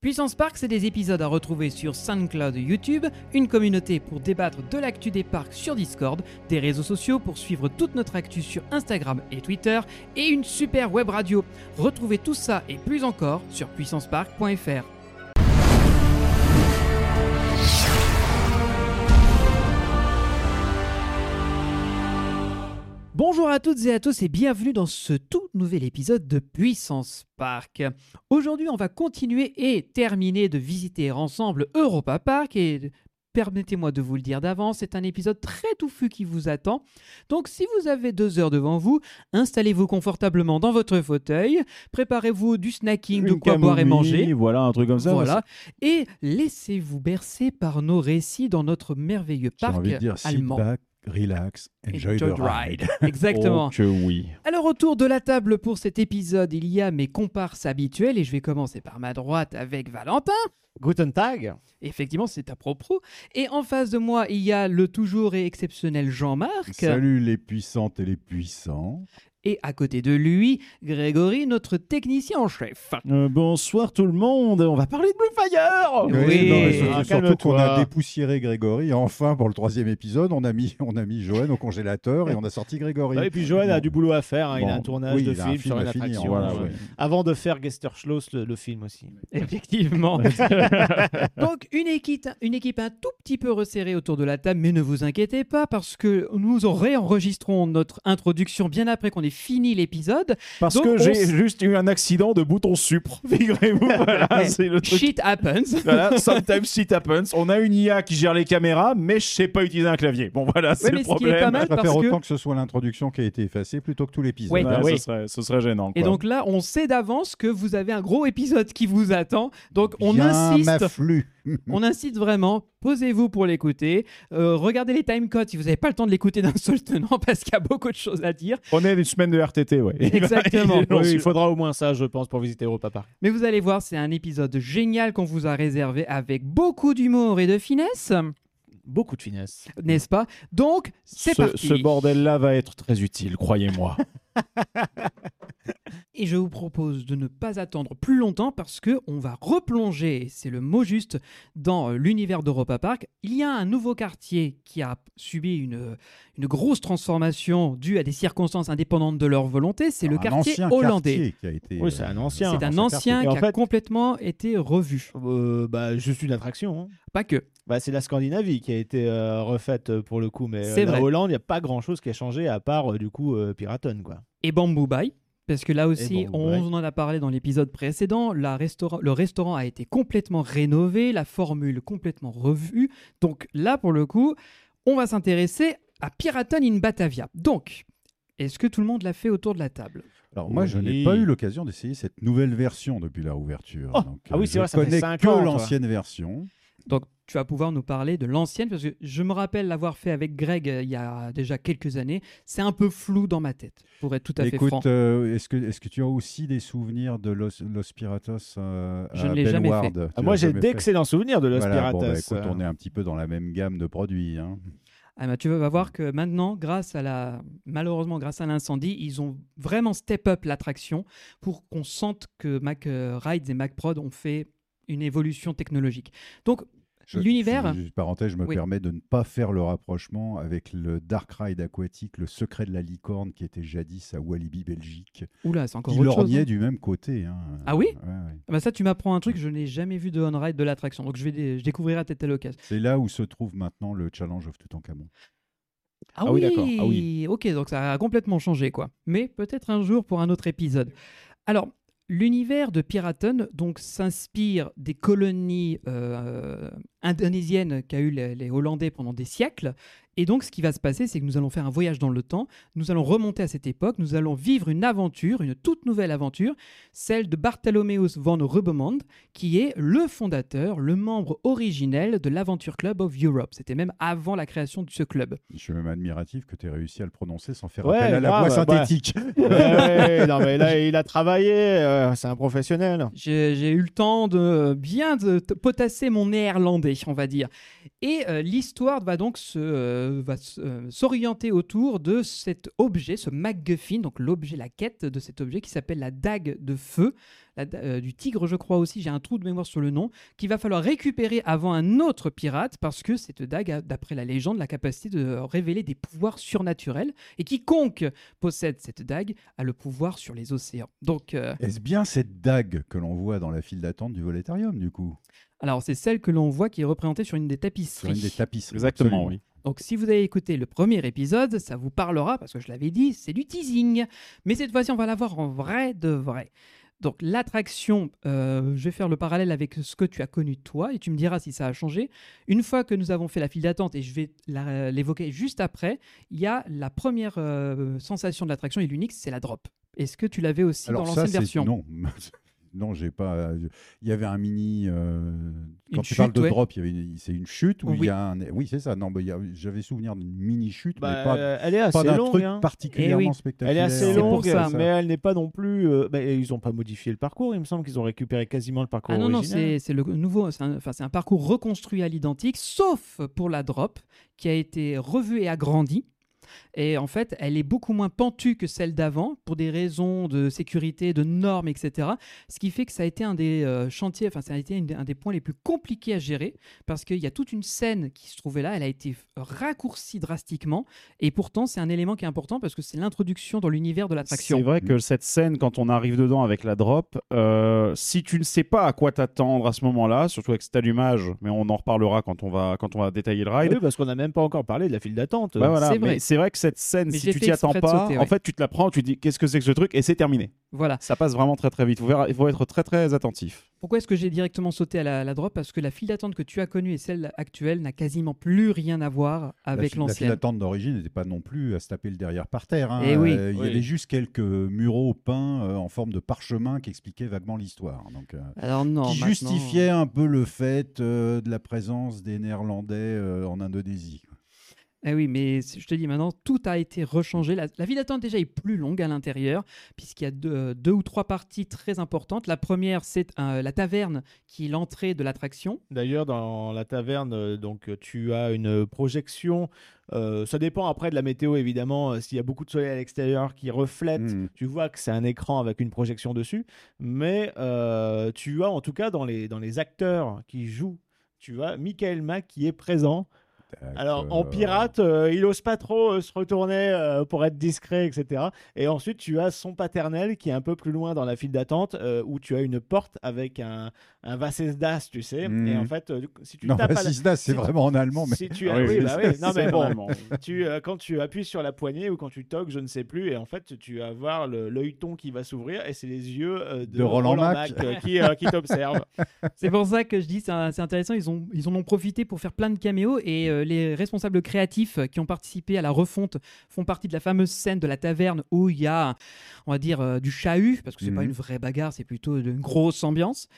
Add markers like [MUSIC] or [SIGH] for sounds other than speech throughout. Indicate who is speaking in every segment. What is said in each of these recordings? Speaker 1: Puissance Park, c'est des épisodes à retrouver sur SoundCloud et YouTube, une communauté pour débattre de l'actu des parcs sur Discord, des réseaux sociaux pour suivre toute notre actu sur Instagram et Twitter, et une super web radio. Retrouvez tout ça et plus encore sur puissancepark.fr. Bonjour à toutes et à tous et bienvenue dans ce tout nouvel épisode de Puissance Park. Aujourd'hui, on va continuer et terminer de visiter ensemble Europa Park et permettez-moi de vous le dire d'avance, c'est un épisode très touffu qui vous attend. Donc si vous avez deux heures devant vous, installez-vous confortablement dans votre fauteuil, préparez-vous du snacking, de
Speaker 2: Une
Speaker 1: quoi boire et
Speaker 2: camomille,
Speaker 1: manger.
Speaker 2: Voilà, un truc comme ça.
Speaker 1: Voilà. Et laissez-vous bercer par nos récits dans notre merveilleux
Speaker 2: J'ai
Speaker 1: parc
Speaker 2: envie de dire, sit
Speaker 1: allemand.
Speaker 2: back, relax, enjoy,
Speaker 1: Enjoy
Speaker 2: the
Speaker 1: the
Speaker 2: ride.
Speaker 1: [LAUGHS] Exactement.
Speaker 2: [LAUGHS] Oh que oui.
Speaker 1: Alors autour de la table pour cet épisode, il y a mes comparses habituels et je vais commencer par ma droite avec Valentin.
Speaker 3: Guten Tag
Speaker 1: Effectivement, c'est à propos. Et en face de moi, il y a le toujours et exceptionnel Jean-Marc.
Speaker 2: Salut les puissantes et les puissants.
Speaker 1: Et à côté de lui, Grégory, notre technicien en chef.
Speaker 2: Euh, bonsoir tout le monde. On va parler de Blue Fire.
Speaker 1: Oui. Oui,
Speaker 2: non, mais surtout,
Speaker 3: Oh, Ah,
Speaker 2: surtout
Speaker 3: calme-toi.
Speaker 2: qu'on a dépoussiéré Grégory. Enfin, pour le troisième épisode, on a mis, [LAUGHS] on a mis Johan au congélateur et on a sorti Grégory.
Speaker 3: Et puis Ah Johan a du boulot à faire, hein, il a
Speaker 2: Bon,
Speaker 3: un tournage
Speaker 2: oui,
Speaker 3: de
Speaker 2: il a
Speaker 3: film,
Speaker 2: un
Speaker 3: sur
Speaker 2: à
Speaker 3: une
Speaker 2: finir,
Speaker 3: attraction.
Speaker 2: voilà,
Speaker 3: ouais.
Speaker 2: ouais.
Speaker 3: Avant de faire Gester Schloss, le, le film [LAUGHS] aussi.
Speaker 1: Effectivement. [LAUGHS] Donc une équipe, une équipe un tout petit peu resserrée autour de la table, mais ne vous inquiétez pas parce que nous en réenregistrons notre introduction bien après qu'on ait fini l'épisode.
Speaker 4: Parce
Speaker 1: Donc, on
Speaker 4: que j'ai
Speaker 1: s-
Speaker 4: juste eu un accident de bouton sucre. [LAUGHS] Figurez-vous, voilà,
Speaker 1: Eh,
Speaker 4: Ah, c'est le truc.
Speaker 1: Shit happens.
Speaker 4: Voilà, sometimes shit happens. On a une IA qui gère les caméras, mais je sais pas utiliser un clavier. Bon, voilà, c'est
Speaker 1: Ouais,
Speaker 4: le
Speaker 1: mais ce qui est
Speaker 4: problème.
Speaker 1: pas mal-
Speaker 2: Je préfère
Speaker 1: parce que-
Speaker 2: autant que... ce soit l'introduction qui a été effacée plutôt que tout l'épisode.
Speaker 1: Ouais.
Speaker 4: Ouais,
Speaker 2: Hein.
Speaker 4: ce,
Speaker 3: oui.
Speaker 4: serait, ce serait gênant.
Speaker 1: Et
Speaker 4: quoi.
Speaker 1: donc là, on sait d'avance que vous avez un gros épisode qui vous attend. Donc on
Speaker 2: Bien
Speaker 1: insiste,
Speaker 2: m'afflue.
Speaker 1: on insiste vraiment. Posez-vous pour l'écouter. Euh, regardez les time codes si vous n'avez pas le temps de l'écouter d'un [LAUGHS] seul tenant parce qu'il y a beaucoup de choses à dire.
Speaker 4: on est une semaine de RTT, ouais.
Speaker 1: Exactement.
Speaker 4: Eh Il est-
Speaker 3: Oui, il faudra au moins ça, je pense, pour visiter Europa Park.
Speaker 1: Mais vous allez voir, c'est un épisode génial qu'on vous a réservé avec beaucoup d'humour et de finesse,
Speaker 3: Beaucoup de finesse.
Speaker 1: n'est-ce pas Donc c'est
Speaker 4: ce,
Speaker 1: parti.
Speaker 4: ce bordel-là va être très utile,
Speaker 3: [LAUGHS]
Speaker 4: croyez-moi.
Speaker 1: Et je vous propose de ne pas attendre plus longtemps parce que on va replonger, c'est le mot juste, dans euh, l'univers d'Europa Park. Il y a un nouveau quartier qui a subi une, euh, une grosse transformation due à des circonstances indépendantes de leur volonté, c'est le
Speaker 2: Un
Speaker 1: quartier
Speaker 2: ancien
Speaker 1: hollandais.
Speaker 2: quartier qui a été,
Speaker 3: Oui, c'est un
Speaker 2: euh,
Speaker 3: ancien.
Speaker 1: C'est un
Speaker 2: quartier.
Speaker 1: ancien
Speaker 3: Et
Speaker 1: qui
Speaker 3: en
Speaker 1: a
Speaker 3: fait-
Speaker 1: complètement été revu.
Speaker 3: Euh, bah, juste une attraction. hein.
Speaker 1: Pas que.
Speaker 3: Bah, c'est la Scandinavie qui a été euh, refaite euh, pour le coup, mais
Speaker 1: C'est
Speaker 3: euh, la
Speaker 1: vrai.
Speaker 3: Hollande, il n'y a pas grand chose qui a changé à part euh, du coup euh, Piraton. Quoi.
Speaker 1: et Bamboo Bay. Parce que là aussi,
Speaker 3: Bamboo
Speaker 1: on,
Speaker 3: Bay.
Speaker 1: en a parlé dans l'épisode précédent, la restaura- le restaurant a été complètement rénové, la formule complètement revue. Donc là, pour le coup, on va s'intéresser à Piraton in Batavia. Donc, est-ce que tout le monde l'a fait autour de la table
Speaker 2: Alors moi, je n'ai
Speaker 3: Oui.
Speaker 2: pas eu l'occasion d'essayer cette nouvelle version depuis la réouverture.
Speaker 3: Oh,
Speaker 2: Donc, euh,
Speaker 3: ah oui, c'est
Speaker 2: je
Speaker 3: vrai, ça fait
Speaker 2: connais
Speaker 3: cinq
Speaker 2: que
Speaker 3: ans, toi.
Speaker 2: l'ancienne version.
Speaker 1: Donc, tu vas pouvoir nous parler de l'ancienne, parce que je me rappelle l'avoir fait avec Greg euh, il y a déjà quelques années. C'est un peu flou dans ma tête, pour être tout à fait franc.
Speaker 2: Écoute, euh, est-ce que est-ce que tu as aussi des souvenirs de Los, Los Piratos euh,
Speaker 1: Je
Speaker 2: à
Speaker 1: ne l'ai jamais
Speaker 2: Bellward Tu
Speaker 3: Ah, moi,
Speaker 2: l'as
Speaker 3: j'ai
Speaker 2: jamais fait
Speaker 3: d'excellents souvenirs de Los
Speaker 2: Voilà, bon, bah,
Speaker 3: Piratas. euh.
Speaker 2: écoute, on est un petit peu dans la même gamme de produits. hein.
Speaker 1: Ah bah, tu vas voir que maintenant, grâce à la... malheureusement, grâce à l'incendie, ils ont vraiment step up l'attraction pour qu'on sente que Mac euh, Rides et Mac Prod ont fait une évolution technologique. Donc,
Speaker 2: Je-
Speaker 1: L'univers-
Speaker 2: je- je- Parenthèse, je me
Speaker 1: Oui.
Speaker 2: permets de ne pas faire le rapprochement avec le Dark Ride aquatique, le secret de la licorne qui était jadis à Walibi Belgique,
Speaker 1: oula, c'est encore
Speaker 2: qui
Speaker 1: autre chose.
Speaker 2: lorgnait
Speaker 1: hein.
Speaker 2: du même côté. hein.
Speaker 1: Ah oui
Speaker 2: Ouais, ouais.
Speaker 1: Ah bah ça, tu m'apprends un truc, je n'ai jamais vu de on-ride de l'attraction, donc je vais dé- je découvrirai à tête à l'occasion.
Speaker 2: C'est là où se trouve maintenant le Challenge of Toutankhamon.
Speaker 1: Ah,
Speaker 4: Ah oui, d'accord. Ah oui.
Speaker 1: ok, donc ça a complètement changé, quoi. Mais peut-être un jour pour un autre épisode. Alors, l'univers de Piraton donc s'inspire des colonies euh, indonésiennes qu'a eu les, les Hollandais pendant des siècles. Et donc, ce qui va se passer, c'est que nous allons faire un voyage dans le temps. Nous allons remonter à cette époque. Nous allons vivre une aventure, une toute nouvelle aventure, celle de Bartholomeus van Rubbemand, qui est le fondateur, le membre originel de l'Aventure Club of Europe. C'était même avant la création de ce club.
Speaker 2: Je suis même admiratif que tu aies réussi à le prononcer sans faire
Speaker 3: Ouais,
Speaker 2: appel à la
Speaker 3: grave, bah.
Speaker 2: voix
Speaker 3: [LAUGHS] ouais.
Speaker 2: synthétique.
Speaker 3: non, mais là, il a travaillé, euh, c'est un professionnel.
Speaker 1: J'ai j'ai eu le temps de euh, bien de t- potasser mon néerlandais, on va dire. Et euh, l'histoire va donc se, euh, va s- euh, s'orienter autour de cet objet, ce MacGuffin, donc l'objet, la quête de cet objet qui s'appelle la dague de feu, la da- euh, du tigre, je crois aussi, j'ai un trou de mémoire sur le nom, qu'il va falloir récupérer avant un autre pirate, parce que cette dague a, d'après la légende, la capacité de euh, révéler des pouvoirs surnaturels, et quiconque possède cette dague a le pouvoir sur les océans. Donc, euh,
Speaker 2: Est-ce bien cette dague que l'on voit dans la file d'attente du Volétarium, du coup
Speaker 1: alors c'est celle que l'on voit qui est représentée sur une des
Speaker 2: Sur
Speaker 1: tapisseries.
Speaker 2: une des tapisseries.
Speaker 4: Exactement,
Speaker 2: absolument.
Speaker 4: oui.
Speaker 1: Donc si vous avez écouté le premier épisode, ça vous parlera parce que je l'avais dit, c'est du teasing. Mais cette fois-ci, on va la voir en vrai de vrai. Donc l'attraction, euh, je vais faire le parallèle avec ce que tu as connu toi et tu me diras si ça a changé. Une fois que nous avons fait la file d'attente et je vais la- euh, l'évoquer juste après, il y a la première euh, sensation de l'attraction et l'unique, c'est la drop. Est-ce que tu l'avais aussi
Speaker 2: Alors
Speaker 1: dans
Speaker 2: ça,
Speaker 1: l'ancienne
Speaker 2: c'est-
Speaker 1: version
Speaker 2: Non, [LAUGHS] non, j'ai pas. euh, Il y avait un mini. euh,
Speaker 1: Une
Speaker 2: Quand tu
Speaker 1: chute,
Speaker 2: parles de
Speaker 1: ouais.
Speaker 2: drop, il y avait une- c'est une chute ou
Speaker 1: Oui.
Speaker 2: il y a un. Oui, c'est ça. Non, mais il y a- j'avais souvenir d'une mini chute,
Speaker 3: Bah,
Speaker 2: mais pas,
Speaker 3: euh, elle est
Speaker 2: pas
Speaker 3: assez
Speaker 2: d'un
Speaker 3: longue.
Speaker 2: truc
Speaker 3: hein.
Speaker 2: particulièrement
Speaker 1: Eh oui.
Speaker 2: spectaculaire.
Speaker 3: Elle est assez
Speaker 1: C'est pour
Speaker 3: longue,
Speaker 1: ça.
Speaker 3: mais elle n'est pas non plus. euh, bah, ils n'ont pas modifié le parcours. Il me semble qu'ils ont récupéré quasiment le parcours
Speaker 1: Ah non, non,
Speaker 3: original.
Speaker 1: c'est c'est le nouveau, c'est un, enfin, c'est un parcours reconstruit à l'identique, sauf pour la drop, qui a été revue et agrandie. Et en fait, elle est beaucoup moins pentue que celle d'avant, pour des raisons de sécurité, de normes, etc. Ce qui fait que ça a été un des euh, chantiers, enfin, ça a été une- un des points les plus compliqués à gérer, parce qu'il y a toute une scène qui se trouvait là, elle a été raccourcie drastiquement, et pourtant, c'est un élément qui est important, parce que c'est l'introduction dans l'univers de l'attraction.
Speaker 4: C'est vrai
Speaker 3: Mm.
Speaker 4: que cette scène, quand on arrive dedans avec la drop, euh, si tu ne sais pas à quoi t'attendre à ce moment-là, surtout avec cet allumage, mais on en reparlera quand on va, quand on va détailler le ride.
Speaker 3: Oui, Ah, parce qu'on n'a même pas encore parlé de la file d'attente.
Speaker 4: Bah voilà,
Speaker 1: C'est
Speaker 4: mais
Speaker 1: vrai.
Speaker 4: c'est vrai. que cette scène,
Speaker 1: Mais
Speaker 4: si
Speaker 1: j'ai
Speaker 4: tu
Speaker 1: fait
Speaker 4: t'y attends
Speaker 1: exprès de
Speaker 4: pas,
Speaker 1: sauter,
Speaker 4: en
Speaker 1: ouais.
Speaker 4: fait, tu te la prends, tu dis qu'est-ce que c'est que ce truc, et c'est terminé.
Speaker 1: Voilà.
Speaker 4: Ça passe vraiment très très vite. Faut faire- Il faut être très très attentif.
Speaker 1: Pourquoi est-ce que j'ai directement sauté à la, la drop Parce que la file d'attente que tu as connue et celle actuelle n'a quasiment plus rien à voir avec
Speaker 2: la, fi- la file
Speaker 1: l'ancienne.
Speaker 2: d'attente d'origine n'était pas non plus à se taper le derrière par terre. hein.
Speaker 1: Eh oui.
Speaker 2: Euh, il y
Speaker 3: Oui.
Speaker 2: avait juste quelques muraux peints euh, en forme de parchemin qui expliquaient vaguement l'histoire. Donc, euh,
Speaker 1: Alors non,
Speaker 2: qui
Speaker 1: maintenant-
Speaker 2: justifiait
Speaker 3: euh.
Speaker 2: un peu le fait euh, de la présence des Néerlandais euh, en Indonésie.
Speaker 1: Eh oui, mais c- je te dis maintenant, tout a été rechangé. La, la file d'attente déjà est plus longue à l'intérieur, puisqu'il y a deux, deux ou trois parties très importantes. La première, c'est euh, la taverne, qui est l'entrée de l'attraction.
Speaker 3: D'ailleurs, dans la taverne, euh, donc euh, tu as une projection. euh, ça dépend après de la météo, évidemment. euh, S'il y a beaucoup de soleil à l'extérieur qui reflète,
Speaker 4: Hmm.
Speaker 2: Mm.
Speaker 3: tu vois que c'est un écran avec une projection dessus. Mais euh, tu as, en tout cas, dans les, dans les acteurs qui jouent, tu as Michael Mack qui est présent. Alors, en
Speaker 2: Euh,
Speaker 3: pirate, euh, il ose pas trop euh, se retourner euh, pour être discret, etc. Et ensuite, tu as son paternel qui est un peu plus loin dans la file d'attente, euh, où tu as une porte avec un, un Vasesdas, tu sais.
Speaker 2: Mhm.
Speaker 3: Et en fait, euh, si tu
Speaker 2: Non,
Speaker 3: tapes à la-
Speaker 2: Vasislas, c'est
Speaker 3: si-
Speaker 2: vraiment en allemand, mais Ah
Speaker 3: si
Speaker 4: Ah
Speaker 3: tu as- oui, bah oui.
Speaker 4: [LAUGHS]
Speaker 3: Non, mais
Speaker 4: C'est
Speaker 3: bon,
Speaker 4: vraiment.
Speaker 3: tu, euh, quand tu appuies sur la poignée ou quand tu toques, je ne sais plus, et en fait, tu vas voir le- l'œilleton qui va s'ouvrir, et c'est les yeux euh, de,
Speaker 2: De Roland Mack.
Speaker 3: euh, qui, euh, qui t'observe.
Speaker 1: C'est pour ça que je dis, c'est un- c'est intéressant, ils, ont, ils en ont profité pour faire plein de caméos et euh, les responsables créatifs qui ont participé à la refonte font partie de la fameuse scène de la taverne où il y a, on va dire, euh, du chahut, parce que c'est pas
Speaker 2: Mhm.
Speaker 1: une vraie bagarre, c'est plutôt une grosse ambiance.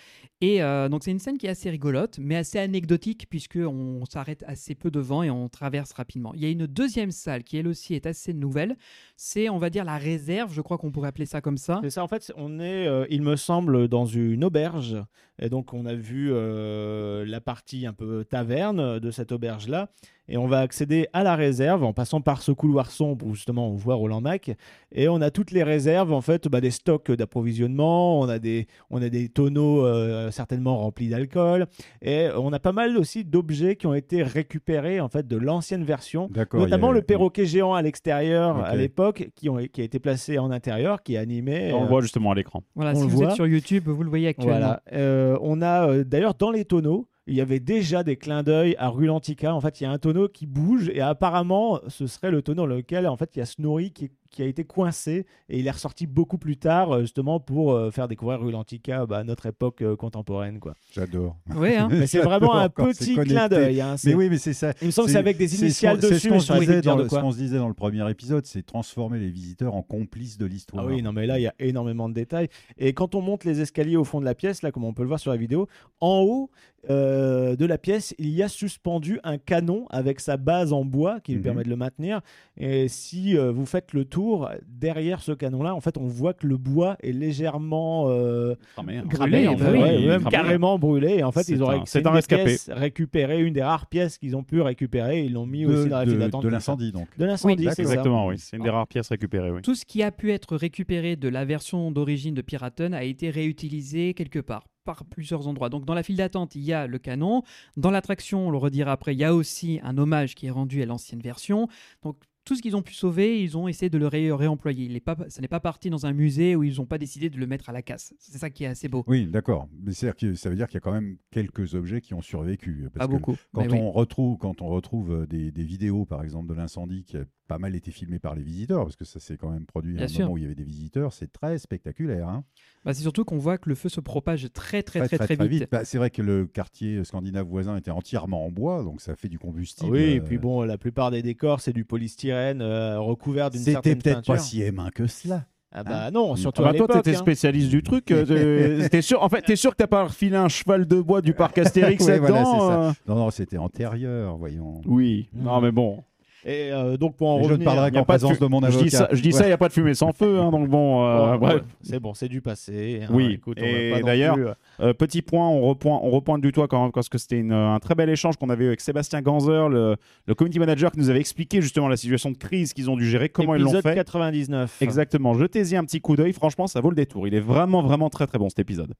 Speaker 1: Et euh, donc c'est une scène qui est assez rigolote, mais assez anecdotique puisque on s'arrête assez peu devant et on traverse rapidement. Il y a une deuxième salle qui elle aussi est assez nouvelle, c'est on va dire la réserve, je crois qu'on pourrait appeler ça comme ça.
Speaker 3: C'est ça, en fait, c'est- on est, euh, il me semble, dans une auberge. Et donc, on a vu euh, la partie un peu taverne de cette auberge-là. Et on va accéder à la réserve en passant par ce couloir sombre où justement on voit Roland Mac. Et on a toutes les réserves, en fait, bah, des stocks d'approvisionnement, on, a des- on a des tonneaux euh, certainement remplis d'alcool. Et on a pas mal aussi d'objets qui ont été récupérés, en fait, de l'ancienne version
Speaker 2: d'accord.
Speaker 3: Notamment
Speaker 2: il y a-
Speaker 3: le perroquet géant à l'extérieur
Speaker 2: Ok.
Speaker 3: à l'époque, qui, ont- qui a été placé en intérieur, qui est animé.
Speaker 4: On
Speaker 3: euh,
Speaker 4: le voit justement à l'écran.
Speaker 1: Voilà,
Speaker 3: on
Speaker 1: si
Speaker 3: le
Speaker 1: vous êtes
Speaker 3: voit.
Speaker 1: sur YouTube, vous le voyez actuellement.
Speaker 3: voilà. Euh, on a euh, d'ailleurs dans les tonneaux, il y avait déjà des clins d'œil à Rulantica. En fait, il y a un tonneau qui bouge et apparemment, ce serait le tonneau dans lequel en fait il y a Snorri qui, qui a été coincé et il est ressorti beaucoup plus tard euh, justement pour euh, faire découvrir Rulantica bah, à notre époque euh, contemporaine quoi.
Speaker 2: J'adore.
Speaker 1: Ouais,
Speaker 2: [LAUGHS]
Speaker 1: hein.
Speaker 3: Mais c'est vraiment un
Speaker 2: Encore, c'est
Speaker 3: petit
Speaker 2: connecté.
Speaker 3: clin d'œil. hein.
Speaker 2: Mais
Speaker 3: C'est-
Speaker 2: oui, mais c'est ça.
Speaker 3: Il me semble que
Speaker 2: c'est-
Speaker 3: c'est avec des
Speaker 2: c'est ce
Speaker 3: initiales
Speaker 2: qu'on- c'est
Speaker 3: dessus.
Speaker 2: ce qu'on
Speaker 3: mais je saurais
Speaker 2: se
Speaker 3: plus
Speaker 2: disait
Speaker 3: te dire
Speaker 2: dans
Speaker 3: de
Speaker 2: le- ce
Speaker 3: quoi.
Speaker 2: qu'on se disait dans le premier épisode, c'est transformer les visiteurs en complices de l'histoire.
Speaker 3: Ah oui, non, mais là, il y a énormément de détails. Et quand on monte les escaliers au fond de la pièce, là, comme on peut le voir sur la vidéo, en haut euh, de la pièce, il y a suspendu un canon avec sa base en bois qui lui
Speaker 2: Mhm.
Speaker 3: permet de le maintenir. Et si euh, vous faites le tour, derrière ce canon-là, en fait, on voit que le bois est légèrement euh,
Speaker 4: Cramé, hein.
Speaker 3: cramé, en
Speaker 1: bah
Speaker 3: fait,
Speaker 1: oui.
Speaker 3: ouais,
Speaker 4: Il est
Speaker 3: même
Speaker 4: cramé.
Speaker 3: carrément brûlé. Et en fait,
Speaker 4: C'est
Speaker 3: ils ont
Speaker 4: un-
Speaker 3: ré-
Speaker 4: c'est
Speaker 3: une
Speaker 4: un
Speaker 3: des
Speaker 4: rescapé.
Speaker 3: pièces récupérées, une des rares pièces qu'ils ont pu récupérer. Ils l'ont mis
Speaker 2: de,
Speaker 3: aussi dans la file
Speaker 2: de-
Speaker 3: d'attente.
Speaker 2: de l'incendie, donc.
Speaker 3: De l'incendie,
Speaker 2: Oui,
Speaker 3: c'est ça. Ah.
Speaker 4: Exactement, oui. C'est une des rares pièces récupérées, oui.
Speaker 1: Tout ce qui a pu être récupéré de la version d'origine de Piraten a été réutilisé quelque part, par plusieurs endroits. Donc dans la file d'attente, il y a le canon. Dans l'attraction, on le redira après, il y a aussi un hommage qui est rendu à l'ancienne version. Donc tout ce qu'ils ont pu sauver, ils ont essayé de le ré- réemployer. Il est pas, ça n'est pas parti dans un musée où ils n'ont pas décidé de le mettre à la casse. C'est ça qui est assez beau.
Speaker 2: Oui, d'accord. Mais c'est-à-dire que ça veut dire qu'il y a quand même quelques objets qui ont survécu. euh, Parce
Speaker 1: Pas
Speaker 3: Ah,
Speaker 2: que
Speaker 1: beaucoup.
Speaker 2: Quand
Speaker 1: mais oui.
Speaker 2: on, retrouve, quand on retrouve euh, des, des vidéos, par exemple, de l'incendie qui a pas mal été filmé par les visiteurs, parce que ça s'est quand même produit à
Speaker 1: Bien
Speaker 2: un
Speaker 1: sûr.
Speaker 2: moment où il y avait des visiteurs, c'est très spectaculaire. hein.
Speaker 1: Bah, c'est surtout qu'on voit que le feu se propage très très très très, vite.
Speaker 2: Bah, c'est vrai que le quartier scandinave voisin était entièrement en bois, donc ça fait du combustible.
Speaker 3: Oui, et
Speaker 2: euh,
Speaker 3: puis bon, la plupart des décors, c'est du polystyrène euh, recouvert d'une
Speaker 2: C'était
Speaker 3: certaine
Speaker 2: peut-être pas
Speaker 3: peinture.
Speaker 2: si aimin que cela.
Speaker 3: Ah bah non, surtout
Speaker 4: Ah bah
Speaker 3: à
Speaker 4: toi,
Speaker 3: l'époque.
Speaker 4: t'étais
Speaker 3: hein.
Speaker 4: spécialiste du truc. euh,
Speaker 3: [LAUGHS]
Speaker 4: t'es- t'es sûr, en fait, t'es sûr que t'as pas refilé un cheval de bois du parc Astérix
Speaker 3: [LAUGHS]
Speaker 2: Oui, voilà,
Speaker 4: là-dedans
Speaker 2: c'est ça.
Speaker 4: euh
Speaker 2: Non, non, c'était antérieur, voyons.
Speaker 4: Oui.
Speaker 3: Mm.
Speaker 4: Non, mais bon.
Speaker 3: Et euh, donc pour en
Speaker 2: Et je ne
Speaker 3: revenir,
Speaker 2: parlerai
Speaker 4: y a
Speaker 2: qu'en
Speaker 4: pas de
Speaker 2: présence
Speaker 4: fu-
Speaker 2: de mon
Speaker 4: je
Speaker 2: avocat.
Speaker 4: dis ça, je dis ça,
Speaker 2: Ouais.
Speaker 4: il n'y a pas de fumée sans feu, hein, donc bon. euh,
Speaker 3: Oh,
Speaker 4: bref.
Speaker 3: ouais, c'est bon, c'est du passé. hein,
Speaker 4: Oui.
Speaker 3: écoute, on
Speaker 4: Et
Speaker 3: va pas non
Speaker 4: d'ailleurs,
Speaker 3: plus, euh,
Speaker 4: Euh, petit point, on repointe, on repointe du toit quand même, parce que c'était une- un très bel échange qu'on avait eu avec Sébastien Ganzer, le, le community manager, qui nous avait expliqué justement la situation de crise qu'ils ont dû gérer, comment ils l'ont
Speaker 3: épisode
Speaker 4: fait.
Speaker 3: 99.
Speaker 4: Exactement, jetez-y un petit coup d'œil, franchement, ça vaut le détour. Il est vraiment, vraiment très très bon cet épisode.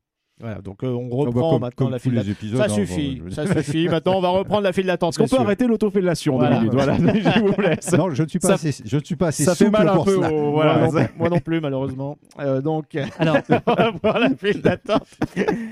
Speaker 3: Voilà, donc euh, on
Speaker 2: Oh, bah,
Speaker 3: reprend
Speaker 2: comme-
Speaker 3: maintenant
Speaker 2: comme
Speaker 3: la
Speaker 2: tous
Speaker 3: file
Speaker 2: les
Speaker 3: d'attente.
Speaker 2: épisodes,
Speaker 3: Ça
Speaker 2: hein,
Speaker 3: suffit,
Speaker 2: bon,
Speaker 4: [LAUGHS]
Speaker 2: je-
Speaker 3: ça suffit. Maintenant, on va reprendre la file d'attente.
Speaker 4: Est-ce qu'on
Speaker 3: bien
Speaker 4: peut
Speaker 3: sûr.
Speaker 4: arrêter l'autofellation
Speaker 3: Voilà.
Speaker 4: deux minutes Voilà,
Speaker 3: [LAUGHS]
Speaker 4: [LAUGHS] je vous laisse.
Speaker 2: Non, je ne suis pas
Speaker 3: Ça-
Speaker 2: assez, je ne suis pas assez
Speaker 4: ça fait
Speaker 2: souple
Speaker 4: mal un
Speaker 2: pour
Speaker 4: peu. [LAUGHS]
Speaker 2: cela.
Speaker 4: au-
Speaker 3: Moi
Speaker 4: voilà,
Speaker 3: non- moi non plus, malheureusement. Euh, donc, [LAUGHS]
Speaker 1: Alors,
Speaker 3: on va prendre la
Speaker 4: [LAUGHS]
Speaker 3: file d'attente.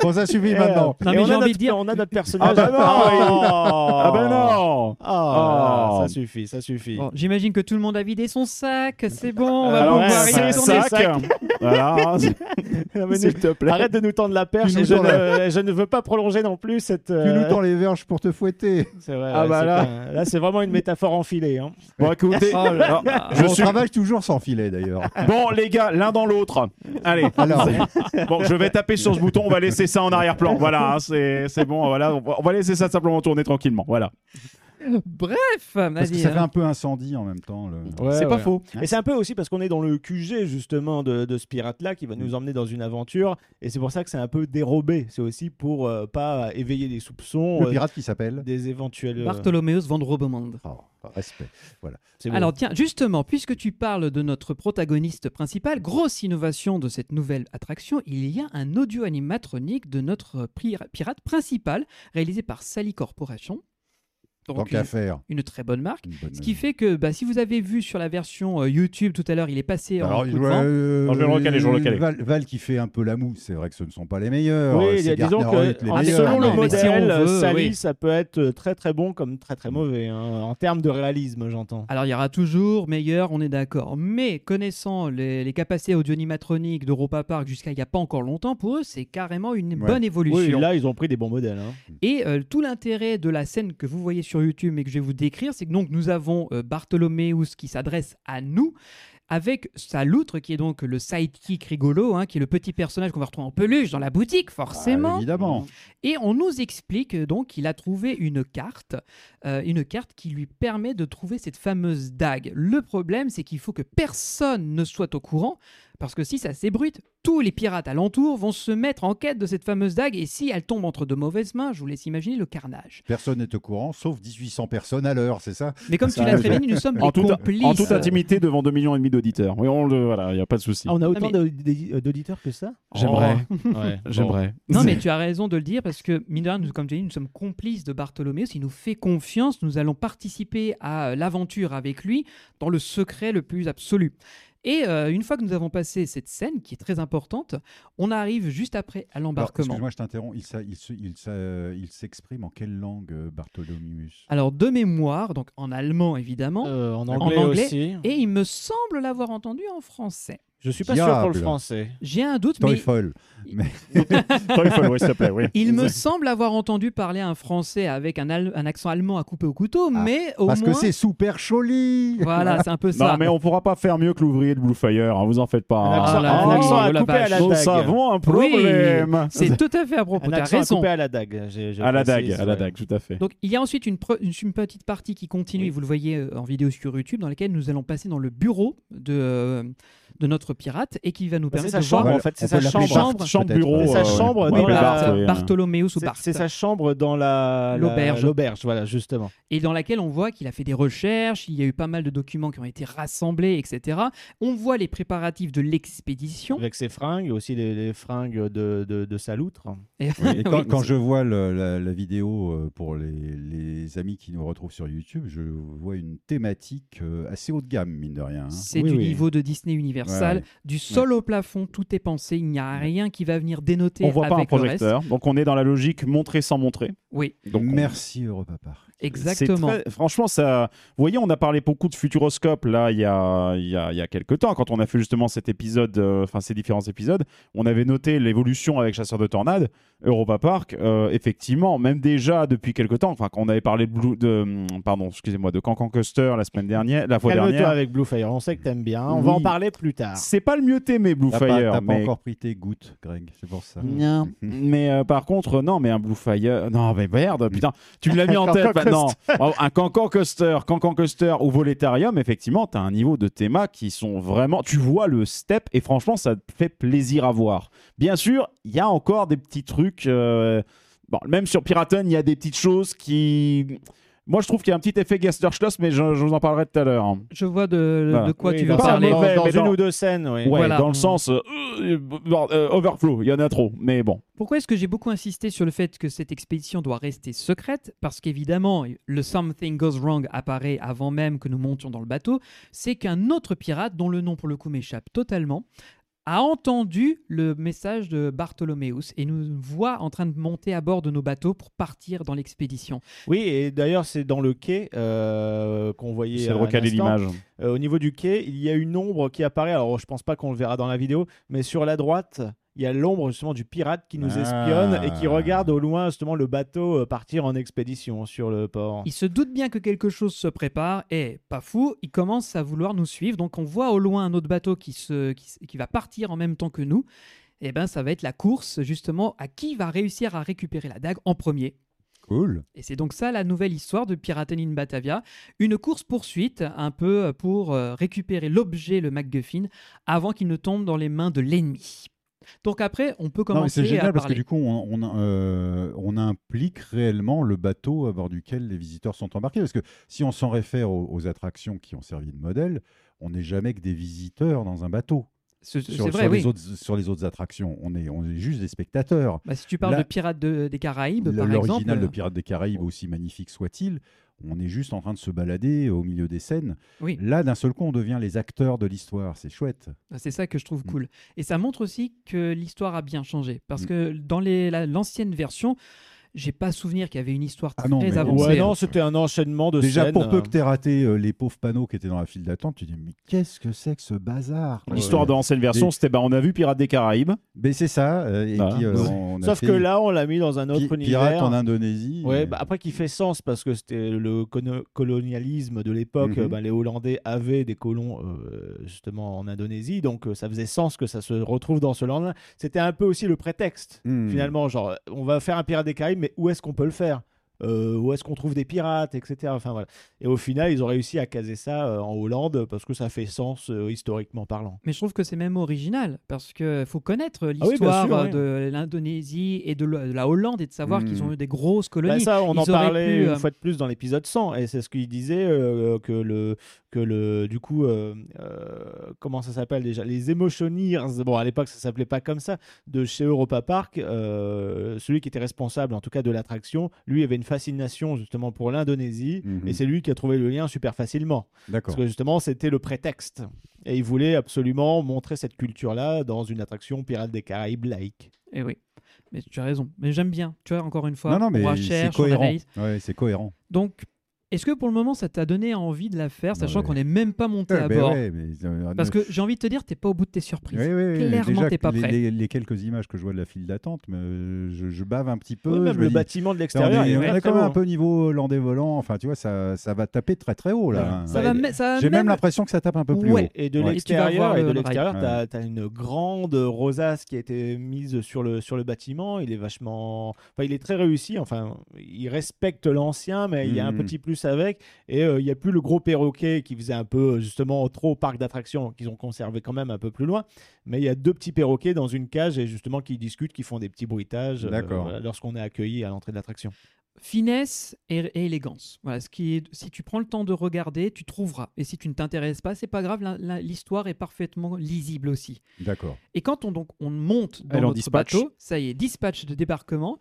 Speaker 2: Bon, ça suffit maintenant.
Speaker 1: Non,
Speaker 3: Et
Speaker 1: mais
Speaker 3: on
Speaker 1: j'ai
Speaker 3: a
Speaker 1: envie
Speaker 3: notre-
Speaker 1: de dire-
Speaker 3: On a notre personnage.
Speaker 4: Ah bah non Ah
Speaker 3: Ah
Speaker 4: bah non
Speaker 3: Ah,
Speaker 4: Oh.
Speaker 3: ça suffit, ça suffit. [LAUGHS]
Speaker 1: bon, j'imagine que tout le monde a vidé son sac. C'est bon, on va
Speaker 3: Alors,
Speaker 4: ouais,
Speaker 1: pouvoir y
Speaker 4: c'est
Speaker 3: c'est
Speaker 1: retourner.
Speaker 4: ça. Hein, Voilà, [LAUGHS]
Speaker 3: Non, mais
Speaker 4: s'il te plaît.
Speaker 3: Arrête de nous tendre la perche
Speaker 2: Tu
Speaker 3: et
Speaker 2: nous
Speaker 3: je
Speaker 2: tends
Speaker 3: ne, [LAUGHS] je ne veux pas prolonger non plus cette.
Speaker 2: Tu
Speaker 3: euh,
Speaker 2: nous tends les verges pour te fouetter.
Speaker 3: c'est vrai,
Speaker 4: Ah
Speaker 3: ouais,
Speaker 4: bah
Speaker 3: c'est
Speaker 4: là.
Speaker 3: pas- là, c'est vraiment une métaphore enfilée. hein.
Speaker 4: Bon, écoutez,
Speaker 1: Oh là
Speaker 4: alors,
Speaker 1: là.
Speaker 4: je
Speaker 2: Ah, on
Speaker 4: suis...
Speaker 2: travaille toujours sans filet d'ailleurs.
Speaker 4: Bon, les gars, l'un dans l'autre. Allez,
Speaker 2: Alors,
Speaker 4: [LAUGHS] bon, je vais taper sur ce bouton, on va laisser ça en arrière-plan. Voilà, hein, c'est c'est bon, voilà, on va- on va laisser ça simplement tourner tranquillement. Voilà.
Speaker 1: Bref,
Speaker 2: parce que
Speaker 1: vas-y.
Speaker 2: ça fait
Speaker 1: hein.
Speaker 2: un peu incendie en même temps. le-
Speaker 4: c'est pas faux.
Speaker 3: Et c'est un peu aussi parce qu'on est dans le QG justement de, de ce pirate-là qui va nous emmener dans une aventure. Et c'est pour ça que c'est un peu dérobé. C'est aussi pour euh, pas éveiller les soupçons
Speaker 2: Le
Speaker 3: euh,
Speaker 2: pirate qui s'appelle.
Speaker 3: des
Speaker 2: euh,
Speaker 3: éventuels. euh,
Speaker 1: Bartholomeus van Robemond.
Speaker 2: Oh, respect.
Speaker 3: C'est bon.
Speaker 1: Alors tiens, justement, puisque tu parles de notre protagoniste principal, grosse innovation de cette nouvelle attraction, il y a un audio animatronique de notre pri- pirate principal, réalisé par Sally Corporation.
Speaker 2: Tant
Speaker 1: Donc
Speaker 2: qu'à
Speaker 1: une,
Speaker 2: faire.
Speaker 1: une très bonne marque.
Speaker 2: Une bonne-
Speaker 1: Ce qui fait que bah, si vous avez vu sur la version euh, YouTube tout à l'heure, Bah il est passé en
Speaker 2: Alors,
Speaker 1: coup
Speaker 2: je
Speaker 1: de vent.
Speaker 4: Non, je vais le recaler, je vais le recaler.
Speaker 2: Val, Val qui fait un peu la mousse, c'est vrai que ce ne sont pas les meilleurs.
Speaker 3: oui,
Speaker 2: c'est
Speaker 3: disons
Speaker 2: Gardner Hoyt,
Speaker 3: que
Speaker 2: les
Speaker 3: en-
Speaker 2: meilleurs. Ah,
Speaker 3: selon
Speaker 1: Non,
Speaker 3: le
Speaker 1: mais si on
Speaker 3: modèle, euh,
Speaker 1: veut,
Speaker 3: Sally,
Speaker 1: oui.
Speaker 3: ça peut être très très bon comme très très mauvais hein, en termes de réalisme, j'entends.
Speaker 1: Alors il y aura toujours meilleur, on est d'accord. Mais connaissant les, les capacités audio-animatroniques d'Europa Park jusqu'à il n'y a pas encore longtemps, pour eux c'est carrément une
Speaker 2: Ouais.
Speaker 1: bonne
Speaker 3: Oui,
Speaker 1: évolution.
Speaker 3: là, ils ont pris des bons modèles. hein.
Speaker 1: Et euh, tout l'intérêt de la scène que vous voyez sur YouTube et que je vais vous décrire, c'est que donc nous avons euh, Bartholomeus qui s'adresse à nous avec sa loutre qui est donc le sidekick rigolo, hein, qui est le petit personnage qu'on va retrouver en peluche dans la boutique
Speaker 2: Ah,
Speaker 1: forcément.
Speaker 2: évidemment.
Speaker 1: et on nous explique euh, donc qu'il a trouvé une carte, euh, une carte qui lui permet de trouver cette fameuse dague. Le problème, c'est qu'il faut que personne ne soit au courant. Parce que si ça s'ébruite, tous les pirates alentour vont se mettre en quête de cette fameuse dague et si elle tombe entre de mauvaises mains, je vous laisse imaginer le carnage.
Speaker 2: Personne n'est au courant, sauf 1800 personnes à l'heure, c'est ça
Speaker 1: Mais comme tu
Speaker 4: Ça,
Speaker 1: l'as
Speaker 4: je-
Speaker 1: très bien dit, nous sommes
Speaker 4: En
Speaker 1: des
Speaker 4: toute,
Speaker 1: complices.
Speaker 4: en toute intimité devant 2 millions et demi d'auditeurs. Oui, on le voilà, il y a pas de souci. Oh.
Speaker 3: Ah, on a
Speaker 1: autant
Speaker 3: autant d'auditeurs que ça
Speaker 4: J'aimerais,
Speaker 3: ouais,
Speaker 4: j'aimerais.
Speaker 1: Non,
Speaker 2: [LAUGHS]
Speaker 1: mais tu as raison de le dire parce que, mine de rien, nous, comme tu as dit, nous sommes complices de Bartholoméo. Il nous fait confiance. Nous allons participer à euh, l'aventure avec lui dans le secret le plus absolu. Et euh, une fois que nous avons passé cette scène, qui est très importante, on arrive juste après à
Speaker 2: Alors,
Speaker 1: l'embarquement.
Speaker 2: Excuse-moi, je t'interromps. Il, s'a- il se- il s'a- il s'exprime en quelle langue, euh, Bartholomeus
Speaker 1: Alors, de mémoire,
Speaker 2: Euh.
Speaker 1: donc en allemand évidemment,
Speaker 3: Euh, en, anglais
Speaker 1: anglais anglais.
Speaker 3: aussi.
Speaker 1: et il me semble l'avoir entendu en français.
Speaker 3: Je suis pas sûr
Speaker 2: Diable.
Speaker 3: pour le français.
Speaker 1: J'ai un doute, mais
Speaker 2: Toyfall.
Speaker 4: Toyfall, oui, s'il te plaît, oui.
Speaker 1: il me semble avoir entendu parler un français avec un, al- un accent allemand à couper au couteau,
Speaker 2: Ah,
Speaker 1: mais au
Speaker 2: Parce
Speaker 1: moins.
Speaker 2: que c'est super joli
Speaker 1: Voilà, c'est un peu ça.
Speaker 4: Non, mais on pourra pas faire mieux que l'ouvrier de Bluefire, hein, vous en faites pas.
Speaker 3: Un
Speaker 4: hein.
Speaker 3: accent,
Speaker 1: Ah,
Speaker 3: un
Speaker 1: oui,
Speaker 3: accent
Speaker 1: oh
Speaker 3: à
Speaker 1: la
Speaker 3: couper à la
Speaker 1: vache.
Speaker 4: Nous
Speaker 3: dague.
Speaker 4: avons un problème.
Speaker 1: C'est tout à fait à propos.
Speaker 3: Un
Speaker 1: T'as
Speaker 3: accent à
Speaker 1: raison.
Speaker 3: couper à la dague. j'ai- je
Speaker 4: À la dague,
Speaker 3: précise,
Speaker 4: à la
Speaker 3: ouais.
Speaker 4: dague, tout à fait.
Speaker 1: Donc il y a ensuite une, pre- une- une petite partie qui continue, et vous le voyez euh, en vidéo sur YouTube, dans laquelle nous allons passer dans le bureau de, euh, de notre pirate et qui va nous
Speaker 3: Bah, c'est
Speaker 1: permettre
Speaker 3: sa
Speaker 1: de voir
Speaker 3: chambre,
Speaker 2: Voilà,
Speaker 3: en fait. C'est
Speaker 2: on
Speaker 3: sa
Speaker 2: peut l'appeler
Speaker 3: chambre.
Speaker 1: chambre,
Speaker 4: chambre
Speaker 2: peut-être.
Speaker 4: bureau.
Speaker 3: C'est sa
Speaker 4: euh,
Speaker 3: chambre
Speaker 4: ouais,
Speaker 3: dans
Speaker 4: ouais,
Speaker 1: Bar-
Speaker 3: la-
Speaker 4: Barthes, oui, hein.
Speaker 1: Bartholoméus ou
Speaker 3: C'est-
Speaker 1: Barthes,
Speaker 3: C'est sa chambre dans la la-
Speaker 1: L'auberge.
Speaker 3: L'auberge, voilà, justement.
Speaker 1: et dans laquelle on voit qu'il a fait des recherches, il y a eu pas mal de documents qui ont été rassemblés, etc. On voit les préparatifs de l'expédition.
Speaker 3: Avec ses fringues, aussi les, les fringues de, de, de sa loutre.
Speaker 1: Et-
Speaker 2: Et quand, [LAUGHS]
Speaker 1: oui,
Speaker 2: quand
Speaker 1: mais
Speaker 2: je vois le- la, la vidéo euh, pour les, les amis qui nous retrouvent sur YouTube, je vois une thématique euh, assez haut de gamme, mine de rien. hein.
Speaker 1: C'est
Speaker 3: Oui,
Speaker 1: du
Speaker 3: oui.
Speaker 1: niveau de Disney Universal,
Speaker 2: Ouais,
Speaker 1: du sol au plafond, tout est pensé, il n'y a rien qui va venir dénoter
Speaker 4: On voit
Speaker 1: avec
Speaker 4: pas un
Speaker 1: le reste.
Speaker 4: projecteur, donc on est dans la logique montrer sans montrer.
Speaker 1: Oui,
Speaker 4: Donc on-
Speaker 2: Merci Europa Park.
Speaker 1: exactement.
Speaker 4: C'est très- Franchement, ça. Vous voyez, on a parlé beaucoup de Futuroscope là il y a il y a, il y a quelques temps quand on a fait justement cet épisode, euh, enfin ces différents épisodes, on avait noté l'évolution avec Chasseur de tornades, Europa Park. euh, effectivement, même déjà depuis quelques temps, enfin quand on avait parlé de, Blue- de hum, pardon, excusez-moi, de Cancan Custer la semaine dernière, la fois
Speaker 3: Calme-toi
Speaker 4: dernière.
Speaker 3: avec Bluefire, on sait que t'aimes bien. On va
Speaker 4: Oui.
Speaker 3: en parler plus tard.
Speaker 4: C'est pas le mieux t'aimer Blue
Speaker 2: T'as pas,
Speaker 4: Fire,
Speaker 2: t'as pas
Speaker 4: mais
Speaker 2: encore pris tes gouttes, Greg, c'est pour ça.
Speaker 4: Non. mais euh, par contre, euh, non, mais un Blue Fire. Non, mais merde, putain, tu me l'as mis en tête
Speaker 3: Cancan
Speaker 4: maintenant. Oh, un Cancan Coaster, Cancan Coaster ou Voletarium, effectivement, t'as un niveau de théma qui sont vraiment. Tu vois le step et franchement, ça te fait plaisir à voir. Bien sûr, il y a encore des petits trucs. euh, Bon, même sur Piraton, il y a des petites choses qui. Moi, je trouve qu'il y a un petit effet Gaster Schloss, mais je, je vous en parlerai tout à l'heure. hein.
Speaker 1: Je vois de,
Speaker 4: Voilà.
Speaker 1: de quoi
Speaker 3: Oui,
Speaker 1: tu veux
Speaker 3: dans,
Speaker 4: pas
Speaker 1: parler.
Speaker 4: mauvais,
Speaker 3: dans
Speaker 4: mais
Speaker 3: une
Speaker 4: dans-
Speaker 3: ou deux scènes, oui.
Speaker 4: Ouais,
Speaker 1: Voilà.
Speaker 4: dans le sens euh, euh, euh, overflow, il y en a trop, mais bon.
Speaker 1: Pourquoi est-ce que j'ai beaucoup insisté sur le fait que cette expédition doit rester secrète Parce qu'évidemment, le Something Goes Wrong apparaît avant même que nous montions dans le bateau. C'est qu'un autre pirate, dont le nom pour le coup m'échappe totalement, a entendu le message de Bartholoméus et nous voit en train de monter à bord de nos bateaux pour partir dans l'expédition.
Speaker 3: Oui, et d'ailleurs, c'est dans le quai euh, qu'on voyait.
Speaker 4: C'est le
Speaker 3: un
Speaker 4: recalé
Speaker 3: instant.
Speaker 4: l'image.
Speaker 3: Euh, au niveau du quai, il y a une ombre qui apparaît. Alors, je pense pas qu'on le verra dans la vidéo, mais sur la droite, il y a l'ombre justement du pirate qui nous
Speaker 2: Ah.
Speaker 3: espionne et qui regarde au loin justement le bateau euh, partir en expédition sur le port.
Speaker 1: Il se doute bien que quelque chose se prépare et, pas fou, il commence à vouloir nous suivre. Donc on voit au loin un autre bateau qui, se, qui, se- qui va partir en même temps que nous. Et ben ça va être la course justement à qui va réussir à récupérer la dague en premier.
Speaker 2: Cool.
Speaker 1: Et c'est donc ça la nouvelle histoire de Piraten in Batavia, une course-poursuite un peu pour euh, récupérer l'objet, le MacGuffin, avant qu'il ne tombe dans les mains de l'ennemi. Donc après, on peut
Speaker 2: Non, mais
Speaker 1: commencer
Speaker 2: c'est
Speaker 1: à
Speaker 2: génial parce que
Speaker 1: parler.
Speaker 2: du coup, on, on, euh, on implique réellement le bateau à bord duquel les visiteurs sont embarqués. Parce que si on s'en réfère aux, aux attractions qui ont servi de modèle, on n'est jamais que des visiteurs dans un bateau.
Speaker 1: C'est c'est
Speaker 2: Sur, sur
Speaker 1: vrai, oui.
Speaker 2: les, autres, sur les autres attractions, on est, on est juste des spectateurs.
Speaker 1: Bah, si tu parles
Speaker 2: Là-
Speaker 1: de Pirates de- des Caraïbes,
Speaker 2: Le-
Speaker 1: par exemple, euh,
Speaker 2: L'original de Pirates des Caraïbes, aussi magnifique soit-il, on est juste en train de se balader au milieu des scènes.
Speaker 1: Oui.
Speaker 2: Là, d'un seul coup, on devient les acteurs de l'histoire. C'est chouette.
Speaker 1: C'est ça que je trouve
Speaker 2: Mm.
Speaker 1: cool. Et ça montre aussi que l'histoire a bien changé. Parce
Speaker 2: Mm.
Speaker 1: que dans les- la- l'ancienne version, j'ai pas souvenir qu'il y avait une histoire
Speaker 2: Ah
Speaker 1: très
Speaker 2: non, mais-
Speaker 1: avancée.
Speaker 3: Ouais, non, c'était un enchaînement de
Speaker 2: Déjà,
Speaker 3: scènes. hein.
Speaker 2: pour peu que tu raté euh, les pauvres panneaux qui étaient dans la file d'attente, tu dis Mais qu'est-ce que c'est que ce bazar quoi
Speaker 4: L'histoire de l'ancienne version,
Speaker 2: Des-
Speaker 4: c'était bah, on a vu Pirates
Speaker 1: [LAUGHS]
Speaker 4: des Caraïbes.
Speaker 2: Mais c'est ça. euh, et
Speaker 4: Ah.
Speaker 2: puis, euh, on a
Speaker 3: Sauf
Speaker 2: fait
Speaker 3: que là, on l'a mis dans un autre
Speaker 2: Pi-
Speaker 3: univers.
Speaker 2: Pirates en Indonésie.
Speaker 3: Ouais,
Speaker 2: euh,
Speaker 3: bah après qui fait sens parce que c'était le cono- colonialisme de l'époque.
Speaker 2: Mhm.
Speaker 3: euh, bah, les Hollandais avaient des colons euh, justement en Indonésie, donc euh, ça faisait sens que ça se retrouve dans ce land. C'était un peu aussi le prétexte
Speaker 2: hmm.
Speaker 3: finalement. Genre, euh, on va faire un pirate des Caraïbes, mais où est-ce qu'on peut le faire Euh, Où est-ce qu'on trouve des pirates, etc. Enfin voilà. Et au final, ils ont réussi à caser ça euh, en Hollande parce que ça fait sens euh, historiquement parlant.
Speaker 1: Mais je trouve que c'est même original. Parce qu'il faut
Speaker 2: Ah
Speaker 1: connaître
Speaker 3: bien
Speaker 1: l'histoire euh,
Speaker 3: sûr, ouais.
Speaker 1: de l'Indonésie et de le- de la Hollande et de savoir
Speaker 2: Mm.
Speaker 1: qu'ils ont eu des grosses
Speaker 3: Bah,
Speaker 1: colonies.
Speaker 3: ça, on
Speaker 1: ils
Speaker 3: en
Speaker 1: auraient
Speaker 3: parlait
Speaker 1: pu,
Speaker 3: une
Speaker 1: euh,
Speaker 3: fois de plus dans l'épisode 100, et c'est ce qu'il disait euh, que le que le du coup euh, euh, comment ça s'appelle déjà les Emotioneers. Bon, à l'époque, ça s'appelait pas comme ça. De chez Europa Park, euh, celui qui était responsable, en tout cas de l'attraction, lui avait une fascination justement pour l'Indonésie.
Speaker 2: Mhm.
Speaker 3: Et c'est lui qui a trouvé le lien super facilement.
Speaker 2: D'accord.
Speaker 3: Parce que justement, c'était le prétexte. Et il voulait absolument montrer cette culture-là dans une attraction Pirates des Caraïbes laïque.
Speaker 1: eh oui. Mais tu as raison. Mais j'aime bien. Tu vois, encore une fois,
Speaker 2: Non, non, mais
Speaker 1: on
Speaker 2: c'est
Speaker 1: recherche, on
Speaker 2: cohérent.
Speaker 1: analyse.
Speaker 2: Ouais, c'est cohérent.
Speaker 1: Donc, Est-ce que pour le moment, ça t'a donné envie de la faire,
Speaker 2: Non,
Speaker 1: sachant
Speaker 2: mais-
Speaker 1: qu'on n'est même pas monté
Speaker 2: Ah,
Speaker 1: à
Speaker 2: ben
Speaker 1: bord
Speaker 2: ouais, mais, euh,
Speaker 1: Parce que j'ai envie de te dire, t'es pas au bout de tes surprises.
Speaker 2: Oui, oui, oui, mais
Speaker 1: Clairement,
Speaker 2: déjà,
Speaker 1: t'es pas
Speaker 2: les,
Speaker 1: prêt.
Speaker 2: les- les quelques images que je vois de la file d'attente, mais euh, je, je bave un petit peu.
Speaker 3: Oui,
Speaker 2: je
Speaker 3: même
Speaker 2: me
Speaker 3: le
Speaker 2: dis,
Speaker 3: bâtiment de
Speaker 2: putain, on
Speaker 3: l'extérieur, il
Speaker 2: est,
Speaker 3: est
Speaker 2: on
Speaker 3: très,
Speaker 2: est
Speaker 3: très
Speaker 2: quand même
Speaker 3: beau,
Speaker 2: un peu niveau landais volant. Enfin, tu vois, ça, ça va taper très très haut
Speaker 3: Ouais,
Speaker 2: là. hein.
Speaker 1: Ça va me- ça va
Speaker 2: J'ai même
Speaker 1: même
Speaker 2: l'impression que ça tape un peu plus
Speaker 1: Ouais.
Speaker 2: haut.
Speaker 1: Et
Speaker 2: Ouais.
Speaker 3: Et de
Speaker 1: tu vas
Speaker 3: l'extérieur, euh,
Speaker 1: voir le
Speaker 3: et de
Speaker 1: rail.
Speaker 3: l'extérieur,
Speaker 2: Ouais.
Speaker 3: t'as as une grande rosace qui a été mise sur le sur le bâtiment. Il est vachement, enfin, il est très réussi. Enfin, il respecte l'ancien, mais il y a un
Speaker 2: Mm.
Speaker 4: Mhm.
Speaker 3: petit plus avec. Et euh, il n'y a plus le gros perroquet qui faisait un peu euh, justement trop parc d'attractions qu'ils ont conservé quand même un peu plus loin. Mais il y a deux petits perroquets dans une cage et justement qui discutent, qui font des petits bruitages euh,
Speaker 2: D'accord.
Speaker 3: voilà, lorsqu'on est accueilli à l'entrée de l'attraction.
Speaker 1: Finesse et, et élégance. Voilà, ce qui est- si tu prends le temps de regarder, tu trouveras. Et si tu ne t'intéresses pas, c'est pas grave, la- la- l'histoire est parfaitement lisible aussi.
Speaker 2: D'accord.
Speaker 1: Et quand on, donc, on monte dans
Speaker 4: Elle en
Speaker 1: notre
Speaker 4: dispatch.
Speaker 1: bateau, ça y est, dispatch de débarquement.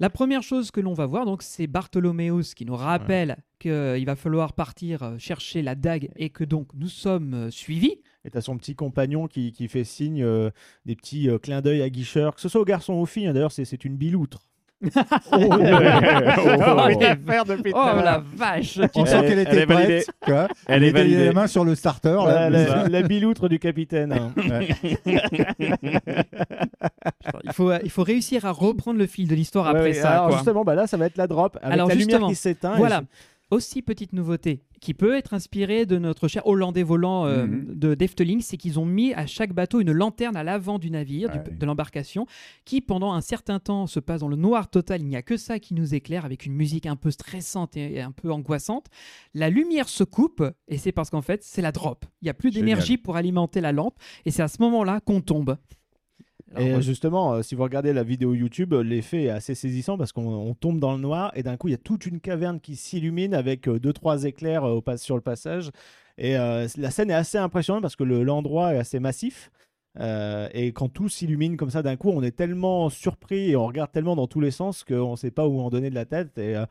Speaker 1: La première chose que l'on va voir, donc, c'est Bartholoméus qui nous rappelle qu'il va falloir partir euh, chercher la dague et que donc nous sommes euh, suivis.
Speaker 3: Et t'as son petit compagnon qui, qui fait signe euh, des petits euh, clins d'œil à Guicheur, que ce soit aux garçons ou aux filles. hein. D'ailleurs, c'est- c'est une biloutre.
Speaker 1: Oh la
Speaker 3: [LAUGHS]
Speaker 1: vache
Speaker 2: On
Speaker 4: Elle-
Speaker 2: sent qu'elle
Speaker 4: elle
Speaker 2: était
Speaker 4: est validée.
Speaker 2: prête. quoi.
Speaker 4: Elle est
Speaker 2: Il mettait
Speaker 4: validée.
Speaker 2: la main sur le starter.
Speaker 3: Voilà,
Speaker 2: là.
Speaker 3: Oh, la, la biloutre
Speaker 1: [LAUGHS]
Speaker 3: du capitaine. hein.
Speaker 1: il, faut, euh, il faut réussir à reprendre le fil de l'histoire
Speaker 3: Ouais,
Speaker 1: après
Speaker 3: ouais,
Speaker 1: ça.
Speaker 3: alors
Speaker 1: quoi.
Speaker 3: justement, bah là, ça va être la drop avec
Speaker 1: Alors
Speaker 3: la lumière
Speaker 1: justement,
Speaker 3: qui s'éteint. et
Speaker 1: Voilà. Ah, Aussi petite nouveauté qui peut être inspirée de notre cher Hollandais volant euh,
Speaker 2: Mhm.
Speaker 1: de Defteling, c'est qu'ils ont mis à chaque bateau une lanterne à l'avant du navire, du-
Speaker 2: Ouais.
Speaker 1: de l'embarcation, qui pendant un certain temps se passe dans le noir total. Il n'y a que ça qui nous éclaire avec une musique un peu stressante et et un peu angoissante. La lumière se coupe et c'est parce qu'en fait c'est la drop. Il n'y a plus
Speaker 2: Génial.
Speaker 1: d'énergie pour alimenter la lampe et c'est à ce moment-là qu'on tombe.
Speaker 3: Et euh, justement, euh, si vous regardez la vidéo YouTube, euh, l'effet est assez saisissant parce qu'on on tombe dans le noir et d'un coup, il y a toute une caverne qui s'illumine avec euh, deux trois éclairs euh, au pas- sur le passage. Et euh, la scène est assez impressionnante parce que le- l'endroit est assez massif. Euh, et quand tout s'illumine comme ça d'un coup, on est tellement surpris et on regarde tellement dans tous les sens qu'on ne sait pas où en donner de la tête. Et euh,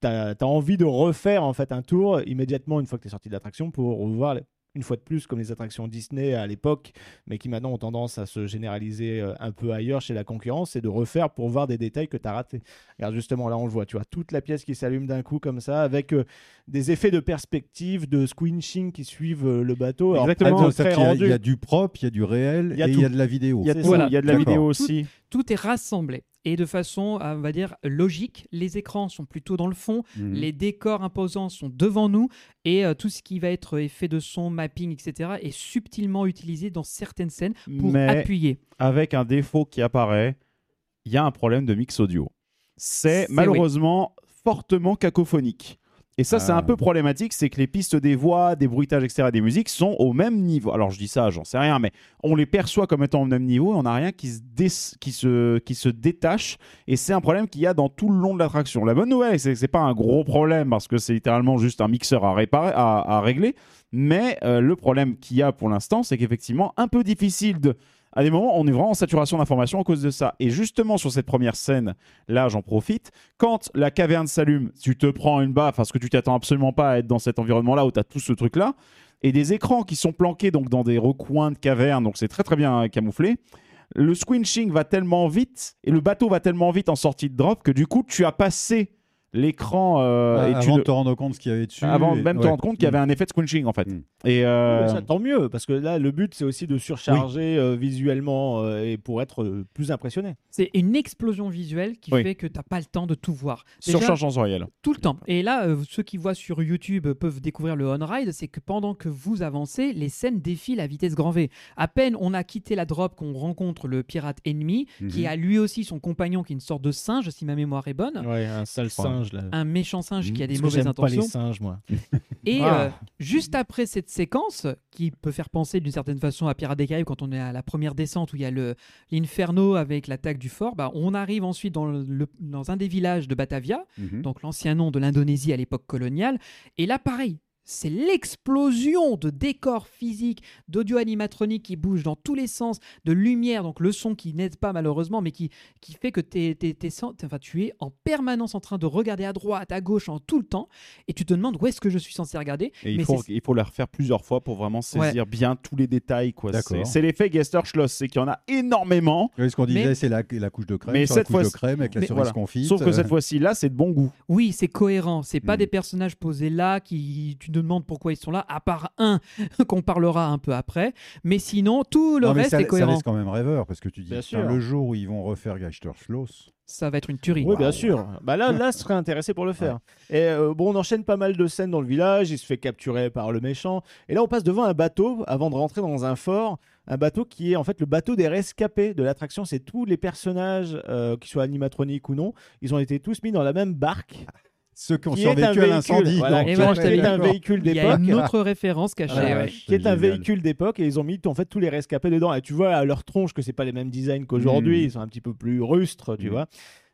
Speaker 3: t'as as envie de refaire en fait un tour immédiatement une fois que t'es sorti de l'attraction pour revoir les- une fois de plus comme les attractions Disney à l'époque mais qui maintenant ont tendance à se généraliser euh, un peu ailleurs chez la concurrence et de refaire pour voir des détails que tu as ratés. Regarde justement là on le voit, tu vois toute la pièce qui s'allume d'un coup comme ça avec euh, des effets de perspective, de squinching qui suivent euh, le bateau. Alors,
Speaker 4: Exactement,
Speaker 3: pas
Speaker 2: Attends,
Speaker 3: de
Speaker 2: ça,
Speaker 3: très
Speaker 2: il, y a, il y
Speaker 3: rendu.
Speaker 2: a du propre, il y a du réel
Speaker 3: Il y a
Speaker 2: et
Speaker 3: tout.
Speaker 2: il y a de la vidéo.
Speaker 4: Il y a,
Speaker 3: C'est
Speaker 4: tout,
Speaker 1: ça.
Speaker 4: il y a de la
Speaker 2: D'accord.
Speaker 4: vidéo aussi.
Speaker 1: Tout est rassemblé et de façon, à- on va dire, logique. Les écrans sont plutôt dans le fond.
Speaker 3: Mmh.
Speaker 2: Mhm.
Speaker 1: Les décors imposants sont devant nous et euh, tout ce qui va être effet de son, mapping, etc. est subtilement utilisé dans certaines scènes pour
Speaker 4: Mais-
Speaker 1: appuyer.
Speaker 4: avec un défaut qui apparaît, il y a un problème de mix audio. C'est
Speaker 1: C'est
Speaker 4: malheureusement fortement cacophonique. Et ça, c'est
Speaker 2: Ah.
Speaker 4: un peu problématique, c'est que les pistes des voix, des bruitages, etc., des musiques sont au même niveau. Alors, je dis ça, j'en sais rien, mais on les perçoit comme étant au même niveau et on n'a rien qui se, dé- qui, se, qui se détache. Et c'est un problème qu'il y a dans tout le long de l'attraction. La bonne nouvelle, c'est que c'est pas un gros problème parce que c'est littéralement juste un mixeur à, réparer, à, à régler. Mais euh, le problème qu'il y a pour l'instant, c'est qu'effectivement, un peu difficile de à des moments, on est vraiment en saturation d'informations à cause de ça. Et justement, sur cette première scène, là, j'en profite. Quand la caverne s'allume, tu te prends une baffe parce que tu t'attends absolument pas à être dans cet environnement-là où tu as tout ce truc-là. Et des écrans qui sont planqués donc dans des recoins de caverne, donc c'est très très bien euh, camouflé. Le squinching va tellement vite et le bateau va tellement vite en sortie de drop que du coup, tu as passé l'écran euh,
Speaker 2: Ah,
Speaker 4: et tu
Speaker 2: avant
Speaker 4: ne-
Speaker 2: de te rendre compte qu'il y avait dessus.
Speaker 4: avant
Speaker 2: et-
Speaker 4: même de te
Speaker 2: ouais.
Speaker 4: rendre compte qu'il y avait un effet de squinching en fait.
Speaker 2: Mm.
Speaker 4: Et euh,
Speaker 3: Ça, tant mieux, parce que là, le but, c'est aussi de surcharger euh, visuellement euh, et pour être euh, plus impressionné.
Speaker 1: C'est une explosion visuelle qui
Speaker 4: Oui.
Speaker 1: fait que tu n'as pas le temps de tout voir. Déjà,
Speaker 4: surcharge sensorielle.
Speaker 1: tout le temps. Et là, euh, ceux qui voient sur YouTube euh, peuvent découvrir le on-ride, c'est que pendant que vous avancez, les scènes défilent à vitesse grand V. À peine on a quitté la drop qu'on rencontre le pirate ennemi,
Speaker 3: Mmh.
Speaker 1: qui
Speaker 2: Mhm.
Speaker 1: a lui aussi son compagnon qui est une sorte de singe, si ma mémoire est bonne.
Speaker 3: Ouais, un sale singe là.
Speaker 1: Un méchant singe qui Ah, a des
Speaker 3: Parce que
Speaker 1: mauvaises
Speaker 3: j'aime pas les
Speaker 1: intentions.
Speaker 3: singes, moi.
Speaker 1: Et
Speaker 4: Ah.
Speaker 1: euh, juste après cette séquence, qui peut faire penser d'une certaine façon à Pirates des Caraïbes quand on est à la première descente où il y a le- l'Inferno avec l'attaque du fort, bah, on arrive ensuite dans, le- dans un des villages de Batavia,
Speaker 2: Mhm.
Speaker 4: Mmh.
Speaker 1: donc l'ancien nom de l'Indonésie à l'époque coloniale. Et là, pareil, c'est l'explosion de décors physiques, d'audio animatronique qui bouge dans tous les sens, de lumière, donc le son qui n'aide pas malheureusement, mais qui, qui fait que t'es, t'es- t'es sans- t'es- enfin, tu es en permanence en train de regarder à droite, à gauche, en tout le temps, et tu te demandes où est-ce que je suis censé regarder.
Speaker 4: Et il
Speaker 1: Mais
Speaker 4: faut,
Speaker 1: c'est-
Speaker 4: il faut la refaire plusieurs fois pour vraiment saisir bien tous les détails. quoi.
Speaker 2: D'accord.
Speaker 4: C'est c'est l'effet Geister-Schloss, c'est qu'il y en a énormément.
Speaker 2: Oui, ce qu'on disait,
Speaker 1: Mais-
Speaker 2: c'est la, la couche de crème,
Speaker 4: Mais
Speaker 2: sur la
Speaker 4: cette fois-
Speaker 2: couche de crème avec la
Speaker 4: mais
Speaker 2: cerise
Speaker 4: voilà.
Speaker 2: confite.
Speaker 4: Sauf que cette
Speaker 2: euh,
Speaker 4: fois-ci, là, c'est de bon goût.
Speaker 1: Oui, c'est cohérent. C'est pas
Speaker 4: Mm.
Speaker 1: des personnages posés là qui tu te demandes pourquoi ils sont là, à part un [LAUGHS] qu'on parlera un peu après. Mais sinon, tout le
Speaker 2: non, mais
Speaker 1: reste
Speaker 2: ça,
Speaker 1: est
Speaker 2: ça
Speaker 1: cohérent.
Speaker 2: laisse quand même rêveur parce que tu dis
Speaker 3: Bien
Speaker 2: putain,
Speaker 3: sûr.
Speaker 2: le jour où ils vont refaire Geister Schloss,
Speaker 1: Ça va être une tuerie.
Speaker 3: Oui, bien
Speaker 2: Waouh.
Speaker 3: sûr. Bah là, là, je serais intéressé pour le faire. Et euh, bon, on enchaîne pas mal de scènes dans le village. Il se fait capturer par le méchant. Et là, on passe devant un bateau avant de rentrer dans un fort. Un bateau qui est en fait le bateau des rescapés de l'attraction. C'est tous les personnages, euh, qu'ils soient animatroniques ou non, ils ont été tous mis dans la même barque.
Speaker 2: ceux qui ont
Speaker 3: Qui est un
Speaker 2: survécu à
Speaker 3: véhicule,
Speaker 2: l'incendie,
Speaker 3: voilà,
Speaker 2: donc,
Speaker 1: Et voilà, je
Speaker 2: ouais,
Speaker 1: t'avais
Speaker 3: C'est un
Speaker 2: Ah, d'accord.
Speaker 3: véhicule
Speaker 1: Il y a
Speaker 3: d'époque.
Speaker 1: une autre référence cachée.
Speaker 3: Ouais,
Speaker 1: ouais.
Speaker 2: ouais.
Speaker 3: qui est un
Speaker 2: Génial.
Speaker 3: véhicule d'époque et ils ont mis en fait tous les rescapés dedans et tu vois à leur tronche que c'est pas les mêmes designs qu'aujourd'hui
Speaker 4: Mhm.
Speaker 3: ils sont un petit peu plus rustres tu
Speaker 4: Mhm.
Speaker 3: vois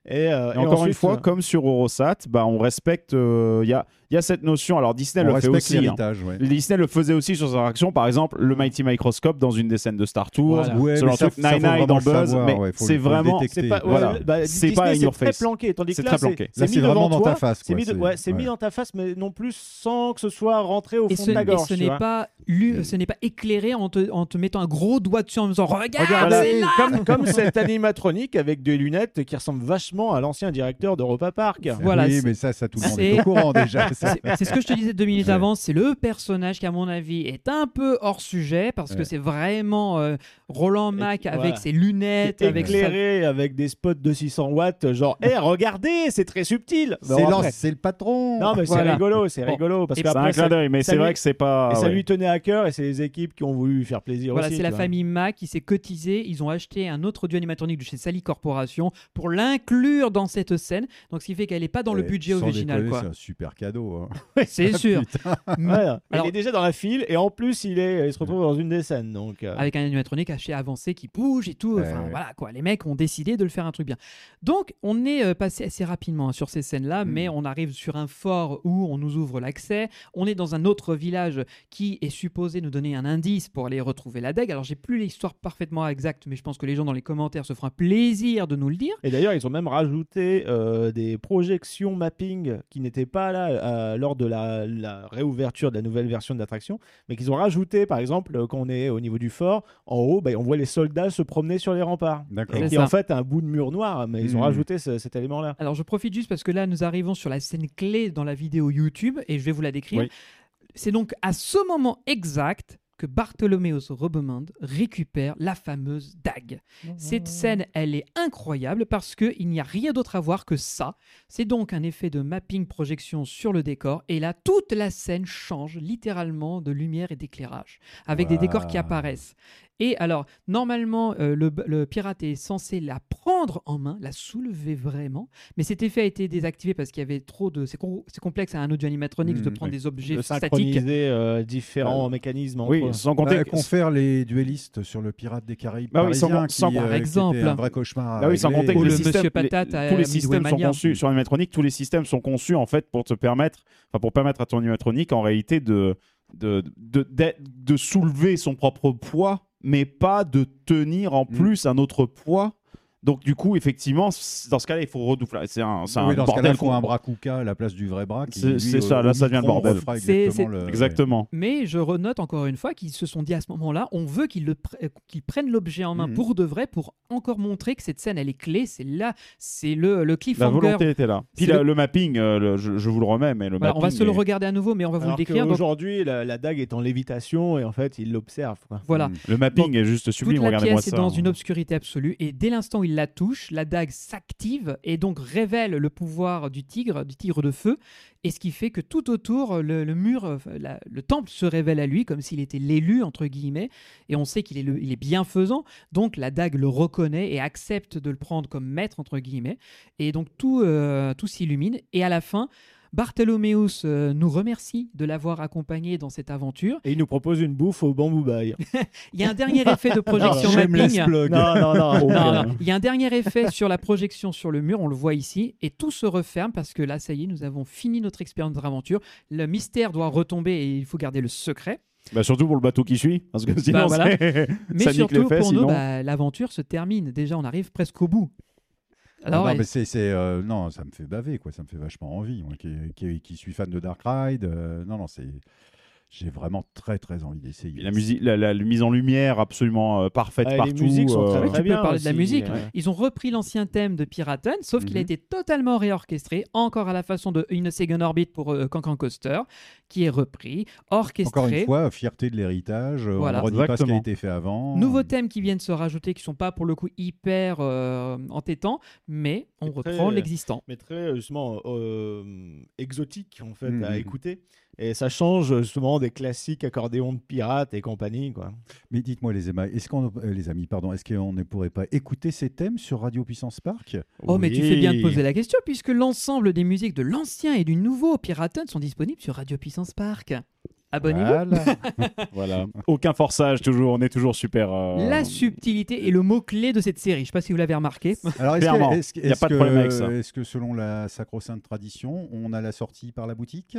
Speaker 3: et, euh,
Speaker 4: Et
Speaker 3: et
Speaker 4: encore
Speaker 3: ensuite,
Speaker 4: une fois, comme sur Eurosat, bah, on respecte. euh, Il y, a, il y a cette notion. Alors, Disney
Speaker 2: on
Speaker 4: le fait
Speaker 2: respecte
Speaker 4: aussi. hein.
Speaker 2: l'héritage. ouais.
Speaker 4: Disney le faisait aussi sur ses actions, par exemple le Mighty Microscope dans une des scènes de Star Tour,
Speaker 3: Voilà.
Speaker 2: Ouais,
Speaker 4: sur
Speaker 2: mais
Speaker 4: leur
Speaker 2: ça-
Speaker 4: truc
Speaker 2: ça, faut
Speaker 4: Nine Nine
Speaker 2: vraiment
Speaker 4: dans
Speaker 2: le
Speaker 4: Buzz,
Speaker 2: savoir,
Speaker 4: mais
Speaker 2: ouais, faut
Speaker 4: c'est
Speaker 2: le- faut le
Speaker 4: vraiment.
Speaker 2: détecter.
Speaker 3: c'est pas, ouais,
Speaker 4: Voilà.
Speaker 3: le- bah,
Speaker 4: C'est
Speaker 3: Disney,
Speaker 4: pas in your
Speaker 3: très
Speaker 4: face.
Speaker 3: planqué tandis
Speaker 4: C'est
Speaker 3: que là
Speaker 4: très
Speaker 3: c'est
Speaker 4: planqué.
Speaker 2: Là,
Speaker 3: mis
Speaker 2: c'est
Speaker 3: devant
Speaker 2: vraiment dans
Speaker 3: toi,
Speaker 2: ta face.
Speaker 3: c'est
Speaker 2: quoi,
Speaker 3: mis, de- ouais, c'est mis
Speaker 2: ouais.
Speaker 3: dans ta face mais non plus sans que ce soit rentré au
Speaker 1: Et
Speaker 3: fond
Speaker 1: ce,
Speaker 3: de ta
Speaker 1: et
Speaker 3: gorge
Speaker 1: ce
Speaker 3: tu
Speaker 1: n'est
Speaker 3: vois.
Speaker 1: pas lu, ce n'est pas éclairé en te, en te mettant un gros doigt dessus en disant regarde,
Speaker 3: Ah, Regarde,
Speaker 1: c'est
Speaker 3: là,
Speaker 1: là.
Speaker 3: comme, comme cette animatronique avec des lunettes qui ressemble vachement à l'ancien directeur d'Europa Park.
Speaker 1: Voilà,
Speaker 2: oui,
Speaker 1: c'est-
Speaker 2: mais ça, ça tout le monde
Speaker 1: c'est-
Speaker 2: est au courant déjà. ça.
Speaker 1: [LAUGHS] C'est- C'est ce que je te disais deux minutes
Speaker 2: Ouais.
Speaker 1: avant. C'est le personnage qui, à mon avis, est un peu hors sujet parce que
Speaker 2: Ouais.
Speaker 1: c'est vraiment euh, Roland Mack
Speaker 3: Et-
Speaker 1: avec
Speaker 3: voilà.
Speaker 1: ses lunettes, avec sa-
Speaker 3: éclairé avec des spots de 600 watts genre hé regardez c'est très subtil Bon,
Speaker 2: C'est l'an-
Speaker 3: après-
Speaker 2: c'est le patron.
Speaker 3: Non, mais c'est
Speaker 1: Voilà.
Speaker 3: rigolo, c'est
Speaker 1: Bon.
Speaker 3: rigolo. Parce
Speaker 1: Et
Speaker 3: que
Speaker 4: C'est un
Speaker 3: après,
Speaker 4: clin
Speaker 3: ça,
Speaker 4: d'œil, mais
Speaker 3: ça
Speaker 4: c'est
Speaker 3: lui-
Speaker 4: vrai que c'est pas.
Speaker 3: et ça
Speaker 4: ouais.
Speaker 3: lui tenait à cœur et c'est les équipes qui ont voulu lui faire plaisir
Speaker 1: Voilà,
Speaker 3: aussi.
Speaker 1: c'est la
Speaker 3: tu vois.
Speaker 1: famille Mac qui s'est cotisée. Ils ont acheté un autre audio animatronique de chez Sally Corporation pour l'inclure dans cette scène. Donc, ce qui fait qu'elle n'est pas dans le
Speaker 2: Eh,
Speaker 1: budget
Speaker 2: sans
Speaker 1: original.
Speaker 2: déconner,
Speaker 1: quoi.
Speaker 2: C'est un super cadeau. hein.
Speaker 3: [LAUGHS]
Speaker 1: C'est sûr. Mais
Speaker 3: Voilà.
Speaker 1: Alors-
Speaker 3: Il est déjà dans la file et en plus il, est, il se retrouve dans une des scènes. Donc, euh,
Speaker 1: avec un animatronique assez avancé qui bouge et tout.
Speaker 2: Ouais,
Speaker 1: Enfin,
Speaker 2: ouais.
Speaker 1: voilà quoi. Les mecs ont décidé de le faire un truc bien. Donc, on est euh, passé assez rapidement hein, sur ces
Speaker 2: Mm.
Speaker 1: scènes-là, mais on arrive sur un fort où on nous ouvre l'accès. On est dans un autre village qui est supposé nous donner un indice pour aller retrouver la dague. Alors, j'ai plus l'histoire parfaitement exacte, mais je pense que les gens dans les commentaires se feront un plaisir de nous le dire.
Speaker 3: Et d'ailleurs, ils ont même rajouté euh, des projections mapping qui n'étaient pas là euh, lors de la, la réouverture de la nouvelle version de l'attraction, mais qu'ils ont rajouté, par exemple, euh, quand on est au niveau du fort, en haut, bah, on voit les soldats se promener sur les remparts.
Speaker 2: D'accord.
Speaker 3: Et
Speaker 1: C'est
Speaker 3: qui est
Speaker 1: ça. Mmh.
Speaker 3: en fait un bout de mur noir, mais ils ont
Speaker 2: Mhm.
Speaker 3: rajouté ce- cet élément-là.
Speaker 1: Alors, je profite juste parce que là, nous arrivons sur la scène clé dans la vidéo YouTube et je vais vous la décrire.
Speaker 4: Oui.
Speaker 1: C'est donc à ce moment exact que Bartholoméos Robemond récupère la fameuse dague. Cette scène, elle est incroyable parce qu'il n'y a rien d'autre à voir que ça. C'est donc un effet de mapping projection sur le décor et là, toute la scène change littéralement de lumière et d'éclairage avec des
Speaker 2: Waouh.
Speaker 1: décors qui apparaissent. Et alors, normalement, euh, le, le pirate est censé la prendre en main, la soulever vraiment, mais cet effet a été désactivé parce qu'il y avait trop de... C'est com- c'est complexe à un audio animatronique de
Speaker 4: Hmm,
Speaker 2: Mhm,
Speaker 1: prendre
Speaker 2: oui.
Speaker 1: des objets
Speaker 3: De
Speaker 1: statiques.
Speaker 3: synchroniser euh, différents mécanismes entre
Speaker 4: Oui,
Speaker 3: eux.
Speaker 4: sans
Speaker 2: Bah,
Speaker 4: compter. que-
Speaker 2: confère les duélistes sur le pirate des Caraïbes
Speaker 4: Bah oui, sans-
Speaker 2: parisien,
Speaker 4: sans-
Speaker 2: qui,
Speaker 4: par
Speaker 2: euh, qui
Speaker 1: exemple.
Speaker 2: était un vrai cauchemar. à
Speaker 4: Bah oui, sans
Speaker 2: régler.
Speaker 4: compter que
Speaker 1: Ou
Speaker 4: les
Speaker 1: le
Speaker 4: systèmes-
Speaker 1: Monsieur Patate
Speaker 4: les-
Speaker 1: à
Speaker 4: tous les
Speaker 1: Midway
Speaker 4: systèmes sont
Speaker 1: Mania.
Speaker 4: conçus sur animatronique, tous les systèmes sont conçus en fait pour te permettre, enfin pour permettre à ton animatronique en réalité de de, de, d'être- de soulever son propre poids, mais pas de tenir en
Speaker 2: Mm.
Speaker 4: plus un autre poids. Donc du coup, effectivement, c- dans ce cas-là, il faut redoubler. C'est un, c'est
Speaker 2: Oui,
Speaker 4: un
Speaker 2: dans ce
Speaker 4: bordel.
Speaker 2: cas-là, ils font
Speaker 4: qu'on-
Speaker 2: un bras Kuka à la place du vrai bras. qui,
Speaker 4: C'est-
Speaker 2: lui,
Speaker 4: c'est
Speaker 2: au-
Speaker 4: ça, là,
Speaker 2: au
Speaker 4: ça devient le
Speaker 2: micron,
Speaker 4: bordel.
Speaker 2: refera
Speaker 1: C'est-
Speaker 2: exactement le-
Speaker 4: Exactement.
Speaker 1: Mais je renote encore une fois qu'ils se sont dit à ce moment-là, on veut qu'ils le pr- euh, qu'ils prennent l'objet en main
Speaker 4: Hmm.
Speaker 2: Mhm.
Speaker 1: pour de vrai, pour encore montrer que cette scène, elle est clé, c'est là, c'est le, le
Speaker 4: La
Speaker 1: cliffhanger.
Speaker 4: volonté était là. Puis
Speaker 1: C'est
Speaker 4: la-
Speaker 1: le-
Speaker 4: le... mapping, euh, le- je, je vous le remets, mais le
Speaker 1: Voilà, on va
Speaker 4: mapping
Speaker 1: se le
Speaker 4: est-
Speaker 1: regarder à nouveau, mais on va vous
Speaker 3: Alors
Speaker 1: le décrire. Donc,
Speaker 3: Aujourd'hui, la, la dague est en lévitation et en fait, il l'observe. quoi.
Speaker 1: voilà.
Speaker 2: Mm.
Speaker 4: le mapping
Speaker 1: Donc,
Speaker 4: est juste
Speaker 1: Toute
Speaker 4: sublime.
Speaker 1: la
Speaker 4: Regardez-moi
Speaker 1: pièce
Speaker 4: ça. hein.
Speaker 1: est dans une obscurité absolue et dès l'instant où il la touche, la dague s'active et donc révèle le pouvoir du tigre, du tigre de feu, et ce qui fait que tout autour, le, le mur, euh, la- le temple se révèle à lui comme s'il était l'élu, entre guillemets, et on sait qu'il est, le- il est bienfaisant, donc la dague le reconnaît et accepte de le prendre comme maître, entre guillemets, et donc tout, euh, tout s'illumine, et à la fin... Bartholoméus euh, nous remercie de l'avoir accompagné dans cette aventure.
Speaker 3: Et il nous propose une bouffe au bambou bail.
Speaker 1: Il y a un dernier effet de projection
Speaker 2: Shameless
Speaker 1: mapping.
Speaker 2: plug.
Speaker 3: non, non, non.
Speaker 2: [LAUGHS]
Speaker 4: Oh,
Speaker 1: Non,
Speaker 4: euh,
Speaker 1: non, Il y a un dernier effet sur la projection sur le mur, on le voit ici, et tout se referme parce que là, ça y est, nous avons fini notre expérience d'aventure. Le mystère doit retomber et il faut garder le secret.
Speaker 4: Bah, surtout pour le bateau qui suit, parce que sinon,
Speaker 1: Bah, voilà.
Speaker 4: c'est-
Speaker 1: Mais
Speaker 4: Ça nique
Speaker 1: surtout,
Speaker 4: les fesses,
Speaker 1: pour nous,
Speaker 4: sinon.
Speaker 1: bah, l'aventure se termine. Déjà, on arrive presque au bout. Alors,
Speaker 2: Ah non,
Speaker 1: et-
Speaker 2: mais c'est, c'est, euh, non, ça me fait baver, quoi. Ça me fait vachement envie. Moi, qui, qui- qui suis fan de Dark Ride, euh, non, non, c'est, j'ai vraiment très, très envie d'essayer.
Speaker 4: la, musique, la, la- la mise en lumière absolument euh, parfaite
Speaker 3: Ah, et
Speaker 4: partout.
Speaker 3: les musiques sont
Speaker 4: euh,
Speaker 3: très,
Speaker 1: tu
Speaker 4: [LAUGHS]
Speaker 3: très
Speaker 1: peux
Speaker 3: bien.
Speaker 1: parler de la
Speaker 3: aussi,
Speaker 1: musique.
Speaker 3: ouais.
Speaker 1: Ils ont repris l'ancien thème de Piraten, sauf qu'il a
Speaker 4: Mhm.
Speaker 1: été totalement réorchestré, encore à la façon de In a Second Orbit pour euh, Cancan Coaster, qui est repris, orchestré.
Speaker 2: Encore une fois, fierté de l'héritage. euh,
Speaker 1: Voilà.
Speaker 2: On ne redit pas ce qui a
Speaker 4: Exactement.
Speaker 2: été fait avant.
Speaker 1: Nouveaux thèmes qui viennent se rajouter, qui sont pas pour le coup hyper euh, entêtants, mais on
Speaker 3: Après,
Speaker 1: reprend
Speaker 3: euh,
Speaker 1: l'existant.
Speaker 3: mais très justement euh, exotique en fait
Speaker 2: Mhm.
Speaker 3: à écouter et ça change euh, justement des classiques accordéons de pirates et compagnie quoi.
Speaker 2: Mais dites-moi, les, amis, est-ce qu'on, euh, les amis, pardon, est-ce qu'on ne pourrait pas écouter ces thèmes sur Radio Puissance Park
Speaker 1: Oh, mais tu fais bien de
Speaker 3: Oui.
Speaker 1: poser la question, puisque l'ensemble des musiques de l'ancien et du nouveau Piraten sont disponibles sur Radio Puissance Park.
Speaker 3: Ah.
Speaker 1: Abonnez-vous.
Speaker 2: Voilà.
Speaker 4: voilà. Aucun forçage, toujours, on est toujours super. euh,
Speaker 1: La subtilité est le mot-clé de cette série. Je sais pas si vous l'avez remarqué.
Speaker 2: Alors, est-ce que-
Speaker 4: Clairement,
Speaker 2: est-ce que-
Speaker 4: y a
Speaker 2: est-ce
Speaker 4: pas de
Speaker 2: que-
Speaker 4: problème avec ça.
Speaker 2: Est-ce que selon la sacro-sainte tradition, on a la sortie par la boutique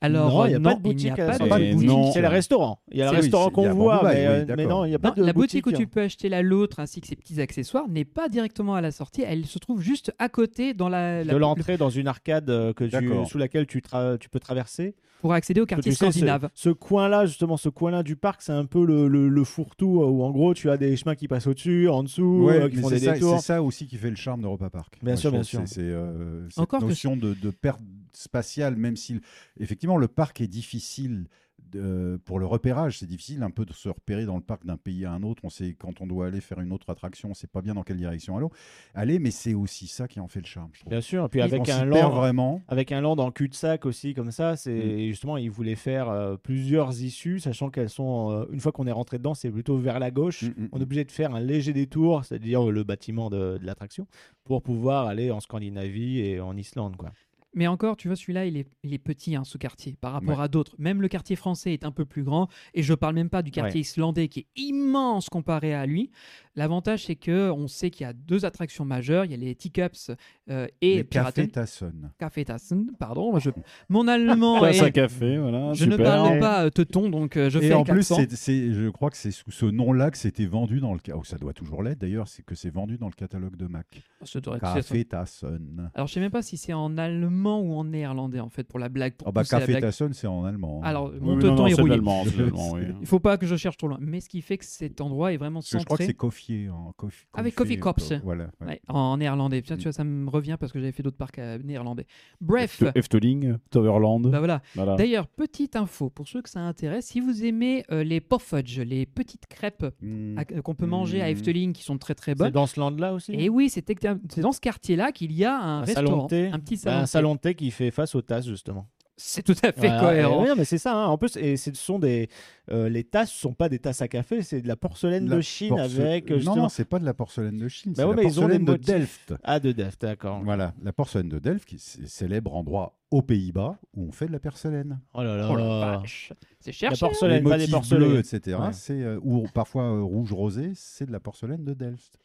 Speaker 1: Alors,
Speaker 3: non,
Speaker 1: euh,
Speaker 3: il n'y a
Speaker 1: non,
Speaker 3: pas de boutique.
Speaker 1: n'y a
Speaker 3: à
Speaker 1: pas
Speaker 3: la
Speaker 1: de
Speaker 4: sortie.
Speaker 3: sortie.
Speaker 4: Et
Speaker 1: boutique.
Speaker 4: non.
Speaker 3: c'est le restaurant. Il y a
Speaker 2: C'est-
Speaker 3: le
Speaker 2: oui,
Speaker 3: restaurant
Speaker 2: c'est- il y
Speaker 3: qu'on
Speaker 2: a
Speaker 3: voit,
Speaker 2: Bombay,
Speaker 3: mais,
Speaker 2: oui,
Speaker 3: euh, mais
Speaker 2: d'accord.
Speaker 3: non, il n'y a pas
Speaker 1: Non,
Speaker 3: de hein.
Speaker 1: la boutique où tu peux acheter la l'autre ainsi que ses petits accessoires n'est pas directement à la sortie, elle se trouve juste à côté dans la, la-
Speaker 3: de l'entrée dans une arcade euh, que tu,
Speaker 2: D'accord.
Speaker 3: sous laquelle tu, tra- tu peux traverser.
Speaker 1: pour accéder au
Speaker 3: Parce que
Speaker 1: quartier
Speaker 3: tu sais, ce-
Speaker 1: scandinave.
Speaker 3: Ce, coin-là, justement, ce coin-là du parc, c'est un peu le, le- le fourre-tout euh, où en gros tu as des chemins qui passent au-dessus, en dessous,
Speaker 2: Ouais,
Speaker 3: euh, qui
Speaker 2: mais
Speaker 3: font
Speaker 2: c'est
Speaker 3: des
Speaker 2: ça,
Speaker 3: détours.
Speaker 2: C'est ça aussi qui fait le charme d'Europa Park.
Speaker 3: Bien
Speaker 2: Moi,
Speaker 3: sûr,
Speaker 2: je
Speaker 3: bien
Speaker 2: trouve que
Speaker 3: sûr.
Speaker 2: C'est c'est, euh, cette
Speaker 1: Encore que-
Speaker 2: notion de, de perte spatiale, même si le- effectivement le parc est difficile. de- pour le repérage, c'est difficile un peu de se repérer dans le parc d'un pays à un autre. On sait quand on doit aller faire une autre attraction, on sait pas bien dans quelle direction aller- aller, mais c'est aussi ça qui en fait le charme. Je trouve.
Speaker 3: Bien sûr, et puis
Speaker 1: Ils
Speaker 2: on
Speaker 3: avec
Speaker 2: s'y
Speaker 3: un
Speaker 2: perd
Speaker 3: lent,
Speaker 2: vraiment.
Speaker 3: avec un land en cul-de-sac aussi comme ça c'est
Speaker 2: Mm.
Speaker 3: et justement ils voulaient faire euh, plusieurs issues sachant qu'elles sont euh, une fois qu'on est rentré dedans c'est plutôt vers la gauche
Speaker 2: Mm, mm,
Speaker 3: on est obligé de faire un léger détour c'est-à-dire euh, le bâtiment de, de l'attraction pour pouvoir aller en Scandinavie et en Islande quoi
Speaker 1: Mais encore, tu vois, celui-là, il est, il est petit, hein, ce quartier, par rapport
Speaker 2: Ouais.
Speaker 1: à d'autres. Même le quartier français est un peu plus grand, et je parle même pas du quartier islandais qui est immense comparé à lui. L'avantage, c'est que on sait qu'il y a deux attractions majeures, il y a les Teacups euh, et
Speaker 2: Les
Speaker 1: Piraten.
Speaker 2: cafés Tasson.
Speaker 1: Cafetassen, pardon, moi, je- mon
Speaker 2: [LAUGHS]
Speaker 1: allemand
Speaker 4: Place à
Speaker 1: est...
Speaker 4: café, voilà.
Speaker 1: Je ne
Speaker 4: super.
Speaker 1: parle
Speaker 3: Et-
Speaker 1: pas euh, teuton, donc euh, je fais
Speaker 2: Et en
Speaker 1: avec
Speaker 2: plus,
Speaker 1: l'accent.
Speaker 2: c'est- c'est- je crois que c'est sous ce nom-là que c'était vendu dans le. ca- Oh, ça doit toujours l'être d'ailleurs, c'est que c'est vendu dans le catalogue de Mac.
Speaker 1: Ça devrait être-
Speaker 2: Café Tasson.
Speaker 1: Alors, je sais même pas si c'est en allemand ou en néerlandais, en fait, pour la blague. Pour
Speaker 2: Ah bah,
Speaker 1: pousser la
Speaker 2: Café
Speaker 1: blague.
Speaker 2: Tasson, c'est en allemand. hein.
Speaker 1: Alors,
Speaker 4: Oui,
Speaker 1: mon
Speaker 4: oui, non,
Speaker 1: teuton
Speaker 4: non,
Speaker 1: est
Speaker 4: c'est de
Speaker 1: rouillé.
Speaker 4: l'allemand, c'est de l'allemand,
Speaker 1: [LAUGHS]
Speaker 4: oui.
Speaker 1: Il faut pas que je cherche trop loin. Mais ce qui fait que cet endroit est vraiment
Speaker 2: Parce que je crois que c'est
Speaker 1: centré
Speaker 2: Coffee en Coffee. euh,
Speaker 1: Avec Ah Coffee Corps.
Speaker 2: Voilà. ouais.
Speaker 1: ouais, en néerlandais.
Speaker 3: Mm.
Speaker 1: Tiens, tu vois, ça me revient parce que j'avais fait d'autres parcs euh, néerlandais. Bref,
Speaker 4: Eft- Efteling, Toverland.
Speaker 1: bah voilà.
Speaker 3: Ah.
Speaker 4: voilà.
Speaker 1: D'ailleurs, petite info pour ceux que ça intéresse, si vous aimez euh, les puffudge, les petites crêpes
Speaker 2: Mm.
Speaker 1: à- euh, qu'on peut manger à
Speaker 2: Mm.
Speaker 1: Efteling qui sont très très
Speaker 3: c'est
Speaker 1: bonnes.
Speaker 3: dans ce land là aussi
Speaker 1: Et Eh oui, c'est exact- c'est dans ce quartier-là qu'il y a un,
Speaker 3: un salon
Speaker 1: restaurant,
Speaker 3: de thé
Speaker 1: un petit
Speaker 3: Bah,
Speaker 1: salon.
Speaker 3: un
Speaker 1: de thé.
Speaker 3: salon Ah, de thé qui fait face aux tasses justement
Speaker 1: C'est tout à fait
Speaker 3: Voilà,
Speaker 1: cohérent.
Speaker 3: et ouais, mais c'est ça. hein. En plus, et ce sont des, euh, les tasses sont pas des tasses à café, c'est de la porcelaine
Speaker 2: La
Speaker 3: de Chine
Speaker 2: Porce-
Speaker 3: avec euh,
Speaker 2: Non,
Speaker 3: justement.
Speaker 2: non, c'est pas de la porcelaine de Chine,
Speaker 3: Bah
Speaker 2: c'est
Speaker 3: ouais,
Speaker 2: de
Speaker 3: mais
Speaker 2: la
Speaker 3: ils ont des
Speaker 2: porcelaine de
Speaker 3: motifs.
Speaker 2: Delft.
Speaker 3: Ah, de Deft, d'accord.
Speaker 2: Voilà, la porcelaine de Delft, qui est c- célèbre endroit aux Pays-Bas où on fait de la porcelaine.
Speaker 3: Oh là là.
Speaker 1: Oh la vache. hein. C'est cher.
Speaker 3: la
Speaker 1: cher.
Speaker 2: Les
Speaker 3: porcelaine, pas des
Speaker 2: motifs
Speaker 3: porcelaines.
Speaker 2: bleus, etc.
Speaker 3: Ouais.
Speaker 2: C'est euh, ou parfois euh, rouge rosé, c'est de la porcelaine de Delft.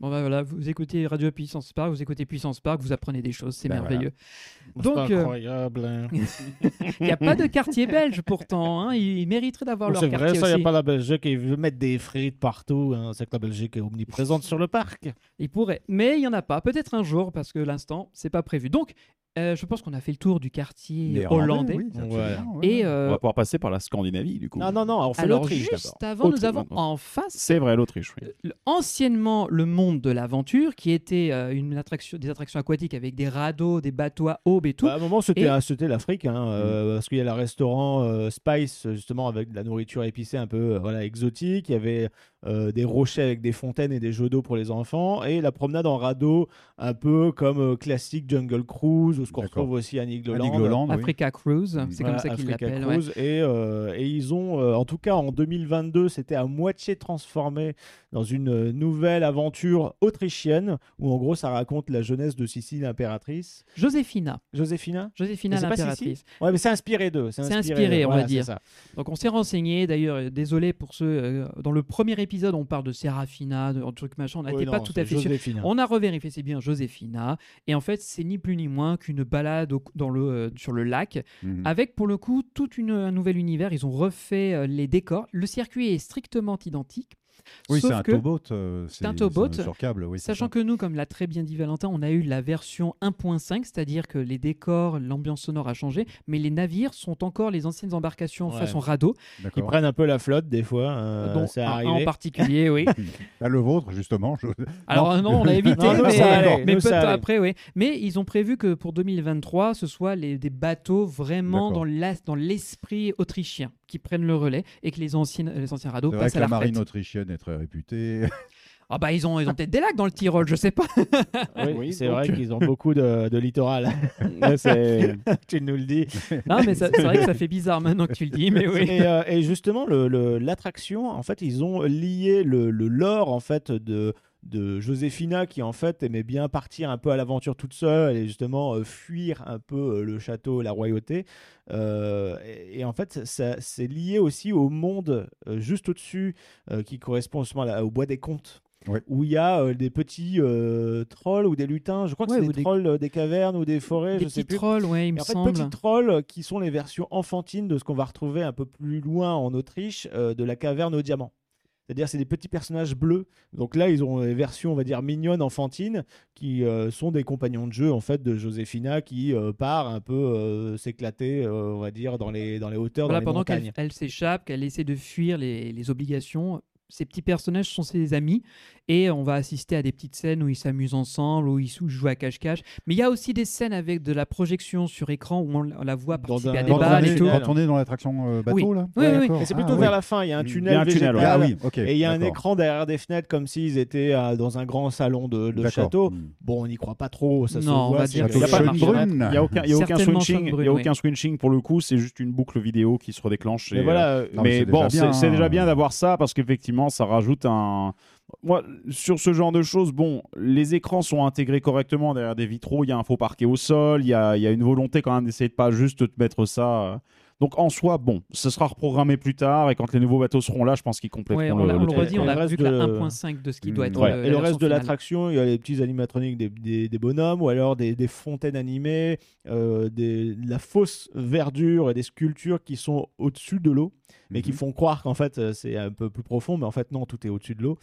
Speaker 1: Bon bah voilà, vous écoutez Radio Puissance Park, vous écoutez Puissance Park, vous apprenez des choses, c'est
Speaker 2: Bah
Speaker 3: [LAUGHS]
Speaker 1: merveilleux.
Speaker 3: C'est
Speaker 1: Donc, euh,
Speaker 3: incroyable. hein.
Speaker 1: Il n'y a pas de quartier belge pourtant, hein. ils mériteraient d'avoir
Speaker 3: Bon,
Speaker 1: leur
Speaker 3: c'est
Speaker 1: quartier
Speaker 3: vrai, ça, il n'y
Speaker 1: aussi.
Speaker 3: a pas la Belgique qui veut mettre des frites partout. hein. C'est que la Belgique est omniprésente sur le parc.
Speaker 1: Ils pourraient, mais il n'y en a pas. Peut-être un jour, parce que l'instant, c'est pas prévu. Donc, euh, je pense qu'on a fait le tour du quartier
Speaker 2: Néerlandais,
Speaker 1: hollandais.
Speaker 2: oui, absolument,
Speaker 3: Ouais.
Speaker 2: ouais.
Speaker 1: Et euh,
Speaker 4: On va pouvoir passer par la Scandinavie, du coup.
Speaker 3: Ah, Non, non, non, on fait
Speaker 1: alors
Speaker 3: l'Autriche
Speaker 1: juste
Speaker 3: d'abord.
Speaker 1: avant, nous
Speaker 4: Autriche,
Speaker 1: avons
Speaker 4: maintenant.
Speaker 1: en face
Speaker 4: C'est vrai, l'Autriche, oui.
Speaker 1: le- anciennement le monde de l'aventure, qui était euh, une attraction, des attractions aquatiques avec des radeaux, des bateaux à aube et tout.
Speaker 3: Bah, à un moment, c'était
Speaker 1: Et-
Speaker 3: ah, c'était l'Afrique, hein, euh, parce qu'il y a le restaurant euh, Spice, justement, avec de la nourriture épicée un peu euh, voilà, exotique. Il y avait euh, des rochers avec des fontaines et des jeux d'eau pour les enfants, et la promenade en radeau, un peu comme euh, classique Jungle Cruise, ou ce qu'on
Speaker 2: D'accord.
Speaker 3: retrouve aussi à Nigloland.
Speaker 2: Nigloland, oui.
Speaker 1: Africa Cruise, c'est
Speaker 3: Mmh. Voilà,
Speaker 1: comme ça qu'ils
Speaker 3: Africa
Speaker 1: l'appellent. ouais.
Speaker 3: Cruise. Et, euh, et ils ont, euh, en tout cas en 2022, c'était à moitié transformé dans une euh, nouvelle aventure autrichienne, où en gros ça raconte la jeunesse de Sicile impératrice.
Speaker 1: Joséphina,
Speaker 3: Joséphina
Speaker 1: Joséphina
Speaker 3: Mais c'est pas
Speaker 1: l'impératrice.
Speaker 3: Ouais, mais c'est inspiré d'eux.
Speaker 1: C'est inspiré,
Speaker 3: d'eux,
Speaker 1: on va
Speaker 3: voilà,
Speaker 1: dire.
Speaker 3: c'est ça.
Speaker 1: Donc on s'est renseigné, d'ailleurs, euh, désolé pour ceux, euh, dans le premier épisode on parle de Serafina, de un truc machin, on
Speaker 3: Oui,
Speaker 1: n'était
Speaker 3: non,
Speaker 1: pas tout à
Speaker 3: c'est
Speaker 1: fait sûr.
Speaker 3: Joséphina.
Speaker 1: On a revérifié, c'est bien Joséphina, et en fait c'est ni plus ni moins qu'une balade au- dans le, euh, sur le lac,
Speaker 2: Mhm.
Speaker 1: avec pour le coup tout une, un nouvel univers, ils ont refait euh, les décors, le circuit est strictement identique,
Speaker 2: Oui,
Speaker 1: sauf
Speaker 2: c'est un
Speaker 1: que,
Speaker 2: towboat. euh, C'est
Speaker 1: un towboat.
Speaker 2: Sur câble, oui. c'est
Speaker 1: Sachant
Speaker 2: ça.
Speaker 1: que nous, comme l'a très bien dit Valentin, on a eu la version 1.5, c'est-à-dire que les décors, l'ambiance sonore a changé, mais les navires sont encore les anciennes embarcations
Speaker 3: Ouais.
Speaker 1: façon radeau,
Speaker 3: Ils
Speaker 2: D'accord.
Speaker 3: prennent un peu la flotte des fois. euh,
Speaker 1: dont
Speaker 3: c'est
Speaker 1: un, un
Speaker 3: arrivé.
Speaker 1: Ah, en particulier,
Speaker 2: [LAUGHS]
Speaker 1: oui.
Speaker 2: Ah, le vôtre, justement. je-
Speaker 1: Alors non,
Speaker 3: [LAUGHS]
Speaker 1: on l'a évité,
Speaker 3: Non, nous,
Speaker 1: mais,
Speaker 3: ça allait,
Speaker 1: mais
Speaker 3: nous,
Speaker 1: peu de
Speaker 3: ça
Speaker 1: temps
Speaker 3: allait.
Speaker 1: après, oui. Mais ils ont prévu que pour 2023, ce soit les, des bateaux vraiment
Speaker 2: D'accord.
Speaker 1: dans l'as- dans l'esprit autrichien qui prennent le relais et que les, anciennes, les anciens radeaux
Speaker 2: C'est vrai
Speaker 1: passent
Speaker 2: que
Speaker 1: à
Speaker 2: la
Speaker 1: la
Speaker 2: marine
Speaker 1: retraite.
Speaker 2: autrichienne est très réputée.
Speaker 1: Ah bah ils ont, ils ont peut-être des lacs dans le Tyrol, je sais
Speaker 3: [LAUGHS]
Speaker 1: pas.
Speaker 3: Oui,
Speaker 4: Oui,
Speaker 3: c'est
Speaker 4: donc- euh,
Speaker 3: vrai qu'ils ont beaucoup de,
Speaker 1: [LAUGHS]
Speaker 3: de littoral.
Speaker 4: Ouais, c'est-
Speaker 3: tu nous le dis.
Speaker 1: Non, mais ça- c'est vrai que ça fait bizarre maintenant que tu le dis, mais [LAUGHS] oui.
Speaker 3: Et, euh, et justement, le- le- l'attraction, en fait, ils ont lié le, le lore en fait de de Joséphina qui en fait aimait bien partir un peu à l'aventure toute seule et justement euh, fuir un peu euh, le château, la royauté. Euh, et, et en fait, ça- c'est lié aussi au monde euh, juste au-dessus euh, qui correspond justement à la- au bois des contes.
Speaker 2: Ouais.
Speaker 3: Où il y a euh, des petits euh, trolls ou des lutins, je crois que
Speaker 1: Ouais,
Speaker 3: c'est
Speaker 1: ou
Speaker 3: des,
Speaker 1: des-
Speaker 3: trolls euh, des cavernes ou des forêts,
Speaker 1: Des
Speaker 3: [LAUGHS] je sais
Speaker 1: petits
Speaker 3: plus.
Speaker 1: trolls, ouais, il
Speaker 3: Et
Speaker 1: me
Speaker 3: en fait,
Speaker 1: semble.
Speaker 3: petits trolls euh, qui sont les versions enfantines de ce qu'on va retrouver un peu plus loin en Autriche euh, de la caverne au diamant. C'est-à-dire, c'est des petits personnages bleus. Donc là, ils ont les versions, on va dire, mignonnes, enfantines, qui euh, sont des compagnons de jeu, en fait, de Joséphina, qui euh, part un peu euh, s'éclater, euh, on va dire, dans les, dans les hauteurs,
Speaker 1: Voilà,
Speaker 3: dans les
Speaker 1: pendant
Speaker 3: montagnes.
Speaker 1: qu'elle elle s'échappe, qu'elle essaie de fuir les, les obligations, ces petits personnages sont ses amis et on va assister à des petites scènes où ils s'amusent ensemble, où ils sou- jouent à cache-cache. Mais il y a aussi des scènes avec de la projection sur écran où on, on la voit
Speaker 3: Dans
Speaker 1: participer
Speaker 3: un-
Speaker 1: à des
Speaker 3: dans un
Speaker 1: balles et
Speaker 2: est,
Speaker 1: tout.
Speaker 3: tunnel.
Speaker 2: quand on est dans l'attraction euh, bateau, là
Speaker 1: Oui, oui, oui.
Speaker 2: d'accord.
Speaker 3: Et c'est
Speaker 2: Ah,
Speaker 3: plutôt
Speaker 2: oui.
Speaker 3: vers la fin, il y a un
Speaker 2: Mm.
Speaker 3: tunnel,
Speaker 4: Il y a un tunnel,
Speaker 3: végétal,
Speaker 4: ouais.
Speaker 2: Ah oui, ok.
Speaker 3: et il y a un
Speaker 2: d'accord.
Speaker 3: écran derrière des fenêtres comme s'ils étaient euh, dans un grand salon de, de
Speaker 2: D'accord.
Speaker 3: château.
Speaker 2: Mm.
Speaker 3: Bon, on n'y croit pas trop, ça se
Speaker 1: Non, on
Speaker 3: voit.
Speaker 1: va
Speaker 3: c'est-
Speaker 1: dire
Speaker 3: il y a
Speaker 2: Château Mmh.
Speaker 3: pas de marche arrière.
Speaker 2: Schönbrunn.
Speaker 4: Il n'y a aucun, il y a aucun
Speaker 1: Certainement
Speaker 4: switching,
Speaker 1: Schönbrunn,
Speaker 4: il y a
Speaker 1: oui.
Speaker 4: aucun switching pour le coup, c'est juste une boucle vidéo qui se redéclenche. et,
Speaker 3: Mais voilà, euh,
Speaker 2: Non, mais
Speaker 4: mais
Speaker 2: c'est
Speaker 4: bon,
Speaker 2: déjà bien,
Speaker 4: c'est c'est déjà
Speaker 2: hein.
Speaker 4: bien d'avoir ça parce qu'effectivement, ça rajoute un. Moi, sur ce genre de choses, bon, les écrans sont intégrés correctement derrière des vitraux. Il y a un faux parquet au sol. Il y a, il y a une volonté quand même d'essayer de pas juste te mettre ça. euh. Donc en soi, bon, ce sera reprogrammé plus tard et quand les nouveaux bateaux seront là, je pense qu'ils compléteront
Speaker 1: Ouais,
Speaker 4: le,
Speaker 1: on, l'a- on le
Speaker 4: le truc.
Speaker 1: redit, on
Speaker 3: Et
Speaker 1: a
Speaker 3: le
Speaker 1: vu
Speaker 3: reste
Speaker 1: que la
Speaker 3: de-
Speaker 1: 1.5 de ce qui doit être
Speaker 2: Ouais.
Speaker 1: le,
Speaker 3: Et
Speaker 1: la
Speaker 3: le reste
Speaker 1: version
Speaker 3: de
Speaker 1: euh, finale.
Speaker 3: l'attraction, il y a les petits animatroniques des, des- des bonhommes, ou alors des, des fontaines animées, euh, des, de la fausse verdure et des sculptures qui sont au-dessus de l'eau, mais qui
Speaker 2: Mhm.
Speaker 3: font croire qu'en fait euh, c'est un peu plus profond, mais en fait non, tout est au-dessus de l'eau.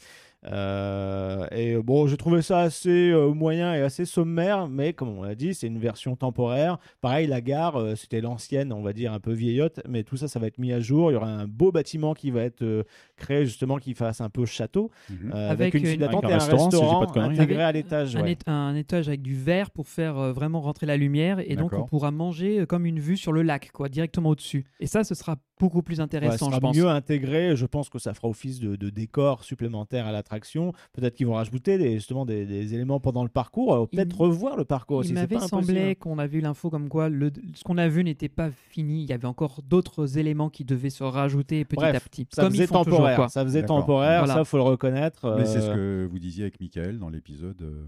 Speaker 3: Euh, et euh, bon, j'ai trouvé ça assez euh, moyen et assez sommaire, mais comme on l'a dit, c'est une version temporaire. Pareil, la gare, euh, c'était l'ancienne, on va dire un peu vieillotte, mais tout ça, ça va être mis à jour. Il y aura un beau bâtiment qui va être euh, créé justement, qui fasse un peu château.
Speaker 2: Mhm.
Speaker 3: Euh,
Speaker 1: Avec
Speaker 3: avec, une file
Speaker 1: une-
Speaker 3: d'attente et
Speaker 4: Avec
Speaker 3: un
Speaker 4: un restaurant, si j'ai
Speaker 3: restaurant
Speaker 4: pas de conneries.
Speaker 1: Avec
Speaker 3: intégré à l'étage.
Speaker 1: un,
Speaker 3: ouais.
Speaker 1: éta- un étage avec du verre pour faire euh, vraiment rentrer la lumière et donc on
Speaker 2: D'accord.
Speaker 1: pourra manger euh, comme une vue sur le lac, quoi, directement au-dessus. Et ça, ce sera beaucoup plus
Speaker 3: Ouais, ça
Speaker 1: intéressant,
Speaker 3: sera
Speaker 1: je pense.
Speaker 3: mieux intégré. Je pense que ça fera office de, de décor supplémentaire à l'attraction. Peut-être qu'ils vont rajouter des, justement des, des éléments pendant le parcours. Alors, Peut-être
Speaker 1: Il-
Speaker 3: revoir le parcours aussi.
Speaker 1: Il
Speaker 3: c'est
Speaker 1: m'avait
Speaker 3: pas
Speaker 1: semblé
Speaker 3: impossible. hein.
Speaker 1: qu'on avait eu l'info comme quoi le, ce qu'on a vu n'était pas fini. Il y avait encore d'autres éléments qui devaient se rajouter petit
Speaker 3: Bref,
Speaker 1: à petit.
Speaker 3: Ça
Speaker 1: comme ils
Speaker 3: faisait
Speaker 1: font toujours,
Speaker 3: temporaire.
Speaker 1: quoi.
Speaker 3: Ça faisait
Speaker 2: D'accord.
Speaker 3: temporaire.
Speaker 1: Voilà.
Speaker 3: Ça, faut le reconnaître.
Speaker 2: Mais c'est ce
Speaker 3: euh,
Speaker 2: que vous disiez avec Michael dans l'épisode euh,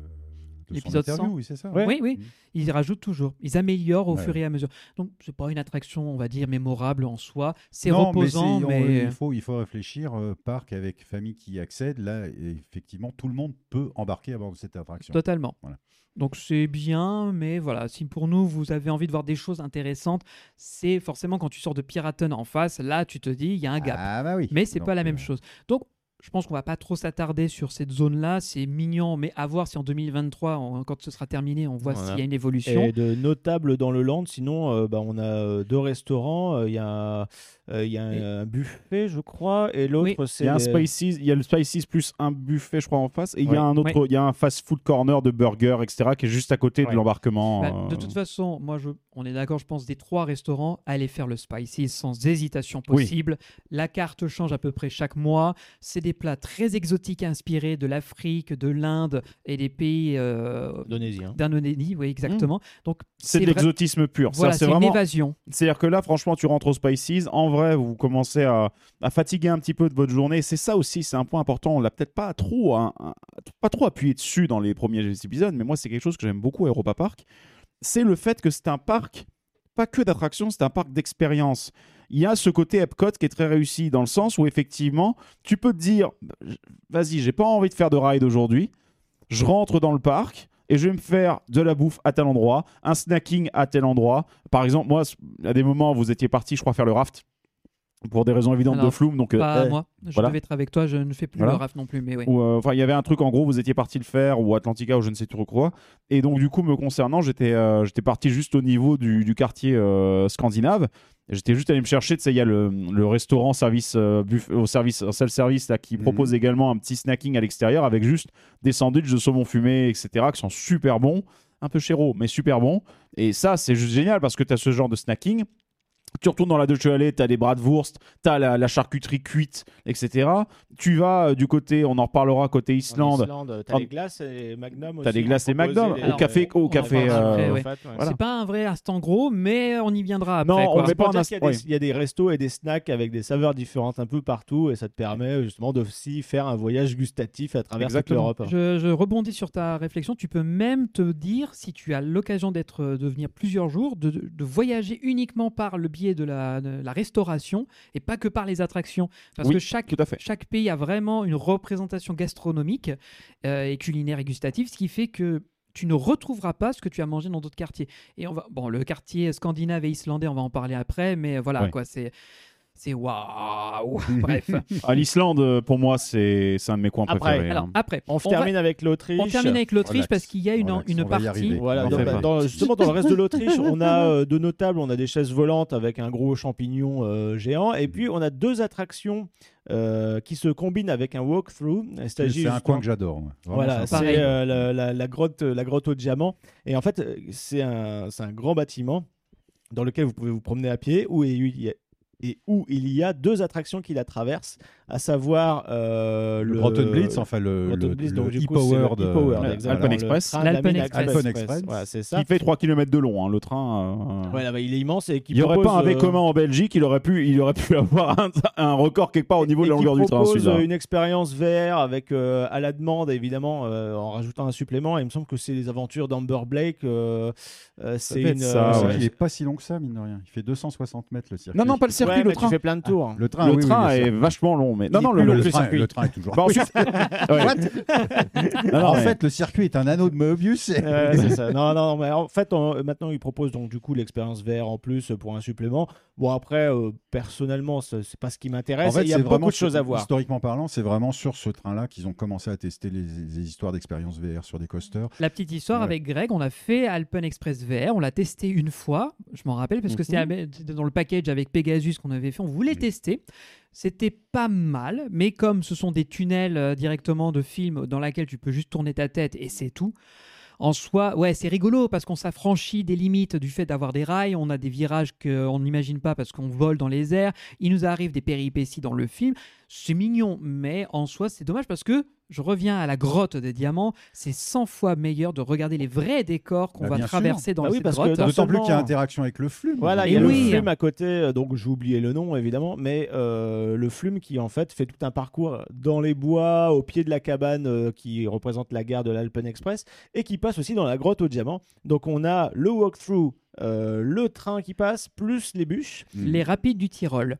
Speaker 2: de son
Speaker 1: L'épisode
Speaker 2: interview,
Speaker 1: 100.
Speaker 2: oui, c'est ça.
Speaker 3: Ouais. Mmh.
Speaker 1: Oui, oui.
Speaker 2: Mhm.
Speaker 1: Ils rajoutent toujours. Ils améliorent au
Speaker 2: Ouais.
Speaker 1: fur et à mesure. Donc, c'est pas une attraction, on va dire, mémorable en soi. C'est
Speaker 2: Non, mais
Speaker 1: reposant,
Speaker 2: c'est- on-
Speaker 1: mais. euh,
Speaker 2: il, faut, il faut réfléchir, euh, parc avec famille qui accède, là, effectivement, tout le monde peut embarquer à bord de cette attraction.
Speaker 1: Totalement.
Speaker 2: Voilà.
Speaker 1: Donc c'est bien, mais voilà, si pour nous vous avez envie de voir des choses intéressantes, c'est forcément quand tu sors de Piraton en face, là tu te dis il y a un gap.
Speaker 2: Ah bah oui.
Speaker 1: mais c'est
Speaker 2: Donc,
Speaker 1: pas la
Speaker 2: euh,
Speaker 1: même chose. Donc je pense qu'on va pas trop s'attarder sur cette zone-là, c'est mignon, mais à voir si en 2023, on- quand ce sera terminé, on voit
Speaker 3: Voilà.
Speaker 1: s'il y a une évolution.
Speaker 3: Et de notables dans le land, sinon euh, bah, on a euh, deux restaurants, Euh, il y a, euh, il y a un,
Speaker 1: Et-
Speaker 3: un buffet je crois, et l'autre c'est...
Speaker 4: Il y a un
Speaker 3: les-
Speaker 4: Spices, il y a le Spices plus un buffet, je crois, en face. Et il y
Speaker 3: Ouais.
Speaker 4: a un autre, il y a un fast food corner de burgers, etc., qui est juste à côté
Speaker 3: Ouais.
Speaker 4: de l'embarquement.
Speaker 1: Bah, de
Speaker 4: euh,
Speaker 1: toute façon, moi, je, on est d'accord, je pense, des trois restaurants, allez faire le Spicy sans hésitation possible. La carte change à peu près chaque mois. C'est des des plats très exotiques inspirés de l'Afrique, de l'Inde et des pays euh,
Speaker 3: Indonésien.
Speaker 1: d'Indonésie, oui, exactement. Donc,
Speaker 4: C'est de
Speaker 1: vrai-
Speaker 4: l'exotisme pur.
Speaker 1: Voilà, c'est
Speaker 4: C'est-à-dire, Mmh. c'est
Speaker 1: une
Speaker 4: vraiment.
Speaker 1: évasion.
Speaker 4: C'est-à-dire que là, franchement, tu rentres aux Spices. En vrai, vous commencez à, à fatiguer un petit peu de votre journée. C'est ça aussi, c'est un point important. On l'a peut-être pas trop, hein, hein, pas trop appuyé dessus dans les premiers épisodes, mais moi, c'est quelque chose que j'aime beaucoup à Europa Park. C'est le fait que c'est un parc, pas que d'attractions, c'est un parc d'expérience. Il y a ce côté Epcot qui est très réussi dans le sens où effectivement, tu peux te dire, vas-y, j'ai pas envie de faire de ride aujourd'hui. Je rentre dans le parc et je vais me faire de la bouffe à tel endroit, un snacking à tel endroit. Par exemple, moi, à des moments, vous étiez partis, je crois, faire le raft pour des raisons évidentes de
Speaker 1: Alors,
Speaker 4: flume. Donc, euh,
Speaker 1: Pas
Speaker 4: eh,
Speaker 1: moi. Je
Speaker 4: voilà.
Speaker 1: devais être avec toi. Je ne fais plus
Speaker 4: Voilà.
Speaker 1: le RAF non plus, mais oui.
Speaker 4: ou, euh, enfin, il y avait un truc en gros, vous étiez parti le faire ou Atlantica ou je ne sais trop quoi. Et donc du coup, me concernant, j'étais euh, j'étais parti juste au niveau du, du quartier euh, scandinave. J'étais juste allé me chercher, tu sais, il y a le, le restaurant service euh, buff- au service au self-service là qui
Speaker 2: Mhm.
Speaker 4: propose également un petit snacking à l'extérieur avec juste des sandwichs de saumon fumé, etc., qui sont super bons, un peu chéraux, mais super bons. Et ça, c'est juste génial parce que tu as ce genre de snacking. Tu retournes dans la Deutsche Alley, tu as des bratwurst, tu as la, la charcuterie cuite, etc. Tu vas euh, du côté, on en reparlera, côté Islande.
Speaker 3: t'as
Speaker 4: En-
Speaker 3: les glaces et Magnum aussi.
Speaker 4: T'as les glaces et Magnum,
Speaker 1: au
Speaker 4: café- au café,
Speaker 1: euh, C'est pas un vrai instant gros, mais on y viendra après.
Speaker 4: Non, on
Speaker 1: quoi.
Speaker 4: met pas en
Speaker 3: Il
Speaker 4: ast-
Speaker 3: y, a
Speaker 4: ouais.
Speaker 3: des- il y a des restos et des snacks avec des saveurs différentes un peu partout et ça te permet justement de aussi faire un voyage gustatif à travers toute
Speaker 4: Exactement.
Speaker 3: l'Europe.
Speaker 1: Je, je rebondis sur ta réflexion. Tu peux même te dire, si tu as l'occasion d'être, euh, de venir plusieurs jours, de, de voyager uniquement par le biais de la, de la restauration et pas que par les attractions. Parce
Speaker 4: Oui,
Speaker 1: que chaque,
Speaker 4: Tout
Speaker 3: [LAUGHS]
Speaker 4: à fait.
Speaker 1: chaque pays a vraiment une représentation gastronomique euh, et culinaire et gustative, ce qui fait que tu ne retrouveras pas ce que tu as mangé dans d'autres quartiers. Et on va, bon, le quartier scandinave et islandais, on va en parler après, mais voilà
Speaker 4: Ouais.
Speaker 1: quoi, c'est, c'est
Speaker 4: [LAUGHS]
Speaker 1: waouh. Bref.
Speaker 4: À l'Islande, euh, pour moi, c'est c'est un de mes coins
Speaker 3: Après,
Speaker 4: préférés.
Speaker 1: Alors
Speaker 4: hein.
Speaker 1: après,
Speaker 3: On,
Speaker 1: va-
Speaker 3: termine avec l'autriche.
Speaker 1: on termine avec l'Autriche
Speaker 2: Relax,
Speaker 1: parce qu'il y a une,
Speaker 2: relax,
Speaker 1: une
Speaker 2: on va y
Speaker 1: partie.
Speaker 2: arriver.
Speaker 3: Voilà,
Speaker 4: En
Speaker 3: dans-
Speaker 4: février.
Speaker 3: dans- justement dans le reste
Speaker 1: [LAUGHS]
Speaker 3: de l'Autriche, on a euh, de notables, on a des chaises volantes avec un gros champignon euh, géant, et puis on a deux attractions euh, qui se combinent avec un walkthrough. Il s'agit
Speaker 2: C'est un coin
Speaker 3: justement-
Speaker 2: que j'adore. ouais. Vraiment,
Speaker 3: Voilà,
Speaker 2: c'est un coin
Speaker 1: pareil.
Speaker 3: c'est
Speaker 2: que
Speaker 3: euh,
Speaker 2: j'adore.
Speaker 3: la, la- la grotte, la grotte aux diamants. Et en fait, euh, c'est un, c'est un grand bâtiment dans lequel vous pouvez vous promener à pied où il y a, et où il y a deux attractions qui la traversent, à savoir euh,
Speaker 2: le
Speaker 3: le
Speaker 2: Groton Blitz, enfin le,
Speaker 3: Groton
Speaker 2: le,
Speaker 3: Blitz,
Speaker 2: le euh,
Speaker 3: donc du coup, c'est le
Speaker 2: e-power de Ah,
Speaker 3: e-power,
Speaker 4: Alpen
Speaker 3: exactement, le
Speaker 4: Express.
Speaker 3: train de la
Speaker 1: L'Alpen
Speaker 3: mine
Speaker 1: Express.
Speaker 2: Alpen Express.
Speaker 3: Voilà, c'est ça.
Speaker 4: Il fait 3 km de long, hein, le train. euh, euh,
Speaker 3: Ouais, là, bah, il est immense et qui
Speaker 4: Il n'y aurait
Speaker 3: propose,
Speaker 4: pas un
Speaker 3: euh,
Speaker 4: V commun en Belgique, il aurait pu, il aurait pu [LAUGHS] avoir un, un record quelque part au niveau de
Speaker 3: et
Speaker 4: la
Speaker 3: qui
Speaker 4: longueur du train.
Speaker 3: propose
Speaker 4: celui-là.
Speaker 3: euh, une expérience VR avec euh, à la demande évidemment euh, en rajoutant un supplément. Et il me semble que c'est les aventures d'Amber Blake. euh, euh, c'est
Speaker 4: peut être
Speaker 3: une
Speaker 4: ça,
Speaker 3: euh,
Speaker 4: ouais.
Speaker 2: Il est pas si long que ça, mine de rien. Il fait 260 mètres le circuit.
Speaker 4: Non, non, pas le
Speaker 3: Ouais,
Speaker 4: circuit,
Speaker 3: mais
Speaker 4: le train.
Speaker 3: Tu fais plein de Ah. tours.
Speaker 2: Le train,
Speaker 4: le
Speaker 2: oui, oui,
Speaker 4: train
Speaker 2: bien sûr.
Speaker 4: est vachement long, mais
Speaker 2: Il
Speaker 4: non,
Speaker 2: est
Speaker 4: non, le,
Speaker 2: plus
Speaker 4: le,
Speaker 2: long, le train,
Speaker 4: circuit.
Speaker 2: le train est toujours.
Speaker 4: Bah, ensuite- Ouais.
Speaker 3: [LAUGHS]
Speaker 4: Non, non,
Speaker 2: en
Speaker 4: mais-
Speaker 2: fait, le circuit est un anneau de Moebius. et-
Speaker 3: [LAUGHS] Ouais, c'est ça. Non, non, non, mais en fait, on- maintenant, ils proposent donc du coup l'expérience VR en plus pour un supplément. Bon, après, euh, personnellement, c'est c'est pas ce qui m'intéresse. et Il y a
Speaker 2: c'est
Speaker 3: beaucoup de
Speaker 2: sur-
Speaker 3: choses à voir.
Speaker 2: Historiquement parlant, c'est vraiment sur ce train-là qu'ils ont commencé à tester les, les histoires d'expérience VR sur des coasters.
Speaker 1: La petite histoire
Speaker 2: Ouais.
Speaker 1: avec Greg, on a fait Alpen Express VR, on l'a testé une fois, je m'en rappelle, parce que c'était avec- c'était dans le package avec Pegasus qu'on avait fait, on voulait
Speaker 2: Mhm. Oui.
Speaker 1: tester. C'était pas mal, mais comme ce sont des tunnels euh, directement de films dans laquelle tu peux juste tourner ta tête et c'est tout. En soi, ouais, c'est rigolo parce qu'on s'affranchit des limites du fait d'avoir des rails, on a des virages qu'on n'imagine pas parce qu'on vole dans les airs, il nous arrive des péripéties dans le film, c'est mignon, mais en soi, c'est dommage parce que je reviens à la grotte des diamants, c'est 100 fois meilleur de regarder les vrais décors qu'on
Speaker 2: Bah,
Speaker 1: va
Speaker 2: bien sûr.
Speaker 1: traverser dans
Speaker 3: Bah oui,
Speaker 1: cette
Speaker 3: parce que
Speaker 1: grotte.
Speaker 3: Non
Speaker 2: D'autant plus
Speaker 3: seulement-
Speaker 2: qu'il y a interaction avec le flux.
Speaker 3: Voilà,
Speaker 1: Et
Speaker 3: il y a
Speaker 1: oui.
Speaker 3: le flume à côté, euh, donc j'ai oublié le nom évidemment, mais euh, le flume qui en fait fait tout un parcours dans les bois, au pied de la cabane euh, qui représente la gare de l'Alpen Express, et qui passe aussi dans la grotte aux diamants. Donc on a le walkthrough, euh, le train qui passe, plus les bûches.
Speaker 1: Les rapides du Tyrol,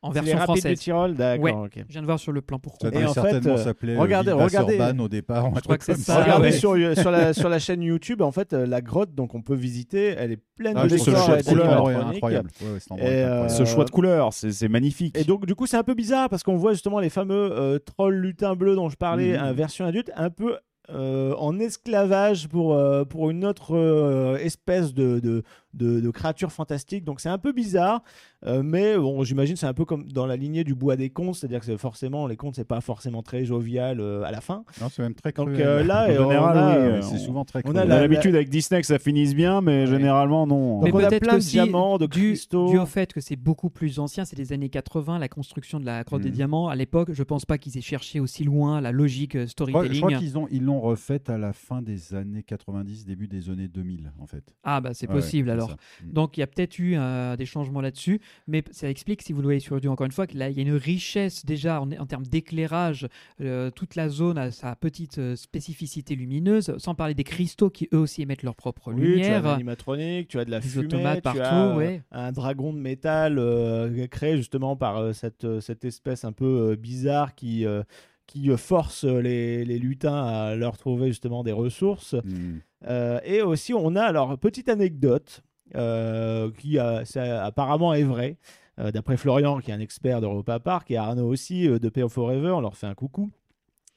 Speaker 1: en
Speaker 3: C'est les
Speaker 1: version
Speaker 3: rapides du
Speaker 1: française.
Speaker 3: Tyrol, d'accord.
Speaker 1: Ouais.
Speaker 3: ok.
Speaker 1: Je viens de voir sur le plan pourquoi.
Speaker 2: Ça
Speaker 3: Et
Speaker 2: devait
Speaker 3: en fait,
Speaker 2: certainement
Speaker 3: euh,
Speaker 2: s'appeler
Speaker 3: regardez-
Speaker 2: regardez,
Speaker 3: regardez.
Speaker 2: au départ. un
Speaker 1: crois
Speaker 2: truc
Speaker 1: que c'est
Speaker 2: comme
Speaker 1: ça.
Speaker 3: Regardez
Speaker 1: ouais.
Speaker 3: sur, euh, sur, la, sur la chaîne YouTube, en fait, euh, la grotte donc on peut visiter, elle est pleine
Speaker 2: Ah,
Speaker 3: de
Speaker 2: je trouve ce
Speaker 3: décors
Speaker 2: choix
Speaker 3: et
Speaker 2: de couleur est
Speaker 3: d'électronique.
Speaker 2: incroyable. Ouais, ouais, cet endroit
Speaker 3: Et, euh,
Speaker 2: est incroyable.
Speaker 4: ce choix de couleur, c'est c'est magnifique.
Speaker 3: Et donc, du coup, c'est un peu bizarre parce qu'on voit justement les fameux euh, trolls lutins bleus dont je parlais,
Speaker 2: Mhm.
Speaker 3: euh, version adulte, un peu euh, en esclavage pour, euh, pour une autre euh, espèce de, de, de- de créature fantastique. Donc c'est un peu bizarre, euh, mais bon, j'imagine c'est un peu comme dans la lignée du bois des contes, c'est-à-dire que c'est forcément les contes c'est pas forcément très jovial euh, à la fin.
Speaker 2: Non, c'est même très
Speaker 3: Donc,
Speaker 2: cruel.
Speaker 3: euh, là,
Speaker 2: En
Speaker 3: euh, on
Speaker 2: général,
Speaker 3: a,
Speaker 2: oui,
Speaker 3: euh,
Speaker 2: mais c'est
Speaker 4: on-
Speaker 2: souvent très
Speaker 3: on
Speaker 2: cruel.
Speaker 3: a
Speaker 4: On
Speaker 3: la-
Speaker 4: a l'habitude avec Disney que ça finisse bien, mais généralement non.
Speaker 3: Donc,
Speaker 1: Mais
Speaker 3: on a
Speaker 1: peut-être
Speaker 3: plein de
Speaker 1: aussi
Speaker 3: diamants, de
Speaker 1: dû,
Speaker 3: cristaux.
Speaker 1: dû au fait que c'est beaucoup plus ancien, c'est les années 80, la construction de la crotte des
Speaker 2: Mhm.
Speaker 1: diamants à l'époque. Je pense pas qu'ils aient cherché aussi loin la logique euh,
Speaker 2: Je crois- Je crois
Speaker 1: storytelling.
Speaker 2: qu'ils ont- ils l'ont refaite à la fin des années 90, début des années 2000, en fait.
Speaker 1: Ah bah c'est
Speaker 2: Ouais, ouais,
Speaker 1: possible alors.
Speaker 2: ça. Mm.
Speaker 1: Donc il y a peut-être eu euh, des changements là-dessus, mais ça explique, si vous le voyez sur YouTube encore une fois, qu'il y a une richesse déjà en, en termes d'éclairage. Euh, toute la zone a sa petite euh, spécificité lumineuse, sans parler des cristaux qui eux aussi émettent leur propre
Speaker 3: Oui, tu as de
Speaker 1: lumière.
Speaker 3: l'animatronique, tu as de la
Speaker 1: Des
Speaker 3: fumée,
Speaker 1: automates
Speaker 3: tu
Speaker 1: partout,
Speaker 3: as euh,
Speaker 1: ouais.
Speaker 3: un dragon de métal euh, créé justement par euh, cette, euh, cette espèce un peu euh, bizarre qui, euh, qui euh, force les, les lutins à leur trouver justement des ressources.
Speaker 2: Mm.
Speaker 3: Euh, et aussi, on a alors petite anecdote euh, qui euh, ça, apparemment est vraie. Euh, D'après Florian, qui est un expert d'Europa Park, et Arnaud aussi euh, de Pay Forever, on leur fait un coucou.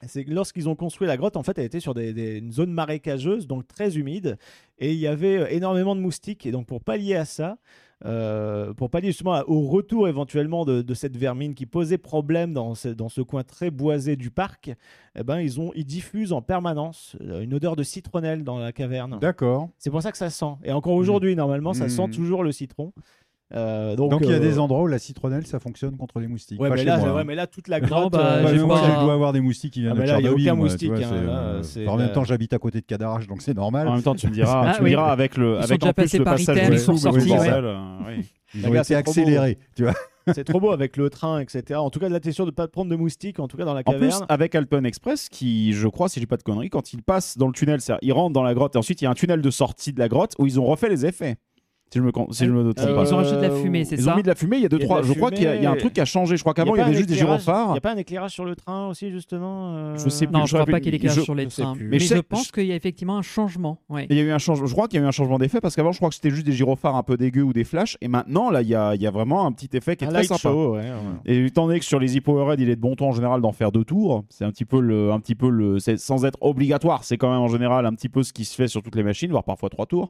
Speaker 3: C'est que lorsqu'ils ont construit la grotte, en fait, elle était sur des, des- une zone marécageuse, donc très humide, et il y avait euh, énormément de moustiques. Et donc, pour pallier à ça, euh, pour pallier justement à- au retour éventuellement de, de cette vermine qui posait problème dans ce, dans ce coin très boisé du parc, eh ben, ils, ont, ils diffusent en permanence euh, une odeur de citronnelle dans la caverne.
Speaker 2: D'accord.
Speaker 3: C'est pour ça que ça sent. Et encore
Speaker 4: Mm.
Speaker 3: aujourd'hui, normalement, ça
Speaker 2: Mhm.
Speaker 3: sent toujours le citron. Euh, donc,
Speaker 2: Donc, il y a
Speaker 3: euh,
Speaker 2: des endroits où la citronnelle, ça fonctionne contre les moustiques.
Speaker 3: Ouais,
Speaker 2: pas
Speaker 3: mais
Speaker 2: chez
Speaker 3: là,
Speaker 2: moi,
Speaker 3: c'est- ouais,
Speaker 2: hein.
Speaker 3: mais
Speaker 2: [LAUGHS]
Speaker 3: là, toute la
Speaker 1: Non,
Speaker 3: grotte.
Speaker 1: bah,
Speaker 3: euh,
Speaker 2: Ouais,
Speaker 1: j'ai
Speaker 2: mais moi,
Speaker 1: pas-
Speaker 2: je dois avoir des moustiques qui viennent
Speaker 3: Ah, mais
Speaker 2: de
Speaker 3: là, il y a
Speaker 2: Tchernobyl,
Speaker 3: aucun
Speaker 2: moi, tu
Speaker 3: moustique,
Speaker 2: vois,
Speaker 3: hein,
Speaker 2: c'est,
Speaker 3: là,
Speaker 2: euh,
Speaker 3: c'est-
Speaker 2: En même temps, j'habite à côté de Cadarache, donc c'est normal.
Speaker 4: En même temps, tu me diras,
Speaker 1: Ah
Speaker 4: tu me
Speaker 1: oui.
Speaker 4: diras avec le,
Speaker 1: Ils sont
Speaker 4: avec
Speaker 1: déjà
Speaker 4: en plus
Speaker 1: passés
Speaker 4: le
Speaker 1: par
Speaker 4: passage
Speaker 1: Iter,
Speaker 4: de
Speaker 1: ils sont
Speaker 4: Sous, le
Speaker 1: sortis,
Speaker 4: bordel, euh, oui.
Speaker 2: Ils
Speaker 3: les
Speaker 2: ont
Speaker 3: gars,
Speaker 2: été
Speaker 3: c'est trop beau.
Speaker 2: accélérés, tu vois.
Speaker 3: C'est trop beau avec le train, etc. En tout cas, là, t'es sûr de pas te prendre de moustiques, en tout cas dans la
Speaker 4: En plus,
Speaker 3: caverne.
Speaker 4: avec Alpen Express, qui, je crois, si j'ai pas de conneries, quand ils passent dans le tunnel, c'est-à-dire, ils rentrent dans la grotte et ensuite il y a un tunnel de sortie de la grotte où ils ont refait les effets. Si je me, con- si je me trompe
Speaker 1: Ah Ils
Speaker 4: pas.
Speaker 1: ont rajouté de la
Speaker 3: Euh,
Speaker 1: fumée, c'est
Speaker 4: Ils ont
Speaker 1: ça
Speaker 4: mis de la fumée, il y a deux,
Speaker 3: Il y a de
Speaker 4: trois.
Speaker 3: la
Speaker 4: Je crois qu'il y, a- il y a un
Speaker 3: fumée.
Speaker 4: truc qui a changé. Je crois qu'avant, il y
Speaker 3: pas
Speaker 4: avait
Speaker 3: un
Speaker 4: juste des
Speaker 3: éclairage-
Speaker 4: gyrophares.
Speaker 3: Il n'y a pas un éclairage sur le train aussi, justement euh,
Speaker 4: Je sais plus.
Speaker 1: Non, je crois
Speaker 4: rappelle-
Speaker 1: pas qu'il éclaire
Speaker 4: je-
Speaker 1: sur les
Speaker 3: je sais
Speaker 1: trains.
Speaker 3: plus.
Speaker 1: Mais,
Speaker 4: Mais je
Speaker 1: je,
Speaker 4: sais-
Speaker 1: pense qu'il y a effectivement un changement. ouais.
Speaker 4: Il y a eu un changement. Je crois qu'il y a eu un changement d'effet parce qu'avant, je crois que c'était juste des gyrophares un peu dégueux ou des flashs. Et maintenant, là, il y a, il y a vraiment un petit effet qui est
Speaker 3: Un
Speaker 4: très
Speaker 3: light
Speaker 4: sympa.
Speaker 3: show, ouais, ouais.
Speaker 4: Et étant donné que sur les e-powered, il est de bon temps en général d'en faire deux tours, c'est un petit peu le, un petit peu le, c'est- sans être obligatoire, c'est quand même en général un petit peu ce qui se fait sur toutes les machines, voire parfois trois tours.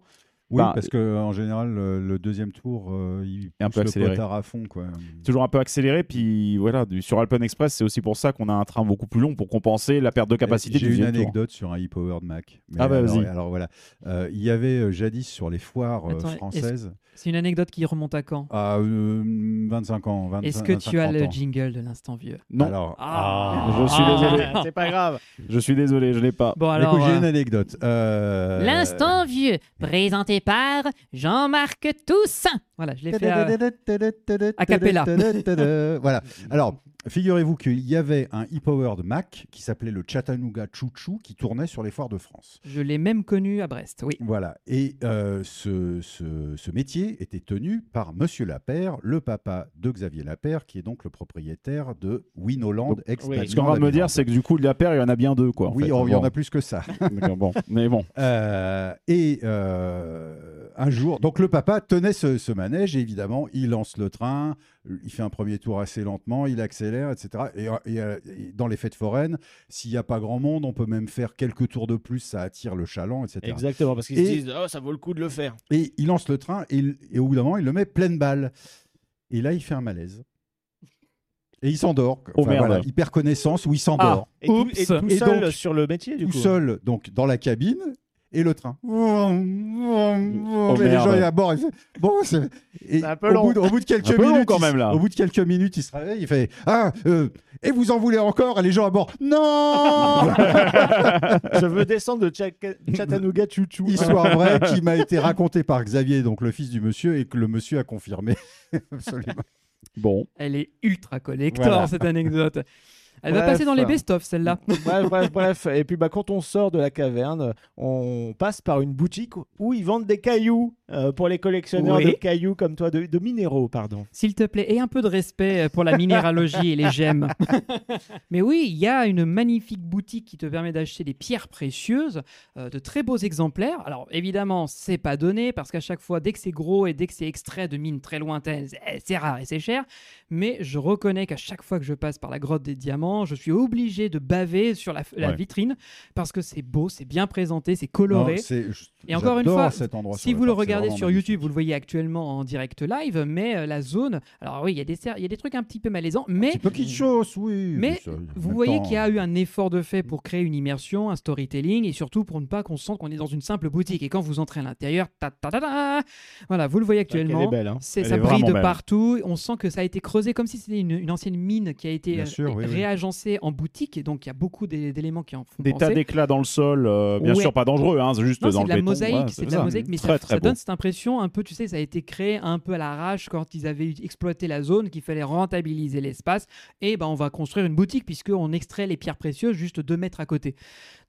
Speaker 2: Oui,
Speaker 4: Bah,
Speaker 2: parce que en général, le, le deuxième tour, euh, il
Speaker 4: Un
Speaker 2: un
Speaker 4: peu
Speaker 2: peu le
Speaker 4: accéléré.
Speaker 2: potard à fond, quoi.
Speaker 4: Toujours un peu accéléré, puis voilà, du- sur Alpen Express, c'est aussi pour ça qu'on a un train beaucoup plus long pour compenser la perte de capacité
Speaker 2: Eh, J'ai
Speaker 4: du
Speaker 2: une
Speaker 4: deuxième tour.
Speaker 2: anecdote sur un e-powered Mac. Mais
Speaker 4: Ah bah,
Speaker 2: alors,
Speaker 4: vas-y.
Speaker 2: Alors voilà, Euh, il y avait euh, jadis sur les foires euh,
Speaker 1: Attends, est-ce-
Speaker 2: françaises
Speaker 1: C'est une anecdote qui remonte à quand
Speaker 2: à euh, 25 ans. 25,
Speaker 1: Est-ce que tu
Speaker 2: 25,
Speaker 1: as le
Speaker 2: 30 ans.
Speaker 1: jingle de l'instant vieux
Speaker 4: Non,
Speaker 2: Alors,
Speaker 1: Ah.
Speaker 4: je suis
Speaker 1: Ah.
Speaker 4: désolé,
Speaker 2: [LAUGHS]
Speaker 1: Ah.
Speaker 3: C'est pas grave.
Speaker 4: je suis désolé, je l'ai pas.
Speaker 1: Bon
Speaker 2: écoute,
Speaker 1: alors,
Speaker 2: j'ai
Speaker 1: euh,
Speaker 2: une anecdote. Euh,
Speaker 1: l'instant vieux, présenté par Jean-Marc Toussaint. Voilà, je l'ai fait. à- a cappella. [LAUGHS] Mm.
Speaker 2: voilà. Alors, figurez-vous qu'il y avait un e-powered Mac qui s'appelait le Chattanooga Chouchou qui tournait sur les foires de France.
Speaker 1: Je l'ai même connu à Brest. Oui.
Speaker 2: Voilà. Et euh, ce, ce- ce métier était tenu par Monsieur Lapère, le papa de Xavier Lapère, qui est donc le propriétaire de Winoland,
Speaker 4: Donc,
Speaker 2: ex
Speaker 3: oui,
Speaker 4: Ce qu'on va me dire, c'est que du coup, de la paire, il y en a bien deux, quoi. en
Speaker 2: oui,
Speaker 4: fait.
Speaker 2: oh, il y en
Speaker 4: Bon.
Speaker 2: a plus que ça.
Speaker 4: D'accord, [LAUGHS] bon. Mais bon,
Speaker 2: Euh, et euh, un jour, donc le papa tenait ce, ce manège et évidemment, il lance le train, il fait un premier tour assez lentement, il accélère, etc. Et, euh, et, euh, et dans les fêtes foraines, s'il n'y a pas grand monde, on peut même faire quelques tours de plus, ça attire le chaland, etc.
Speaker 3: Exactement, parce qu'ils se
Speaker 2: Et-
Speaker 3: disent oh, ça vaut le coup de le faire.
Speaker 2: Et il lance le train et, il- et au bout d'un moment, il le met pleine balle. Et là, il fait un malaise. Et il s'endort.
Speaker 4: Oh, merde. Ah.
Speaker 2: il perd connaissance ou il s'endort.
Speaker 3: Et tout,
Speaker 1: Oups.
Speaker 3: et tout
Speaker 2: Et
Speaker 3: seul
Speaker 2: donc,
Speaker 3: sur le métier, du
Speaker 2: tout
Speaker 3: coup.
Speaker 2: seul, donc dans la cabine, et le train. et les
Speaker 4: Oh, merde.
Speaker 2: gens, ils à bord. ils font, Bon, c'est et
Speaker 3: C'est un peu
Speaker 2: Au bout
Speaker 3: long.
Speaker 2: de, au bout de quelques
Speaker 4: Un peu long
Speaker 2: minutes,
Speaker 4: quand
Speaker 2: il s-
Speaker 4: même, là.
Speaker 2: Au bout de quelques minutes, il se réveille. Il fait Ah, euh, et vous en voulez encore Et les gens à bord. Non
Speaker 4: [LAUGHS]
Speaker 3: Je veux descendre de
Speaker 2: [LAUGHS]
Speaker 3: Chac- Chattanooga Chouchou.
Speaker 2: Histoire vraie qui m'a été racontée par Xavier, donc le fils du monsieur, et que le monsieur a confirmé. [LAUGHS] Absolument.
Speaker 4: bon.
Speaker 1: Elle est ultra collector
Speaker 2: Voilà.
Speaker 1: cette anecdote. Elle va
Speaker 3: Bref.
Speaker 1: passer dans les best-of celle-là.
Speaker 3: bref, bref, bref. Et puis bah, quand on sort de la caverne, on passe par une boutique où ils vendent des cailloux euh, pour les collectionneurs
Speaker 1: Oui.
Speaker 3: de cailloux comme toi, de, de minéraux, pardon.
Speaker 1: S'il te plaît, et un peu de respect euh, pour la minéralogie et les gemmes. Mais oui, il y a une magnifique boutique qui te permet d'acheter des pierres précieuses, euh, de très beaux exemplaires. Alors évidemment, c'est pas donné parce qu'à chaque fois, dès que c'est gros et dès que c'est extrait de eh, mines très lointaines, c'est- c'est rare et c'est cher. Mais je reconnais qu'à chaque fois que je passe par la grotte des diamants, moment, je suis obligé de baver sur la, la
Speaker 4: Ouais.
Speaker 1: vitrine parce que c'est beau, c'est bien présenté, c'est
Speaker 2: Non,
Speaker 1: coloré.
Speaker 2: c'est- je-
Speaker 1: Et encore une
Speaker 2: j'adore
Speaker 1: fois,
Speaker 2: cet endroit
Speaker 1: Si
Speaker 2: sur
Speaker 1: vous le
Speaker 2: parc, c'est
Speaker 1: regardez
Speaker 2: vraiment
Speaker 1: sur
Speaker 2: magnifique.
Speaker 1: YouTube, vous le voyez actuellement en direct live, mais euh, la zone, alors oui, il y a des serres- il y a des trucs un petit peu malaisants, mais
Speaker 2: Un petit peu hein. kitschos, oui.
Speaker 1: mais
Speaker 2: ça, en
Speaker 1: vous
Speaker 2: même
Speaker 1: voyez
Speaker 2: temps,
Speaker 1: qu'il y a eu un effort de
Speaker 2: Mm.
Speaker 1: fait pour créer une immersion, un storytelling et surtout pour ne pas qu'on sente qu'on est dans une simple boutique. Et quand vous entrez à l'intérieur, ta ta ta ta, voilà, vous le voyez
Speaker 3: Elle est
Speaker 1: actuellement.
Speaker 3: belle, hein.
Speaker 1: C'est
Speaker 4: Elle
Speaker 1: ça
Speaker 4: est
Speaker 1: brille
Speaker 4: vraiment
Speaker 1: de
Speaker 4: belle.
Speaker 1: partout. On sent que ça a été creusé comme si c'était une, une ancienne mine qui a été
Speaker 2: Bien
Speaker 1: euh,
Speaker 2: sûr, oui, oui.
Speaker 1: réagencée en boutique. Et donc il y a beaucoup d'é- d'éléments qui en font
Speaker 4: Des tas
Speaker 1: penser.
Speaker 4: d'éclats dans le sol, euh, bien
Speaker 1: Ouais.
Speaker 4: sûr pas dangereux, hein, c'est juste
Speaker 1: Non,
Speaker 4: dans
Speaker 1: c'est
Speaker 4: le
Speaker 1: de la
Speaker 4: béton. ouais,
Speaker 1: mosaïque, c'est de la
Speaker 4: ça.
Speaker 1: mosaïque, mais
Speaker 4: très,
Speaker 1: ça,
Speaker 4: très
Speaker 1: ça
Speaker 4: beau.
Speaker 1: donne cette impression un peu, tu sais, ça a été créé un peu à l'arrache quand ils avaient exploité la zone, qu'il fallait rentabiliser l'espace. Et ben, on va construire une boutique puisqu'on extrait les pierres précieuses juste deux mètres à côté.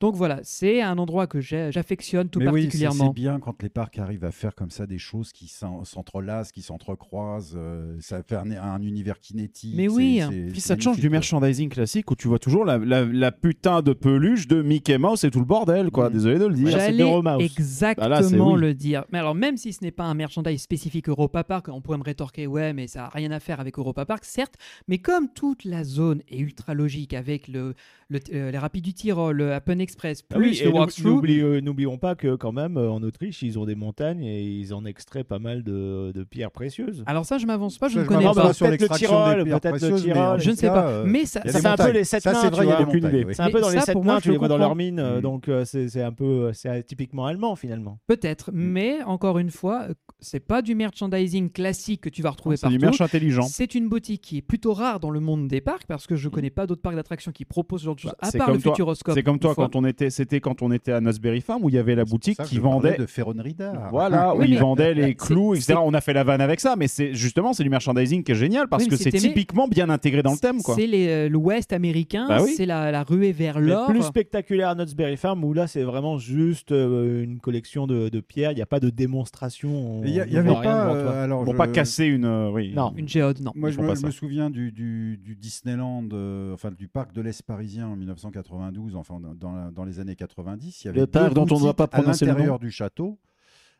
Speaker 1: Donc voilà, c'est un endroit que j'ai- j'affectionne tout
Speaker 2: mais oui, c'est-
Speaker 1: particulièrement.
Speaker 2: c'est bien quand les parcs arrivent à faire comme ça des choses qui s'en- s'entrelacent, qui s'entrecroisent. euh, ça fait un, un univers kinétique.
Speaker 1: Mais oui.
Speaker 2: c'est- c'est-
Speaker 4: Puis
Speaker 2: c'est
Speaker 4: ça te change du
Speaker 2: magnifique.
Speaker 4: merchandising classique où tu vois toujours la, la- la putain de peluche de Mickey Mouse et tout le bordel, quoi.
Speaker 2: Mm.
Speaker 4: Désolé de le dire.
Speaker 3: Voilà. c'est
Speaker 1: J'allais
Speaker 3: Euro Mouse.
Speaker 1: exactement
Speaker 4: Bah là, c'est oui.
Speaker 1: le dire. Mais alors, même si ce n'est pas un merchandise spécifique Europa Park, on pourrait me rétorquer, ouais, mais ça n'a rien à faire avec Europa Park, certes, mais comme toute la zone est ultra logique avec le, le- euh, les rapides du Tyrol, le Happen Express,
Speaker 3: Ah
Speaker 1: plus
Speaker 3: oui,
Speaker 1: le
Speaker 3: et nous-
Speaker 1: walkthrough,
Speaker 3: n'oublie- euh, n'oublions pas que quand même euh, en Autriche, ils ont des montagnes et ils en extraient pas mal de, de pierres précieuses.
Speaker 1: alors ça, je m'avance pas, je
Speaker 2: Ça,
Speaker 1: ne connais
Speaker 3: m'avance
Speaker 1: pas.
Speaker 3: pas. Peut-être le
Speaker 2: l'extraction
Speaker 3: Tyrol,
Speaker 2: des pierres
Speaker 3: peut-être le
Speaker 2: précieuses, mais en
Speaker 3: Tyrol.
Speaker 2: tout
Speaker 1: Je ne sais
Speaker 2: cas,
Speaker 1: pas.
Speaker 2: euh,
Speaker 1: mais ça,
Speaker 2: il y a
Speaker 1: ça-
Speaker 2: des
Speaker 3: fait un peu
Speaker 2: montagnes.
Speaker 3: les sept
Speaker 2: Ça,
Speaker 3: nains,
Speaker 2: c'est
Speaker 3: tu
Speaker 2: vrai, il y a
Speaker 3: vois,
Speaker 2: des
Speaker 4: aucune
Speaker 2: montagnes,
Speaker 4: idée.
Speaker 2: oui.
Speaker 3: C'est un peu
Speaker 1: Mais
Speaker 3: dans les
Speaker 1: ça,
Speaker 3: sept
Speaker 1: pour moi,
Speaker 3: nains,
Speaker 1: je
Speaker 3: tu les
Speaker 1: le
Speaker 3: vois dans leur
Speaker 1: comprends.
Speaker 3: mine, euh,
Speaker 2: Mhm.
Speaker 3: donc euh, c'est c'est un peu euh, c'est un- typiquement allemand finalement.
Speaker 1: peut-être, mais encore une fois, euh, c'est pas du merchandising classique que tu vas retrouver
Speaker 4: C'est du
Speaker 1: partout.
Speaker 4: merch intelligent.
Speaker 1: C'est une boutique qui est plutôt rare dans le monde des parcs parce que je connais pas d'autres parcs d'attractions qui proposent ce genre de choses,
Speaker 4: Bah,
Speaker 1: à
Speaker 4: c'est
Speaker 1: part le
Speaker 4: comme toi.
Speaker 1: Futuroscope.
Speaker 4: C'est comme toi
Speaker 1: Une fois.
Speaker 4: quand on était, c'était quand on était à Nosberry Farm où il y avait la boutique
Speaker 2: Ça, je
Speaker 4: qui
Speaker 2: parlais
Speaker 4: vendait.
Speaker 2: de ferronnerie d'art.
Speaker 4: Voilà, où
Speaker 1: Oui,
Speaker 4: ils
Speaker 1: mais-
Speaker 4: vendaient les
Speaker 1: C'est-
Speaker 4: clous,
Speaker 1: c'est-
Speaker 4: etc. On a fait la vanne avec ça, mais c'est justement c'est du merchandising qui est génial parce
Speaker 1: Oui, mais
Speaker 4: que
Speaker 1: c'est
Speaker 4: c'est
Speaker 1: aimé.
Speaker 4: typiquement bien intégré dans le thème, quoi.
Speaker 1: C'est les, euh, l'Ouest américain,
Speaker 4: Bah oui.
Speaker 1: c'est la, la ruée vers
Speaker 3: Mais
Speaker 1: l'or.
Speaker 3: plus spectaculaire à Knott's Farm où là c'est vraiment juste euh, une collection de, de pierres, il n'y a pas de démonstration. on
Speaker 2: Il n'y
Speaker 3: ne
Speaker 2: avait
Speaker 3: voit rien
Speaker 2: pas.
Speaker 3: devant toi.
Speaker 2: euh, alors,
Speaker 4: Pour
Speaker 2: je-
Speaker 4: pas casser une, euh, oui.
Speaker 3: Non.
Speaker 1: Une géode, non.
Speaker 2: Moi,
Speaker 4: Ils
Speaker 2: je
Speaker 4: font
Speaker 2: me,
Speaker 4: pas
Speaker 2: je
Speaker 4: ça.
Speaker 2: me souviens du, du- du Disneyland, euh, enfin du parc de l'Est parisien en 1992, enfin dans, dans la- dans les années 90. Il y avait
Speaker 4: Le parc
Speaker 2: deux
Speaker 4: dont on ne doit
Speaker 2: boutiques
Speaker 4: pas prononcer
Speaker 2: à
Speaker 4: le nom.
Speaker 2: l'intérieur du château,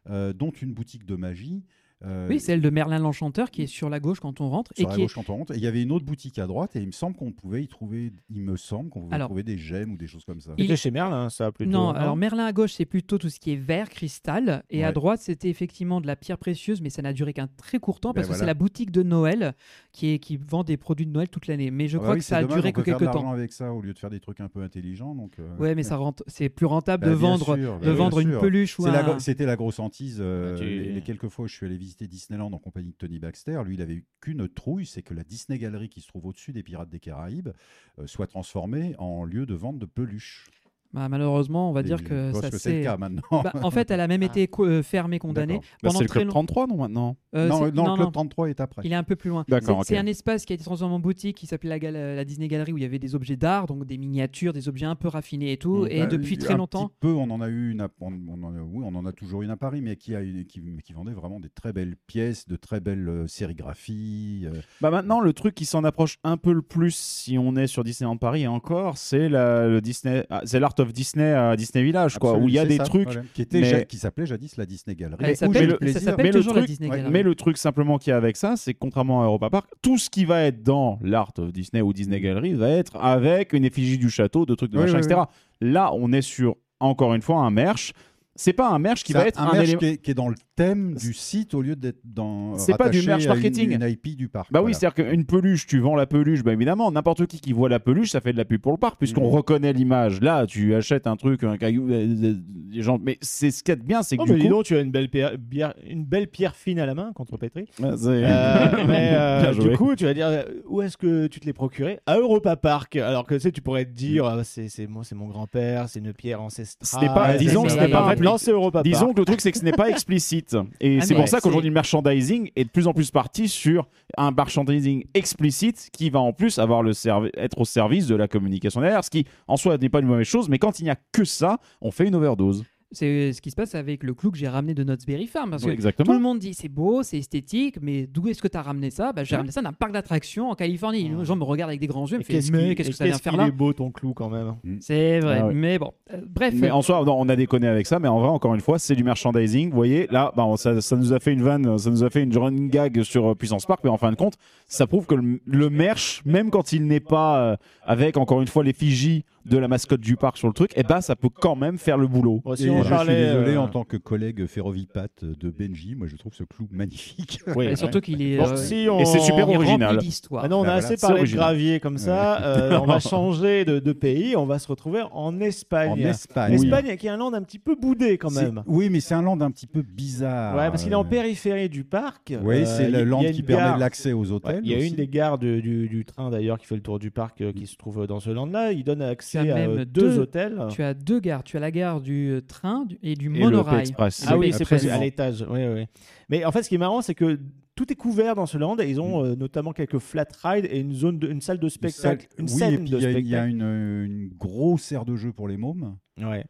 Speaker 2: euh, dont une boutique de magie. euh,
Speaker 1: Oui, celle de Merlin l'Enchanteur qui est sur la gauche quand on rentre et
Speaker 2: sur la
Speaker 1: qui est
Speaker 2: gauche quand on rentre. Et il y avait une autre boutique à droite, et il me semble qu'on pouvait y trouver, il me semble qu'on pouvait
Speaker 1: Alors,
Speaker 2: trouver des gemmes ou des choses comme ça.
Speaker 1: il-
Speaker 3: C'était chez Merlin ça plutôt. hein.
Speaker 1: Non, alors Merlin à gauche, c'est plutôt tout ce qui est vert, cristal. Et à
Speaker 2: hein. Ouais.
Speaker 1: droite, c'était effectivement de la pierre précieuse, mais ça n'a duré qu'un très court temps
Speaker 2: Ben
Speaker 1: parce que c'est
Speaker 2: voilà.
Speaker 1: la boutique de Noël qui, est, qui vend des produits de Noël toute l'année. Mais je
Speaker 2: Ah bah
Speaker 1: crois
Speaker 2: oui,
Speaker 1: que ça
Speaker 2: c'est
Speaker 1: a
Speaker 2: dommage,
Speaker 1: duré
Speaker 2: on
Speaker 1: que
Speaker 2: peut faire de
Speaker 1: quelques temps.
Speaker 2: l'argent avec ça au lieu de faire des trucs un peu intelligents. Donc, euh,
Speaker 1: Ouais, mais ça rente, c'est plus rentable
Speaker 2: Bah,
Speaker 1: de
Speaker 2: bien
Speaker 1: vendre,
Speaker 2: sûr,
Speaker 1: de
Speaker 2: bah, bien
Speaker 1: vendre une
Speaker 2: sûr.
Speaker 1: peluche ou
Speaker 2: C'est
Speaker 1: un-
Speaker 2: la gro- C'était la grosse hantise. euh,
Speaker 3: Ah, tu-
Speaker 2: les, les quelques fois où je suis allé visiter Disneyland en compagnie de Tony Baxter, lui, il avait eu qu'une trouille, c'est que la Disney Gallery qui se trouve au-dessus des Pirates des Caraïbes euh, soit transformée en lieu de vente de peluches.
Speaker 1: Bah, malheureusement, on va
Speaker 2: Et
Speaker 1: dire
Speaker 2: je
Speaker 1: que
Speaker 2: pense
Speaker 1: ça
Speaker 2: que c'est le
Speaker 1: s'est.
Speaker 2: cas
Speaker 1: [LAUGHS]
Speaker 2: maintenant. [LAUGHS]
Speaker 1: Bah, en fait, elle a même été co- euh, fermée, condamnée.
Speaker 2: D'accord.
Speaker 4: Bah,
Speaker 1: pendant
Speaker 4: c'est le
Speaker 1: très
Speaker 4: club
Speaker 1: long-
Speaker 4: 33 non maintenant.
Speaker 1: Euh,
Speaker 2: non,
Speaker 1: c'est-
Speaker 2: euh, non,
Speaker 1: non,
Speaker 2: le Club
Speaker 1: non,
Speaker 2: 33 est après.
Speaker 1: il est un peu plus loin.
Speaker 4: D'accord,
Speaker 1: C'est- C'est
Speaker 4: ok.
Speaker 1: un espace qui a été transformé en boutique qui s'appelait la, gal- euh, la Disney Gallery où il y avait des objets d'art, donc des miniatures, des objets un peu raffinés et tout.
Speaker 4: Mm.
Speaker 1: Et
Speaker 2: Bah,
Speaker 1: depuis
Speaker 2: un
Speaker 1: très longtemps,
Speaker 2: petit peu, on en a eu une, à- on, on en a, oui, on en a toujours une à Paris, mais qui, a une- qui, qui vendait vraiment des très belles pièces, de très belles euh, sérigraphies. euh,
Speaker 4: Bah maintenant, le truc qui s'en approche un peu le plus, si on est sur Disneyland Paris et encore, c'est la- le Disney, ah, c'est l'Art of Disney à Disney Village, quoi,
Speaker 2: absolument,
Speaker 4: où il y a
Speaker 2: c'est
Speaker 4: des
Speaker 2: ça,
Speaker 4: trucs.
Speaker 2: voilà. qui, était
Speaker 4: mais-
Speaker 2: ja- qui s'appelait jadis la Disney Gallery.
Speaker 1: elle
Speaker 4: mais où
Speaker 1: s'appelle-
Speaker 4: j'ai le
Speaker 1: ça
Speaker 2: plaisir.
Speaker 1: s'appelle
Speaker 4: Mais le
Speaker 1: toujours la
Speaker 4: truc-
Speaker 1: Disney
Speaker 2: ouais,
Speaker 1: Gallery.
Speaker 4: Mais le truc simplement qu'il y a avec ça, c'est que contrairement à Europa Park, tout ce qui va être dans l'Art of Disney ou Disney Gallery va être avec une effigie du château, de trucs de
Speaker 2: Oui,
Speaker 4: machin,
Speaker 2: oui,
Speaker 4: etc. Là, on est sur encore une fois un merch. C'est pas un merch qui
Speaker 2: Ça,
Speaker 4: va être un,
Speaker 2: merch
Speaker 4: élément.
Speaker 2: qui, est, qui est dans le thème du site au lieu d'être dans.
Speaker 4: C'est pas du
Speaker 2: rattaché
Speaker 4: merch
Speaker 2: à une-
Speaker 4: marketing.
Speaker 2: Une, IP du parc.
Speaker 4: Bah oui,
Speaker 2: voilà.
Speaker 4: c'est-à-dire qu'une peluche, tu vends la peluche, bah évidemment, n'importe qui qui voit la peluche, ça fait de la pub pour le parc, puisqu'on
Speaker 3: Mmh.
Speaker 2: Mhm.
Speaker 4: reconnaît l'image. Là, tu achètes un truc, un caillou, euh, euh, les gens. Mais c'est ce qu'il y a de bien, c'est que
Speaker 3: Oh,
Speaker 4: du
Speaker 3: mais dis
Speaker 4: coup.
Speaker 3: donc, tu as une belle pierre, bière- une belle pierre fine à la main contre Petri.
Speaker 4: Euh, c'est-
Speaker 3: Euh, mais euh,
Speaker 4: Bien joué.
Speaker 3: du coup, tu vas dire euh, où est-ce que tu te l'es procuré À Europa Park. Alors que tu sais, tu pourrais te dire ah, c'est c'est moi, c'est mon grand-père, c'est une pierre
Speaker 4: Ce
Speaker 3: ancestrale.
Speaker 4: n'est pas-
Speaker 1: disons que ce
Speaker 3: mais
Speaker 1: n'est pas
Speaker 3: en fait,
Speaker 4: impli-
Speaker 3: non, ah, c'est Europa Park.
Speaker 4: Disons que le truc, c'est que ce n'est pas explicite. Et
Speaker 1: Ah,
Speaker 4: c'est
Speaker 1: mais
Speaker 4: pour ça
Speaker 1: c'est-
Speaker 4: qu'aujourd'hui, le merchandising est de plus en plus parti sur un merchandising explicite qui va en plus avoir le servi- être au service de la communication derrière, ce qui en soi n'est pas une mauvaise chose, mais quand il n'y a que ça, on fait une overdose.
Speaker 1: C'est euh, ce qui se passe avec le clou que j'ai ramené de Knott's Farm. Parce que
Speaker 4: Oui,
Speaker 1: tout le
Speaker 4: exactement.
Speaker 1: monde dit c'est beau, c'est esthétique, mais d'où est-ce que tu as ramené ça bah, J'ai
Speaker 4: Ouais.
Speaker 1: ramené ça d'un parc d'attractions en Californie.
Speaker 3: Ouais.
Speaker 1: Les gens me regardent avec des grands yeux, me
Speaker 3: Et
Speaker 1: font mais
Speaker 3: qui-
Speaker 1: qu'est-ce
Speaker 3: et
Speaker 1: que ça vient
Speaker 3: qu'est-ce
Speaker 1: faire
Speaker 3: qu'il
Speaker 1: là
Speaker 3: est beau ton clou quand même.
Speaker 1: C'est vrai,
Speaker 4: Ah ouais.
Speaker 1: mais bon. Euh, bref,
Speaker 4: Mais en soi, non, on a déconné avec ça, mais en vrai, encore une fois, c'est du merchandising. Vous voyez, là, bah, on- ça, ça nous a fait une vanne, ça nous a fait une running gag sur euh, Puissance Park, mais en fin de compte, ça prouve que le, le merch, même quand il n'est pas euh, avec, encore une fois, l'effigie de la mascotte du parc sur le truc, eh ben, ça peut quand même faire le boulot.
Speaker 3: Bon, si
Speaker 2: Et
Speaker 3: on
Speaker 2: je
Speaker 3: parlait,
Speaker 2: suis désolé
Speaker 3: euh,
Speaker 2: en tant que collègue ferrovipate de Benji, moi je trouve ce clou magnifique.
Speaker 3: [LAUGHS] oui,
Speaker 1: et
Speaker 3: ouais.
Speaker 1: surtout qu'il est,
Speaker 3: Bon,
Speaker 1: euh,
Speaker 3: si
Speaker 4: Et c'est
Speaker 3: on- Ah
Speaker 4: super
Speaker 1: il est
Speaker 4: original.
Speaker 1: rempli d'histoire.
Speaker 3: Maintenant, on
Speaker 2: Bah
Speaker 3: a
Speaker 2: voilà,
Speaker 3: assez
Speaker 4: c'est
Speaker 3: parlé de
Speaker 4: original.
Speaker 3: gravier comme ça.
Speaker 2: [LAUGHS]
Speaker 3: euh, on va changer de, de pays. On va se retrouver en
Speaker 2: En
Speaker 3: Espagne.
Speaker 2: Espagne.
Speaker 3: Espagne qui est un land un petit peu boudé quand
Speaker 2: C'est-
Speaker 3: même.
Speaker 2: Oui, mais c'est un land un petit peu bizarre.
Speaker 3: Ouais, parce qu'il est en
Speaker 2: Euh,
Speaker 3: périphérie du parc.
Speaker 2: Oui,
Speaker 3: Euh,
Speaker 2: c'est
Speaker 3: il y a-
Speaker 2: le
Speaker 3: il y
Speaker 2: land
Speaker 3: a
Speaker 2: qui
Speaker 3: une
Speaker 2: permet
Speaker 3: gare-
Speaker 2: l'accès aux hôtels.
Speaker 3: Ouais, Il y a
Speaker 2: aussi.
Speaker 3: une des gares de- du, du train d'ailleurs qui fait le tour du parc euh, qui se trouve dans ce land-là. Il donne accès
Speaker 1: Il y a
Speaker 3: à
Speaker 1: même
Speaker 3: euh,
Speaker 1: deux-
Speaker 3: deux hôtels.
Speaker 1: Tu as deux gares. Tu as la gare du euh, train du- et du
Speaker 4: Et le P E
Speaker 1: monorail.
Speaker 4: Express.
Speaker 3: Ah
Speaker 1: Oui,
Speaker 3: oui, c'est prévu
Speaker 1: absolument.
Speaker 3: à l'étage. Oui, oui. Mais en fait, ce qui est marrant, c'est que tout est couvert dans ce land. et Ils
Speaker 2: Mm.
Speaker 3: ont euh, notamment quelques flat rides et une zone, de- une salle de spectacle,
Speaker 2: Sac-
Speaker 3: une
Speaker 2: oui, et
Speaker 3: scène
Speaker 2: puis
Speaker 3: de
Speaker 2: il y a- Il y a
Speaker 3: spectacle.
Speaker 2: une, une grosse aire de jeu pour les mômes.
Speaker 3: Ouais.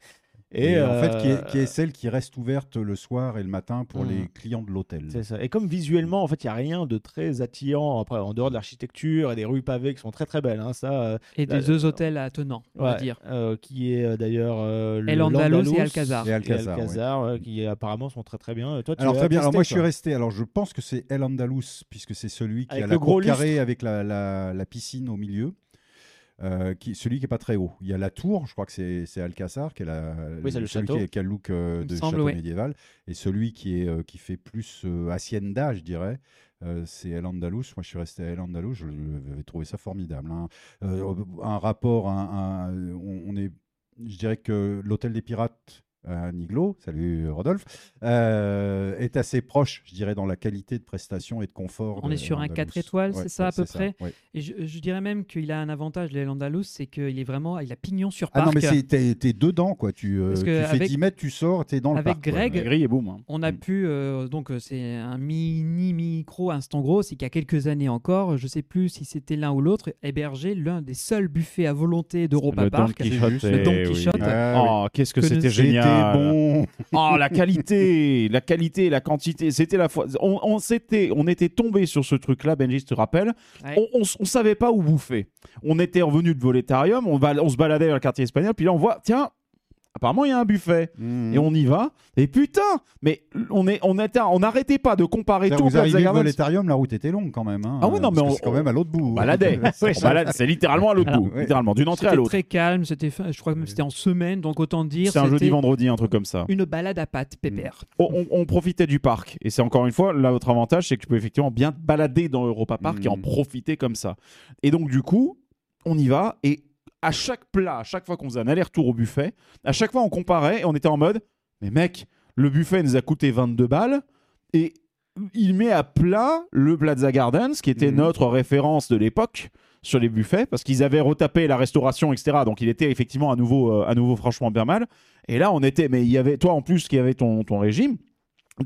Speaker 2: Et, en fait, qui
Speaker 3: euh,
Speaker 2: est, qui est celle qui reste ouverte le soir et le matin pour
Speaker 3: Hmm.
Speaker 2: les clients de l'hôtel.
Speaker 3: C'est ça. Et comme visuellement, en fait, il n'y a rien de très attirant, après, en dehors de l'architecture et des rues pavées qui sont très très belles, hein, ça, euh,
Speaker 1: et des
Speaker 3: Euh,
Speaker 1: deux hôtels à tenant, on va
Speaker 3: ouais,
Speaker 1: dire.
Speaker 3: euh, qui est euh, d'ailleurs euh, le
Speaker 1: El Andalus et
Speaker 3: l'Andalus
Speaker 1: Alcázar.
Speaker 2: Et
Speaker 3: Et
Speaker 2: Alcázar,
Speaker 3: Alcázar, ouais, qui apparemment sont très très bien. Et toi, tu
Speaker 2: Alors
Speaker 3: as
Speaker 2: très bien. Alors
Speaker 3: testé,
Speaker 2: moi je suis
Speaker 3: toi.
Speaker 2: resté. Alors je pense que c'est El Andalus puisque c'est celui qui
Speaker 3: Avec
Speaker 2: a
Speaker 3: le
Speaker 2: la
Speaker 3: gros
Speaker 2: cour
Speaker 3: lustre.
Speaker 2: carrée avec la, la- la piscine au milieu. euh, qui, celui qui est pas très haut. Il y a la tour, je crois que c'est c'est Alcázar qui est la,
Speaker 3: Oui, c'est le
Speaker 2: celui
Speaker 3: château.
Speaker 2: qui, a- qui a le look euh,
Speaker 1: Il me
Speaker 2: de
Speaker 1: semble,
Speaker 2: château
Speaker 1: ouais.
Speaker 2: médiéval, et celui qui est euh, qui fait plus euh, hacienda, je dirais. euh, c'est El Andalus. Moi, je suis resté à El Andalus. Je- J'avais trouvé ça formidable. hein. Euh, un rapport, un- un- on, on est, je dirais que l'hôtel des pirates à Niglo, salut Rodolphe, euh, est assez proche, je dirais, dans la qualité de prestation et de confort.
Speaker 1: On
Speaker 2: de
Speaker 1: est sur un
Speaker 2: Andalus.
Speaker 1: quatre étoiles, c'est ça, à peu près
Speaker 2: ouais.
Speaker 1: Et je, je dirais même qu'il a un avantage, les Andalus, c'est qu'il est vraiment, il a pignon sur
Speaker 2: Ah
Speaker 1: parc.
Speaker 2: non, mais c'est- t'es t'es dedans, quoi. Tu, euh,
Speaker 1: Parce
Speaker 2: tu
Speaker 1: que
Speaker 2: fais
Speaker 1: avec-
Speaker 2: 10 mètres, tu sors, t'es dans le
Speaker 1: avec
Speaker 2: parc. quoi.
Speaker 1: Greg,
Speaker 4: La grille est boum. hein.
Speaker 1: On a
Speaker 2: Mm.
Speaker 1: pu, euh, donc euh, c'est un mini micro instant gros, c'est qu'il y a quelques années encore, je sais plus si c'était l'un ou l'autre, héberger l'un des seuls buffets à volonté d'Europa
Speaker 4: Le Don
Speaker 1: Park.
Speaker 4: Quichotte.
Speaker 2: juste.
Speaker 1: Le
Speaker 4: eh
Speaker 1: Don
Speaker 4: oui.
Speaker 1: Quichotte.
Speaker 2: Ah, oui.
Speaker 4: Oh, qu'est-ce que
Speaker 1: Que
Speaker 4: c'était
Speaker 1: nous-
Speaker 2: C'était
Speaker 4: génial.
Speaker 2: bon.
Speaker 4: Oh, la qualité, la qualité, la quantité, c'était la fois. On, on s'était, on était tombé sur ce truc-là, Benji, je te rappelle.
Speaker 1: Ouais.
Speaker 4: On, on s- on savait pas où bouffer. On était revenu de Voletarium, on, va, on se baladait dans le quartier espagnol, puis là on voit, tiens, apparemment il y a un buffet.
Speaker 2: Mm.
Speaker 4: Et on y va. Et putain, mais on est, on était, on n'arrêtait pas de comparer
Speaker 2: Là,
Speaker 4: tout.
Speaker 2: vous arrivez à
Speaker 4: Plaza Gardens.
Speaker 2: Voletarium, la route était longue quand même. hein.
Speaker 4: Ah oui, non,
Speaker 2: Parce
Speaker 4: mais
Speaker 2: que
Speaker 4: on-
Speaker 2: c'est quand même à l'autre [LAUGHS] bout.
Speaker 4: On baladait. On balade- c'est littéralement
Speaker 2: [LAUGHS]
Speaker 4: à l'autre bout,
Speaker 2: Ah, Ouais.
Speaker 4: littéralement d'une entrée à
Speaker 1: C'était
Speaker 4: l'autre.
Speaker 1: très calme, c'était, fin- je crois même que c'était en semaine, donc autant dire
Speaker 4: C'est un jeudi
Speaker 1: c'était
Speaker 4: vendredi, Mm. un truc comme ça.
Speaker 1: une balade à pattes, pépère.
Speaker 4: on, on- on profitait du parc. Et c'est encore une fois, là, votre avantage, c'est que tu peux effectivement bien te balader dans Europa Park et en
Speaker 2: Mm.
Speaker 4: profiter comme ça. Et donc, du coup, on y va. Et à chaque plat, à chaque fois qu'on faisait un aller-retour au buffet, à chaque fois, on comparait et on était en mode Mais mec, le buffet nous a coûté 22 balles. Et il met à plat le Plaza Gardens, qui était
Speaker 2: Mm.
Speaker 4: notre référence de l'époque sur les buffets, parce qu'ils avaient retapé la restauration, etc. Donc il était effectivement à nouveau, euh, à nouveau franchement bien mal. Et là, on était, mais il y avait, toi en plus qui avait ton, ton régime,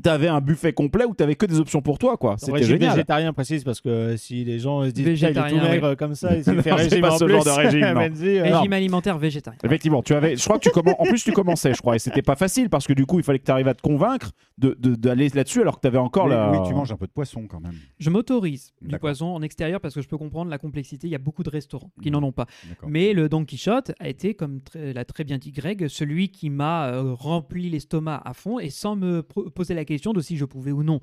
Speaker 4: t'avais un buffet complet où t'avais que des options pour toi, quoi.
Speaker 3: C'était
Speaker 4: C'était génial.
Speaker 3: végétarien précise parce que euh, si les gens euh, se disent Putain, il est tout
Speaker 1: Végétarien,
Speaker 3: maigre euh,
Speaker 2: [LAUGHS]
Speaker 3: comme ça, il s'est fait
Speaker 4: Non, c'est
Speaker 3: régime
Speaker 4: pas
Speaker 3: en
Speaker 4: ce
Speaker 3: plus.
Speaker 4: genre de
Speaker 3: [LAUGHS]
Speaker 4: régime, non.
Speaker 3: Benji, euh,
Speaker 1: Régime alimentaire végétarien.
Speaker 4: Effectivement, tu avais, je crois que tu commences, en plus tu commençais, je crois, et c'était pas facile parce que du coup, il fallait que tu arrives à te convaincre de- de- d'aller là-dessus alors que t'avais encore
Speaker 2: Mais
Speaker 4: la.
Speaker 2: Oui, tu manges un peu de poisson quand même.
Speaker 1: Je m'autorise du
Speaker 2: D'accord.
Speaker 1: poison en extérieur parce que je peux comprendre la complexité, il y a beaucoup de restaurants qui
Speaker 2: Mm.
Speaker 1: n'en ont pas.
Speaker 2: D'accord.
Speaker 1: Mais le Don Quichotte a été, comme très- l'a très bien dit Greg, celui qui m'a euh, rempli l'estomac à fond et sans me pro- poser la question de si je pouvais ou non.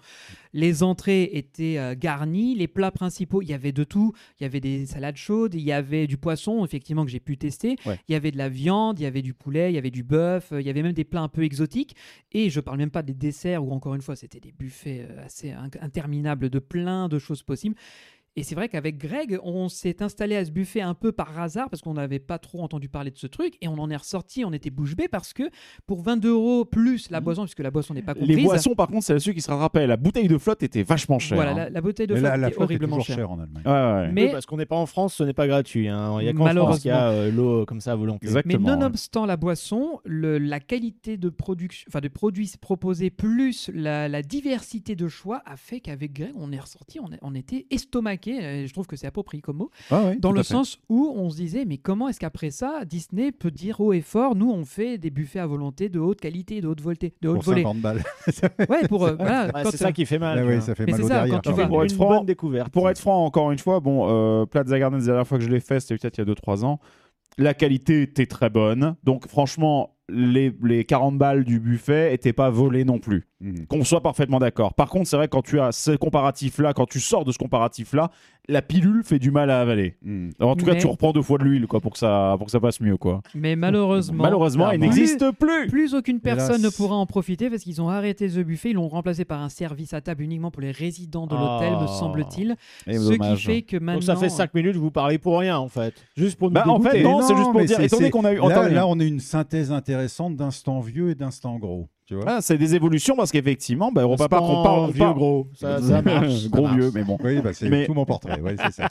Speaker 1: Les entrées étaient euh, garnies, les plats principaux, il y avait de tout. Il y avait des salades chaudes, il y avait du poisson, effectivement, que j'ai pu tester.
Speaker 4: Ouais.
Speaker 1: Il y avait de la viande, il y avait du poulet, il y avait du bœuf, euh, il y avait même des plats un peu exotiques. Et je parle même pas des desserts où, encore une fois, c'était des buffets euh, assez in- interminables de plein de choses possibles. Et c'est vrai qu'avec Greg, on s'est installé à ce buffet un peu par hasard parce qu'on n'avait pas trop entendu parler de ce truc et on en est ressorti, on était bouche bée parce que pour 22 euros plus la
Speaker 2: Mmh.
Speaker 4: Mhm.
Speaker 1: boisson, puisque la boisson n'est pas comprise.
Speaker 4: Les boissons, par contre, c'est là-dessus qui se rattrapait. La bouteille de flotte était vachement chère.
Speaker 1: voilà,
Speaker 4: hein.
Speaker 1: la, la bouteille de
Speaker 2: Mais
Speaker 1: flotte
Speaker 2: la, la
Speaker 1: était
Speaker 2: flotte est
Speaker 1: horriblement Ah,
Speaker 2: toujours
Speaker 1: chère.
Speaker 2: chère en Allemagne.
Speaker 4: Ouais, ouais.
Speaker 1: Mais-
Speaker 3: Oui, parce qu'on n'est pas en France, ce n'est pas gratuit. hein. Il y a qu'en France qu'il y a euh, l'eau comme ça volontaire.
Speaker 1: Mais
Speaker 4: Exactement. hein. ouais.
Speaker 1: nonobstant la boisson, le- la qualité de production, enfin de produits proposés plus la, la diversité de choix a fait qu'avec Greg, on est ressorti, on, est- on était estomaqué marqué, et je trouve que c'est approprié comme mot,
Speaker 2: Ah oui,
Speaker 1: dans
Speaker 2: tout
Speaker 1: le
Speaker 2: à fait.
Speaker 1: sens où on se disait, mais comment est-ce qu'après ça, Disney peut dire haut et fort, nous on fait des buffets à volonté de haute qualité, de haute volonté, de haute
Speaker 2: Pour
Speaker 1: volée.
Speaker 2: 50 balles.
Speaker 1: Ouais, pour euh, voilà,
Speaker 3: Ouais,
Speaker 1: quand,
Speaker 3: c'est ça
Speaker 1: euh,
Speaker 3: qui fait mal.
Speaker 2: Ah
Speaker 3: tu
Speaker 2: oui,
Speaker 3: vois.
Speaker 2: ça fait
Speaker 1: Mais
Speaker 2: mal
Speaker 1: c'est
Speaker 2: au
Speaker 1: ça,
Speaker 2: derrière. Ah,
Speaker 1: quand tu
Speaker 2: quand
Speaker 1: vas-
Speaker 2: même.
Speaker 4: Pour
Speaker 3: Une
Speaker 4: être franc-
Speaker 3: bonne découverte.
Speaker 2: Mm.
Speaker 4: Pour être franc, encore une fois, bon, euh, Plaza Gardens, la dernière fois que je l'ai fait, c'était peut-être il y a 2-3 ans. La qualité était très bonne. Donc, franchement, les, les 40 balles du buffet n'étaient pas volées non plus.
Speaker 2: Mhm.
Speaker 4: Qu'on soit parfaitement d'accord. Par contre, c'est vrai, quand tu as ce comparatif-là, quand tu sors de ce comparatif-là, la pilule fait du mal à avaler.
Speaker 2: Mhm.
Speaker 4: Alors, en tout cas,
Speaker 1: Mais-
Speaker 4: tu reprends deux fois de l'huile quoi, pour, que ça, pour que ça passe mieux. Quoi.
Speaker 1: mais malheureusement,
Speaker 4: Malheureusement, elle
Speaker 1: Clairement.
Speaker 4: n'existe plus.
Speaker 1: plus aucune personne ne
Speaker 2: Hélas.
Speaker 1: pourra en profiter parce qu'ils ont arrêté The Buffet, ils l'ont remplacé par un service à table uniquement pour les résidents de l'hôtel, me
Speaker 3: Ah.
Speaker 1: semble-t-il.
Speaker 2: Eh,
Speaker 4: Et
Speaker 1: Ce
Speaker 4: dommage. hein.
Speaker 1: qui fait que maintenant.
Speaker 3: Donc ça fait 5 minutes, vous parlez pour rien en fait. Juste pour nous
Speaker 4: Bah, en
Speaker 3: dégoûter.
Speaker 4: fait, non, c'est juste pour
Speaker 2: mais
Speaker 4: dire.
Speaker 2: c'est-
Speaker 4: Étant donné
Speaker 2: c'est-
Speaker 4: qu'on a eu.
Speaker 2: Là,
Speaker 4: Ah, entendez-
Speaker 2: là, on a une synthèse intéressante d'instant vieux et d'instant gros. Tu vois
Speaker 4: Ah, c'est des évolutions parce qu'effectivement, bah, Europa Park, on
Speaker 3: Instant
Speaker 4: parle. on
Speaker 3: vieux
Speaker 4: parle-
Speaker 3: gros. Ça,
Speaker 4: [LAUGHS]
Speaker 3: ça marche. ça
Speaker 4: gros
Speaker 3: marche.
Speaker 4: vieux, mais bon.
Speaker 2: Oui, bah, c'est
Speaker 4: Mais-
Speaker 2: tout mon portrait. Oui, c'est
Speaker 4: [LAUGHS]
Speaker 2: ça.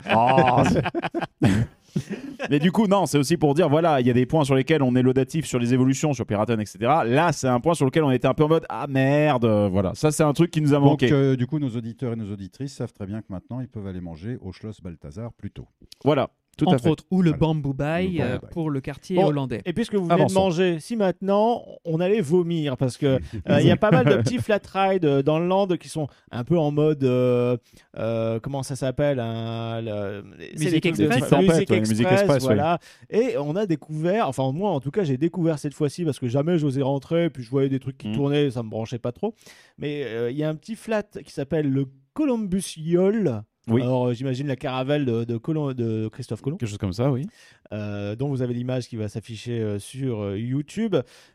Speaker 4: mais du coup, non, c'est aussi pour dire voilà, il y a des points sur lesquels on est laudatif sur les évolutions, sur Piraton, etc. Là, c'est un point sur lequel on était un peu en mode ah merde, euh, voilà. Ça, c'est un truc qui nous a
Speaker 2: Donc,
Speaker 4: manqué.
Speaker 2: euh, du coup, nos auditeurs et nos auditrices savent très bien que maintenant, ils peuvent aller manger au Schloss Balthazar plus tôt.
Speaker 4: Voilà, tout à
Speaker 1: entre
Speaker 4: fait.
Speaker 1: autres, ou le
Speaker 2: Voilà.
Speaker 1: Bamboo Bay
Speaker 2: Le
Speaker 1: euh,
Speaker 2: Bamboo Bay.
Speaker 1: pour le quartier
Speaker 3: Bon,
Speaker 1: hollandais.
Speaker 3: Et puisque vous venez
Speaker 4: Avançons.
Speaker 3: de manger, si maintenant on allait vomir,
Speaker 2: [LAUGHS]
Speaker 3: parce que euh, il y a pas mal de petits flat rides euh, dans le land qui sont un peu en mode euh, euh, comment ça s'appelle hein, le- c'est
Speaker 1: Musique
Speaker 3: des trucs de-
Speaker 1: Express.
Speaker 3: Musique
Speaker 4: Tempête, ouais, Musique
Speaker 3: Express,
Speaker 4: Express, ouais.
Speaker 3: voilà. Et on a découvert, enfin moi en tout cas j'ai découvert cette fois-ci parce que jamais j'osais rentrer, puis je voyais des trucs qui
Speaker 4: Mm.
Speaker 3: tournaient, ça me branchait pas trop. Mais euh, il y a un petit flat qui s'appelle le Columbus Yole.
Speaker 4: Oui.
Speaker 3: Alors euh, j'imagine la caravelle de, de Colom- de Christophe Colomb
Speaker 4: Quelque chose comme ça, oui.
Speaker 3: euh, dont vous avez l'image qui va s'afficher euh, sur euh, YouTube,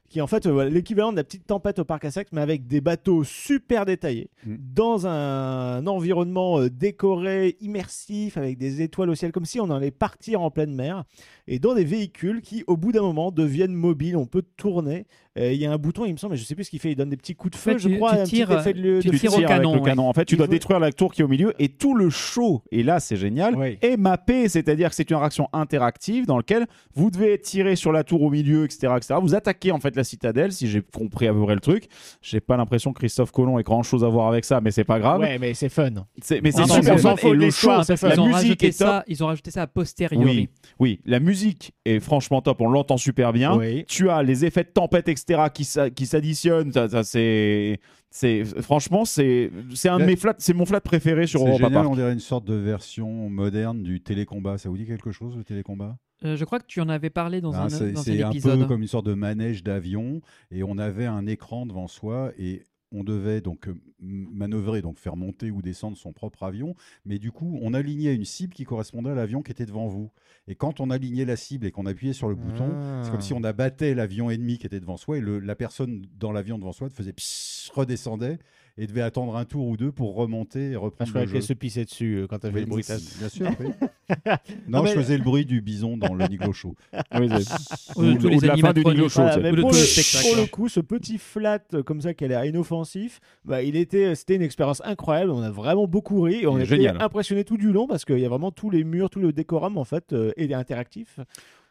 Speaker 3: qui est en fait euh, voilà, l'équivalent de la petite tempête au parc à sec, mais avec des bateaux super détaillés,
Speaker 2: Mm.
Speaker 3: dans un environnement euh, décoré, immersif, avec des étoiles au ciel, comme si on allait partir en pleine mer, et dans des véhicules qui, au bout d'un moment, deviennent mobiles, on peut tourner. Euh, Il y a un bouton, il me semble, mais je sais plus ce qu'il fait, il donne des petits coups de feu,
Speaker 1: fait,
Speaker 3: je
Speaker 1: tu-
Speaker 3: crois,
Speaker 1: tu
Speaker 3: un
Speaker 1: tires,
Speaker 3: petit effet de, lieu-
Speaker 1: tu
Speaker 3: de-
Speaker 1: tires au
Speaker 4: tires avec
Speaker 1: canon,
Speaker 4: le
Speaker 1: ouais.
Speaker 4: canon. En fait, tu
Speaker 3: Il
Speaker 4: dois
Speaker 3: faut-
Speaker 4: détruire la tour qui est au milieu et tout le show. Et là, c'est génial.
Speaker 3: Oui.
Speaker 4: est mappé, c'est-à-dire que c'est une réaction interactive dans laquelle vous devez tirer sur la tour au milieu, etc., etc. Vous attaquez en fait la citadelle, si j'ai compris à peu près le truc. J'ai pas l'impression que Christophe Colomb ait grand-chose à voir avec ça, mais c'est pas grave.
Speaker 3: Ouais, mais c'est fun.
Speaker 4: C'est- mais c'est
Speaker 1: Ah non,
Speaker 4: super
Speaker 1: c'est-
Speaker 4: fun
Speaker 3: c'est-
Speaker 4: et le show,
Speaker 3: l'histoire, c'est
Speaker 4: la
Speaker 1: ils, ont
Speaker 4: musique
Speaker 1: rajouté
Speaker 4: est top.
Speaker 1: ça, ils ont rajouté ça a posteriori.
Speaker 4: Oui, oui, la musique est franchement top, on l'entend super bien.
Speaker 3: Oui.
Speaker 4: Tu as les effets de tempête, etc., qui s'a- qui s'additionnent. Ça- ça, c'est, c'est, franchement, c'est, c'est un de mes flats, c'est mon flat préféré sur
Speaker 2: C'est
Speaker 4: Europa
Speaker 2: génial,
Speaker 4: Park.
Speaker 2: on dirait une sorte de version moderne du télécombat. Ça vous dit quelque chose, le télécombat
Speaker 1: Euh, je crois que tu en avais parlé dans
Speaker 4: Ah,
Speaker 2: Ben,
Speaker 1: un,
Speaker 2: C'est
Speaker 1: dans
Speaker 2: c'est un
Speaker 1: épisode.
Speaker 2: peu comme une sorte de manège d'avion et on avait un écran devant soi et on devait donc euh, m- manœuvrer, donc faire monter ou descendre son propre avion, mais du coup, on alignait une cible qui correspondait à l'avion qui était devant vous. Et quand on alignait la cible et qu'on appuyait sur le bouton, c'est comme si on abattait l'avion ennemi qui était devant soi et le- la personne dans l'avion devant soi faisait psss, redescendait et devait attendre un tour ou deux pour remonter et
Speaker 3: Ah, Je
Speaker 1: Ah.
Speaker 2: reprendre
Speaker 3: crois
Speaker 2: le jeu.
Speaker 3: qu'elle se pissait dessus euh, quand t'as fait
Speaker 2: Oui,
Speaker 3: le bruit.
Speaker 2: c'est- Bien sûr.
Speaker 3: [LAUGHS]
Speaker 2: oui. non,
Speaker 3: Non, Ah, mais-
Speaker 2: je faisais le bruit du bison dans le Niglo Show.
Speaker 4: Oui, c'est-
Speaker 1: Ou de tous
Speaker 4: ou
Speaker 1: les
Speaker 4: de la fin du
Speaker 1: animatroniques.
Speaker 4: Niglo Show.
Speaker 1: Voilà,
Speaker 4: c'est-
Speaker 3: mais
Speaker 1: Ou de
Speaker 3: pour,
Speaker 1: tout
Speaker 3: le,
Speaker 1: le spectacle.
Speaker 3: pour le coup, ce petit flat euh, comme ça qui a l'air inoffensif, bah, il était, c'était une expérience incroyable. On a vraiment beaucoup ri. On
Speaker 4: Il est
Speaker 3: a
Speaker 4: génial.
Speaker 3: été impressionné tout du long parce qu'il y a vraiment tous les murs, tout le décorum en fait euh, est interactif.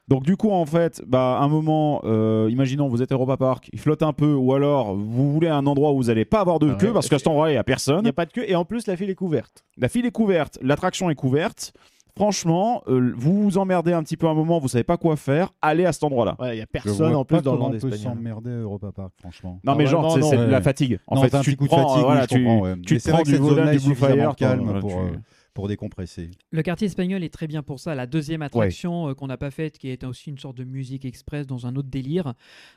Speaker 4: Donc du coup en fait, bah un moment, euh, imaginons vous êtes à Europa Park, il flotte un peu, ou alors vous voulez un endroit où vous n'allez pas avoir de
Speaker 3: Ouais.
Speaker 4: queue parce qu'à cet endroit il n'y a
Speaker 3: Il n'y
Speaker 4: personne.
Speaker 3: a pas de queue et en plus la file est couverte.
Speaker 4: La file est couverte, l'attraction est couverte. Franchement, euh, vous vous emmerdez un petit peu un moment, vous savez pas quoi faire, allez à cet endroit-là.
Speaker 3: Voilà, Il n'y a
Speaker 2: Je
Speaker 3: personne
Speaker 2: vois
Speaker 3: en
Speaker 2: pas
Speaker 3: plus dans le
Speaker 2: comment
Speaker 3: land
Speaker 2: on peut
Speaker 3: espagnol.
Speaker 2: s'emmerder à Europa Park, franchement.
Speaker 4: Non mais
Speaker 3: Ah,
Speaker 4: genre
Speaker 3: vraiment,
Speaker 4: c'est
Speaker 3: non,
Speaker 4: c'est de
Speaker 2: ouais.
Speaker 4: la fatigue. En
Speaker 2: Non,
Speaker 4: fait
Speaker 2: t'as un
Speaker 4: tu
Speaker 2: petit
Speaker 4: te
Speaker 2: coup de
Speaker 4: prends,
Speaker 2: fatigue,
Speaker 4: euh, voilà,
Speaker 2: oui, je
Speaker 4: tu,
Speaker 2: comprends, ouais.
Speaker 4: tu
Speaker 2: Mais
Speaker 4: te
Speaker 2: c'est
Speaker 4: prends
Speaker 2: vrai que
Speaker 4: du
Speaker 2: cette zone-là
Speaker 4: Vodan,
Speaker 2: est
Speaker 4: du Blue
Speaker 2: suffisamment
Speaker 4: Fire.
Speaker 2: calme
Speaker 4: quoi,
Speaker 2: pour,
Speaker 4: voilà, tu-
Speaker 2: euh, pour décompresser.
Speaker 1: Le quartier espagnol est très bien pour ça. La deuxième attraction euh, qu'on n'a pas faite, qui est aussi une sorte de musique express dans un autre délire,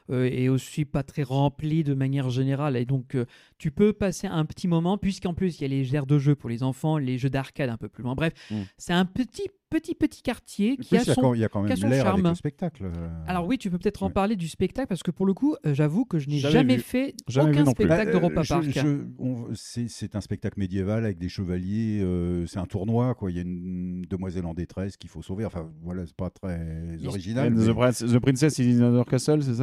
Speaker 1: euh, et aussi pas très remplie de manière générale. Et donc, euh, tu peux passer un petit moment, puisqu'en plus, il y a les aires de jeux pour les enfants, les jeux d'arcade un peu plus loin. Bref,
Speaker 4: Mm.
Speaker 1: c'est un petit, petit, petit quartier
Speaker 2: En
Speaker 1: qui
Speaker 2: plus,
Speaker 1: a
Speaker 2: il y a
Speaker 1: son
Speaker 2: quand- il y a quand même
Speaker 1: son
Speaker 2: l'air avec
Speaker 1: charme.
Speaker 2: le spectacle. euh.
Speaker 1: Alors oui, tu peux peut-être en
Speaker 2: Ouais.
Speaker 1: parler du spectacle parce que pour le coup, euh, j'avoue que je n'ai
Speaker 4: Jamais
Speaker 1: jamais
Speaker 4: vu.
Speaker 1: fait
Speaker 4: Jamais vu
Speaker 1: aucun
Speaker 4: non plus.
Speaker 2: Bah,
Speaker 1: spectacle
Speaker 2: euh,
Speaker 1: d'Europa
Speaker 2: je-
Speaker 1: Park.
Speaker 2: je- on- c'est- C'est un spectacle médiéval avec des chevaliers. euh, c'est un tournoi, quoi. Il y a une demoiselle en détresse qu'il faut sauver. Enfin, voilà, c'est pas très
Speaker 1: se-
Speaker 2: original.
Speaker 4: [LAUGHS] The,
Speaker 2: mais-
Speaker 4: Prince- The Princess is in Another Castle, c'est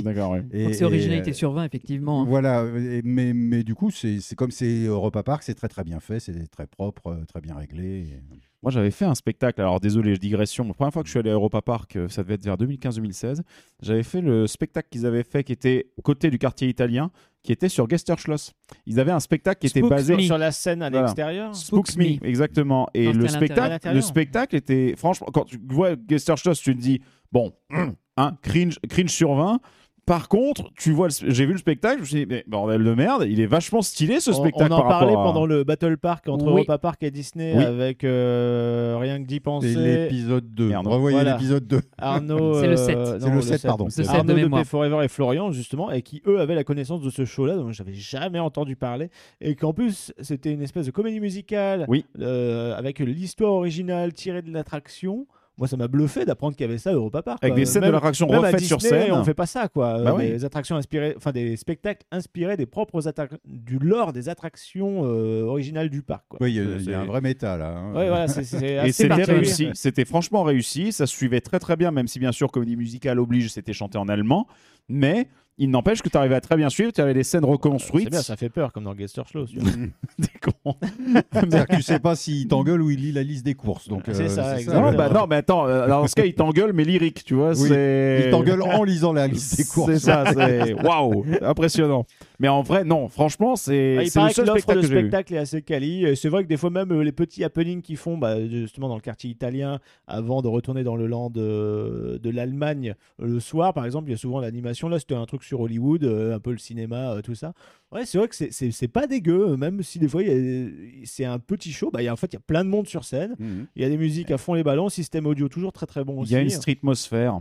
Speaker 4: ça D'accord, ouais.
Speaker 2: Et-
Speaker 1: Donc, C'est
Speaker 2: et,
Speaker 1: originalité
Speaker 2: euh,
Speaker 1: sur 20 effectivement. hein.
Speaker 2: Voilà, et- mais, mais du coup, c'est c'est comme c'est Europa Park, c'est très très bien fait, c'est très propre, euh, très bien réglé. et-
Speaker 4: Moi, j'avais fait un spectacle. Alors, désolé, je digression. mais La première fois que je suis allé à Europa Park, euh, ça devait être vers 2015-2016. J'avais fait le spectacle qu'ils avaient fait qui était côté du quartier italien, qui était sur Gesterschloss. Ils avaient un spectacle qui était
Speaker 1: Spooks
Speaker 4: basé
Speaker 1: Me.
Speaker 3: Sur la scène à
Speaker 4: Voilà.
Speaker 3: l'extérieur
Speaker 4: Spooks Me, exactement. Et
Speaker 1: Non, c'était à l'intérieur.
Speaker 4: le
Speaker 3: À
Speaker 4: spectacle,
Speaker 3: l'intérieur.
Speaker 4: le spectacle était franchement quand tu vois Gesterschloss, tu te dis bon, hum, hein, cringe, cringe sur 20. Par contre, tu vois, le sp- j'ai vu le spectacle, je me suis dit mais bordel de merde, il est vachement stylé ce
Speaker 3: On-
Speaker 4: spectacle.
Speaker 3: On en
Speaker 4: par rapport
Speaker 3: parlait
Speaker 4: à-
Speaker 3: pendant le Battle Park entre
Speaker 1: Oui.
Speaker 3: Europa Park et Disney
Speaker 4: Oui.
Speaker 3: avec euh, rien que d'y
Speaker 2: Et
Speaker 3: penser.
Speaker 2: l'épisode 2.
Speaker 4: Merde.
Speaker 2: Revoyez
Speaker 3: Voilà.
Speaker 2: l'épisode 2.
Speaker 3: Arnaud,
Speaker 1: C'est le
Speaker 3: euh,
Speaker 1: sept.
Speaker 3: non,
Speaker 2: C'est le sept, pardon.
Speaker 1: C'est le sept.
Speaker 3: Arnaud
Speaker 1: de
Speaker 3: de,
Speaker 1: mémoire.
Speaker 3: Pay Forever et Florian justement et qui eux avaient la connaissance de ce show-là dont j'avais jamais entendu parler et qu'en plus c'était une espèce de comédie musicale
Speaker 4: Oui.
Speaker 3: euh, avec l'histoire originale tirée de l'attraction. Moi ça m'a bluffé d'apprendre qu'il y avait ça à Europa Park.
Speaker 4: avec
Speaker 3: quoi.
Speaker 4: des scènes
Speaker 3: euh, Même-
Speaker 4: de l'attraction
Speaker 3: même à
Speaker 4: refaites sur
Speaker 3: Disney,
Speaker 4: scène.
Speaker 3: On fait pas ça quoi.
Speaker 4: Bah
Speaker 3: Euh,
Speaker 4: oui.
Speaker 3: Des attractions inspirées, enfin des spectacles inspirés des propres attra- du lore des attractions euh, originales du parc quoi.
Speaker 2: Oui, il y a- il y,
Speaker 4: C'est-
Speaker 2: a un vrai métal. Là, hein.
Speaker 3: Ouais, voilà, c'est-
Speaker 4: [LAUGHS]
Speaker 3: c'est
Speaker 4: Et
Speaker 3: assez
Speaker 4: c'était
Speaker 3: particulier.
Speaker 4: réussi, c'était franchement réussi, ça se suivait très très bien, même si bien sûr comédie musicale oblige, c'était chanté en allemand, mais il n'empêche que tu arrivais à très bien suivre, tu avais les scènes
Speaker 3: C'est
Speaker 4: reconstruites. [LAUGHS]
Speaker 3: bien, ça fait peur comme dans Gaster Show.
Speaker 4: T'es con.
Speaker 2: C'est-à-dire que tu sais pas s'il t'engueule ou il lit la liste des courses. Donc,
Speaker 3: C'est ça,
Speaker 4: Non,
Speaker 3: exactement.
Speaker 4: bah, non, mais attends, euh, dans ce cas, il t'engueule, mais lyrique, tu vois.
Speaker 2: Oui,
Speaker 4: c'est... [LAUGHS]
Speaker 2: Il t'engueule en lisant la liste des courses.
Speaker 4: C'est ça, c'est waouh, impressionnant. Mais en vrai, non, franchement, c'est,
Speaker 3: Ah, il
Speaker 4: c'est le
Speaker 3: paraît que
Speaker 4: seul
Speaker 3: l'offre
Speaker 4: spectacle
Speaker 3: de
Speaker 4: que j'ai vu.
Speaker 3: spectacle est assez quali. Et C'est vrai que des fois même euh, les petits happenings qu'ils font, bah, justement dans le quartier italien, avant de retourner dans le land euh, de l'Allemagne euh, le soir, par exemple, il y a souvent l'animation. Là, c'était un truc sur Hollywood, euh, un peu le cinéma, euh, tout ça. Ouais, c'est vrai que c'est- c'est c'est pas dégueu, euh, même si des fois il y a- c'est un petit show. Bah, il y a, en fait, il y a plein de monde sur scène.
Speaker 2: Mhm.
Speaker 3: Il y a des musiques à fond les ballons, système audio toujours très très bon
Speaker 4: Il
Speaker 3: aussi.
Speaker 4: y
Speaker 3: hein.
Speaker 4: a une streetmosphère.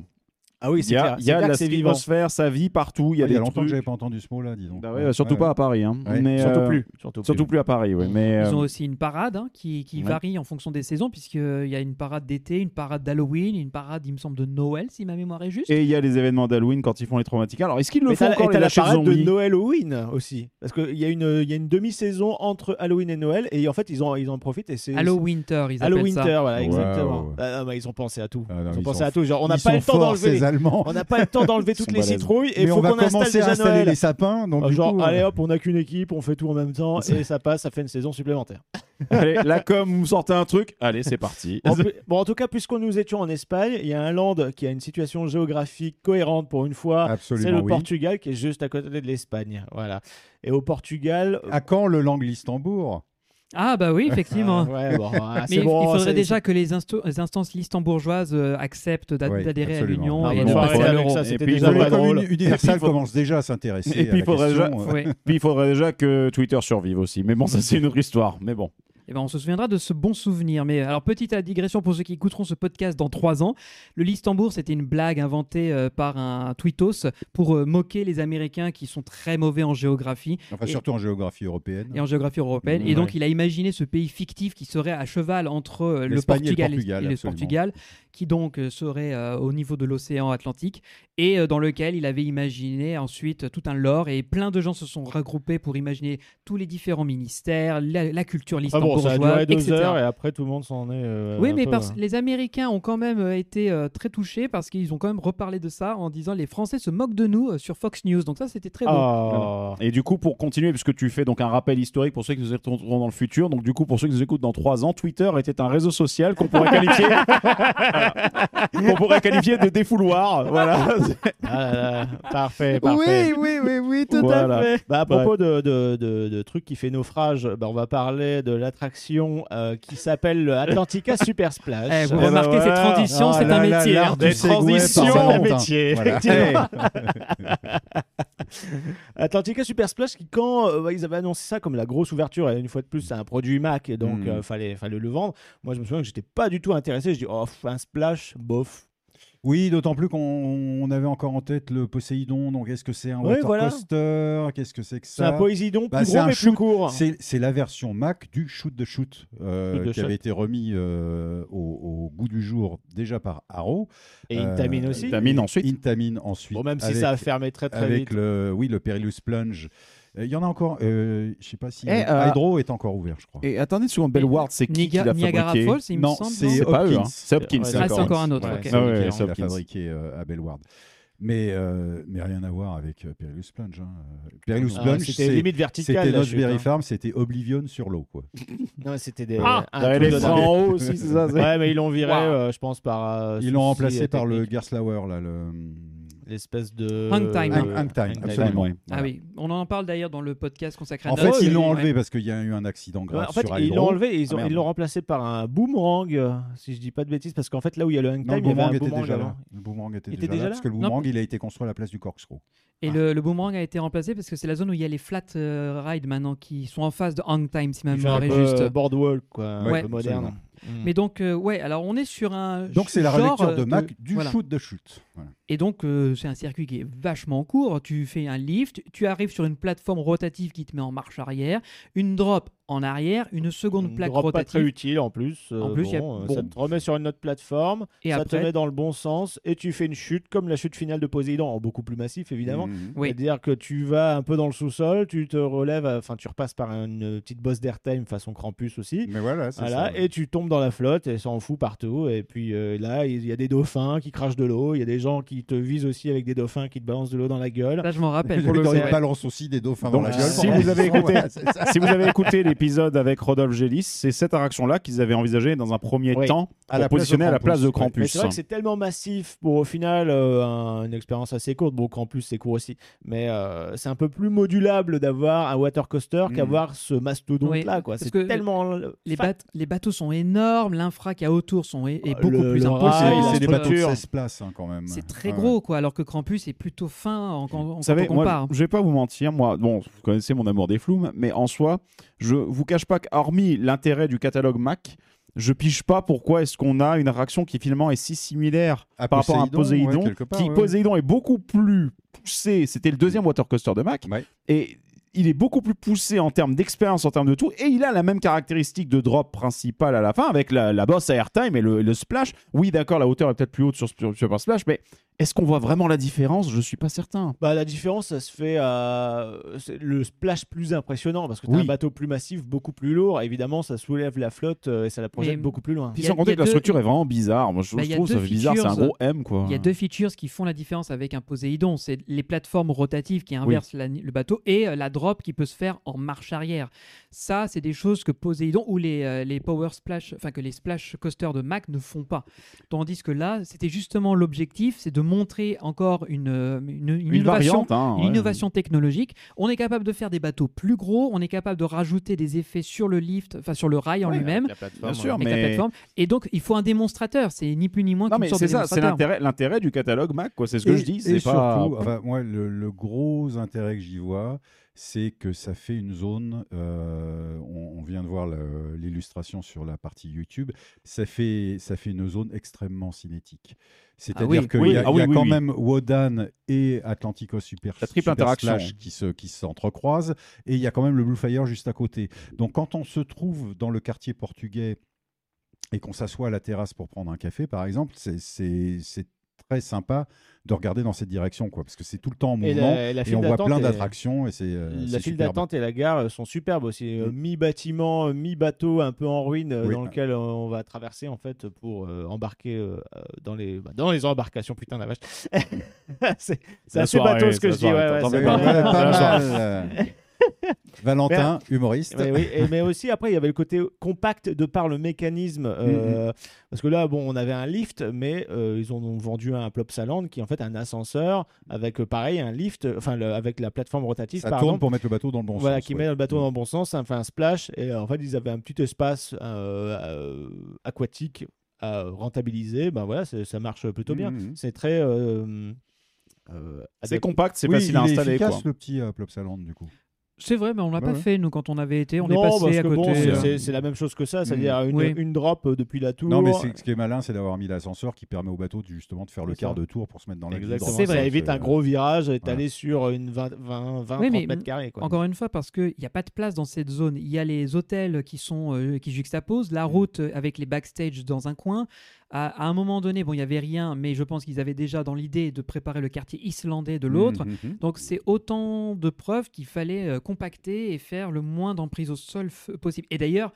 Speaker 3: Ah oui,
Speaker 4: Il
Speaker 3: c'est
Speaker 4: y a,
Speaker 3: clair.
Speaker 4: il y
Speaker 3: c'est
Speaker 4: a
Speaker 3: clair
Speaker 4: la
Speaker 3: que c'est vivant.
Speaker 4: streetmosphère, ça vit partout. Il y a
Speaker 2: Ah,
Speaker 4: des
Speaker 2: longtemps que
Speaker 4: trucs.
Speaker 2: j'avais pas entendu ce mot-là, dis donc.
Speaker 4: Bah ouais, surtout
Speaker 2: Ouais,
Speaker 4: pas
Speaker 2: ouais.
Speaker 4: à Paris. hein.
Speaker 2: Ouais.
Speaker 4: Mais,
Speaker 3: Surtout
Speaker 4: euh,
Speaker 3: plus. Surtout plus.
Speaker 4: Surtout plus à Paris, oui. Mais,
Speaker 1: Ils ont
Speaker 4: euh,
Speaker 1: aussi une parade hein, qui, qui
Speaker 4: ouais.
Speaker 1: varie en fonction des saisons, puisqu'il y a une parade d'été, une parade d'Halloween, une parade, il me semble, de Noël, si ma mémoire est juste.
Speaker 4: Et il y a les événements d'Halloween quand ils font les traumatiques. Alors, est-ce qu'ils le
Speaker 3: Mais
Speaker 4: font
Speaker 3: t'as la-
Speaker 4: encore
Speaker 3: et
Speaker 4: les
Speaker 3: t'as la
Speaker 4: lâchers
Speaker 3: parade de
Speaker 4: zombies
Speaker 3: Noël Halloween aussi. Parce qu'il y a une, il y a une demi-saison entre Halloween et Noël. Et en fait, ils en, ils en profitent. Et c'est,
Speaker 1: Halloween Winter, ils
Speaker 3: c'est-
Speaker 1: appellent
Speaker 3: Halloween
Speaker 1: ça.
Speaker 3: Winter, voilà,
Speaker 2: Ouais,
Speaker 3: exactement.
Speaker 2: ouais, ouais.
Speaker 3: Ah, non, mais ils ont pensé à tout.
Speaker 2: Ah, non,
Speaker 3: ils ont
Speaker 2: ils
Speaker 3: pensé
Speaker 2: sont-
Speaker 3: à tout. Genre, on n'a
Speaker 2: Ils
Speaker 3: pas
Speaker 2: sont
Speaker 3: le temps
Speaker 2: forts,
Speaker 3: d'enlever.
Speaker 2: ces
Speaker 3: les-
Speaker 2: Allemands.
Speaker 3: On n'a pas le temps d'enlever toutes
Speaker 4: sont
Speaker 3: les
Speaker 4: balèzes.
Speaker 3: citrouilles. Et
Speaker 2: mais
Speaker 3: faut
Speaker 2: on va
Speaker 3: qu'on installe
Speaker 2: commencer à
Speaker 3: déjà
Speaker 2: installer
Speaker 3: Noël.
Speaker 2: les sapins. Donc,
Speaker 3: Ah,
Speaker 2: du
Speaker 3: Genre,
Speaker 2: coup,
Speaker 3: allez
Speaker 2: euh,
Speaker 3: hop, on n'a qu'une équipe, on fait tout en même temps. Et ça passe, ça fait une saison
Speaker 2: [LAUGHS]
Speaker 3: supplémentaire.
Speaker 4: [LAUGHS] Allez, là, comme vous me sortez un truc, allez, c'est parti.
Speaker 3: En plus- bon, en tout cas, puisqu'on nous étions en Espagne, il y a un land qui a une situation géographique cohérente pour une fois. C'est
Speaker 2: Absolument,
Speaker 3: le
Speaker 2: oui.
Speaker 3: Portugal qui est juste à côté de l'Espagne. Voilà. Et au Portugal.
Speaker 2: À quand le langue Listembourg
Speaker 1: Ah bah oui, effectivement.
Speaker 3: Ouais, bon,
Speaker 1: [LAUGHS]
Speaker 3: ah,
Speaker 1: Mais
Speaker 3: c'est
Speaker 1: il-
Speaker 3: bon,
Speaker 1: il faudrait
Speaker 3: c'est-
Speaker 1: déjà que les, insto- les instances listembourgeoises euh, acceptent d'a-
Speaker 2: Oui,
Speaker 1: d'adhérer à
Speaker 2: absolument.
Speaker 1: l'Union
Speaker 2: Ah,
Speaker 1: et
Speaker 3: bah,
Speaker 2: bon,
Speaker 1: de
Speaker 2: faut
Speaker 1: passer
Speaker 2: arrêter
Speaker 1: à
Speaker 4: avec
Speaker 1: l'euro.
Speaker 4: ça,
Speaker 3: c'était
Speaker 4: Et puis,
Speaker 3: déjà
Speaker 4: ils
Speaker 2: La
Speaker 3: pas
Speaker 4: ont-
Speaker 3: drôle.
Speaker 2: commune
Speaker 4: Et puis, il
Speaker 2: universelle
Speaker 4: faut-
Speaker 2: commence déjà à s'intéresser.
Speaker 4: Et puis,
Speaker 2: à la
Speaker 4: il faudrait
Speaker 2: question,
Speaker 4: déjà-
Speaker 2: euh,
Speaker 1: Ouais.
Speaker 4: Puis [LAUGHS] il faudrait déjà que Twitter survive aussi. Mais bon, ça, c'est une autre histoire. Mais bon.
Speaker 1: Eh ben, on se souviendra de ce bon souvenir. Mais alors, petite digression pour ceux qui écouteront ce podcast dans trois ans. Le Listembourg, c'était une blague inventée euh, par un tweetos pour euh, moquer les Américains qui sont très mauvais en géographie
Speaker 2: Enfin,
Speaker 1: Et-
Speaker 2: surtout en géographie européenne.
Speaker 1: et en géographie européenne.
Speaker 4: Mmh,
Speaker 1: et donc,
Speaker 4: ouais.
Speaker 1: il a imaginé ce pays fictif qui serait à cheval entre euh, le
Speaker 2: L'Espagne et le
Speaker 1: Portugal et-
Speaker 2: Portugal,
Speaker 1: et le
Speaker 2: absolument.
Speaker 1: Portugal, qui donc euh, serait euh, au niveau de l'océan Atlantique et euh, dans lequel il avait imaginé ensuite euh, tout un lore. Et plein de gens se sont regroupés pour imaginer tous les différents ministères, la, la culture
Speaker 3: Ah bon,
Speaker 1: listembourgeoise,
Speaker 3: ça a duré deux
Speaker 1: etc.
Speaker 3: heures et après tout le monde s'en est. euh,
Speaker 1: Oui,
Speaker 3: un
Speaker 1: mais
Speaker 3: peu,
Speaker 1: parce
Speaker 3: euh.
Speaker 1: les Américains ont quand même euh, été euh, très touchés parce qu'ils ont quand même reparlé de ça en disant les Français se moquent de nous euh, sur Fox News. Donc ça, c'était très beau.
Speaker 3: Ah.
Speaker 4: Et du coup, pour continuer, puisque tu fais donc un rappel historique pour ceux qui nous écouteront dans le futur, donc du coup, pour ceux qui nous écoutent dans trois ans, Twitter était un réseau social qu'on [LAUGHS] pourrait qualifier, Voilà. qu'on pourrait qualifier de défouloir. Voilà.
Speaker 3: Ah là là, parfait, parfait.
Speaker 4: oui, oui, oui, tout
Speaker 3: Voilà. Bah, à
Speaker 4: Ouais.
Speaker 3: propos de, de, de, de trucs qui fait naufrage, bah, on va parler de l'attraction euh, qui s'appelle le Atlantica Super Splash.
Speaker 1: Eh, vous
Speaker 4: ben
Speaker 1: remarquez
Speaker 4: voilà.
Speaker 1: ces transitions,
Speaker 2: Ah
Speaker 1: c'est
Speaker 2: là
Speaker 1: un
Speaker 2: là,
Speaker 1: métier.
Speaker 2: l'art
Speaker 1: hein.
Speaker 2: du segway par
Speaker 4: transitions,
Speaker 2: Valentin.
Speaker 3: métier,
Speaker 2: Voilà.
Speaker 3: Atlantica Super Splash qui quand euh, bah, ils avaient annoncé ça comme la grosse ouverture et une fois de plus c'est un produit Mac et donc
Speaker 2: Mm.
Speaker 3: euh, fallait fallait le vendre. Moi je me souviens que j'étais pas du tout intéressé, je dis oh pff, un splash bof.
Speaker 2: Oui, d'autant plus qu'on on avait encore en tête le Poséidon. Donc, est-ce que c'est un
Speaker 3: Ouais,
Speaker 2: water
Speaker 3: voilà.
Speaker 2: coaster Qu'est-ce que c'est que
Speaker 3: C'est
Speaker 2: ça
Speaker 3: un Poésidon
Speaker 2: Bah,
Speaker 3: plus
Speaker 2: c'est
Speaker 3: gros
Speaker 2: un
Speaker 3: mais plus
Speaker 2: shoot.
Speaker 3: court.
Speaker 2: C'est c'est la version Mac du shoot the shoot, euh,
Speaker 3: Shoot the
Speaker 2: qui
Speaker 3: shoot.
Speaker 2: avait été remis euh, au, au goût du jour déjà par Arrow.
Speaker 3: Et
Speaker 2: Euh,
Speaker 3: Intamin aussi.
Speaker 4: Tamine ensuite.
Speaker 2: Intamin ensuite.
Speaker 3: Bon, même si
Speaker 2: avec-
Speaker 3: ça a fermé très très
Speaker 2: avec
Speaker 3: vite.
Speaker 2: le oui le Perilous Plunge. Euh, Il y en a encore. euh, je sais pas si
Speaker 4: Eh, euh,
Speaker 2: Hydro est encore ouvert, je crois.
Speaker 4: Et attendez une seconde, Bellward, c'est qui qui
Speaker 1: Niaga-
Speaker 4: l'a
Speaker 1: Niagara
Speaker 4: fabriqué
Speaker 1: Falls, il me
Speaker 2: Non,
Speaker 1: semble.
Speaker 2: c'est-
Speaker 1: non
Speaker 4: C'est pas eux, hein.
Speaker 2: Hopkins.
Speaker 4: c'est Hopkins.
Speaker 3: Ouais,
Speaker 1: Ah, c'est encore un autre.
Speaker 3: Ouais,
Speaker 1: ok.
Speaker 2: C'est
Speaker 4: Ah ouais,
Speaker 2: Nicky Hopkins
Speaker 4: c'est
Speaker 2: qui l'a
Speaker 4: Hopkins.
Speaker 2: fabriqué euh, à Bellward. Mais, euh, mais rien à voir avec euh, Perilous Plunge. hein. Euh, Perilous
Speaker 3: Ah,
Speaker 2: Plunge,
Speaker 3: C'était
Speaker 2: c'est-
Speaker 3: limite vertical.
Speaker 2: c'était
Speaker 3: la
Speaker 2: notre
Speaker 3: chute, hein.
Speaker 2: Berry Farm, c'était Oblivion sur l'eau. quoi.
Speaker 3: Non, c'était des.
Speaker 1: Ah,
Speaker 3: un
Speaker 4: T'avais
Speaker 3: tout
Speaker 4: les
Speaker 3: dedans.
Speaker 4: seins en haut aussi, c'est [LAUGHS] ça. c'est-
Speaker 3: Ouais, mais ils l'ont viré,
Speaker 1: Wow.
Speaker 3: euh, je pense, par. euh,
Speaker 2: Ils l'ont
Speaker 3: souci,
Speaker 2: remplacé
Speaker 3: euh,
Speaker 2: par le
Speaker 3: technique.
Speaker 2: Gerslauer, là, le
Speaker 3: L'espèce de. euh,
Speaker 1: Hang time.
Speaker 2: Hang-
Speaker 1: Hang-
Speaker 2: Hang Time,
Speaker 3: Hang
Speaker 2: absolument.
Speaker 4: ouais.
Speaker 1: Ah oui, Ah on en parle d'ailleurs dans le podcast consacré à
Speaker 2: En
Speaker 1: Noël.
Speaker 2: fait, ils l'ont
Speaker 1: Ouais.
Speaker 2: enlevé parce qu'il y a eu un accident
Speaker 3: Ouais,
Speaker 2: grave
Speaker 3: en fait,
Speaker 2: sur
Speaker 3: ils
Speaker 2: Algro.
Speaker 3: l'ont enlevé, et ils ont-
Speaker 4: Ah, merde.
Speaker 3: ils l'ont remplacé par un boomerang, euh, si je dis pas de bêtises, parce qu'en fait, là où il y a le hang
Speaker 2: Non,
Speaker 3: time,
Speaker 2: le
Speaker 3: il y avait
Speaker 2: boomerang
Speaker 3: un
Speaker 2: était
Speaker 3: boomerang
Speaker 2: déjà
Speaker 3: avant.
Speaker 2: là. Le boomerang était,
Speaker 3: Il
Speaker 2: déjà, là, parce que le
Speaker 1: Non.
Speaker 2: boomerang, il a été construit à la place du corkscrew.
Speaker 1: Et le, le boomerang a été remplacé parce que c'est la zone où il y a les flat euh, rides maintenant qui sont en face de Hang Time, si ma
Speaker 3: Il fait un
Speaker 1: mémoire est
Speaker 3: peu
Speaker 1: juste.
Speaker 3: euh, boardwalk, quoi, un
Speaker 1: Ouais.
Speaker 3: peu moderne. Mm.
Speaker 1: Mais donc, euh, ouais, alors on est sur un.
Speaker 2: Donc, c'est la
Speaker 1: genre,
Speaker 2: relecture
Speaker 1: euh,
Speaker 2: de Mac du
Speaker 1: voilà.
Speaker 2: shoot de chute. Voilà.
Speaker 1: Et donc, euh, c'est un circuit qui est vachement court. Tu fais un lift, tu arrives sur une plateforme rotative qui te met en marche arrière, une drop en arrière, une seconde
Speaker 3: Une
Speaker 1: plaque
Speaker 3: drop pas très
Speaker 1: rotative.
Speaker 3: utile en plus. euh,
Speaker 1: En plus, il y a-
Speaker 3: bon, euh,
Speaker 1: bon.
Speaker 3: ça te remet sur une autre plateforme,
Speaker 1: Et
Speaker 3: ça te
Speaker 1: après,
Speaker 3: met dans le bon sens et tu fais une chute comme la chute finale de Poséidon, en beaucoup plus massif
Speaker 2: Mhm.
Speaker 3: évidemment.
Speaker 1: Mm. Oui.
Speaker 3: C'est-à-dire que tu vas un peu dans le sous-sol, tu te relèves, euh, enfin tu repasses par une petite bosse d'airtime façon Krampus aussi.
Speaker 2: Mais voilà, c'est ça.
Speaker 3: Voilà,
Speaker 2: [LAUGHS]
Speaker 3: et tu tombes dans la flotte et s'en fout partout. Et puis euh, là, il y a des dauphins qui crachent de l'eau, il y a des gens qui te visent aussi avec des dauphins qui te balancent de l'eau dans la gueule.
Speaker 1: là, je m'en
Speaker 3: [LAUGHS]
Speaker 1: rappelle.
Speaker 2: Pour le
Speaker 1: C'est vrai.
Speaker 2: balance aussi des dauphins
Speaker 4: Donc,
Speaker 2: dans la gueule.
Speaker 4: si
Speaker 2: pendant
Speaker 4: vous avez
Speaker 2: [LAUGHS] qu'ils sont-
Speaker 4: écouté-
Speaker 2: voilà, c'est ça.
Speaker 4: si vous avez écouté l'épisode avec Rodolphe Gélis, c'est cette interaction-là qu'ils avaient envisagée dans un premier
Speaker 3: Oui.
Speaker 4: temps
Speaker 2: À
Speaker 4: pour
Speaker 2: la place de
Speaker 4: positionner à la
Speaker 2: Krampus,
Speaker 4: place de hein.
Speaker 2: ouais.
Speaker 4: Krampus.
Speaker 3: Mais c'est vrai que c'est tellement massif pour au final euh, un- une expérience assez courte. Bon, Krampus c'est court aussi, mais euh, c'est un peu plus modulable d'avoir un water coaster
Speaker 4: Mm.
Speaker 2: Mhm.
Speaker 3: qu'avoir ce mastodonte là.
Speaker 1: Oui,
Speaker 3: quoi.
Speaker 1: parce
Speaker 3: C'est
Speaker 1: que
Speaker 3: tellement
Speaker 1: Les,
Speaker 3: fat.
Speaker 1: bate- les bateaux sont énormes, l'infra qu'il y a autour sont est, est
Speaker 3: Ah,
Speaker 1: beaucoup
Speaker 3: le-
Speaker 1: plus
Speaker 3: le
Speaker 1: important.
Speaker 3: rail, Ah,
Speaker 2: c'est des bateaux de
Speaker 3: structure.
Speaker 2: 16 places hein, quand même.
Speaker 1: C'est très
Speaker 2: Ouais,
Speaker 1: gros, quoi, alors que Krampus est plutôt fin en, en,
Speaker 4: Vous
Speaker 1: quand
Speaker 4: savez,
Speaker 1: on
Speaker 4: moi,
Speaker 1: compare.
Speaker 4: je- je vais pas vous mentir, moi, bon, vous connaissez mon amour des floumes, mais en soi, je vous cache pas que, hormis l'intérêt du catalogue Mac, je pige pas pourquoi est-ce qu'on a une réaction qui finalement est si similaire
Speaker 2: À
Speaker 4: par rapport à
Speaker 2: Ah, Poséidon, ouais,
Speaker 4: Poséidon,
Speaker 2: quelque part,
Speaker 4: qui
Speaker 2: ouais.
Speaker 4: Poséidon est beaucoup plus poussé. C'était le deuxième watercoaster de Mac,
Speaker 2: Ouais.
Speaker 4: et il est beaucoup plus poussé en termes d'expérience, en termes de tout, et il a la même caractéristique de drop principal à la fin avec la, la bosse à airtime et le, le splash. Oui, d'accord, la hauteur est peut-être plus haute sur, sur, sur splash, mais est-ce qu'on voit vraiment la différence Je suis pas certain.
Speaker 3: Bah, la différence, ça se fait à c'est le splash plus impressionnant parce que t'as
Speaker 4: Oui.
Speaker 3: un bateau plus massif, beaucoup plus lourd. Évidemment, ça soulève la flotte euh, et ça la projette
Speaker 1: Mais-
Speaker 3: beaucoup plus loin.
Speaker 1: Il
Speaker 4: Puis
Speaker 1: y a-
Speaker 4: sans
Speaker 1: il y
Speaker 4: compter
Speaker 1: a
Speaker 4: que la
Speaker 1: deux-
Speaker 4: structure est vraiment bizarre. Moi, je
Speaker 1: Bah, il y
Speaker 4: je
Speaker 1: a
Speaker 4: trouve ça
Speaker 1: deux
Speaker 4: fait bizarre. C'est un
Speaker 1: features.
Speaker 4: gros M, quoi.
Speaker 1: Il y a deux features qui font la différence avec un Poséidon. C'est les plateformes rotatives qui inversent la- le bateau et euh, la drop qui peut se faire en marche arrière. Ça, c'est des choses que Poséidon ou les, euh, les Power Splash, enfin que les Splash Coasters de Mac ne font pas. Tandis que là, c'était justement l'objectif, c'est de montrer encore une, euh, une- une
Speaker 4: Une,
Speaker 1: innovation.
Speaker 4: variante, hein,
Speaker 1: une
Speaker 4: ouais.
Speaker 1: innovation technologique. On est capable de faire des bateaux plus gros, on est capable de rajouter des effets sur le lift, enfin sur le rail en
Speaker 4: Ouais,
Speaker 1: lui-même,
Speaker 3: La plateforme,
Speaker 4: Bien sûr,
Speaker 1: avec la
Speaker 4: mais-
Speaker 1: plateforme. Et donc, il faut un démonstrateur. C'est ni plus ni moins
Speaker 4: Non,
Speaker 1: qu'une
Speaker 4: mais
Speaker 1: sorte
Speaker 4: c'est
Speaker 1: de
Speaker 4: ça, c'est
Speaker 1: démonstrateur.
Speaker 4: l'intérêt, l'intérêt du catalogue Mac, quoi. C'est ce que
Speaker 2: et,
Speaker 4: je dis.
Speaker 2: et
Speaker 4: C'est pas.
Speaker 2: surtout,
Speaker 1: euh,
Speaker 2: enfin, moi, le, le gros intérêt que j'y vois, c'est que ça fait une zone. euh, on, on vient de voir le- l'illustration sur la partie YouTube. Ça fait, ça fait une zone extrêmement cinétique. C'est-à-dire
Speaker 1: oui.
Speaker 2: qu'il
Speaker 4: Oui,
Speaker 2: y a,
Speaker 4: ah
Speaker 2: il y a
Speaker 4: oui, oui,
Speaker 2: quand
Speaker 4: oui.
Speaker 2: même Wodan et Atlantico Super,
Speaker 4: La triple
Speaker 2: Super
Speaker 4: interaction.
Speaker 2: Slash qui se qui s'entrecroisent et il y a quand même le Blue Fire juste à côté. Donc quand on se trouve dans le quartier portugais et qu'on s'assoit à la terrasse pour prendre un café, par exemple, c'est- c'est c'est très sympa de regarder dans cette direction, quoi, parce que c'est tout le temps en
Speaker 3: Et
Speaker 2: mouvement
Speaker 3: la, la
Speaker 2: et,
Speaker 3: file
Speaker 2: on voit
Speaker 3: d'attente
Speaker 2: plein
Speaker 3: est-
Speaker 2: d'attractions et c'est euh,
Speaker 3: La
Speaker 2: c'est
Speaker 3: file
Speaker 2: superbe.
Speaker 3: d'attente et la gare euh, sont superbes aussi. Euh,
Speaker 2: Mm.
Speaker 3: Mi-bâtiment, euh, mi-bateau un peu en ruine euh,
Speaker 2: Oui.
Speaker 3: dans lequel euh, on va traverser en fait pour euh, embarquer euh, euh, dans, les, bah, dans les embarcations. Putain, la vache. [LAUGHS] c'est c'est
Speaker 4: La
Speaker 3: assez
Speaker 4: soirée,
Speaker 3: bateau ce que
Speaker 4: la
Speaker 3: je dis.
Speaker 4: soirée,
Speaker 3: ouais, ouais,
Speaker 4: t'entends
Speaker 3: c'est
Speaker 4: bien.
Speaker 2: Ah, Ouais,
Speaker 3: vrai. [LAUGHS]
Speaker 2: ouais, pas
Speaker 4: Bonsoir.
Speaker 2: mal. euh, Valentin, humoriste.
Speaker 3: Mais, oui, et- mais aussi, après, il y avait le côté compact de par le mécanisme. euh, Parce que là, bon, on avait un lift, mais euh, ils ont ont vendu un Plopsaland qui est en fait un ascenseur avec, euh, pareil, un lift, enfin, le- avec la plateforme rotative.
Speaker 2: Ça
Speaker 3: pardon.
Speaker 2: tourne pour mettre le bateau dans le bon
Speaker 3: voilà,
Speaker 2: sens.
Speaker 3: qui
Speaker 2: ouais.
Speaker 3: met le
Speaker 1: Mm.
Speaker 3: bateau dans le bon sens, ça fait un splash, et euh, en fait, ils avaient un petit espace euh, euh, aquatique à rentabiliser. Ben voilà, c'est- ça marche plutôt
Speaker 1: Mm.
Speaker 3: bien.
Speaker 2: Mhm.
Speaker 3: C'est très. euh, euh,
Speaker 4: C'est
Speaker 3: adapté.
Speaker 4: compact, c'est
Speaker 2: Oui,
Speaker 4: facile à
Speaker 2: il est
Speaker 4: installer,
Speaker 2: efficace
Speaker 4: quoi.
Speaker 2: le petit euh, Plopsaland du coup.
Speaker 1: C'est vrai, mais on l'a
Speaker 2: Ouais,
Speaker 1: pas
Speaker 2: ouais.
Speaker 1: fait, nous, quand on avait été. On
Speaker 3: non,
Speaker 1: est passé
Speaker 3: parce
Speaker 1: à
Speaker 3: que
Speaker 1: côté.
Speaker 3: bon, c'est-
Speaker 1: euh, Mm.
Speaker 3: c'est c'est la même chose que ça, c'est-à-dire une,
Speaker 1: Oui.
Speaker 3: une drop depuis la tour.
Speaker 2: Non, mais c'est- ce qui est malin, c'est d'avoir mis l'ascenseur qui permet au bateau de- justement de faire le
Speaker 3: C'est ça.
Speaker 2: quart de tour pour se mettre dans la
Speaker 3: Exactement.
Speaker 1: C'est
Speaker 3: ça
Speaker 1: vrai.
Speaker 3: évite un gros virage et t'es
Speaker 2: Voilà.
Speaker 3: allé sur une 20, 20, 20
Speaker 1: Oui, mais
Speaker 3: 30 mètres carrés. Quoi.
Speaker 1: Encore une fois, parce qu'il n'y a pas de place dans cette zone. Il y a les hôtels qui, sont, euh, qui juxtaposent,
Speaker 3: Mm.
Speaker 1: la route euh, avec les backstage dans un coin. À, à un moment donné, bon, il n'y avait rien, mais je pense qu'ils avaient déjà dans l'idée de préparer le quartier islandais
Speaker 3: Mm.
Speaker 1: de l'autre.
Speaker 4: Mmh,
Speaker 1: Donc c'est autant de preuves qu'il fallait euh, compacter et faire le moins d'emprise au sol f- possible. Et d'ailleurs,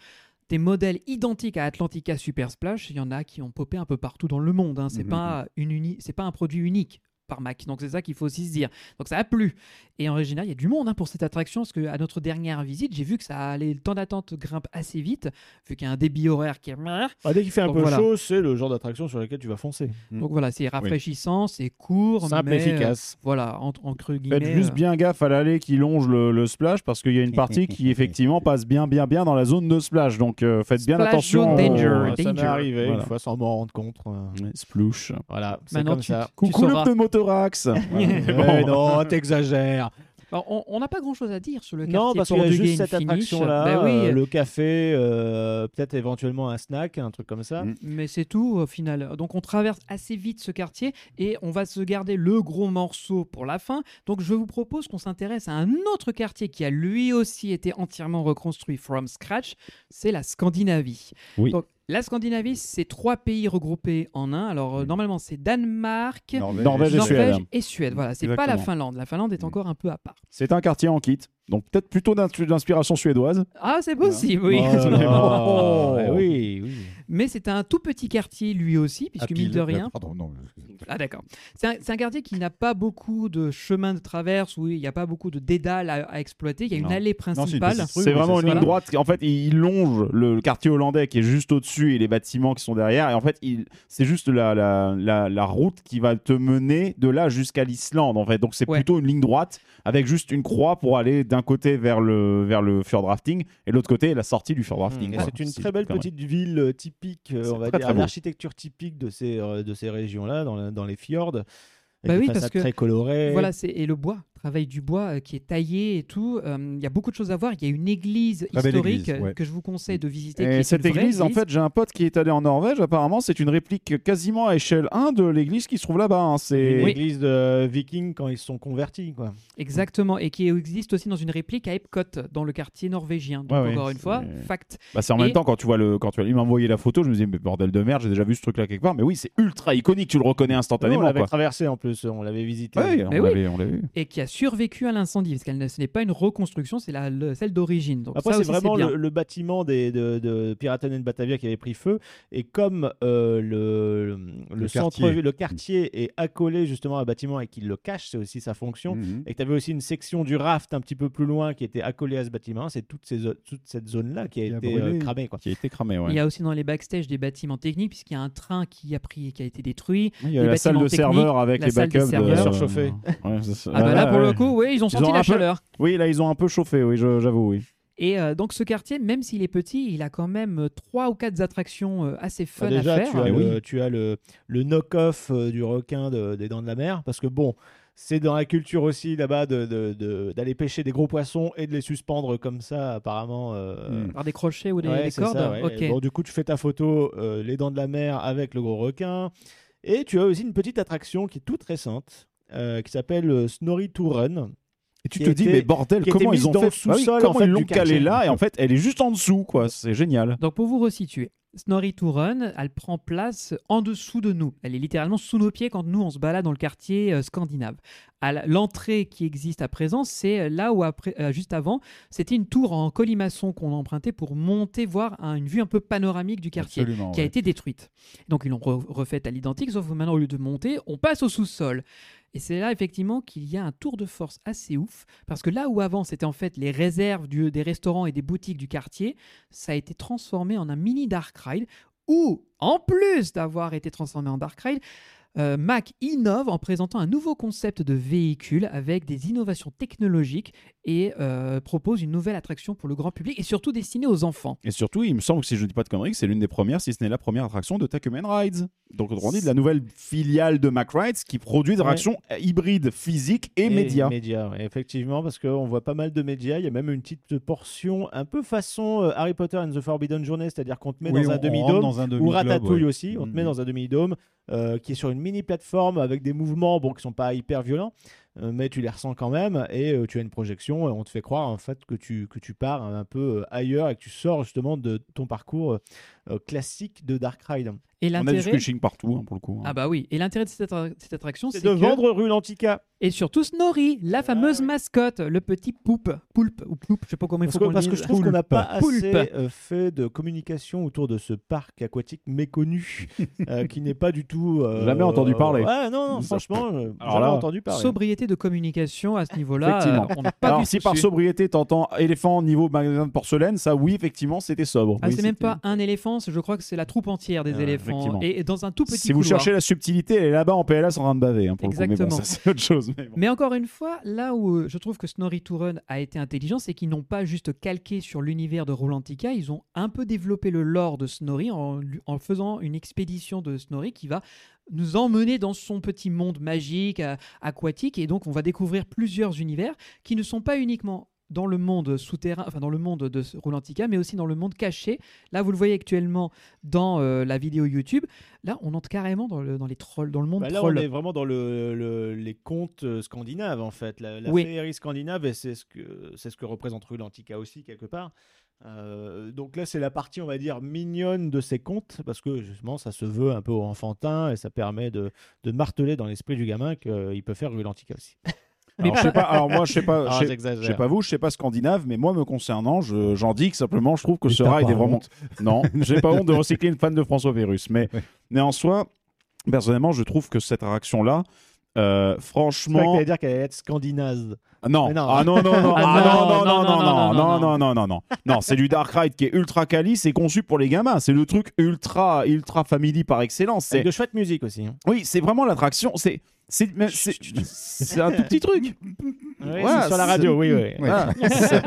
Speaker 1: des modèles identiques à Atlantica
Speaker 3: Mmh,
Speaker 1: Super Splash, il y en a qui ont popé un peu partout dans le monde. hein. C'est
Speaker 2: Mhm,
Speaker 1: pas une uni- c'est pas un produit unique. par Mac. Donc c'est ça qu'il faut aussi se dire. Donc ça a plu. Et en général, il y a du monde hein, pour cette attraction, parce qu'à notre dernière visite, j'ai vu que ça allait, le temps d'attente grimpe assez vite, vu qu'il y a un débit horaire qui est...
Speaker 3: Ah, dès qu'il fait un
Speaker 1: Donc
Speaker 3: peu
Speaker 1: voilà.
Speaker 3: chaud, c'est le genre d'attraction sur laquelle tu vas foncer.
Speaker 1: Donc voilà, c'est rafraîchissant, c'est court,
Speaker 3: Mmh. Simple
Speaker 1: mais... euh,
Speaker 3: et efficace.
Speaker 1: Voilà, entre, entre guillemets...
Speaker 4: Faites juste
Speaker 1: euh,
Speaker 4: bien gaffe à l'allée qui longe le, le splash parce qu'il y a une
Speaker 1: [LAUGHS]
Speaker 4: partie qui effectivement passe bien bien bien dans la zone de splash. Donc euh, faites bien
Speaker 1: Splash
Speaker 4: attention.
Speaker 1: zone danger.
Speaker 3: Oh, ça m'est
Speaker 1: danger.
Speaker 3: arrivé
Speaker 4: Voilà.
Speaker 3: une fois sans m'en rendre compte. euh,
Speaker 4: Ouais, Splouche.
Speaker 3: Voilà, c'est
Speaker 1: Maintenant,
Speaker 3: comme
Speaker 1: tu,
Speaker 3: ça.
Speaker 1: tu
Speaker 4: Coucou le
Speaker 1: sauras. [LAUGHS]
Speaker 4: pneumothorax.
Speaker 3: Ouais,
Speaker 4: Bon.
Speaker 3: non, t'exagères.
Speaker 1: Alors, Bah, on- on n'a pas grand-chose à dire sur le quartier
Speaker 3: Non, parce qu'il y a
Speaker 1: Portugais
Speaker 3: juste cette
Speaker 1: Infinish.
Speaker 3: attraction-là,
Speaker 1: Ben oui,
Speaker 3: euh, le café, euh, peut-être éventuellement un snack, un truc comme ça.
Speaker 2: Mm.
Speaker 1: Mais c'est tout au final. Donc on traverse assez vite ce quartier et on va se garder le gros morceau pour la fin. Donc je vous propose qu'on s'intéresse à un autre quartier qui a lui aussi été entièrement reconstruit from scratch, c'est la Scandinavie.
Speaker 4: Oui.
Speaker 1: Donc la Scandinavie, c'est trois pays regroupés en un. Alors euh,
Speaker 2: Mm.
Speaker 1: normalement c'est Danemark,
Speaker 2: Norvège,
Speaker 4: Norvège et
Speaker 1: Norvège
Speaker 4: Suède.
Speaker 1: et Suède. Voilà, c'est pas la
Speaker 4: Exactement.
Speaker 1: Finlande. La Finlande est
Speaker 2: Mm.
Speaker 1: encore un peu à part.
Speaker 4: C'est un quartier en kit. Donc peut-être plutôt d'ins- d'inspiration suédoise.
Speaker 1: Ah, c'est possible, oui. [LAUGHS]
Speaker 3: Oh là là.
Speaker 4: Oh.
Speaker 3: Eh oui, oui.
Speaker 1: Mais c'est un tout petit quartier lui aussi,
Speaker 2: à
Speaker 1: puisque mine
Speaker 2: pile.
Speaker 1: de rien,
Speaker 2: Pardon, non.
Speaker 1: Ah d'accord. C'est un, c'est un quartier qui n'a pas beaucoup de chemin de traverse, où il n'y a pas beaucoup de dédales à, à exploiter. Il y a une
Speaker 2: Non.
Speaker 1: allée
Speaker 2: Non, c'est une
Speaker 1: principale.
Speaker 2: petite rue,
Speaker 4: c'est
Speaker 2: oui,
Speaker 4: vraiment
Speaker 2: ça,
Speaker 4: une ligne
Speaker 2: voilà.
Speaker 4: droite. En fait, il longe le, le quartier hollandais qui est juste au-dessus et les bâtiments qui sont derrière. Et en fait, il- c'est juste la, la, la, la route qui va te mener de là jusqu'à l'Islande. En fait, donc c'est
Speaker 1: Ouais.
Speaker 4: plutôt une ligne droite avec juste une croix pour aller d'un côté vers le vers le fjordrafting et de l'autre côté la sortie du
Speaker 3: Et
Speaker 4: fjordrafting.
Speaker 3: Mm. C'est une très belle petite ville euh, typique, euh,
Speaker 4: C'est
Speaker 3: on va
Speaker 4: très,
Speaker 3: dire,
Speaker 4: très beau.
Speaker 3: l'architecture typique de ces, euh, de ces régions-là, dans, la- dans les fjords. Avec
Speaker 1: Bah
Speaker 3: des
Speaker 1: oui, parce
Speaker 3: façades
Speaker 1: que-
Speaker 3: très colorées.
Speaker 1: Voilà, c'est et le bois, travail du bois euh, qui est taillé et tout. Euh, Il y a beaucoup de choses à voir. Il y a une église
Speaker 2: Très belle
Speaker 1: historique
Speaker 2: église, ouais.
Speaker 1: que je vous conseille de visiter. qui
Speaker 4: Et
Speaker 1: est
Speaker 4: cette
Speaker 1: une vraie
Speaker 4: église, en fait, j'ai un pote qui est allé en Norvège. Apparemment, c'est une réplique quasiment à échelle 1 de l'église qui se trouve là-bas. hein. C'est
Speaker 3: Une
Speaker 1: Oui.
Speaker 3: église de vikings quand ils se sont convertis. Quoi.
Speaker 1: exactement, et qui existe aussi dans une réplique à Epcot, dans le quartier norvégien. Donc
Speaker 4: Ouais, ouais,
Speaker 1: encore une fois,
Speaker 4: c'est-
Speaker 1: fact.
Speaker 4: Bah, c'est en même
Speaker 1: Et-
Speaker 4: temps quand tu vois le quand tu vois- il m'a envoyé la photo, je me disais mais bordel de merde, j'ai déjà vu ce truc là quelque part. Mais oui, c'est ultra iconique, tu le reconnais
Speaker 3: Nous, on
Speaker 1: Oh,
Speaker 4: instantanément
Speaker 3: l'avait
Speaker 4: quoi.
Speaker 3: traversé en plus, on l'avait visité.
Speaker 4: Ouais, on
Speaker 1: Mais Ah oui.
Speaker 4: l'avait on l'avait vu.
Speaker 1: et qui a survécu à l'incendie, parce qu'elle ne- ce n'est pas une reconstruction, c'est la- le- celle d'origine. Donc
Speaker 3: Après,
Speaker 1: ça
Speaker 3: c'est
Speaker 1: aussi,
Speaker 3: vraiment
Speaker 1: bien.
Speaker 3: le, le bâtiment des, de, de Piraten and Batavia qui avait pris feu. Et comme euh, le, le,
Speaker 2: Le
Speaker 3: centre,
Speaker 2: quartier.
Speaker 3: le quartier est accolé justement à un bâtiment et qu'il le cache, c'est aussi sa
Speaker 4: Mm.
Speaker 3: fonction.
Speaker 2: Mhm.
Speaker 3: Et tu avais aussi une section du raft un petit peu plus loin qui était accolée à ce bâtiment. C'est toute, ces, zo- toute cette zone-là qui a
Speaker 2: Qui a
Speaker 3: été
Speaker 2: brûlé.
Speaker 3: euh, cramée. Quoi.
Speaker 4: Qui a été cramé
Speaker 1: Il
Speaker 4: ouais.
Speaker 1: y a aussi dans les backstage des bâtiments techniques, puisqu'il y a un train qui a pris, qui a été détruit.
Speaker 4: Il y a
Speaker 1: les
Speaker 4: la salle de
Speaker 1: bâtiments
Speaker 4: serveur avec
Speaker 1: la
Speaker 4: les
Speaker 1: salle des
Speaker 4: backups
Speaker 1: serveurs.
Speaker 4: euh,
Speaker 3: Surchauffé.
Speaker 4: ouais, c'est ça.
Speaker 1: Ah bah là, pour le
Speaker 4: ouais.
Speaker 1: coup, oui, ils ont
Speaker 4: Ils
Speaker 1: senti
Speaker 4: ont un
Speaker 1: la
Speaker 4: peu-
Speaker 1: chaleur.
Speaker 4: Oui, là ils ont un peu chauffé, oui, je- j'avoue oui.
Speaker 1: Et euh, donc ce quartier, même s'il est petit, il a quand même euh, trois ou quatre attractions euh, assez fun
Speaker 3: Bah, déjà,
Speaker 1: à faire.
Speaker 3: tu as,
Speaker 4: Eh
Speaker 3: le,
Speaker 4: oui.
Speaker 3: tu as le, le knock-off euh, du requin de- des dents de la mer. Parce que bon, c'est dans la culture aussi là-bas de- de- de- d'aller pêcher des gros poissons et de les suspendre comme ça, apparemment. euh,
Speaker 2: Mm.
Speaker 1: Par des crochets ou des,
Speaker 3: Ouais,
Speaker 1: des
Speaker 3: c'est
Speaker 1: cordes.
Speaker 3: ça, ouais.
Speaker 1: Ok.
Speaker 3: Bon, du coup, tu fais ta photo, euh, les dents de la mer avec le gros requin. Et tu as aussi une petite attraction qui est toute récente, euh, qui s'appelle euh, Snorri to Run.
Speaker 4: Et tu
Speaker 3: Qui
Speaker 4: te
Speaker 3: a
Speaker 4: dis
Speaker 3: été-
Speaker 4: mais bordel,
Speaker 3: qui a été
Speaker 4: comment
Speaker 3: mise
Speaker 4: ils ont
Speaker 3: dans le
Speaker 4: fait Bah oui,
Speaker 3: sous-sol, en
Speaker 4: comment
Speaker 3: fait,
Speaker 4: ils l'ont
Speaker 3: du quartier.
Speaker 4: calée là et en fait, elle est juste en dessous quoi, c'est génial.
Speaker 1: Donc pour vous resituer, Snorri to Run, elle prend place en dessous de nous. Elle est littéralement sous nos pieds quand nous on se balade dans le quartier euh, scandinave. À la- L'entrée qui existe à présent, c'est là où après, euh, juste avant, c'était une tour en colimaçon qu'on empruntait pour monter voir un- une vue un peu panoramique du quartier.
Speaker 2: Absolument.
Speaker 1: qui a
Speaker 2: ouais.
Speaker 1: été détruite. Donc ils l'ont re- refaite à l'identique, sauf que maintenant au lieu de monter, on passe au sous-sol. Et c'est là effectivement qu'il y a un tour de force assez ouf, parce que là où avant c'était en fait les réserves du- des restaurants et des boutiques du quartier, ça a été transformé en un mini dark ride, où en plus d'avoir été transformé en dark ride, euh, Mac innove en présentant un nouveau concept de véhicule avec des innovations technologiques et euh, propose une nouvelle attraction pour le grand public et surtout destinée aux enfants.
Speaker 4: Et surtout, il me semble que si je ne dis pas de conneries, que c'est l'une des premières, si ce n'est la première attraction de Takumen Rides. Donc, autrement dit, de la nouvelle filiale de Mac Rides qui produit des
Speaker 3: Ouais.
Speaker 4: attractions hybrides physiques et, médias.
Speaker 3: ouais, Effectivement, parce qu'on voit pas mal de médias. Il y a même une petite portion un peu façon euh, Harry Potter and the Forbidden Journey, c'est-à-dire qu'on te met
Speaker 2: Oui, on-
Speaker 3: dans
Speaker 2: on
Speaker 3: un
Speaker 2: rentre
Speaker 3: demi-dôme.
Speaker 2: dans un
Speaker 3: Ou
Speaker 2: demi-globe,
Speaker 3: Ratatouille
Speaker 2: ouais.
Speaker 3: aussi, on te met
Speaker 2: Mhm.
Speaker 3: dans un demi-dôme euh, qui est sur une mini-plateforme avec des mouvements bon, qui sont pas hyper violents, euh, mais tu les ressens quand même et euh, tu as une projection et on te fait croire en fait que tu, que tu pars un peu euh, ailleurs et que tu sors justement de ton parcours euh, euh, classique de Dark Ride.
Speaker 1: Et
Speaker 4: On a du
Speaker 1: l'intérêt.
Speaker 4: squishing partout, hein, pour le coup. hein.
Speaker 1: Ah bah oui. Et l'intérêt de cette, attra- cette attraction, c'est
Speaker 3: C'est de
Speaker 1: que-
Speaker 3: vendre rue Lantica.
Speaker 1: Et surtout Snorri, la fameuse
Speaker 3: oui.
Speaker 1: mascotte, le petit poupe, poulpe ou ploupe, je sais pas comment il
Speaker 3: Parce
Speaker 1: faut
Speaker 3: que,
Speaker 1: qu'on le
Speaker 3: parce que
Speaker 1: dise.
Speaker 3: je trouve qu'on n'a pas
Speaker 1: Poulpe.
Speaker 3: assez euh, fait de communication autour de ce parc aquatique
Speaker 1: [LAUGHS]
Speaker 3: méconnu euh, qui n'est pas du tout. euh,
Speaker 4: Jamais entendu parler.
Speaker 3: Ouais, non, non,
Speaker 4: Ça-
Speaker 3: franchement, euh,
Speaker 4: Alors
Speaker 3: jamais
Speaker 4: là,
Speaker 3: entendu parler.
Speaker 1: Sobriété de communication à ce niveau-là,
Speaker 4: Effectivement.
Speaker 1: euh, on n'a pas
Speaker 4: Alors,
Speaker 1: du
Speaker 4: si
Speaker 1: tout
Speaker 4: par
Speaker 1: su.
Speaker 4: sobriété, t'entends éléphant niveau magasin de porcelaine, ça, oui, effectivement, c'était sobre.
Speaker 1: Ah,
Speaker 4: Oui,
Speaker 1: c'est même
Speaker 4: c'était-
Speaker 1: pas un éléphant, c'est- je crois que c'est la troupe entière des
Speaker 4: Ah,
Speaker 1: éléphants.
Speaker 4: effectivement.
Speaker 1: Et et dans un tout petit
Speaker 4: Si vous
Speaker 1: couloir.
Speaker 4: cherchez la subtilité, elle est là-bas en PLS en train de baver. hein, pour le coup. Mais bon,
Speaker 1: Exactement.
Speaker 4: ça, c'est autre chose. mais bon.
Speaker 1: Mais encore une fois, là où euh, je trouve que Snorri to Run a été intelligent, c'est qu'ils n'ont pas juste calqué sur l'univers de Rolantica, ils ont un peu développé le lore de Snorri en, lui- en faisant une expédition de Snorri qui va nous emmener dans son petit monde magique, euh, aquatique, et donc on va découvrir plusieurs univers qui ne sont pas uniquement dans le monde souterrain, enfin dans le monde de Rolantica, mais aussi dans le monde caché. Là, vous le voyez actuellement dans euh, la vidéo YouTube. Là, on entre carrément dans le, dans les trolls, dans le monde
Speaker 3: Bah là, on
Speaker 1: troll.
Speaker 3: est vraiment dans le, le- les contes euh, scandinaves, en fait. La, la
Speaker 1: Oui.
Speaker 3: féerie scandinave, et c'est ce que, c'est ce que représente Rue Lantica aussi, quelque part. Euh, donc là, c'est la partie, on va dire, mignonne de ces contes, parce que justement, ça se veut un peu enfantin et ça permet de, de marteler dans l'esprit du gamin qu'il peut faire Rue Lantica aussi.
Speaker 4: Alors, je sais pas, alors moi, je sais pas,
Speaker 3: Ah,
Speaker 4: je sais-
Speaker 3: j'exagère.
Speaker 4: je sais Euh, pas vous, je sais pas scandinave, mais moi, me concernant, je- j'en dis que simplement, je trouve que
Speaker 2: Mais
Speaker 4: ce
Speaker 2: t'as
Speaker 4: ride
Speaker 2: pas
Speaker 4: est vraiment.
Speaker 2: honte.
Speaker 4: Non, j'ai pas honte de recycler une fan de François Vérus, mais,
Speaker 2: Ouais.
Speaker 4: mais en soi, personnellement, je trouve que cette réaction-là, euh,
Speaker 3: Je croyais que
Speaker 4: franchement,
Speaker 3: t'allais dire qu'elle allait être scandinave.
Speaker 4: Ah Non.
Speaker 3: Mais non.
Speaker 4: Ah non, non, non,
Speaker 1: Ah
Speaker 4: ah non,
Speaker 1: non,
Speaker 4: non, non, non, non,
Speaker 1: non,
Speaker 4: non, non, non, non. Non, c'est du Dark Ride qui est ultra quali, c'est conçu pour les gamins. C'est le truc ultra, ultra family par excellence.
Speaker 3: Avec
Speaker 4: C'est,
Speaker 3: de chouettes musiques aussi. hein.
Speaker 4: oui, c'est vraiment l'attraction. C'est, c'est, mais c'est, c'est un tout petit truc.
Speaker 3: Ouais,
Speaker 4: Voilà,
Speaker 3: c'est sur la
Speaker 4: c'est-
Speaker 3: radio, oui, oui.
Speaker 2: Ouais.
Speaker 1: Ah.
Speaker 4: Voilà. C'est-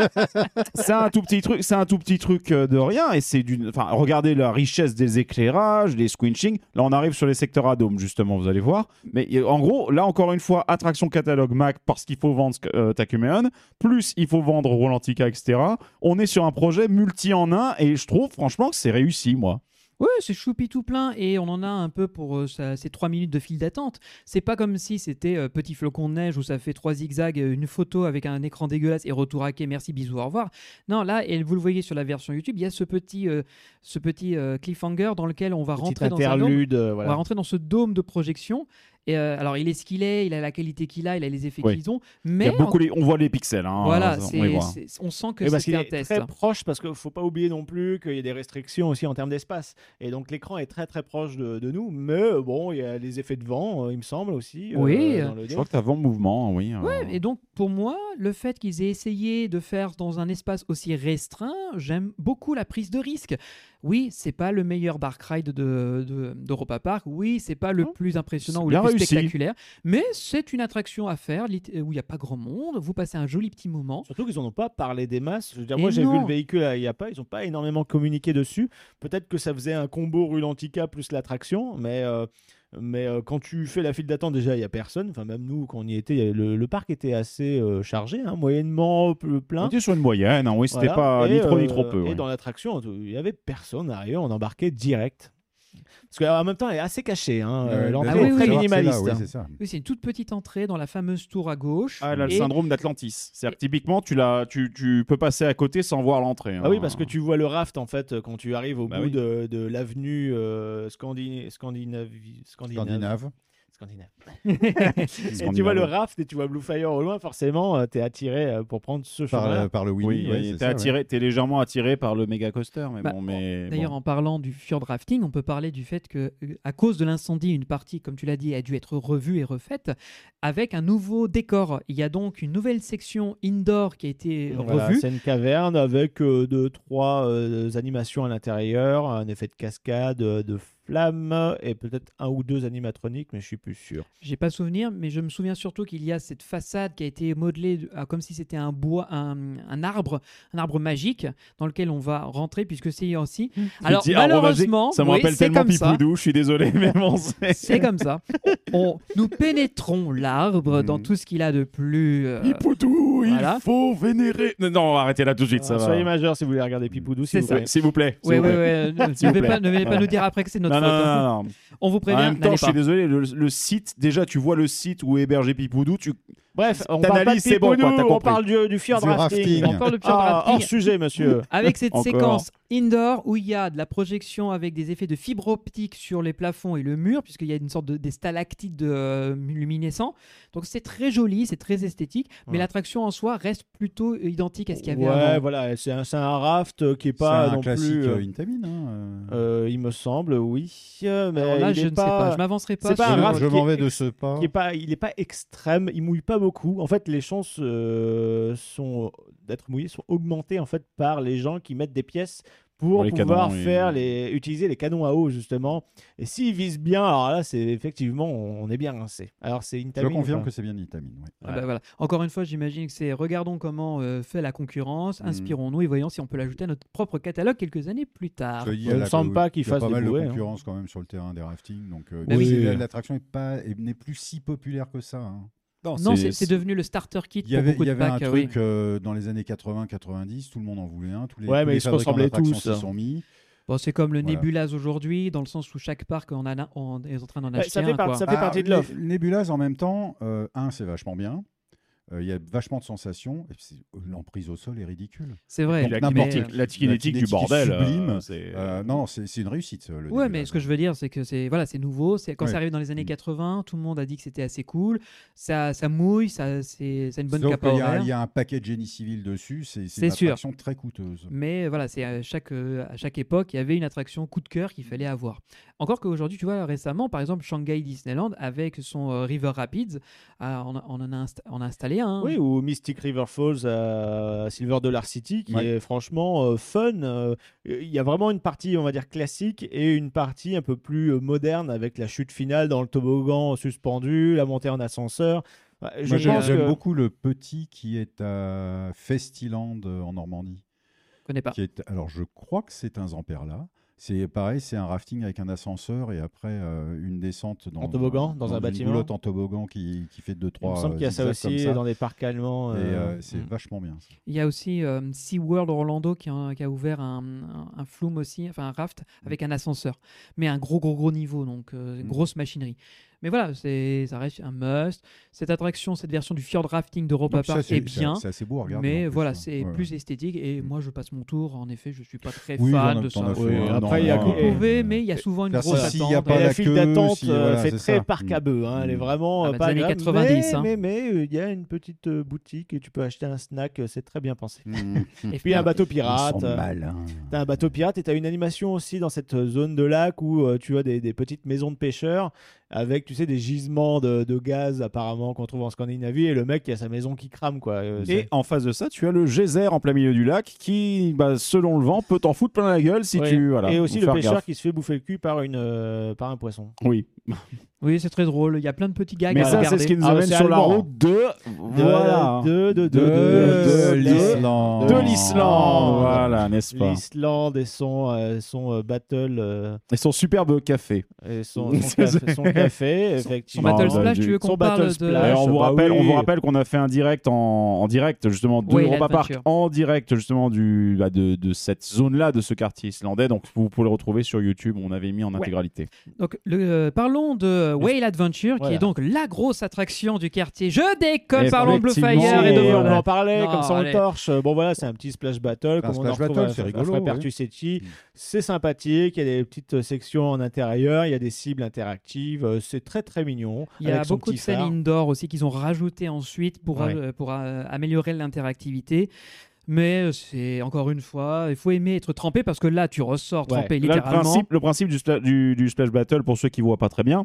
Speaker 4: [LAUGHS] c'est un tout petit truc, c'est un tout petit truc euh, de rien. Et c'est d'une, enfin, regardez la richesse des éclairages, des squinching. Là, on arrive sur les secteurs à dôme, justement. Vous allez voir. Mais euh, en gros, là encore une fois, attraction catalogue Mac parce qu'il faut vendre euh, Takumeon, plus il faut vendre Rolantica, etc. On est sur un projet multi en un, et je trouve franchement que c'est réussi, moi.
Speaker 1: Ouais, c'est choupi tout plein et on en a un peu pour euh, ça- ces trois minutes de file d'attente. C'est pas comme si c'était euh, petit flocon de neige où ça fait trois zigzags, euh, une photo avec un écran dégueulasse et retour à quai, merci, bisous, au revoir. Non, là, et vous le voyez sur la version YouTube, il y a ce petit, euh, ce petit euh, cliffhanger dans lequel on va
Speaker 3: Petite
Speaker 1: rentrer dans un dôme.
Speaker 3: interlude, euh,
Speaker 1: On va
Speaker 3: voilà.
Speaker 1: rentrer dans ce dôme de projection. Et euh, alors, il est ce qu'il est, il a la qualité qu'il a, il a les effets
Speaker 4: Oui.
Speaker 1: qu'ils ont,
Speaker 4: Il y
Speaker 1: mais
Speaker 4: a beaucoup les- on voit les pixels. hein,
Speaker 1: voilà,
Speaker 4: on
Speaker 1: c'est-
Speaker 4: les voit.
Speaker 1: c'est- on sent que
Speaker 3: Et parce
Speaker 1: c'est
Speaker 3: qu'il
Speaker 1: un
Speaker 3: est
Speaker 1: test. hein.
Speaker 3: très proche, parce qu'il ne faut pas oublier non plus qu'il y a des restrictions aussi en termes d'espace. Et donc l'écran est très très proche de, de nous, mais euh, bon, il y a les effets de vent, euh, il me semble aussi. euh,
Speaker 1: Oui.
Speaker 3: dans le
Speaker 4: Je
Speaker 3: dos.
Speaker 4: crois que t'as vent mouvement, oui. euh,
Speaker 1: Ouais, et donc pour moi, le fait qu'ils aient essayé de faire dans un espace aussi restreint, j'aime beaucoup la prise de risque. Oui, c'est pas le meilleur dark ride de- de- d'Europa Park. Oui, c'est pas le
Speaker 4: Non,
Speaker 1: plus impressionnant
Speaker 4: c'est
Speaker 1: ou le
Speaker 4: bien
Speaker 1: plus
Speaker 4: réussi.
Speaker 1: spectaculaire. Mais c'est une attraction à faire lit- où il n'y a pas grand monde. Vous passez un joli petit moment.
Speaker 3: Surtout qu'ils n'en ont pas parlé des masses. Je veux dire,
Speaker 1: Et
Speaker 3: moi j'ai vu
Speaker 1: non.
Speaker 3: le véhicule à Iapa, ils n'ont pas énormément communiqué dessus. Peut-être que ça faisait un combo Rulantica plus l'attraction, mais, euh, mais euh, quand tu fais la file d'attente, déjà il n'y a personne. Enfin, même nous, quand on y était, il y avait- le, le parc était assez euh, chargé, hein, moyennement euh, plein.
Speaker 4: On était sur une moyenne, hein, oui, c'était
Speaker 3: Voilà.
Speaker 4: pas ni
Speaker 3: Et,
Speaker 4: trop ni
Speaker 3: euh,
Speaker 4: trop peu.
Speaker 3: Et
Speaker 4: ouais.
Speaker 3: dans l'attraction, il y avait personne arrière, on embarquait direct. Parce qu'en même temps, elle est assez cachée. Hein. euh,
Speaker 2: Ouais,
Speaker 3: L'entrée
Speaker 1: d'accord.
Speaker 3: est
Speaker 1: Ah
Speaker 3: très
Speaker 1: oui, oui.
Speaker 3: minimaliste.
Speaker 2: Oui,
Speaker 3: hein.
Speaker 2: c'est ça.
Speaker 1: Oui, c'est une toute petite entrée dans la fameuse tour à gauche.
Speaker 4: Ah, elle a le
Speaker 1: Et-
Speaker 4: syndrome d'Atlantis. C'est-à-dire que typiquement, tu, l'as- tu, tu peux passer à côté sans voir l'entrée. hein.
Speaker 3: Ah oui, parce que tu vois le raft en fait quand tu arrives au
Speaker 4: Bah
Speaker 3: bout
Speaker 4: oui.
Speaker 3: de, de l'avenue euh, Scandinavie- Scandinavie- Scandinave.
Speaker 2: Scandinave.
Speaker 3: Scandinave. Et
Speaker 4: Scandinave.
Speaker 3: tu vois le raft et tu vois Blue Fire au loin, forcément, euh, t'es attiré euh, pour prendre ce
Speaker 2: Par,
Speaker 3: chemin.
Speaker 2: euh, par le Winnie.
Speaker 4: Oui,
Speaker 2: ouais,
Speaker 4: oui,
Speaker 2: c'est
Speaker 4: t'es
Speaker 2: ça, ouais.
Speaker 4: attiré, t'es légèrement attiré par le méga coaster, mais
Speaker 1: Bah,
Speaker 4: bon, mais
Speaker 1: D'ailleurs,
Speaker 4: bon.
Speaker 1: en parlant du fjord rafting, on peut parler du fait que, euh, à cause de l'incendie, une partie, comme tu l'as dit, a dû être revue et refaite avec un nouveau décor. Il y a donc une nouvelle section indoor qui a été euh,
Speaker 3: Voilà,
Speaker 1: revue.
Speaker 3: c'est une caverne avec euh, deux, trois euh, animations à l'intérieur, un effet de cascade, euh, de flammes et peut-être un ou deux animatroniques, mais je suis plus sûr.
Speaker 1: J'ai pas souvenir, mais je me souviens surtout qu'il y a cette façade qui a été modelée de- ah, comme si c'était un bois, un, un arbre, un arbre magique dans lequel on va rentrer puisque c'est aussi.
Speaker 4: Tu
Speaker 1: Alors
Speaker 4: te dis, ah,
Speaker 1: malheureusement,
Speaker 4: Roger, ça me
Speaker 1: oui,
Speaker 4: rappelle
Speaker 1: c'est
Speaker 4: tellement
Speaker 1: comme ça.
Speaker 4: Pipoudou, je suis désolé, mais bon, c'est-
Speaker 1: C'est comme
Speaker 4: [LAUGHS]
Speaker 1: ça. On, nous pénétrons l'arbre dans
Speaker 4: Hmm.
Speaker 2: Mhm.
Speaker 1: tout ce qu'il a de plus. euh,
Speaker 4: Pipoudou,
Speaker 1: Voilà.
Speaker 4: il faut vénérer. Non, Non, arrêtez là tout de suite, ça
Speaker 3: Alors,
Speaker 4: va.
Speaker 3: soyez majeur si vous voulez regarder Pipoudou, si
Speaker 1: C'est
Speaker 3: vous
Speaker 1: ça.
Speaker 3: voulez.
Speaker 4: Ouais, S'il vous plaît. s'il
Speaker 1: Ouais,
Speaker 4: vous
Speaker 1: ouais,
Speaker 4: plaît.
Speaker 1: ouais, euh, ne-
Speaker 4: S'il
Speaker 1: Ne
Speaker 4: vous
Speaker 1: venez
Speaker 4: plaît.
Speaker 1: pas, ne venez pas
Speaker 4: Ouais.
Speaker 1: nous dire après que c'est notre
Speaker 4: Non, non,
Speaker 1: faute. hein.
Speaker 4: non, non, non.
Speaker 1: On vous prévient.
Speaker 4: en même temps,
Speaker 1: n'allez
Speaker 4: je suis
Speaker 1: pas.
Speaker 4: désolé, le, le site, déjà, tu vois le site où héberger Pipoudou, tu...
Speaker 3: Bref, on
Speaker 4: T'analyses,
Speaker 3: parle pas de
Speaker 4: c'est bon, quoi,
Speaker 3: pipoudou,
Speaker 4: t'as
Speaker 3: on
Speaker 4: compris.
Speaker 3: parle du, du fjord
Speaker 2: Du
Speaker 3: rafting.
Speaker 2: rafting.
Speaker 1: On parle de pure
Speaker 3: Ah, hors
Speaker 1: drafting.
Speaker 3: sujet, monsieur.
Speaker 1: Avec cette
Speaker 4: [LAUGHS] Encore.
Speaker 1: séquence indoor où il y a de la projection avec des effets de fibre optique sur les plafonds et le mur, puisqu'il y a une sorte de des stalactites de, euh, luminescents. Donc c'est très joli, c'est très esthétique, mais
Speaker 3: Ouais.
Speaker 1: l'attraction en soi reste plutôt identique à ce qu'il y avait
Speaker 3: ouais,
Speaker 1: avant.
Speaker 3: voilà, c'est un, c'est un raft euh, qui est
Speaker 2: C'est
Speaker 3: pas
Speaker 2: un
Speaker 3: non
Speaker 2: classique
Speaker 3: plus. euh,
Speaker 2: euh, Intamin. hein, euh.
Speaker 3: euh, il me semble, oui. euh, Mais
Speaker 1: Alors là,
Speaker 3: il
Speaker 1: je
Speaker 3: est
Speaker 1: ne sais pas, je m'avancerai pas.
Speaker 3: c'est pas
Speaker 1: sur-
Speaker 3: un
Speaker 2: Je-
Speaker 3: raft
Speaker 2: je
Speaker 3: qui
Speaker 2: m'en
Speaker 3: est
Speaker 2: vais de ce pas.
Speaker 3: qui est pas, il n'est pas extrême, il mouille pas beaucoup. En fait, les chances euh, sont d'être mouillés sont augmentées en fait par les gens qui mettent des pièces pour
Speaker 4: Pour les
Speaker 3: pouvoir
Speaker 4: canons, oui.
Speaker 3: faire les, utiliser les canons à eau justement. Et s'ils visent bien, alors là, c'est effectivement, on est bien rincé. Alors c'est une
Speaker 2: Je confirme que c'est bien Intamin. oui.
Speaker 1: Ah bah voilà. Encore une fois, j'imagine que c'est regardons comment euh, fait la concurrence,
Speaker 4: Hmm.
Speaker 2: Mhm.
Speaker 1: inspirons-nous et voyons si on peut l'ajouter à notre propre catalogue quelques années plus tard.
Speaker 2: Je dis,
Speaker 3: il
Speaker 2: elle
Speaker 3: me
Speaker 2: a-
Speaker 3: semble pas qu'il
Speaker 2: il y a
Speaker 3: fasse
Speaker 2: pas
Speaker 3: des
Speaker 2: mal
Speaker 3: bouées,
Speaker 2: de
Speaker 3: hein.
Speaker 2: concurrence quand même sur le terrain des raftings. Donc, euh,
Speaker 1: Mais oui.
Speaker 2: c'est- l'attraction n'est pas- est- n'est plus si populaire que ça. hein.
Speaker 1: Non, c'est c'est devenu le starter kit
Speaker 2: Il y avait,
Speaker 1: pour beaucoup
Speaker 2: il y
Speaker 1: de
Speaker 2: avait un
Speaker 1: packs. euh, oui.
Speaker 2: truc euh, dans les années 80-90, tout le monde en voulait un. Tous les,
Speaker 3: Ouais,
Speaker 2: tous
Speaker 3: mais
Speaker 2: les
Speaker 3: ils se
Speaker 2: fabricants
Speaker 3: ressemblaient
Speaker 2: d'attractions
Speaker 3: tous. hein.
Speaker 2: s'y sont mis.
Speaker 1: Bon, c'est comme le
Speaker 2: Voilà.
Speaker 1: Nebulas aujourd'hui, dans le sens où chaque parc en a, en- est en train d'en
Speaker 3: Ouais,
Speaker 1: acheter
Speaker 3: ça fait
Speaker 1: un,
Speaker 3: par-
Speaker 1: quoi.
Speaker 3: ça fait
Speaker 2: Ah,
Speaker 3: partie de
Speaker 2: les-
Speaker 3: l'offre.
Speaker 2: Nebulas, en même temps, euh, un, c'est vachement bien. Euh, Il y a vachement de sensations. Et puis c'est- L'emprise au sol est ridicule.
Speaker 1: C'est vrai.
Speaker 2: Donc,
Speaker 4: la
Speaker 2: n'importe
Speaker 1: mais, euh,
Speaker 4: kinétique,
Speaker 2: qui-
Speaker 4: la kinétique
Speaker 2: la
Speaker 4: du
Speaker 2: kinétique
Speaker 4: bordel.
Speaker 2: est sublime.
Speaker 4: euh, c'est-
Speaker 2: Euh, non, non, c'est c'est une réussite. euh, Le
Speaker 1: Ouais, mais
Speaker 2: Nebulas.
Speaker 1: ce que je veux dire, c'est que c'est voilà, c'est nouveau. C'est quand
Speaker 2: Ouais.
Speaker 1: c'est arrivé dans les années
Speaker 2: Mm.
Speaker 1: 80, tout le monde a dit que c'était assez cool. Ça, ça mouille, ça, c'est, ça a une bonne
Speaker 2: Sauf
Speaker 1: capa
Speaker 2: qu'il y a-
Speaker 1: horaire.
Speaker 2: Il y a un paquet de génie civil dessus. C'est c'est
Speaker 1: C'est
Speaker 2: une
Speaker 1: sûr.
Speaker 2: attraction très coûteuse.
Speaker 1: Mais voilà, c'est à chaque, euh, à chaque époque, il y avait une attraction coup de cœur qu'il fallait avoir. Encore qu'aujourd'hui, tu vois, récemment, par exemple, Shanghai Disneyland, avec son euh, River Rapids, a- on, a- on en a, insta- on a installé un. hein.
Speaker 3: Oui, ou Mystic River Falls à Silver Dollar City, qui
Speaker 2: Ouais.
Speaker 3: est franchement euh, fun. Euh, Il y a vraiment une partie, on va dire, classique et une partie un peu plus euh, moderne avec la chute finale dans le toboggan suspendu, la montée en ascenseur. Ouais, Je
Speaker 2: Moi, j'aime
Speaker 3: pense
Speaker 2: j'aime
Speaker 3: que-
Speaker 2: beaucoup le petit qui est à Festiland euh, en Normandie.
Speaker 1: Je connais pas.
Speaker 2: qui est- alors je crois que c'est un Zamperla. C'est pareil, c'est un rafting avec un ascenseur et après euh, une descente dans,
Speaker 3: En toboggan, dans un
Speaker 2: une
Speaker 3: bâtiment.
Speaker 2: goulotte en toboggan qui, qui fait deux
Speaker 3: Il
Speaker 2: trois.
Speaker 3: me semble
Speaker 2: euh,
Speaker 3: qu'il y a ça
Speaker 2: zigzags comme
Speaker 3: aussi
Speaker 2: ça.
Speaker 3: dans des parcs allemands.
Speaker 2: Et,
Speaker 3: euh,
Speaker 2: euh, c'est
Speaker 1: mm.
Speaker 2: vachement bien. ça.
Speaker 1: Il y a aussi euh, SeaWorld Orlando qui a, qui a ouvert un, un, un flume aussi, enfin un raft avec un ascenseur. Mais un gros, gros, gros niveau, donc euh,
Speaker 2: Mm.
Speaker 1: grosse machinerie. Mais voilà, c'est, ça reste un must. Cette attraction, cette version du fjord rafting d'Europa
Speaker 2: Non, puis ça,
Speaker 1: Park
Speaker 2: c'est-
Speaker 1: est bien.
Speaker 2: c'est- C'est assez beau à regarder. en
Speaker 1: Mais
Speaker 2: plus,
Speaker 1: voilà,
Speaker 2: hein.
Speaker 1: c'est
Speaker 2: Ouais.
Speaker 1: plus esthétique et
Speaker 2: Mm.
Speaker 1: moi je passe mon tour. En effet, je suis pas très
Speaker 2: Oui,
Speaker 1: fan
Speaker 2: j'en ai-
Speaker 1: de
Speaker 2: t'en
Speaker 1: ça.
Speaker 2: as fait
Speaker 3: Oui,
Speaker 2: un
Speaker 3: après, il y a-
Speaker 2: énorme,
Speaker 1: Vous
Speaker 3: et-
Speaker 1: pouvez,
Speaker 2: euh,
Speaker 1: mais il y a souvent une
Speaker 2: Faire
Speaker 1: grosse
Speaker 2: ceci, il
Speaker 1: attente.
Speaker 2: y a pas
Speaker 3: et
Speaker 2: la
Speaker 3: la file
Speaker 2: queue,
Speaker 3: d'attente
Speaker 2: si,
Speaker 3: euh,
Speaker 2: voilà,
Speaker 3: fait
Speaker 2: c'est
Speaker 3: très
Speaker 2: ça.
Speaker 3: parc à
Speaker 2: Mm.
Speaker 3: bœufs. hein, Elle est
Speaker 2: Mm.
Speaker 3: vraiment
Speaker 1: Ah
Speaker 3: euh,
Speaker 1: bah,
Speaker 3: pas
Speaker 1: des années
Speaker 3: agréable.
Speaker 1: 90, hein.
Speaker 3: Mais mais, euh, il y a une petite euh, boutique et tu peux acheter un snack. euh, C'est très bien pensé.
Speaker 2: Mm.
Speaker 1: Et
Speaker 3: Puis un bateau
Speaker 2: Ils
Speaker 3: pirate.
Speaker 2: sont
Speaker 3: euh,
Speaker 2: malins.
Speaker 3: T'as un bateau pirate et t'as une animation aussi dans cette zone de lac où euh, tu as des, des petites maisons de pêcheurs avec, tu sais, des gisements de, de gaz apparemment qu'on trouve en Scandinavie et le mec qui a sa maison qui crame quoi. Euh,
Speaker 4: Et
Speaker 3: c'est-
Speaker 4: en face de ça, tu as le geyser en plein milieu du lac qui, bah, selon le vent, peut t'en foutre plein la gueule si
Speaker 3: Ouais.
Speaker 4: tu. Voilà,
Speaker 3: Et aussi
Speaker 4: faut
Speaker 3: le
Speaker 4: faire
Speaker 3: pêcheur
Speaker 4: gaffe.
Speaker 3: qui se fait bouffer le cul par, une, euh, par un poisson.
Speaker 4: Oui.
Speaker 1: Oui, c'est très drôle. Il y a plein de petits gags
Speaker 4: Mais
Speaker 1: à
Speaker 4: ça,
Speaker 1: regarder.
Speaker 4: c'est ce qui nous
Speaker 3: Ah,
Speaker 4: amène
Speaker 3: c'est
Speaker 4: sur la
Speaker 3: allemand.
Speaker 4: route de. Voilà.
Speaker 3: De, de, de, de,
Speaker 2: De
Speaker 4: de-
Speaker 2: l'Islande.
Speaker 4: De l'Islande. Voilà, n'est-ce pas
Speaker 3: L'Islande et son, euh, son euh, battle, euh,
Speaker 4: Et son superbe café.
Speaker 3: et son, [LAUGHS] son café, son café,
Speaker 1: Son
Speaker 3: effectivement.
Speaker 1: Battle
Speaker 2: bah,
Speaker 4: Non,
Speaker 1: Splash,
Speaker 4: du-
Speaker 1: tu veux
Speaker 3: son
Speaker 1: qu'on parle
Speaker 3: Battle
Speaker 1: de.
Speaker 3: Splash.
Speaker 4: Et on, vous
Speaker 3: bah
Speaker 4: rappelle,
Speaker 3: oui.
Speaker 4: on vous rappelle qu'on a fait un direct en, en direct justement de
Speaker 1: Whale
Speaker 4: Europa Park
Speaker 1: Adventure.
Speaker 4: en direct justement du, bah, de, de cette zone-là, de ce quartier islandais. Donc vous pouvez le retrouver sur YouTube, on avait mis en intégralité.
Speaker 1: Donc, le, euh, parlons de Whale Adventure, qui
Speaker 3: Voilà.
Speaker 1: est donc la grosse attraction du quartier. Je déconne, parlons de Blue
Speaker 4: Effectivement.
Speaker 1: Fire et de
Speaker 4: Et
Speaker 3: on
Speaker 1: Voilà.
Speaker 3: en parlait,
Speaker 1: Non,
Speaker 3: comme ça on le
Speaker 1: allez.
Speaker 3: torche. Euh, Bon voilà, c'est un petit splash battle,
Speaker 2: C'est un
Speaker 3: comme on en
Speaker 2: splash
Speaker 3: retrouve euh,
Speaker 2: battle,
Speaker 3: à-
Speaker 2: c'est
Speaker 3: à
Speaker 2: rigolo,
Speaker 3: Frappertusetti.
Speaker 2: oui. Mm.
Speaker 3: C'est sympathique, il y a des petites euh, sections en intérieur, il y a des cibles interactives, euh, c'est très très mignon.
Speaker 1: Il y a
Speaker 3: avec son
Speaker 1: beaucoup de
Speaker 3: petit
Speaker 1: scènes
Speaker 3: phare.
Speaker 1: indoor aussi qu'ils ont rajouté ensuite pour,
Speaker 3: Ouais.
Speaker 1: euh, pour euh, améliorer l'interactivité. Mais euh, c'est encore une fois, il faut aimer être trempé parce que là, tu ressors
Speaker 3: Ouais.
Speaker 1: trempé
Speaker 4: Là, le
Speaker 1: littéralement.
Speaker 4: principe, le principe du, spla- du- du splash battle, pour ceux qui ne voient pas très bien,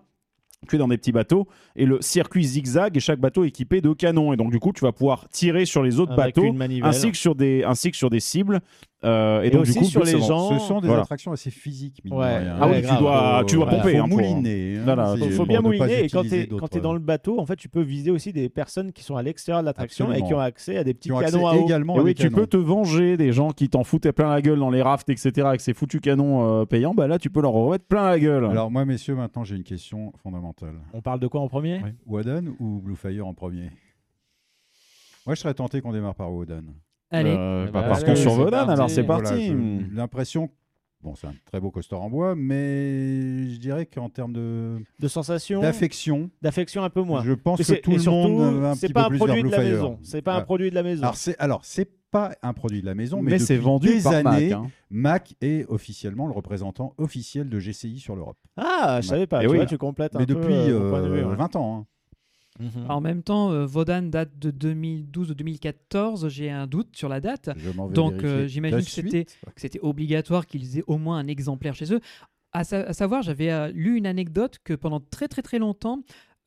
Speaker 4: tu es dans des petits bateaux et le circuit zigzag et chaque bateau est équipé de canons. Et donc, du coup, tu vas pouvoir tirer sur les autres
Speaker 3: Avec
Speaker 4: bateaux
Speaker 3: une manivelle.
Speaker 4: ainsi que, sur des, ainsi que sur des cibles. Euh, et,
Speaker 3: Et
Speaker 4: donc,
Speaker 3: aussi
Speaker 4: du coup,
Speaker 3: sur
Speaker 4: plus
Speaker 3: les
Speaker 4: ça va.
Speaker 3: gens.
Speaker 2: Ce sont des
Speaker 4: Voilà.
Speaker 2: attractions assez physiques. mine de
Speaker 3: Ouais.
Speaker 2: rien.
Speaker 4: Ah oui,
Speaker 3: Ouais,
Speaker 4: tu
Speaker 3: grave.
Speaker 4: dois,
Speaker 2: Faut-
Speaker 4: tu dois
Speaker 3: Voilà.
Speaker 4: pomper.
Speaker 2: Faut
Speaker 4: hein, pour-
Speaker 2: mouliner. hein,
Speaker 4: Voilà,
Speaker 2: c'est-
Speaker 3: Il faut
Speaker 2: pour
Speaker 3: bien
Speaker 2: ne pas
Speaker 3: mouliner et quand
Speaker 2: utiliser
Speaker 3: t'es- quand
Speaker 2: d'autres- hein.
Speaker 3: tu es dans le bateau, en fait, tu peux viser aussi des personnes qui sont à l'extérieur de l'attraction et
Speaker 2: Absolument.
Speaker 3: qui ont accès à des petits
Speaker 2: Qui ont accès
Speaker 3: canons à eau. Eh
Speaker 2: également
Speaker 4: Et
Speaker 2: à hein.
Speaker 4: oui,
Speaker 2: des
Speaker 4: tu
Speaker 2: canons.
Speaker 4: peux te venger des gens qui t'en foutaient plein la gueule dans les rafts, etc., avec ces foutus canons euh, payants. Bah là, tu peux leur remettre plein la gueule.
Speaker 2: Alors moi, messieurs, maintenant j'ai une question fondamentale.
Speaker 3: On parle de quoi en premier
Speaker 4: Ouais.
Speaker 2: Wadan ou Blue Fire en premier Moi, je serais tenté qu'on démarre par Wadan.
Speaker 1: Allez.
Speaker 4: Euh,
Speaker 3: Eh
Speaker 4: bah,
Speaker 3: ben,
Speaker 4: parce
Speaker 3: allez,
Speaker 4: qu'on
Speaker 3: c'est
Speaker 4: surveut
Speaker 3: parti.
Speaker 4: alors c'est
Speaker 3: Voilà,
Speaker 4: parti.
Speaker 2: Voilà, je- L'impression Bon, c'est un très beau costard en bois, mais je dirais qu'en termes de-
Speaker 3: De sensation,
Speaker 2: d'affection,
Speaker 3: d'affection un peu moins.
Speaker 2: je pense
Speaker 3: Et
Speaker 2: que
Speaker 3: c'est-
Speaker 2: tout
Speaker 3: et
Speaker 2: le
Speaker 3: surtout,
Speaker 2: monde va un
Speaker 3: c'est
Speaker 2: petit
Speaker 3: pas
Speaker 2: peu
Speaker 3: un
Speaker 2: plus vers
Speaker 3: produit de
Speaker 2: Blue
Speaker 3: la
Speaker 2: Fire.
Speaker 3: maison. C'est pas un
Speaker 2: Voilà.
Speaker 3: produit de la maison.
Speaker 2: Alors c'est alors c'est pas un produit de la maison, mais,
Speaker 4: mais c'est
Speaker 2: depuis
Speaker 4: vendu
Speaker 2: des
Speaker 4: par
Speaker 2: années,
Speaker 4: Mac. hein.
Speaker 2: Mac est officiellement le représentant officiel de GCI sur l'Europe.
Speaker 3: Ah, je savais pas.
Speaker 4: Et
Speaker 3: Tu
Speaker 4: oui.
Speaker 3: vois, tu complètes un
Speaker 2: Mais
Speaker 3: peu,
Speaker 2: depuis
Speaker 3: euh, mon point de vue,
Speaker 2: euh,
Speaker 3: ouais.
Speaker 2: 20 ans. hein.
Speaker 3: Mhm.
Speaker 1: En même temps, euh, Vodan date de 2012 ou 2014, j'ai un doute sur la date.
Speaker 2: Je m'en vais
Speaker 1: Donc
Speaker 2: vérifier
Speaker 1: euh,
Speaker 2: de
Speaker 1: j'imagine que
Speaker 2: suite.
Speaker 1: c'était que c'était obligatoire qu'ils aient au moins un exemplaire chez eux. À, sa- à savoir, j'avais euh, lu une anecdote que pendant très très très longtemps,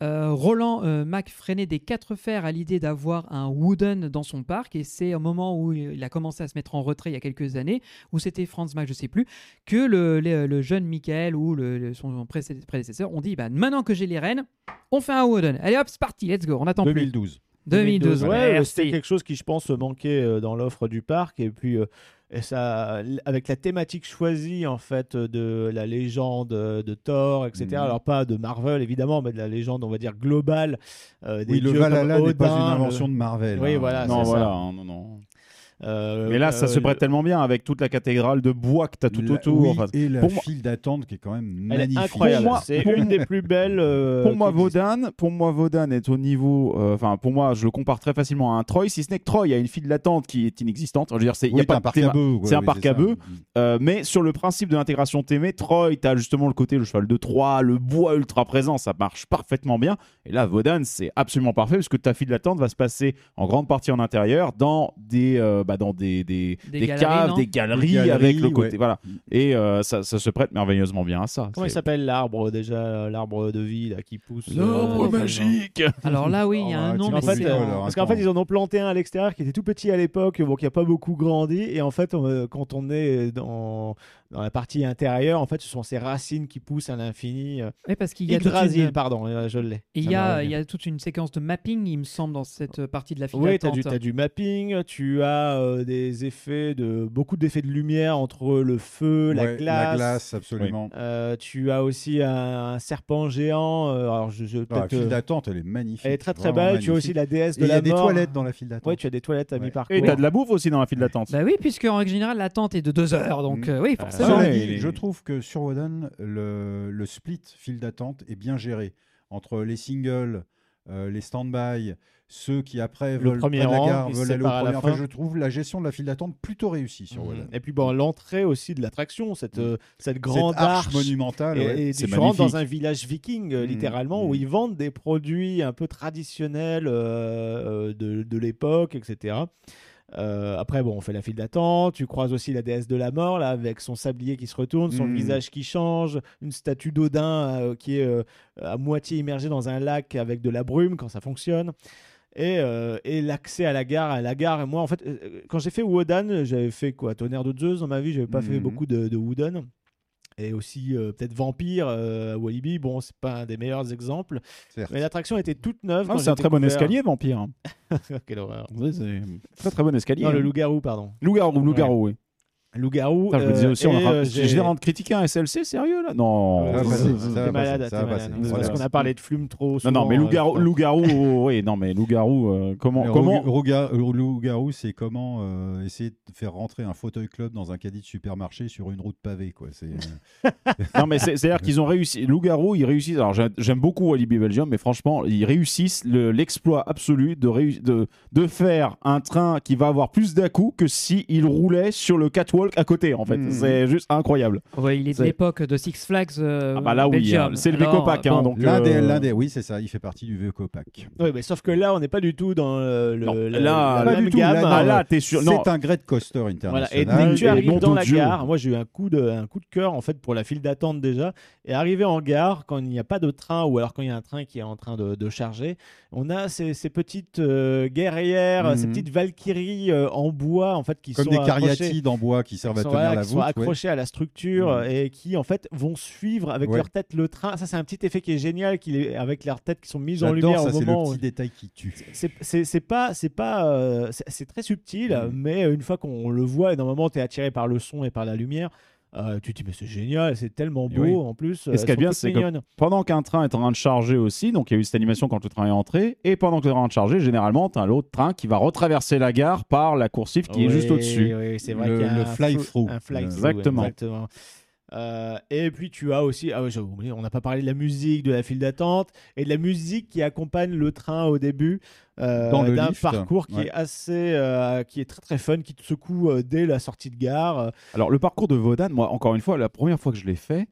Speaker 1: euh, Roland euh, Mac freinait des quatre fers à l'idée d'avoir un Wooden dans son parc, et c'est au moment où il a commencé à se mettre en retrait il y a quelques années, où c'était Franz Mac, je sais plus, que le, le- le jeune Michael ou le- le- son pré- prédécesseur ont dit bah, maintenant que j'ai les rênes, on fait un Wooden. Allez hop, c'est parti, let's go, on attend plus.
Speaker 2: 2012.
Speaker 1: 2012,
Speaker 3: ouais,
Speaker 1: merci.
Speaker 3: c'était quelque chose qui, je pense, manquait euh, dans l'offre du parc. Et puis, euh, et ça, l- avec la thématique choisie, en fait, euh, de la légende euh, de Thor, etc.
Speaker 2: Mhm.
Speaker 3: Alors, pas de Marvel, évidemment, mais de la légende, on va dire, globale. euh, des
Speaker 2: Oui, le
Speaker 3: dieux comme
Speaker 2: Valhalla n'est pas
Speaker 3: Odin,
Speaker 2: une
Speaker 3: le-
Speaker 2: invention de Marvel.
Speaker 3: Oui,
Speaker 2: hein.
Speaker 3: voilà, Ah,
Speaker 4: non,
Speaker 3: c'est
Speaker 4: voilà,
Speaker 3: ça.
Speaker 4: hein, non, non.
Speaker 3: euh,
Speaker 4: Mais là,
Speaker 3: euh,
Speaker 4: ça se prête tellement bien avec toute la cathédrale de bois que t'as tout
Speaker 2: La-
Speaker 4: autour.
Speaker 2: oui,
Speaker 4: enfin.
Speaker 2: et la
Speaker 4: pour moi-
Speaker 2: file d'attente qui est quand même
Speaker 3: Elle est
Speaker 2: magnifique.
Speaker 3: incroyable.
Speaker 4: Pour moi-
Speaker 3: C'est
Speaker 4: pour
Speaker 3: une
Speaker 4: moi-
Speaker 3: des plus belles. euh,
Speaker 4: pour moi,
Speaker 3: qui existe.
Speaker 4: Vaudan, pour moi, Vaudan est au niveau. euh, Enfin, pour moi, je le compare très facilement à un Troy, si ce n'est que Troy a une file d'attente qui est inexistante. Je veux dire, c'est il
Speaker 2: Oui,
Speaker 4: y a pas
Speaker 2: t'as un
Speaker 4: de
Speaker 2: parc
Speaker 4: théma-
Speaker 2: à bœufs, ouais,
Speaker 4: c'est un
Speaker 2: oui,
Speaker 4: parc à
Speaker 2: ça.
Speaker 4: bœufs. Euh, mais sur le principe de l'intégration témée, Troy, t'as justement le côté le cheval de Troie, le bois ultra présent, ça marche parfaitement bien. Et là, Vaudan, c'est absolument parfait parce que ta file d'attente va se passer en grande partie en intérieur dans des, euh, bah, dans des, des,
Speaker 1: Des
Speaker 4: des
Speaker 1: galeries,
Speaker 4: caves,
Speaker 1: non
Speaker 4: des galeries,
Speaker 2: Des galeries,
Speaker 4: avec le
Speaker 2: ouais.
Speaker 4: côté. Voilà. Et euh, ça, ça se prête merveilleusement bien à ça.
Speaker 3: Comment il
Speaker 4: C'est-
Speaker 3: s'appelle l'arbre déjà L'arbre de vie là, qui pousse.
Speaker 1: L'arbre
Speaker 3: euh,
Speaker 4: magique
Speaker 1: Alors là, oui, il y a
Speaker 2: Ah,
Speaker 1: un
Speaker 2: bah,
Speaker 1: nom,
Speaker 2: tiens,
Speaker 1: mais
Speaker 3: En fait,
Speaker 1: c'est
Speaker 3: euh,
Speaker 1: en-
Speaker 2: alors,
Speaker 3: parce qu'en
Speaker 2: attends.
Speaker 3: fait, ils en ont planté un à l'extérieur qui était tout petit à l'époque, bon, qui a pas beaucoup grandi. Et en fait, on, euh, quand on est dans, dans la partie intérieure, en fait, ce sont ces racines qui poussent à l'infini. euh,
Speaker 1: Oui, parce qu'il y a toute
Speaker 3: Yggdrasil,
Speaker 1: une-
Speaker 3: pardon, euh, je l'ai.
Speaker 1: Et il y,
Speaker 3: Ça m'est
Speaker 1: a,
Speaker 3: revenu.
Speaker 1: il y a toute une séquence de mapping, il me semble, dans cette euh, partie de la file
Speaker 3: Oui, tu as,
Speaker 1: d'attente.
Speaker 3: du t'as du mapping, tu as euh, des effets de beaucoup d'effets de lumière entre le feu, la
Speaker 2: Ouais,
Speaker 3: glace.
Speaker 2: absolument. Ah,
Speaker 3: Euh, tu as aussi un, un serpent géant. euh, alors, je, je-
Speaker 2: Ah, la
Speaker 3: peut-être,
Speaker 2: file
Speaker 3: euh,
Speaker 2: d'attente, elle est magnifique.
Speaker 3: elle est très très
Speaker 2: vraiment
Speaker 3: belle. Tu as
Speaker 2: magnifique.
Speaker 3: aussi la déesse
Speaker 2: Et
Speaker 3: de
Speaker 2: il y
Speaker 3: la
Speaker 2: a des
Speaker 3: mort.
Speaker 2: toilettes dans la file d'attente.
Speaker 3: Ouais, tu as des toilettes à
Speaker 2: Ouais.
Speaker 3: mi-parcours.
Speaker 4: Et t'as de la bouffe aussi dans la file d'attente.
Speaker 1: Bah oui, puisque en règle générale, l'attente est de deux heures, donc euh, oui,
Speaker 2: Cela
Speaker 1: forcément.
Speaker 4: Mm. Ah ouais.
Speaker 2: dit,
Speaker 4: il est-
Speaker 2: je trouve que sur Wodan, le, le split file d'attente est bien géré entre les singles, euh, les stand-by, ceux qui après veulent
Speaker 3: premier
Speaker 2: prendre
Speaker 3: rang,
Speaker 2: la gare,
Speaker 3: ils se
Speaker 2: veulent aller au
Speaker 3: séparent à la
Speaker 2: premier. Enfin,
Speaker 3: fin.
Speaker 2: je trouve la gestion de la file d'attente plutôt réussie sur
Speaker 3: Mhm.
Speaker 2: Wodan.
Speaker 3: Et puis bon, l'entrée aussi de l'attraction, cette, euh, cette grande
Speaker 2: Mhm. Cette arche,
Speaker 3: arche.
Speaker 2: monumentale,
Speaker 3: et,
Speaker 2: ouais.
Speaker 3: et
Speaker 4: c'est
Speaker 3: tu rentres
Speaker 4: magnifique.
Speaker 3: dans un village viking, euh,
Speaker 2: Mhm.
Speaker 3: littéralement, où
Speaker 2: Mhm.
Speaker 3: ils vendent des produits un peu traditionnels euh, euh, de, de l'époque, etc. Euh, après, bon, on fait la file d'attente. Tu croises aussi la déesse de la mort, là, avec son sablier qui se retourne, son
Speaker 2: Mhm.
Speaker 3: visage qui change, une statue d'Odin euh, qui est euh, à moitié immergée dans un lac avec de la brume quand ça fonctionne. Et, euh, et l'accès à la gare, à la gare. Et moi, en fait, euh, quand j'ai fait Wodan, j'avais fait quoi Tonnerre de Zeus dans ma vie, j'avais pas fait
Speaker 2: Mhm.
Speaker 3: beaucoup de, de Wooden. Et aussi euh, peut-être Vampire, euh, à Walibi, bon, c'est pas un des meilleurs exemples.
Speaker 2: Certes.
Speaker 3: Mais l'attraction était toute neuve.
Speaker 4: Non,
Speaker 3: quand
Speaker 4: Ah, c'est
Speaker 3: j'ai
Speaker 4: un très bon
Speaker 3: découvert-
Speaker 4: escalier, vampire.
Speaker 3: [LAUGHS] Quelle horreur.
Speaker 4: Oui, c'est très très bon escalier. hein.
Speaker 3: Non, le loup-garou, pardon.
Speaker 4: Loup-garou, loup-garou, oui.
Speaker 3: Loup-garou.
Speaker 4: Putain, je me disais
Speaker 3: euh,
Speaker 4: aussi, on
Speaker 3: et,
Speaker 4: va
Speaker 3: euh,
Speaker 4: j'ai j'ai l'air de critiquer un SLC, sérieux là Non.
Speaker 3: Ouais,
Speaker 2: Ça va
Speaker 3: c'est-
Speaker 2: passer,
Speaker 3: c'est-
Speaker 2: ça
Speaker 3: t'es
Speaker 2: va passer,
Speaker 3: malade,
Speaker 2: ça
Speaker 3: t'es
Speaker 2: va
Speaker 3: malade.
Speaker 2: passer.
Speaker 3: C'est
Speaker 2: Voilà.
Speaker 3: parce qu'on a parlé de flume trop
Speaker 4: non,
Speaker 3: souvent.
Speaker 4: non, mais
Speaker 3: euh,
Speaker 4: loup-garou,
Speaker 3: putain.
Speaker 4: loup-garou, oh, oui, non, mais loup-garou, euh, comment.
Speaker 2: Le
Speaker 4: comment...
Speaker 2: rogu- rouga- euh, Loup-garou, c'est comment euh, essayer de faire rentrer un fauteuil club dans un caddie de supermarché sur une route pavée. Quoi. C'est, euh,
Speaker 4: Non, mais c'est- c'est-à-dire qu'ils ont réussi. Loup-garou, ils réussissent. Alors, j'a- j'aime beaucoup Walibi Belgium, mais franchement, ils réussissent le- l'exploit absolu de, réu- de, de faire un train qui va avoir plus dà coups que s'il roulait sur le catwalk à côté, en fait.
Speaker 3: Hmm.
Speaker 2: Mhm.
Speaker 4: C'est juste incroyable.
Speaker 1: Ouais, il est de
Speaker 4: C'est-
Speaker 1: l'époque de Six Flags. euh,
Speaker 4: Ah, bah là, oui.
Speaker 1: Belgium.
Speaker 4: hein. C'est le
Speaker 1: Alors,
Speaker 4: Vécopac, hein,
Speaker 1: bon,
Speaker 4: donc.
Speaker 2: l'un, des,
Speaker 4: euh,
Speaker 2: l'un des- oui, c'est ça, il fait partie du vieux copac.
Speaker 3: Ouais, mais sauf que là, on n'est pas du tout dans euh, le,
Speaker 4: Non,
Speaker 3: la-
Speaker 4: là,
Speaker 3: la
Speaker 4: pas
Speaker 3: même
Speaker 4: du tout.
Speaker 3: gamme.
Speaker 4: Là,
Speaker 2: Ah,
Speaker 4: non, là, t'es sûr. Non,
Speaker 2: C'est un great coaster international.
Speaker 3: Voilà, et dès que tu
Speaker 4: et
Speaker 3: arrives
Speaker 4: nom
Speaker 3: dans
Speaker 4: de
Speaker 3: la
Speaker 4: Dieu.
Speaker 3: gare, moi j'ai eu un coup de un coup de cœur en fait pour la file d'attente déjà. Et arrivé en gare, quand il n'y a pas de train ou alors quand il y a un train qui est en train de, de charger, on a ces, ces petites euh, guerrières,
Speaker 2: Mhm.
Speaker 3: ces petites valkyries euh, en bois en fait qui
Speaker 2: Comme
Speaker 3: sont
Speaker 2: des
Speaker 3: accrochées-
Speaker 2: cariatides en bois qui servent à
Speaker 3: sont,
Speaker 2: tenir
Speaker 3: voilà,
Speaker 2: la
Speaker 3: qui sont
Speaker 2: voûte. ouais.
Speaker 3: accrochés à la structure
Speaker 2: Mhm.
Speaker 3: et qui en fait vont suivre avec
Speaker 2: Ouais.
Speaker 3: leur tête le train. Ça c'est un petit effet qui est génial, qui est- avec leurs têtes qui sont mises en
Speaker 2: J'adore
Speaker 3: lumière
Speaker 2: ça,
Speaker 3: au
Speaker 2: c'est
Speaker 3: moment.
Speaker 2: le
Speaker 3: où-
Speaker 2: petit détail qui tue.
Speaker 3: c'est- c'est c'est pas c'est pas euh, c'est- c'est très subtil
Speaker 4: Mm.
Speaker 2: Mhm.
Speaker 3: mais une fois qu'on le voit et normalement t'es attiré par le son et par la lumière Euh, tu te dis, mais c'est génial, c'est tellement
Speaker 4: Et
Speaker 3: beau
Speaker 4: oui.
Speaker 3: en plus. euh,
Speaker 4: Et ce qui est bien, c'est que- pendant qu'un train est en train de charger aussi, donc il y a eu cette animation quand le train est entré, et pendant que le train est en train de charger, généralement, tu as l'autre train qui va retraverser la gare par la coursive qui est juste au-dessus.
Speaker 3: c'est vrai
Speaker 2: Le-
Speaker 3: qu'il y a
Speaker 2: le
Speaker 3: un
Speaker 2: fly-through.
Speaker 3: Un fly
Speaker 2: Le-
Speaker 4: Exactement.
Speaker 3: exactement. Euh, et puis tu as aussi, ah ouais, j'ai oublié, on n'a pas parlé de la musique, de la file d'attente et de la musique qui accompagne le train au début euh,
Speaker 2: Dans le
Speaker 3: d'un
Speaker 2: lift,
Speaker 3: parcours qui
Speaker 2: ouais.
Speaker 3: est assez, euh, qui est très très fun, qui te secoue euh, dès la sortie de gare. euh,
Speaker 4: Alors, le parcours de Vodan, moi, encore une fois, la première fois que je l'ai fait,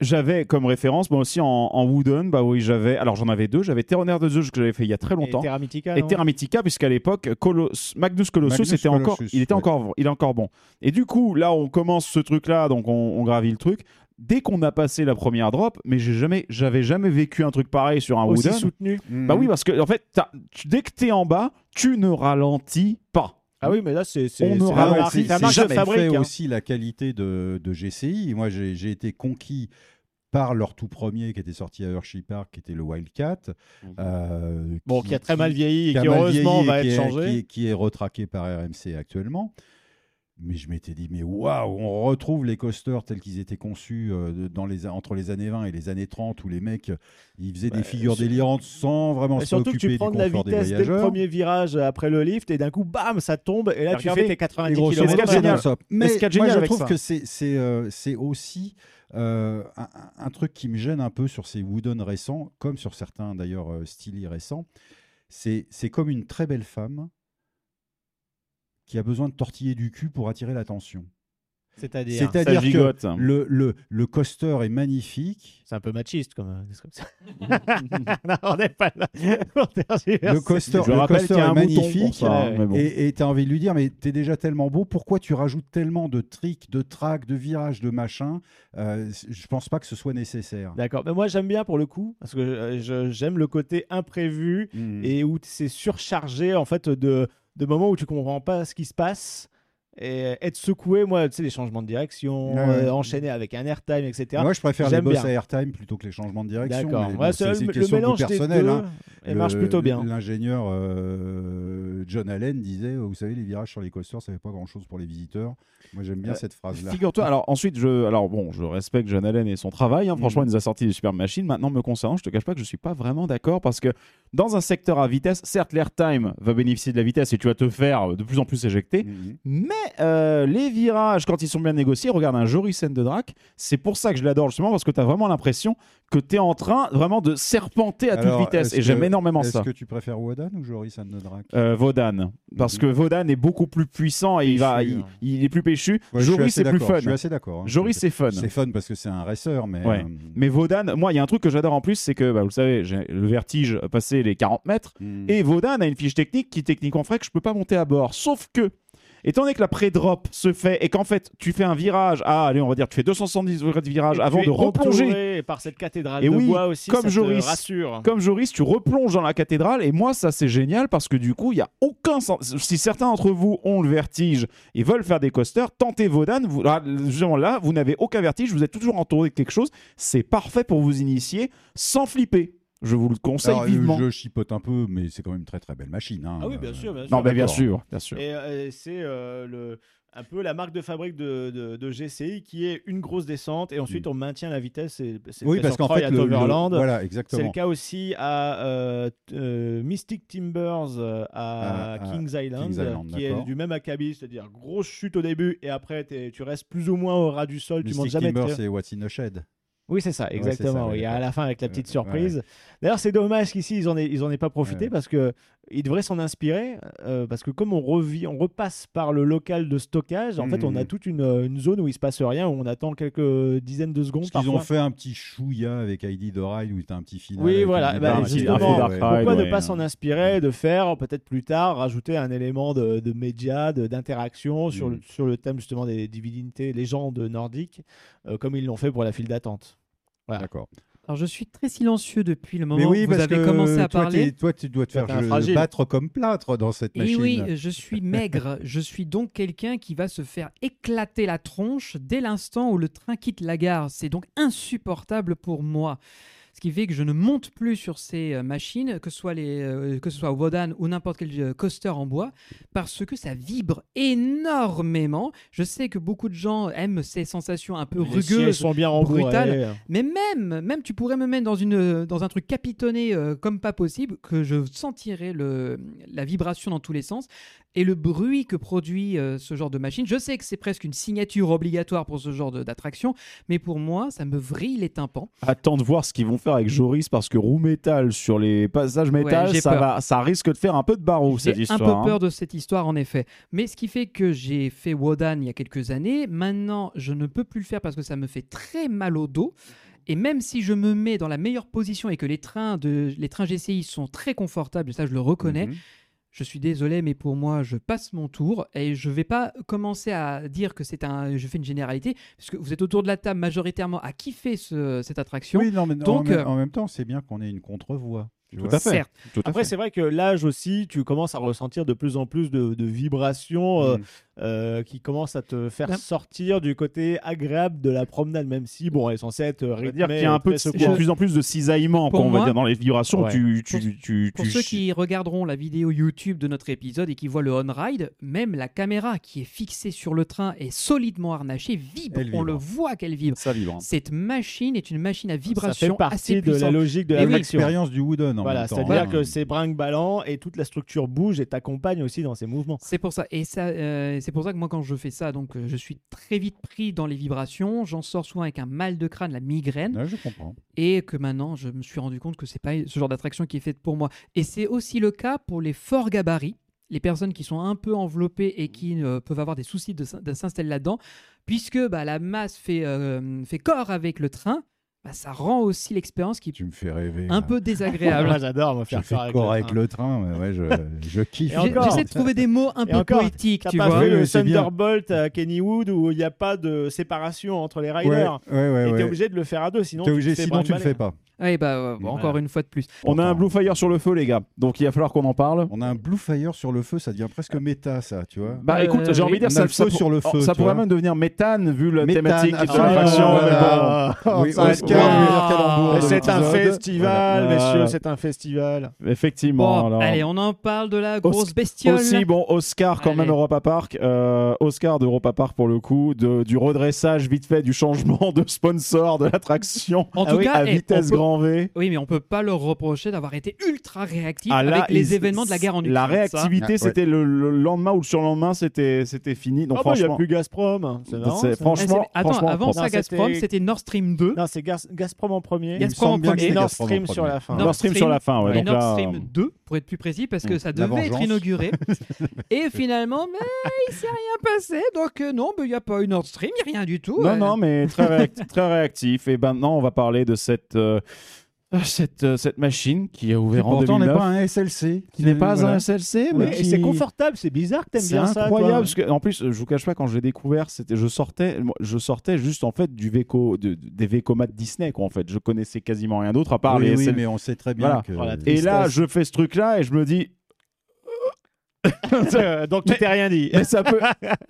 Speaker 4: j'avais comme référence, moi aussi en, en Wooden, bah oui, j'avais, alors j'en avais deux, j'avais Terror de Zeus que j'avais fait il y a très longtemps.
Speaker 3: Et Terra Mythica,
Speaker 4: et
Speaker 3: non
Speaker 4: Terra Mythica puisqu'à l'époque Colos- Magnus Colossus
Speaker 2: Magnus
Speaker 4: était encore
Speaker 2: Colossus,
Speaker 4: il était
Speaker 2: ouais.
Speaker 4: encore il est encore bon et du coup là on commence ce truc là donc on, on gravit le truc dès qu'on a passé la première drop mais j'ai jamais j'avais jamais vécu un truc pareil sur un
Speaker 3: aussi
Speaker 4: wooden
Speaker 3: soutenu.
Speaker 2: Mm.
Speaker 4: bah
Speaker 2: Mhm.
Speaker 4: oui parce que en fait t'as- tu- dès que t'es en bas tu ne ralentis pas
Speaker 3: Ah oui, mais là c'est c'est-
Speaker 4: On
Speaker 3: c'est
Speaker 4: aura-
Speaker 3: la
Speaker 4: Ah ouais,
Speaker 3: marque-
Speaker 4: c'est-
Speaker 3: la
Speaker 4: c'est
Speaker 3: marque de
Speaker 4: jamais
Speaker 3: fabrique.
Speaker 2: fait
Speaker 3: hein.
Speaker 2: aussi la qualité de, de GCI. Moi, j'ai j'ai été conquis par leur tout premier qui était sorti à Hershey Park, qui était le Wildcat.
Speaker 4: Mhm.
Speaker 2: euh,
Speaker 3: Mm. Bon, qui a très mal vieilli et
Speaker 2: qui a
Speaker 3: qui
Speaker 2: mal
Speaker 3: heureusement
Speaker 2: vieilli et
Speaker 3: va
Speaker 2: qui
Speaker 3: être
Speaker 2: est- Qui
Speaker 3: changé.
Speaker 2: est, qui est retraqué par RMC actuellement. Mais je m'étais dit, mais waouh, on retrouve les coasters tels qu'ils étaient conçus euh, de- dans les, a- entre les années 20 et les années 30, où les mecs, ils faisaient
Speaker 3: Ouais,
Speaker 2: des figures
Speaker 3: sur-
Speaker 2: délirantes sans vraiment
Speaker 3: Bah, Et
Speaker 2: se
Speaker 3: surtout que
Speaker 2: préoccuper
Speaker 3: tu
Speaker 2: du
Speaker 3: prends
Speaker 2: confort
Speaker 3: de la
Speaker 2: des
Speaker 3: vitesse dès le
Speaker 2: voyageurs.
Speaker 3: premier virage après le lift et d'un coup, bam, ça tombe et là
Speaker 4: Et
Speaker 3: tu
Speaker 4: regardez,
Speaker 3: fais tes 90
Speaker 4: gros,
Speaker 3: km/h.
Speaker 4: c'est ce qu'il y a de génial.
Speaker 2: Mais
Speaker 4: ce qu'il y a de
Speaker 2: moi,
Speaker 4: génial
Speaker 2: je
Speaker 4: avec
Speaker 2: trouve
Speaker 4: ça
Speaker 2: que c'est c'est, euh, c'est aussi euh, un, un- un truc qui me gêne un peu sur ces Wooden récents, comme sur certains d'ailleurs euh, Steely récents. C'est c'est comme une très belle femme qui a besoin de tortiller du cul pour attirer l'attention.
Speaker 3: C'est-à-dire.
Speaker 4: ça
Speaker 2: C'est-à-dire que
Speaker 4: gigote
Speaker 2: le, le, le coaster est magnifique.
Speaker 3: C'est un peu machiste comme. comme ça. [LAUGHS] non, on n'est pas là. On tergiverse.
Speaker 2: Le coaster,
Speaker 4: je
Speaker 2: le
Speaker 4: rappelle
Speaker 2: coaster
Speaker 4: qu'il y a un
Speaker 2: est
Speaker 4: magnifique, mouton pour
Speaker 2: magnifique.
Speaker 4: ça, hein,
Speaker 3: ouais.
Speaker 4: mais bon.
Speaker 2: Et et t'as envie de lui dire, mais t'es déjà tellement beau, pourquoi tu rajoutes tellement de tricks, de tracks, de virages, de machins Euh, c- Je pense pas que ce soit nécessaire.
Speaker 3: D'accord. Mais moi j'aime bien pour le coup parce que euh, je- j'aime le côté imprévu
Speaker 2: Mm.
Speaker 3: et où c'est surchargé en fait de, de moments où tu comprends pas ce qui se passe et euh, être secoué moi tu sais les changements de direction
Speaker 2: Ouais, ouais.
Speaker 3: euh, enchaîner avec un airtime etc
Speaker 2: Moi, je préfère les
Speaker 3: J'aime
Speaker 2: boss
Speaker 3: bien.
Speaker 2: à airtime plutôt que les changements de direction.
Speaker 3: d'accord
Speaker 2: mais
Speaker 3: Moi,
Speaker 2: bon,
Speaker 3: c'est-
Speaker 2: c'est c'est
Speaker 3: le,
Speaker 2: une
Speaker 3: le
Speaker 2: question de goût
Speaker 3: mélange des
Speaker 2: personnel.
Speaker 3: deux
Speaker 2: hein.
Speaker 3: elle
Speaker 2: Le-
Speaker 3: marche plutôt bien
Speaker 2: L'ingénieur euh, John Allen disait, vous savez, les virages sur les coasters, ça fait pas grand-chose pour les visiteurs. Moi, j'aime bien
Speaker 4: Euh,
Speaker 2: cette phrase-là.
Speaker 4: Figure-toi, alors ensuite, je, alors bon, je respecte John Allen et son travail. hein. franchement,
Speaker 2: Mhm.
Speaker 4: il nous a sorti des super machines. Maintenant, me concernant, je te cache pas que je suis pas vraiment d'accord parce que dans un secteur à vitesse, certes, l'airtime va bénéficier de la vitesse et tu vas te faire de plus en plus éjecter.
Speaker 2: Mhm.
Speaker 4: Mais euh, les virages, quand ils sont bien négociés, regarde un Jorisen de Drac, c'est pour ça que je l'adore justement parce que tu as vraiment l'impression que tu es en train vraiment de serpenter à
Speaker 2: Alors,
Speaker 4: toute vitesse
Speaker 2: est-ce
Speaker 4: et j'aime
Speaker 2: que-
Speaker 4: énormément
Speaker 2: Est-ce
Speaker 4: ça.
Speaker 2: que tu préfères Wodan ou Joris Andodrak
Speaker 4: Euh, Vodan, parce
Speaker 2: Mhm.
Speaker 4: que Vodan est beaucoup plus puissant et il, va,
Speaker 3: Péchu,
Speaker 4: il,
Speaker 3: hein.
Speaker 4: il est plus péchu.
Speaker 2: Ouais, je suis
Speaker 4: Joris
Speaker 2: assez
Speaker 4: c'est plus
Speaker 2: d'accord,
Speaker 4: fun.
Speaker 2: Je suis assez d'accord. hein.
Speaker 4: Joris c'est fun.
Speaker 2: C'est fun parce que c'est un racer, mais.
Speaker 4: Ouais.
Speaker 2: euh,
Speaker 4: Mais Vaudan, moi, il y a un truc que j'adore en plus, c'est que, bah, vous le savez, j'ai le vertige passé les 40 mètres.
Speaker 2: mm.
Speaker 4: Et Vaudan a une fiche technique qui, techniquement, ferait que je peux pas monter à bord. Sauf que, étant donné que la pré-drop se fait et qu'en fait, tu fais un virage, ah, allez, on va dire, tu fais 270 degrés de virage
Speaker 3: Et
Speaker 4: avant
Speaker 3: tu
Speaker 4: de
Speaker 3: es
Speaker 4: replonger.
Speaker 3: entouré par cette cathédrale
Speaker 4: Et
Speaker 3: de
Speaker 4: oui,
Speaker 3: bois aussi
Speaker 4: comme
Speaker 3: ça te
Speaker 4: Joris.
Speaker 3: rassure
Speaker 4: Comme Joris, tu replonges dans la cathédrale et moi, ça c'est génial parce que du coup, il y a aucun sens. Si certains d'entre vous ont le vertige et veulent faire des coasters, tentez Vaudan. Vous, là, justement là, vous n'avez aucun vertige, vous êtes toujours entouré de quelque chose. C'est parfait pour vous initier sans flipper. Je vous le conseille
Speaker 2: Alors,
Speaker 4: vivement.
Speaker 2: Je chipote un peu, mais c'est quand même une très très belle machine. hein.
Speaker 3: ah oui bien sûr bien sûr
Speaker 4: Non, mais bien
Speaker 2: D'accord.
Speaker 4: sûr, bien sûr.
Speaker 3: Et euh, c'est euh, le un peu la marque de fabrique de, de, de GCI qui est une grosse descente et ensuite
Speaker 2: Mm.
Speaker 3: on maintient la vitesse. et c'est
Speaker 2: Oui,
Speaker 3: fait
Speaker 2: parce
Speaker 3: sur
Speaker 2: qu'en fait,
Speaker 3: Troy à
Speaker 2: le- le-
Speaker 3: Toverland.
Speaker 2: voilà,
Speaker 3: C'est le
Speaker 2: exactement.
Speaker 3: cas aussi à euh, t- euh, Mystic Timbers euh, à,
Speaker 2: À- à
Speaker 3: Kings Island,
Speaker 2: Ah,
Speaker 3: euh,
Speaker 2: Kings Island,
Speaker 3: qui est
Speaker 2: d'accord.
Speaker 3: du même acabit, c'est-à-dire grosse chute au début et après t'es- tu restes plus ou moins au ras du sol, tu montes
Speaker 2: Mystic
Speaker 3: jamais.
Speaker 2: Timber,
Speaker 3: très-
Speaker 2: c'est What's in a Shed.
Speaker 3: Oui, c'est ça,
Speaker 2: c'est
Speaker 3: exactement.
Speaker 2: ça, ouais,
Speaker 3: oui, à
Speaker 2: d'accord.
Speaker 3: la fin avec la petite
Speaker 2: Ouais,
Speaker 3: surprise. D'ailleurs, c'est dommage qu'ici ils en aient, ils en aient pas profité
Speaker 2: Ouais.
Speaker 3: parce que ils devraient s'en inspirer euh, parce que comme on revit, on repasse par le local de stockage. En fait, on a
Speaker 2: Mhm.
Speaker 3: toute une, euh, une zone où il se passe rien, où on attend quelques dizaines de secondes.
Speaker 2: Parce qu'ils ont
Speaker 3: parfois.
Speaker 2: fait un petit chouïa avec Heidi Dorail où t'as un petit final.
Speaker 3: Oui,
Speaker 2: avec
Speaker 3: voilà,
Speaker 2: une
Speaker 3: bah,
Speaker 2: guitare, un petit
Speaker 3: justement,
Speaker 2: effet,
Speaker 4: Dark
Speaker 2: ouais.
Speaker 4: Ride,
Speaker 3: Pourquoi
Speaker 4: ouais.
Speaker 3: ne pas s'en inspirer, de faire peut-être plus tard rajouter un élément de, de média, de- d'interaction sur, le,
Speaker 4: Mm.
Speaker 2: Mhm.
Speaker 3: sur le thème justement des divinités, légendes nordiques, euh, comme ils l'ont fait pour la file d'attente. Voilà.
Speaker 2: D'accord.
Speaker 1: Alors, je suis très silencieux depuis le moment
Speaker 2: Mais oui,
Speaker 1: où vous
Speaker 2: parce
Speaker 1: avez
Speaker 2: que
Speaker 1: commencé à
Speaker 2: toi,
Speaker 1: parler.
Speaker 2: t'es- toi, tu dois te
Speaker 3: Toi,
Speaker 2: faire
Speaker 3: t'es un
Speaker 2: je-
Speaker 3: fragile.
Speaker 2: battre comme plâtre dans cette
Speaker 1: Et
Speaker 2: machine.
Speaker 1: oui, je suis maigre. je suis donc quelqu'un qui va se faire éclater la tronche dès l'instant où le train quitte la gare. C'est donc insupportable pour moi. ce qui fait que je ne monte plus sur ces euh, machines, que ce soit, les, euh, que ce soit Wodan ou n'importe quel euh, coaster en bois, parce que ça vibre énormément. Je sais que beaucoup de gens aiment ces sensations un peu
Speaker 3: Les sièges
Speaker 1: rugueuses,
Speaker 3: sont bien rembourrés.
Speaker 1: brutales. mais même, même tu pourrais me mettre dans, une, euh, dans un truc capitonné euh, comme pas possible, que je sentirais le, la vibration dans tous les sens et le bruit que produit euh, ce genre de machine. Je sais que c'est presque une signature obligatoire pour ce genre de- d'attraction, mais pour moi, ça me vrille les tympans.
Speaker 4: Attends de voir ce qu'ils vont faire avec Joris parce que roue métal sur les passages métal,
Speaker 1: j'ai
Speaker 4: ça,
Speaker 1: peur.
Speaker 4: va, ça risque de faire un peu de barreau cette
Speaker 1: J'ai un
Speaker 4: histoire.
Speaker 1: peu
Speaker 4: hein.
Speaker 1: peur de cette histoire, en effet. Mais ce qui fait que j'ai fait Wodan il y a quelques années, maintenant, je ne peux plus le faire parce que ça me fait très mal au dos. Et même si je me mets dans la meilleure position et que les trains, de, les trains GCI sont très confortables, ça je le reconnais,
Speaker 4: Mhm.
Speaker 1: Je suis désolé, mais pour moi, je passe mon tour et je vais pas commencer à dire que c'est un. Je fais une généralité, puisque vous êtes autour de la table majoritairement à kiffer ce- cette attraction.
Speaker 2: Oui, non, mais en,
Speaker 1: Donc,
Speaker 2: même,
Speaker 1: euh,
Speaker 2: en même temps, c'est bien qu'on ait une contrevoix. tu
Speaker 4: Tout
Speaker 2: vois.
Speaker 4: à fait.
Speaker 1: Certes,
Speaker 4: Tout à
Speaker 3: Après,
Speaker 4: fait.
Speaker 3: c'est vrai que l'âge aussi, tu commences à ressentir de plus en plus de, de vibrations euh,
Speaker 2: Mm.
Speaker 3: euh, qui commencent à te faire
Speaker 1: Ben-
Speaker 3: sortir du côté agréable de la promenade, même si, bon, elle est censée être
Speaker 4: On va
Speaker 3: rythmée.
Speaker 4: dire qu'il y a un peu de,
Speaker 3: très
Speaker 4: il y a de
Speaker 3: secouante.
Speaker 4: plus en plus de cisaillement
Speaker 1: Pour
Speaker 4: qu'on va
Speaker 1: moi-
Speaker 4: dire dans les vibrations.
Speaker 3: Ouais.
Speaker 4: Tu, tu, tu,
Speaker 1: pour
Speaker 4: tu-
Speaker 1: ceux qui regarderont la vidéo YouTube de notre épisode et qui voient le on-ride, même la caméra qui est fixée sur le train est solidement harnachée, vibre.
Speaker 2: Elle
Speaker 1: On
Speaker 2: vibre.
Speaker 1: le voit qu'elle vibre.
Speaker 4: ça vibre. hein.
Speaker 1: Cette machine est une machine à
Speaker 3: Ça fait
Speaker 1: vibration
Speaker 3: partie
Speaker 1: assez
Speaker 3: de la
Speaker 1: puissante.
Speaker 3: logique de
Speaker 1: Et
Speaker 3: la
Speaker 1: oui.
Speaker 3: traction.
Speaker 2: L'expérience du Wooden en
Speaker 3: Voilà,
Speaker 2: même temps.
Speaker 3: c'est-à-dire
Speaker 2: hein.
Speaker 3: que c'est brinque-ballant et toute la structure bouge et t'accompagne aussi dans ces mouvements.
Speaker 1: C'est pour ça, et ça, euh, c'est pour ça que moi quand je fais ça, donc euh, je suis très vite pris dans les vibrations. J'en sors souvent avec un mal de crâne, la migraine.
Speaker 2: Ouais, je comprends.
Speaker 1: et que maintenant je me suis rendu compte que c'est pas ce genre d'attraction qui est faite pour moi. Et c'est aussi le cas pour les forts gabarits, les personnes qui sont un peu enveloppées et qui euh, peuvent avoir des soucis de, s'in- de s'installer là-dedans, puisque bah, la masse fait, euh, fait corps avec le train, bah, ça rend aussi l'expérience qui est
Speaker 2: Tu me fais rêver.
Speaker 1: un
Speaker 2: là.
Speaker 1: peu
Speaker 3: Moi,
Speaker 1: désagréable.
Speaker 3: j'adore me
Speaker 2: Je
Speaker 3: faire
Speaker 2: fais
Speaker 3: corps avec
Speaker 2: corps
Speaker 3: le
Speaker 2: avec
Speaker 3: train.
Speaker 2: le train. mais ouais, je, je kiffe.
Speaker 3: [LAUGHS] Et
Speaker 1: J'ai-
Speaker 3: encore.
Speaker 1: J'essaie de trouver des mots un
Speaker 3: Et
Speaker 1: peu
Speaker 3: encore,
Speaker 1: poétiques,
Speaker 3: T'as
Speaker 1: tu
Speaker 3: pas
Speaker 1: vois.
Speaker 3: fait le
Speaker 2: Oui, c'est bien.
Speaker 3: Thunderbolt à Kennywood où il n'y a pas de séparation entre les
Speaker 2: Ouais, ouais,
Speaker 3: riders. et
Speaker 2: ouais.
Speaker 3: t'es
Speaker 2: ouais.
Speaker 3: obligé de le faire à deux, sinon
Speaker 2: T'es
Speaker 3: tu
Speaker 2: obligé,
Speaker 3: te fais
Speaker 2: sinon tu le fais
Speaker 3: brinque-baller.
Speaker 2: pas.
Speaker 1: Eh bah, euh, bon, encore une fois de plus.
Speaker 4: On a un Blue Fire sur le feu, les gars. Donc il va falloir qu'on en parle.
Speaker 2: On a un Blue Fire sur le feu, ça devient presque
Speaker 3: Ah.
Speaker 2: méta, ça, tu vois.
Speaker 4: Bah
Speaker 1: Euh,
Speaker 4: écoute, j'ai
Speaker 1: oui.
Speaker 4: envie de dire
Speaker 2: On a
Speaker 4: ça,
Speaker 2: le
Speaker 4: ça
Speaker 2: feu
Speaker 4: pour-
Speaker 2: sur le feu,
Speaker 4: oh, Ça
Speaker 2: tu
Speaker 4: pourrait
Speaker 2: vois.
Speaker 4: même devenir méthane vu la
Speaker 2: Méthane,
Speaker 4: thématique de
Speaker 2: absolument,
Speaker 4: l'attraction.
Speaker 2: voilà.
Speaker 4: mais bon.
Speaker 2: Oui,
Speaker 3: Ah, Oh, ça
Speaker 2: Oscar,
Speaker 3: va.
Speaker 2: meilleur calembour
Speaker 3: Et
Speaker 2: de
Speaker 3: C'est un
Speaker 2: l'épisode.
Speaker 3: festival,
Speaker 4: Voilà.
Speaker 3: messieurs, c'est un festival.
Speaker 4: Effectivement.
Speaker 1: Bon,
Speaker 4: alors.
Speaker 1: allez, on en parle de la grosse bestiole.
Speaker 4: Aussi, bon, Oscar quand
Speaker 1: Allez.
Speaker 4: même, Europa Park. Euh, Oscar d'Europa Park pour le coup, de- du redressage vite fait, du changement de sponsor de l'attraction
Speaker 1: En
Speaker 3: Ah
Speaker 1: tout
Speaker 3: oui,
Speaker 1: cas,
Speaker 4: à
Speaker 1: eh, on
Speaker 4: vitesse
Speaker 1: peut-
Speaker 4: grand V.
Speaker 1: Oui, mais on peut pas leur reprocher d'avoir été ultra réactif
Speaker 4: Ah, là,
Speaker 1: avec les
Speaker 4: ils-
Speaker 1: événements de la guerre en Ukraine.
Speaker 4: La
Speaker 1: ça.
Speaker 4: réactivité,
Speaker 2: Ah,
Speaker 4: c'était le, le lendemain ou le surlendemain, c'était c'était fini. Donc
Speaker 3: Ah bah, il n'y a
Speaker 4: franchement,
Speaker 3: plus Gazprom. C'est marrant,
Speaker 4: c'est-
Speaker 3: ça.
Speaker 1: Eh, c'est-
Speaker 4: franchement,
Speaker 1: Attends,
Speaker 4: franchement,
Speaker 1: avant
Speaker 4: propre.
Speaker 1: ça,
Speaker 3: Non,
Speaker 1: Gazprom,
Speaker 3: c'était-
Speaker 1: c'était Nord Stream 2.
Speaker 3: Non, c'est Gaz- Gazprom en
Speaker 2: Il
Speaker 3: premier.
Speaker 2: me
Speaker 1: Gazprom en
Speaker 2: semble bien que
Speaker 1: premier.
Speaker 3: Et
Speaker 2: c'est
Speaker 3: Nord
Speaker 2: Gazprom en
Speaker 3: Stream
Speaker 2: premier.
Speaker 3: sur la fin.
Speaker 1: Non.
Speaker 4: Nord Stream sur la fin, ouais.
Speaker 1: et
Speaker 4: Donc
Speaker 1: Nord
Speaker 4: là, euh,
Speaker 1: Stream 2, pour être plus précis, parce que
Speaker 2: Mm.
Speaker 1: ça
Speaker 2: La
Speaker 1: devait être
Speaker 4: [LAUGHS]
Speaker 2: vengeance.
Speaker 1: inauguré. et finalement, mais il s'est rien passé. Donc euh, non, mais il n'y a pas eu Nord Stream, il n'y a rien du tout.
Speaker 4: Non,
Speaker 1: Euh,
Speaker 4: non, mais très, réact- très réactif. Et maintenant, on va parler de cette, euh, cette, euh, cette machine qui a
Speaker 2: Et
Speaker 4: ouvert en
Speaker 2: Pourtant, on n'est
Speaker 4: 2009.
Speaker 2: pas un SLC.
Speaker 4: Qui n'est pas
Speaker 2: Voilà.
Speaker 4: un SLC, mais
Speaker 3: Ouais, et
Speaker 4: qui-
Speaker 3: C'est confortable, c'est bizarre que t'aimes
Speaker 4: C'est
Speaker 3: bien ça.
Speaker 4: incroyable
Speaker 3: toi.
Speaker 4: parce que en plus je vous cache pas quand je l'ai découvert c'était je sortais moi, je sortais juste en fait du Veco de- de- des Vecomat Disney quoi en fait je connaissais quasiment rien d'autre à part
Speaker 2: Oui,
Speaker 4: les
Speaker 2: oui,
Speaker 4: SLC.
Speaker 2: mais on sait très bien
Speaker 4: Voilà.
Speaker 2: que.
Speaker 3: Voilà, très-
Speaker 4: et là
Speaker 3: tristesse.
Speaker 4: je fais ce truc là et je me dis
Speaker 3: [LAUGHS] Euh, Donc tu
Speaker 4: Mais-
Speaker 3: t'es rien dit.
Speaker 4: mais ça
Speaker 3: [LAUGHS]
Speaker 4: peut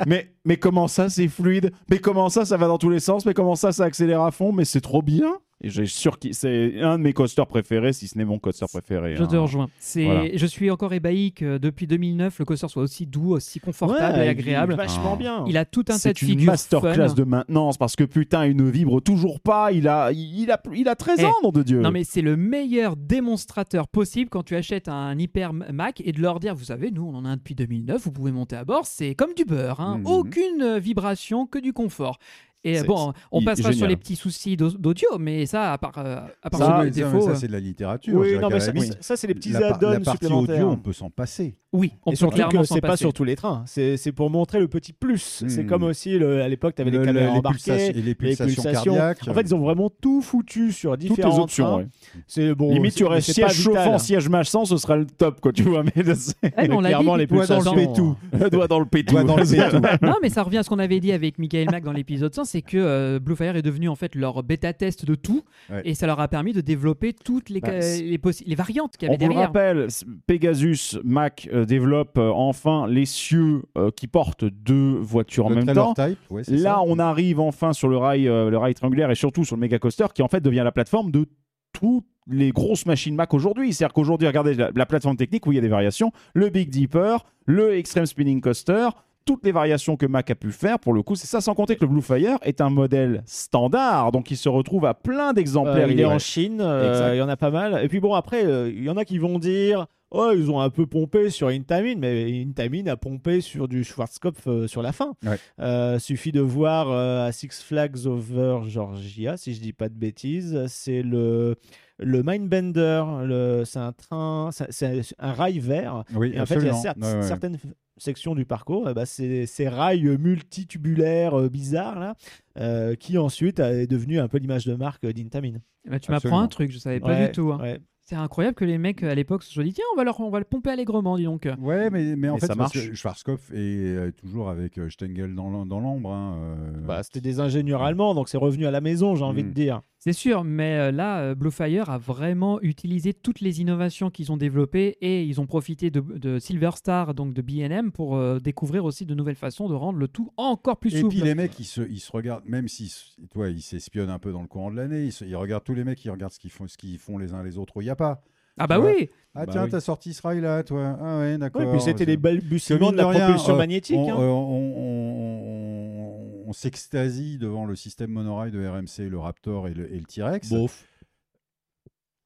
Speaker 4: mais mais comment ça c'est fluide mais comment ça ça va dans tous les sens mais comment ça ça accélère à fond mais c'est trop bien et j'ai sûr que c'est un de mes coasters préférés si ce n'est mon coaster préféré
Speaker 1: Je
Speaker 4: hein.
Speaker 1: te rejoins. C'est,
Speaker 4: Voilà.
Speaker 1: je suis encore ébahi que depuis 2009, le coaster soit aussi doux, aussi confortable
Speaker 3: Ouais,
Speaker 1: et
Speaker 3: il-
Speaker 1: agréable.
Speaker 3: Vachement bien.
Speaker 1: Il a tout un tas de
Speaker 4: C'est une
Speaker 1: figures
Speaker 4: masterclass
Speaker 1: fun.
Speaker 4: de maintenance parce que putain, il ne vibre toujours pas. Il a, il a, il a 13
Speaker 1: Eh,
Speaker 4: ans, nom de Dieu.
Speaker 1: Non mais c'est le meilleur démonstrateur possible quand tu achètes un hyper Mac et de leur dire vous savez nous on en a un depuis 2009 vous pouvez monter à bord c'est comme du beurre hein.
Speaker 2: Mhm.
Speaker 1: aucune euh, vibration que du confort et euh,
Speaker 4: C'est-
Speaker 1: bon on
Speaker 4: il-
Speaker 1: passera sur
Speaker 4: génial.
Speaker 1: les petits soucis d'au- d'audio mais ça à part euh, à part
Speaker 2: Ça, hein.
Speaker 1: sur
Speaker 2: mais
Speaker 1: les
Speaker 2: ça, mais
Speaker 1: défauts
Speaker 2: ça,
Speaker 1: euh,
Speaker 2: c'est de la littérature. je
Speaker 3: Oui,
Speaker 2: dirais
Speaker 3: non,
Speaker 2: qu'à
Speaker 3: mais
Speaker 2: la
Speaker 3: ça,
Speaker 2: limite,
Speaker 3: ça, c'est les petits
Speaker 2: la par-
Speaker 3: add-ons
Speaker 2: La partie
Speaker 3: supplémentaires.
Speaker 2: audio, on peut s'en passer.
Speaker 1: oui on
Speaker 3: Et
Speaker 1: peut
Speaker 3: surtout hein. que
Speaker 1: clairement s'en
Speaker 3: c'est pas
Speaker 1: passer
Speaker 3: sur tous les trains, c'est c'est pour montrer le petit plus. C'est
Speaker 2: Mm.
Speaker 3: comme aussi le- à l'époque, tu avais
Speaker 2: Le-
Speaker 3: les
Speaker 2: le-
Speaker 3: caméras
Speaker 2: les
Speaker 3: embarquées.
Speaker 2: pulsations- et les pulsations
Speaker 3: pulsations.
Speaker 2: cardiaques.
Speaker 3: En fait, ils ont vraiment tout foutu sur
Speaker 4: Toutes les
Speaker 3: différents
Speaker 4: options.
Speaker 3: trains.
Speaker 4: ouais.
Speaker 3: C'est bon.
Speaker 4: Limite,
Speaker 3: Oh, c'est-
Speaker 4: tu aurais
Speaker 3: mais c'est pas
Speaker 4: siège
Speaker 3: vital.
Speaker 4: chauffant, siège massant, ce serait le top, quoi. Tu vois, mais c'est-
Speaker 1: Eh, mais on l'a
Speaker 3: clairement,
Speaker 1: dit,
Speaker 3: les
Speaker 1: puis-
Speaker 2: Doigt dans
Speaker 3: pulsations.
Speaker 2: le pétou.
Speaker 4: le [LAUGHS] doigt dans le pétou.
Speaker 2: Doigt dans le pétou.
Speaker 1: non mais ça revient à ce qu'on avait dit avec Michael Mack dans l'épisode 100 c'est que euh, Blue Fire est devenu en fait leur bêta test de tout
Speaker 2: Ouais.
Speaker 1: et ça leur a permis de développer toutes les,
Speaker 4: Bah,
Speaker 1: ca-
Speaker 4: c'est-
Speaker 1: les, possi- les variantes qu'il y
Speaker 4: On
Speaker 1: avait
Speaker 4: vous le
Speaker 1: derrière
Speaker 4: rappelle, s- Pegasus Mac euh, développe euh, enfin l'essieu euh, qui porte deux voitures en
Speaker 2: Le
Speaker 4: même
Speaker 2: trailer
Speaker 4: temps.
Speaker 2: type, ouais, c'est
Speaker 4: Là,
Speaker 2: ça.
Speaker 4: on arrive enfin sur le rail, euh, le rail triangulaire et surtout sur le méga coaster qui en fait devient la plateforme de toutes les grosses machines Mac aujourd'hui. C'est-à-dire qu'aujourd'hui, regardez la, la plateforme technique où il y a des variations, le Big Dipper, le Extreme Spinning Coaster, toutes les variations que Mac a pu faire, pour le coup, c'est ça, sans compter que le Blue Fire est un modèle standard, donc il se retrouve à plein d'exemplaires.
Speaker 3: Euh, il est en
Speaker 4: Ouais.
Speaker 3: Chine, euh,
Speaker 4: Exact.
Speaker 3: il y en a pas mal. Et puis bon, après, euh, il y en a qui vont dire Oh, ils ont un peu pompé sur Intamin, mais Intamin a pompé sur du Schwarzkopf euh, sur la fin.
Speaker 2: Ouais.
Speaker 3: Euh, suffit de voir euh, à Six Flags Over Georgia, si je dis pas de bêtises, c'est le. Le Mindbender, le- c'est un train, c'est- c'est un rail vert.
Speaker 2: Oui,
Speaker 3: Et en fait, il y a
Speaker 2: absolument.
Speaker 3: certes-
Speaker 2: Ouais, ouais.
Speaker 3: certaines f- sections du parcours, eh ben, ces, ces rails multitubulaires euh, bizarres, là, euh, qui ensuite euh, est devenu un peu l'image de marque euh, d'Intamin.
Speaker 1: Eh ben, tu m'apprends
Speaker 2: Absolument.
Speaker 1: un truc, je savais pas
Speaker 3: Ouais,
Speaker 1: du tout. hein.
Speaker 3: ouais.
Speaker 1: C'est incroyable que les mecs à l'époque se soient dit tiens, on va, leur, on va le pomper allègrement, dis donc.
Speaker 2: Ouais, mais, mais en
Speaker 4: Et
Speaker 2: fait,
Speaker 4: ça
Speaker 2: parce que
Speaker 4: marche.
Speaker 2: Schwarzkopf est euh, toujours avec euh, Stengel dans l'om- dans l'ombre. hein, euh,
Speaker 3: Bah, C'était des ingénieurs allemands, donc c'est revenu à la maison, j'ai envie
Speaker 4: Mm.
Speaker 3: de dire.
Speaker 1: C'est sûr, mais euh, là, euh, Bluefire a vraiment utilisé toutes les innovations qu'ils ont développées et ils ont profité de, de Silver Star, donc de BNM, pour euh, découvrir aussi de nouvelles façons de rendre le tout encore plus
Speaker 2: Et
Speaker 1: souple.
Speaker 2: puis les mecs, ils se, ils se regardent, même s'ils s- toi, ils s'espionnent un peu dans le courant de l'année, ils, se- ils regardent tous les mecs, ils regardent ce qu'ils font, ce qu'ils font les uns les autres. Il n'y a pas.
Speaker 1: ah bah
Speaker 2: tu vois,
Speaker 1: oui
Speaker 2: Ah
Speaker 3: Bah
Speaker 2: tiens,
Speaker 3: oui.
Speaker 2: t'as sorti ce rail là, toi. Ah ouais, d'accord.
Speaker 3: Ouais, puis c'était
Speaker 2: C'est-
Speaker 3: les
Speaker 2: Parce
Speaker 3: balbutiements
Speaker 2: que
Speaker 3: de la
Speaker 2: mine de rien,
Speaker 3: propulsion
Speaker 2: euh,
Speaker 3: magnétique.
Speaker 2: On,
Speaker 3: hein.
Speaker 2: euh, on- on- on- on s'extasie devant le système monorail de RMC, le Raptor et le, et le T-Rex.
Speaker 3: Bof.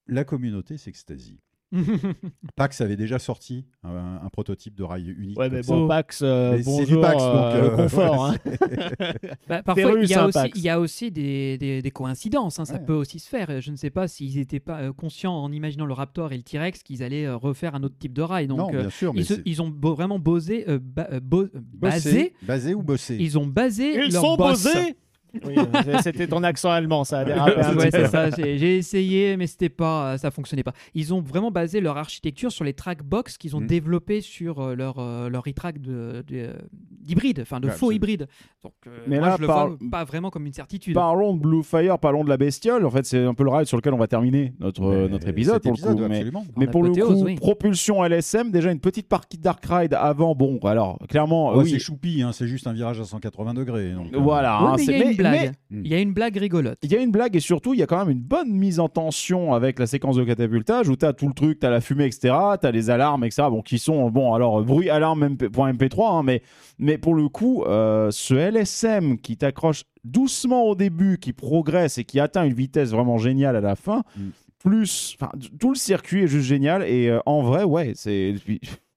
Speaker 2: La communauté s'extasie. Pax avait déjà sorti un, un prototype de rail unique.
Speaker 3: Ouais,
Speaker 2: comme
Speaker 3: mais
Speaker 2: ça.
Speaker 3: bon, Pax, euh,
Speaker 2: Mais c'est du
Speaker 3: bonjour,
Speaker 2: Pax, donc,
Speaker 3: euh, le
Speaker 2: euh,
Speaker 3: confort.
Speaker 2: [LAUGHS] ouais,
Speaker 3: hein.
Speaker 1: [LAUGHS] Bah, parfois, il
Speaker 3: russe,
Speaker 1: y, a
Speaker 3: hein,
Speaker 1: aussi,
Speaker 3: Pax.
Speaker 1: il y a aussi des, des- des coïncidences, hein, ça
Speaker 2: Ouais.
Speaker 1: peut aussi se faire. Je ne sais pas s'ils n'étaient pas euh, conscients en imaginant le Raptor et le T-Rex qu'ils allaient euh, refaire un autre type de rail. Donc,
Speaker 2: non,
Speaker 1: euh,
Speaker 2: bien sûr, mais
Speaker 1: ils, se-
Speaker 2: c'est-
Speaker 1: ils ont beau- vraiment bosé, euh, ba- euh, bo- euh,
Speaker 2: bosser.
Speaker 1: basé,
Speaker 2: Basé ou bossé
Speaker 1: ils ont basé
Speaker 3: Ils
Speaker 1: leur
Speaker 3: sont
Speaker 1: boss.
Speaker 3: posés Oui, euh, C'était ton accent allemand, [LAUGHS] ça a dérapé un
Speaker 1: Ouais,
Speaker 3: petit peu.
Speaker 1: c'est ça. J'ai j'ai essayé, mais c'était pas, ça fonctionnait pas. Ils ont vraiment basé leur architecture sur les trackbox qu'ils ont
Speaker 2: Mm.
Speaker 1: développés sur euh, leur euh, leur e-track de de- d'hybride, enfin de
Speaker 2: Ouais,
Speaker 1: faux
Speaker 2: absolument.
Speaker 1: hybride. Donc, euh,
Speaker 4: Mais
Speaker 1: moi,
Speaker 4: là,
Speaker 1: je le
Speaker 4: par-
Speaker 1: vois pas vraiment comme une certitude.
Speaker 4: Parlons de Blue Fire, parlons de la bestiole. En fait, c'est un peu le ride sur lequel on va terminer notre, euh,
Speaker 2: Mais
Speaker 4: notre épisode
Speaker 2: cet
Speaker 4: pour le coup.
Speaker 2: épisode,
Speaker 4: mais-
Speaker 2: absolument.
Speaker 4: Mais
Speaker 1: En
Speaker 4: pour le
Speaker 1: apothéose,
Speaker 4: coup,
Speaker 1: oui.
Speaker 4: propulsion LSM, déjà une petite partie Dark Ride avant. Bon, alors clairement,
Speaker 3: Oh,
Speaker 2: Ouais,
Speaker 4: oui,
Speaker 2: C'est choupi, hein, c'est juste un virage à 180 degrés. donc, euh,
Speaker 4: voilà.
Speaker 1: Ouais,
Speaker 4: hein,
Speaker 1: mais il
Speaker 4: c'est-
Speaker 1: y a une blague.
Speaker 2: mais-
Speaker 1: Il y a une blague rigolote.
Speaker 4: Il y a une blague et surtout, il y a quand même une bonne mise en tension avec la séquence de catapultage où t'as tout le truc, t'as la fumée, etc., t'as les alarmes, etc., bon, qui sont, bon, alors, euh, bruit, alarme, MP, point MP3, hein, mais, mais pour le coup, euh, ce LSM qui t'accroche doucement au début, qui progresse et qui atteint une vitesse vraiment géniale à la fin,
Speaker 2: Mm.
Speaker 4: plus, enfin, t- tout le circuit est juste génial et euh, en vrai, ouais, c'est. et puis- [LAUGHS]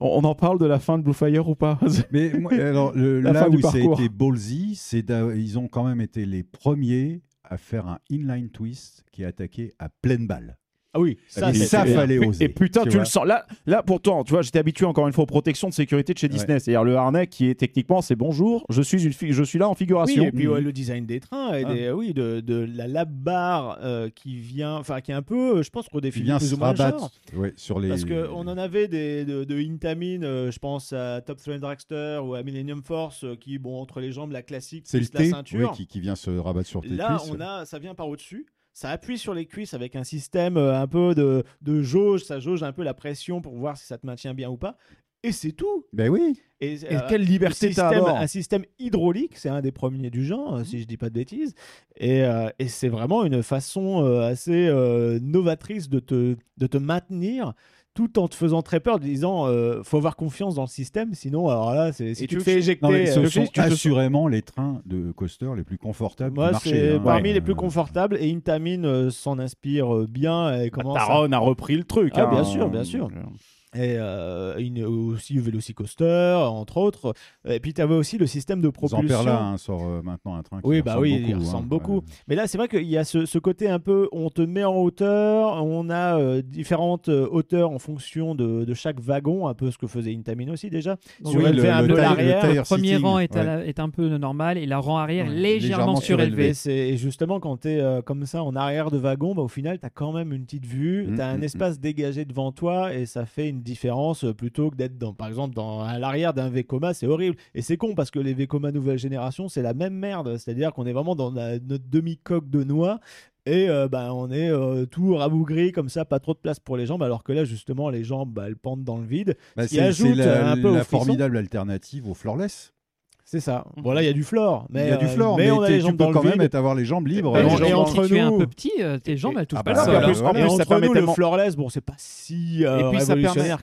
Speaker 4: On on en parle de la fin de Blue Fire ou pas [LAUGHS]
Speaker 2: Mais moi, [LAUGHS] alors, le-
Speaker 4: La fin
Speaker 2: là
Speaker 4: du
Speaker 2: où ça a
Speaker 4: parcours.
Speaker 2: été ballsy, c'est d'a- ils ont quand même été les premiers à faire un inline twist qui est attaqué à pleine balle.
Speaker 3: Ah oui, ça,
Speaker 2: Et
Speaker 4: c'est-
Speaker 3: c'est-
Speaker 2: ça,
Speaker 4: c'est-
Speaker 2: fallait
Speaker 4: Pu-
Speaker 2: oser.
Speaker 4: Et putain, tu,
Speaker 2: vois.
Speaker 4: le sens. Là, là, pourtant, tu vois, j'étais habitué encore une fois aux protections de sécurité de chez
Speaker 2: Ouais.
Speaker 4: Disney. C'est-à-dire le harnais qui est techniquement, c'est bonjour, je suis, une fi- je suis là en
Speaker 3: Oui,
Speaker 4: figuration.
Speaker 3: et puis euh,
Speaker 4: Mhm.
Speaker 3: ouais, le design des trains et
Speaker 2: Ah.
Speaker 3: des- euh, oui, de, de la lab bar euh, qui vient, enfin qui est un peu, euh, je pense,
Speaker 2: Qui
Speaker 3: redéfinie
Speaker 2: vient
Speaker 3: plus
Speaker 2: se
Speaker 3: ou moins le genre.
Speaker 2: rabattre ouais, sur les.
Speaker 3: Parce qu'on en avait des, de, de Intamin, euh, je pense à Top Thrill Dragster ou à Millennium Force, euh, qui, bon, entre les jambes, la classique,
Speaker 2: C'est le
Speaker 3: plus la
Speaker 2: T ouais,
Speaker 3: ceinture.
Speaker 2: qui, qui vient se rabattre sur tes
Speaker 3: Là,
Speaker 2: cuisses.
Speaker 3: on a, ça vient par au-dessus. Ça appuie sur les cuisses avec un système euh, un peu de, de jauge. Ça jauge un peu la pression pour voir si ça te maintient bien ou pas. Et c'est tout.
Speaker 2: Ben oui.
Speaker 3: Et,
Speaker 4: Et
Speaker 3: euh,
Speaker 4: quelle liberté
Speaker 3: le
Speaker 4: t'as à
Speaker 3: système-
Speaker 4: bord.
Speaker 3: Un système hydraulique, c'est un des premiers du genre, euh, si je dis pas de bêtises. Et, euh, et c'est vraiment une façon euh, assez euh, novatrice de te, de te maintenir tout en te faisant très peur, en te disant euh, faut avoir confiance dans le système, sinon, alors là, c'est- si
Speaker 4: Et
Speaker 3: tu
Speaker 4: tu-
Speaker 3: te fais éjecter.
Speaker 2: Non, mais
Speaker 3: euh,
Speaker 2: ce
Speaker 3: le
Speaker 2: sont
Speaker 3: fils, tu te-
Speaker 2: assurément les trains de coaster les plus confortables
Speaker 3: Moi,
Speaker 2: du marché.
Speaker 3: c'est
Speaker 2: hein.
Speaker 3: parmi les
Speaker 2: Euh,
Speaker 3: plus confortables et Intamin euh, s'en inspire euh, bien et
Speaker 4: Bah,
Speaker 3: commence à-
Speaker 4: Taron a repris le truc.
Speaker 3: Ah,
Speaker 4: hein.
Speaker 3: bien sûr, bien sûr. Bah, et euh, une- aussi Velocicoaster entre autres et puis tu avais aussi le système de propulsion
Speaker 2: Zamperla hein, sort euh, maintenant un train qui
Speaker 3: Oui, bah
Speaker 2: ressemble
Speaker 3: oui,
Speaker 2: beaucoup.
Speaker 3: il
Speaker 2: hein.
Speaker 3: ressemble beaucoup.
Speaker 2: Ouais.
Speaker 3: Mais là, c'est vrai qu'il y a ce, ce côté un peu, on te met en hauteur, on a euh, différentes euh, hauteurs en fonction de, de chaque wagon, un peu ce que faisait Intamin aussi déjà.
Speaker 1: Donc,
Speaker 3: Sur
Speaker 1: oui,
Speaker 3: elle fait un peu
Speaker 2: tire-
Speaker 3: l'arrière,
Speaker 2: tire
Speaker 1: le premier
Speaker 2: sitting,
Speaker 1: rang est, à
Speaker 2: ouais.
Speaker 1: la- est un peu normal et la rang arrière
Speaker 3: Ouais,
Speaker 1: légèrement,
Speaker 2: légèrement
Speaker 1: surélevée.
Speaker 3: Et, c'est- et justement, quand tu es comme ça en arrière de wagon, bah, au final, tu as quand même une petite vue,
Speaker 2: Mm,
Speaker 3: tu as un
Speaker 2: mm,
Speaker 3: espace dégagé devant toi et ça fait une différence euh, plutôt que d'être, dans, par exemple, dans, à l'arrière d'un Vekoma, c'est horrible. Et c'est con parce que les Vekoma nouvelle génération, c'est la même merde. C'est-à-dire qu'on est vraiment dans la- notre demi-coque de noix. Et euh, bah, on est euh, tout rabougri comme ça, pas trop de place pour les jambes, alors que là justement les jambes bah, elles pendent dans le vide.
Speaker 2: Bah,
Speaker 3: qui
Speaker 2: c'est-
Speaker 3: ajoute,
Speaker 2: c'est la,
Speaker 3: euh, un peu au
Speaker 2: la
Speaker 3: frisson.
Speaker 2: formidable alternative au floorless.
Speaker 3: C'est ça. Voilà, il y a du flore.
Speaker 2: Il
Speaker 3: Mais,
Speaker 2: y a du
Speaker 3: euh,
Speaker 2: flore, mais,
Speaker 3: mais on a
Speaker 2: t'es-
Speaker 3: les
Speaker 2: tu
Speaker 3: jambes
Speaker 2: peux
Speaker 3: dans le
Speaker 2: quand même
Speaker 3: vide.
Speaker 2: être- avoir les jambes libres. Euh,
Speaker 3: Et
Speaker 2: les
Speaker 1: Bah,
Speaker 3: gens-
Speaker 2: jambes
Speaker 1: si
Speaker 2: dans-
Speaker 3: entre
Speaker 1: tu es un
Speaker 3: nous-
Speaker 1: peu petit, euh, tes jambes, elles touchent
Speaker 2: Ah
Speaker 1: pas
Speaker 2: bah,
Speaker 1: le
Speaker 4: en
Speaker 1: sol.
Speaker 4: plus-
Speaker 1: hein.
Speaker 4: en
Speaker 3: Et
Speaker 4: plus, ça
Speaker 3: entre
Speaker 4: permet
Speaker 3: nous,
Speaker 4: tellement-
Speaker 3: le floreless, bon, c'est pas si euh,
Speaker 4: Et puis, ça
Speaker 3: révolutionnaire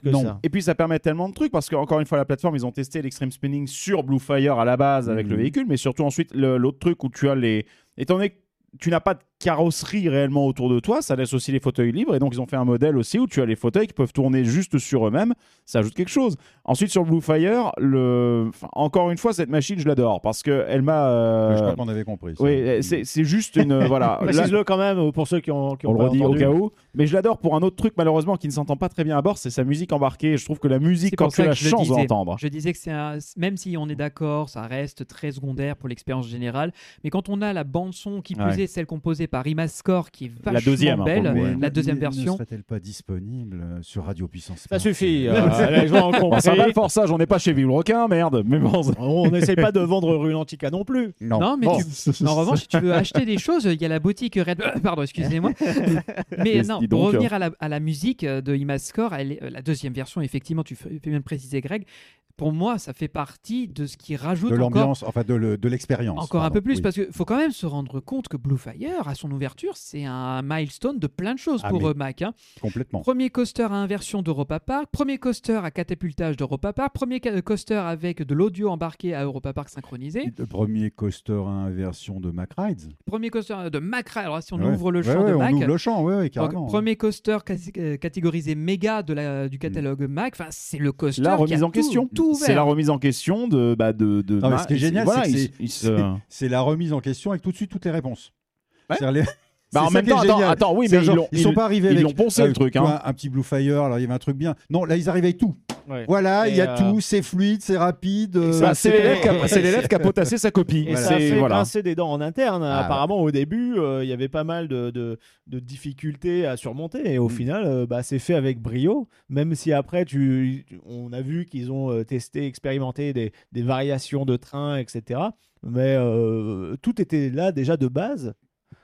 Speaker 2: permet-
Speaker 3: que
Speaker 2: non.
Speaker 3: ça.
Speaker 4: Et puis ça permet tellement de trucs parce que encore une fois la plateforme ils ont testé l'extreme spinning sur Blue Fire à la base avec
Speaker 2: Mhm.
Speaker 4: le véhicule mais surtout ensuite le- l'autre truc où tu as les étant donné que tu n'as pas de carrosserie réellement autour de toi, ça laisse aussi les fauteuils libres et donc ils ont fait un modèle aussi où tu as les fauteuils qui peuvent tourner juste sur eux-mêmes, ça ajoute quelque chose. Ensuite sur Blue Fire, le... enfin, encore une fois cette machine je l'adore parce que elle m'a euh,
Speaker 2: Je crois qu'on avait compris. ça.
Speaker 4: oui, c'est c'est juste une
Speaker 3: [LAUGHS]
Speaker 4: voilà, Ah, Là-
Speaker 3: Précise-le quand même pour ceux qui ont, qui ont
Speaker 4: on le
Speaker 3: pas
Speaker 4: redit au
Speaker 3: entendu.
Speaker 4: cas où. Mais je l'adore pour un autre truc, malheureusement, qui ne s'entend pas très bien à bord, c'est sa musique embarquée. Je trouve que la musique,
Speaker 1: C'est
Speaker 4: quand
Speaker 1: pour ça
Speaker 4: tu as
Speaker 1: que
Speaker 4: la
Speaker 1: je le
Speaker 4: chance
Speaker 1: disais.
Speaker 4: d'entendre.
Speaker 1: Je disais que c'est un- même si on est d'accord, ça reste très secondaire pour l'expérience générale. Mais quand on a la bande son qui plus
Speaker 4: Ouais.
Speaker 1: est celle composée par Imascore, qui est vachement
Speaker 4: La deuxième, hein, pour le
Speaker 1: belle,
Speaker 4: coup, ouais.
Speaker 2: ne-
Speaker 1: la deuxième
Speaker 2: ne-
Speaker 1: version.
Speaker 2: Ne serait-elle pas disponible euh, sur Radio Puissance
Speaker 3: Ça
Speaker 2: Park
Speaker 3: suffit.
Speaker 4: [LAUGHS]
Speaker 3: euh, [LAUGHS] les gens ont
Speaker 4: Bon, ça va
Speaker 3: compris.
Speaker 4: le forçage, on n'est pas chez Vibroquin, merde. Mais bon, ça-
Speaker 3: on n'essaie pas de vendre rue l'Antica non plus.
Speaker 2: Non.
Speaker 1: Non, mais
Speaker 4: Bon.
Speaker 1: tu-
Speaker 2: [LAUGHS]
Speaker 1: en revanche, si tu veux acheter des choses, il y a la boutique
Speaker 4: [LAUGHS]
Speaker 1: Red. Pardon, excusez-moi. Mais
Speaker 4: Yes,
Speaker 1: non,
Speaker 4: dis
Speaker 1: pour
Speaker 4: donc. hein.
Speaker 1: revenir à la, à la musique euh, de Imascore, elle est- euh, la deuxième version, effectivement, tu fais fais bien de préciser, Greg. Pour moi, ça fait partie de ce qui rajoute
Speaker 2: De
Speaker 1: encore
Speaker 2: l'ambiance, enfin de le- de l'expérience.
Speaker 1: Encore un
Speaker 2: pardon,
Speaker 1: peu plus,
Speaker 2: oui.
Speaker 1: parce qu'il faut quand même se rendre compte que Blue Fire, à son ouverture, c'est un milestone de plein de choses
Speaker 2: Ah,
Speaker 1: pour
Speaker 2: mais-
Speaker 1: euh, Mac. hein.
Speaker 2: Complètement.
Speaker 1: Premier coaster à inversion d'Europa Park, premier coaster à catapultage d'Europa Park, premier ca- coaster avec de l'audio embarqué à Europa Park synchronisé,
Speaker 2: Le premier coaster à inversion de Mac Rides.
Speaker 1: premier coaster de Macra, alors là, si on
Speaker 2: Ouais.
Speaker 1: ouvre le
Speaker 2: Ouais,
Speaker 1: champ
Speaker 2: ouais,
Speaker 1: de Mac,
Speaker 2: On ouvre le champ, ouais, ouais,
Speaker 1: donc,
Speaker 2: carrément. hein.
Speaker 1: premier coaster casi- euh, catégorisé méga de la, du catalogue Mac, enfin, c'est le coaster
Speaker 4: la
Speaker 1: qui a
Speaker 4: remise en
Speaker 1: tout-
Speaker 4: question.
Speaker 1: tout
Speaker 4: C'est la
Speaker 1: ouvert.
Speaker 4: remise en question de. Bah, de, de
Speaker 2: Non, mais ce
Speaker 4: bah,
Speaker 2: qui est génial,
Speaker 4: voilà,
Speaker 2: c'est que
Speaker 4: il-
Speaker 2: [LAUGHS] c'est-
Speaker 4: il se-
Speaker 2: C'est la remise en question avec tout de suite toutes les réponses.
Speaker 4: Ouais.
Speaker 2: C'est-à-dire les-
Speaker 4: [LAUGHS] Bah, en
Speaker 2: c'est ça
Speaker 4: même
Speaker 2: qui est
Speaker 4: temps, attends,
Speaker 2: génial.
Speaker 4: attends, oui,
Speaker 2: C'est
Speaker 4: mais ils
Speaker 2: genre,
Speaker 4: l'ont-
Speaker 2: ils sont
Speaker 4: ils-
Speaker 2: pas arrivés
Speaker 4: ils
Speaker 2: avec
Speaker 4: l'ont poncé
Speaker 2: euh,
Speaker 4: le truc.
Speaker 2: tu
Speaker 4: hein.
Speaker 2: vois, Un petit Blue Fire, alors il y avait un truc bien. Non, là ils arrivent avec tout. Voilà,
Speaker 3: Et,
Speaker 2: il y a
Speaker 3: euh,
Speaker 2: tout, c'est fluide, c'est rapide. euh,
Speaker 4: Bah, C'est
Speaker 3: c'est-
Speaker 4: l'élève qui
Speaker 2: [LAUGHS]
Speaker 4: a-
Speaker 3: et-
Speaker 4: c'est l'élève qui a potassé sa copie.
Speaker 3: Et
Speaker 4: Voilà.
Speaker 3: ça a
Speaker 4: C'est-
Speaker 3: fait
Speaker 4: voilà. bah.
Speaker 3: grincer des dents en interne.
Speaker 2: Ah,
Speaker 3: Apparemment, au début, euh, il y avait pas mal de, de- de difficultés à surmonter. Et au
Speaker 2: Mm.
Speaker 3: final, euh, bah, c'est fait avec brio. Même si après, tu, tu- on a vu qu'ils ont euh, testé, expérimenté des, des variations de train, etc. Mais euh, tout était là déjà de base,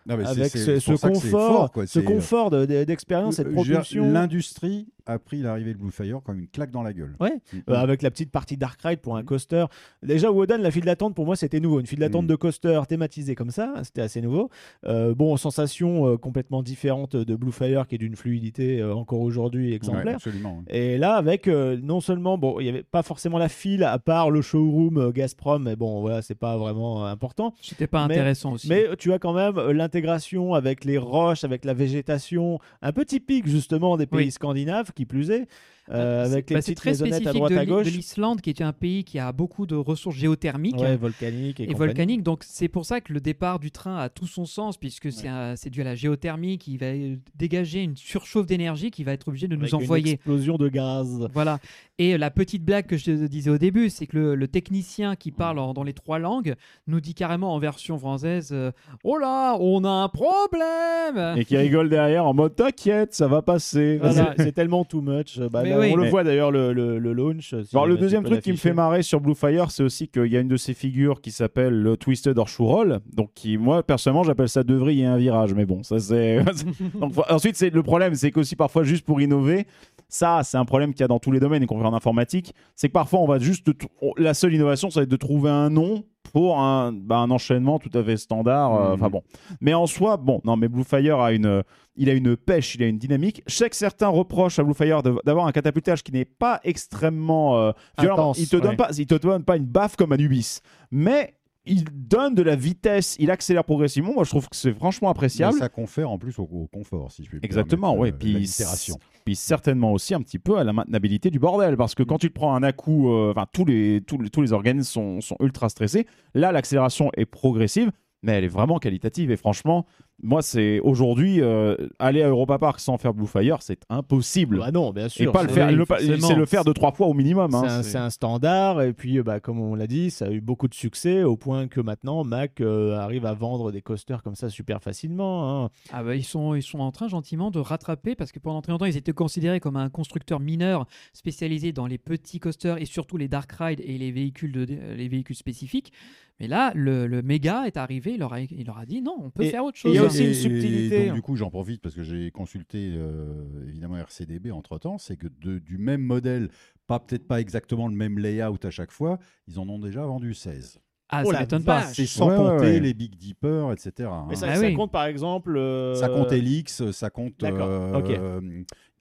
Speaker 2: Non, mais c'est-
Speaker 3: avec
Speaker 2: c'est
Speaker 3: ce, ce
Speaker 2: pour ça que c'est
Speaker 3: confort,
Speaker 2: fort, quoi.
Speaker 3: ce
Speaker 2: C'est-
Speaker 3: confort de- de- d'expérience,
Speaker 2: Euh,
Speaker 3: cette
Speaker 2: je veux dire,
Speaker 3: propulsion.
Speaker 2: L'industrie a pris l'arrivée de Blue Fire comme une claque dans la gueule.
Speaker 3: Ouais.
Speaker 2: Mm.
Speaker 3: Euh, avec la petite partie Dark Ride pour un coaster. Déjà, Wodan, la file d'attente, pour moi, c'était nouveau. Une file d'attente
Speaker 2: Mm.
Speaker 3: de coaster thématisée comme ça, c'était assez nouveau. Euh, bon, sensation euh, complètement différente de Blue Fire, qui est d'une fluidité euh, encore aujourd'hui exemplaire.
Speaker 2: Ouais, absolument.
Speaker 3: Et là, avec euh, non seulement, bon, il n'y avait pas forcément la file à part le showroom euh, Gazprom, mais bon, voilà, c'est pas vraiment euh, important.
Speaker 1: C'était pas
Speaker 3: Mais-
Speaker 1: intéressant aussi.
Speaker 3: Mais tu as quand même euh, l'intégration avec les roches, avec la végétation, un peu typique justement des pays
Speaker 1: Oui.
Speaker 3: scandinaves, qui plus est, euh,
Speaker 1: Ah, c'est-
Speaker 3: avec les
Speaker 1: bah, c'est
Speaker 3: petites
Speaker 1: très
Speaker 3: maisonnettes
Speaker 1: spécifique
Speaker 3: à droite
Speaker 1: de
Speaker 3: à
Speaker 1: l'I-
Speaker 3: gauche.
Speaker 1: de l'Islande, qui est un pays qui a beaucoup de ressources géothermiques.
Speaker 3: Ouais, volcanique et,
Speaker 1: et
Speaker 3: compagnie.
Speaker 1: volcanique. Donc c'est pour ça que le départ du train a tout son sens puisque c'est un- c'est dû à la géothermie qui va euh, dégager une surchauffe d'énergie qui va être obligée de nous
Speaker 3: Avec Une
Speaker 1: envoyer.
Speaker 3: explosion de gaz.
Speaker 1: Voilà. Et euh, la petite blague que je disais au début, c'est que le, le technicien qui parle en- dans les trois langues nous dit carrément en version française euh, Oh là, on a un problème
Speaker 4: Et qui rigole derrière en mode t'inquiète, ça va passer.
Speaker 3: Voilà, c'est tellement too much. Bah,
Speaker 1: Mais
Speaker 3: là,
Speaker 1: oui.
Speaker 3: On le
Speaker 4: Mais-
Speaker 3: voit d'ailleurs le, le, le launch. si
Speaker 4: Alors, le
Speaker 3: jamais
Speaker 4: deuxième
Speaker 3: tu peux
Speaker 4: truc qui me
Speaker 3: l'afficher.
Speaker 4: fait marrer sur Blue Fire, c'est aussi qu'il y a une de ces figures qui s'appelle le Twisted Horseshoe Roll. Donc, qui, moi, personnellement, j'appelle ça deux vrilles et un virage. Mais bon, ça, c'est. [LAUGHS] Donc, faut- ensuite, c'est le problème, c'est qu'aussi, parfois, juste pour innover, ça, c'est un problème qu'il y a dans tous les domaines, et qu'on fait en informatique. C'est que parfois, on va juste. tr- on- La seule innovation, ça va être de trouver un nom pour un, bah, un enchaînement tout à fait standard. euh,
Speaker 2: Mhm.
Speaker 4: Enfin, bon. Mais en soi, bon, non, mais Blue Fire a une il a une pêche, il a une dynamique. Je sais que certains reprochent à Blue Fire de- d'avoir un catapultage qui n'est pas extrêmement euh, violent.
Speaker 3: Intense,
Speaker 4: il te donne
Speaker 3: ouais.
Speaker 4: pas, il te donne pas une baffe comme Anubis, mais il donne de la vitesse, il accélère progressivement. Moi, je trouve que c'est franchement
Speaker 2: Mais
Speaker 4: appréciable.
Speaker 2: Ça confère en plus au, au confort, si je puis me
Speaker 4: Exactement, oui.
Speaker 2: permettre, euh,
Speaker 4: Puis,
Speaker 2: l'allitération.
Speaker 4: puis certainement aussi un petit peu à la maintenabilité du bordel, parce que quand tu te prends un à-coup, euh, enfin tous les tous les, tous les organismes sont, sont ultra stressés. Là, l'accélération est progressive, mais elle est vraiment qualitative. Et franchement, moi, c'est aujourd'hui euh, aller à Europa Park sans faire Blue Fire, c'est impossible.
Speaker 3: Bah non, bien
Speaker 4: et
Speaker 3: sûr.
Speaker 4: pas le
Speaker 3: c'est-
Speaker 4: faire,
Speaker 1: oui,
Speaker 4: le pas-
Speaker 1: forcément.
Speaker 4: c'est le faire de trois fois au minimum.
Speaker 3: C'est
Speaker 4: hein.
Speaker 3: un,
Speaker 4: C'est-
Speaker 3: c'est un standard. Et puis, euh, bah, comme on l'a dit, ça a eu beaucoup de succès au point que maintenant, Mac euh, arrive à vendre des coasters comme ça super facilement. hein.
Speaker 1: Ah bah, ils, sont, ils sont en train gentiment de rattraper parce que pendant très longtemps ils étaient considérés comme un constructeur mineur spécialisé dans les petits coasters et surtout les dark rides et les véhicules, de, les véhicules spécifiques. Mais là, le, le méga est arrivé, il leur, a, il leur a dit non, on peut
Speaker 3: Et-
Speaker 1: faire autre
Speaker 3: Et
Speaker 1: chose.
Speaker 3: il y a
Speaker 1: hein.
Speaker 3: aussi
Speaker 2: Et-
Speaker 3: une
Speaker 2: et
Speaker 3: subtilité. hein.
Speaker 2: donc, du coup, j'en profite parce que j'ai consulté euh, évidemment RCDB entre temps. C'est que de- du même modèle, pas peut-être pas exactement le même layout à chaque fois, ils en ont déjà vendu 16.
Speaker 1: Ah,
Speaker 3: Oh
Speaker 1: ça
Speaker 3: la
Speaker 1: m'étonne pas.
Speaker 3: vache.
Speaker 2: C'est sans
Speaker 4: Ouais, ouais,
Speaker 2: compter
Speaker 4: ouais.
Speaker 2: les Big Dipper, etc. hein.
Speaker 3: Mais ça,
Speaker 1: Ah
Speaker 3: ça
Speaker 1: oui.
Speaker 3: compte par exemple. euh,
Speaker 2: Ça compte Helix, ça compte
Speaker 3: D'accord,
Speaker 2: euh,
Speaker 3: ok.
Speaker 2: euh,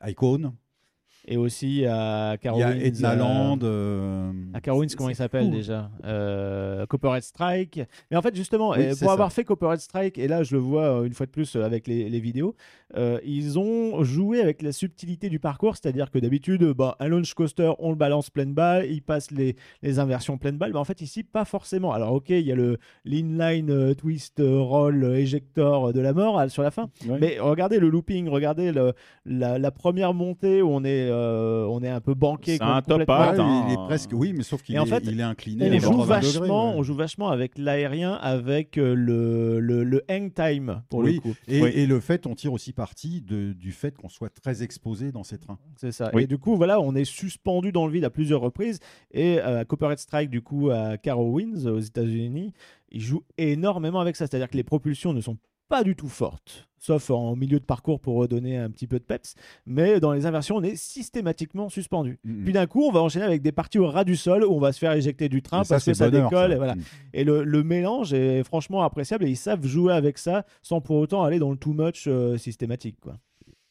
Speaker 2: Icon,
Speaker 3: Et aussi
Speaker 2: il y
Speaker 3: à
Speaker 2: a
Speaker 3: Carowinds.
Speaker 2: Edna
Speaker 3: euh,
Speaker 2: Land. euh,
Speaker 3: À Carowinds, comment il s'appelle
Speaker 1: fou.
Speaker 3: déjà euh, Copperhead Strike. Mais en fait, justement,
Speaker 2: Oui,
Speaker 3: euh,
Speaker 2: c'est
Speaker 3: pour
Speaker 2: ça.
Speaker 3: avoir fait Copperhead Strike, et là, je le vois euh, une fois de plus euh, avec les, les vidéos, euh, ils ont joué avec la subtilité du parcours, c'est-à-dire que d'habitude, euh, bah, un launch coaster, on le balance pleine balle, il passe les, les inversions pleine balle. Mais en fait, ici, pas forcément. Alors, ok, il y a le l'inline euh, twist euh, roll euh, éjector euh, de la mort euh, sur la fin. Mais regardez le looping, regardez le- la, la première montée où on est, euh, on est un peu banqué.
Speaker 4: C'est un
Speaker 3: com-
Speaker 4: top
Speaker 3: complètement.
Speaker 4: hat,
Speaker 2: ouais,
Speaker 4: hein.
Speaker 2: il est presque, oui, mais sauf qu'il
Speaker 3: Et
Speaker 2: est,
Speaker 3: en fait,
Speaker 2: il est incliné.
Speaker 4: il
Speaker 2: à
Speaker 4: est
Speaker 3: On joue,
Speaker 2: 80 degrés,
Speaker 3: vachement,
Speaker 2: ouais.
Speaker 3: on joue vachement avec l'aérien, avec euh, le, le, le hang time pour
Speaker 2: Oui,
Speaker 3: le coup.
Speaker 2: Et,
Speaker 4: Oui.
Speaker 2: et le fait, on tire aussi parti de- du fait qu'on soit très exposé dans ces trains.
Speaker 3: C'est ça.
Speaker 4: Oui.
Speaker 3: Et du coup, voilà, on est suspendu dans le vide à plusieurs reprises. Et euh, à Copperhead Strike, du coup, à Carowinds, aux États-Unis, ils jouent énormément avec ça. C'est-à-dire que les propulsions ne sont pas du tout fortes, sauf en milieu de parcours pour redonner un petit peu de peps. Mais dans les inversions, on est systématiquement suspendu.
Speaker 2: Mm, mm.
Speaker 3: Puis d'un coup, on va enchaîner avec des parties au ras du sol où on va se faire éjecter du train
Speaker 2: Mais
Speaker 3: parce que ça
Speaker 2: bonheur,
Speaker 3: décolle.
Speaker 2: ça.
Speaker 3: Et, voilà.
Speaker 2: Mm.
Speaker 3: et le, le mélange est franchement appréciable et ils savent jouer avec ça sans pour autant aller dans le too much euh, systématique. Quoi.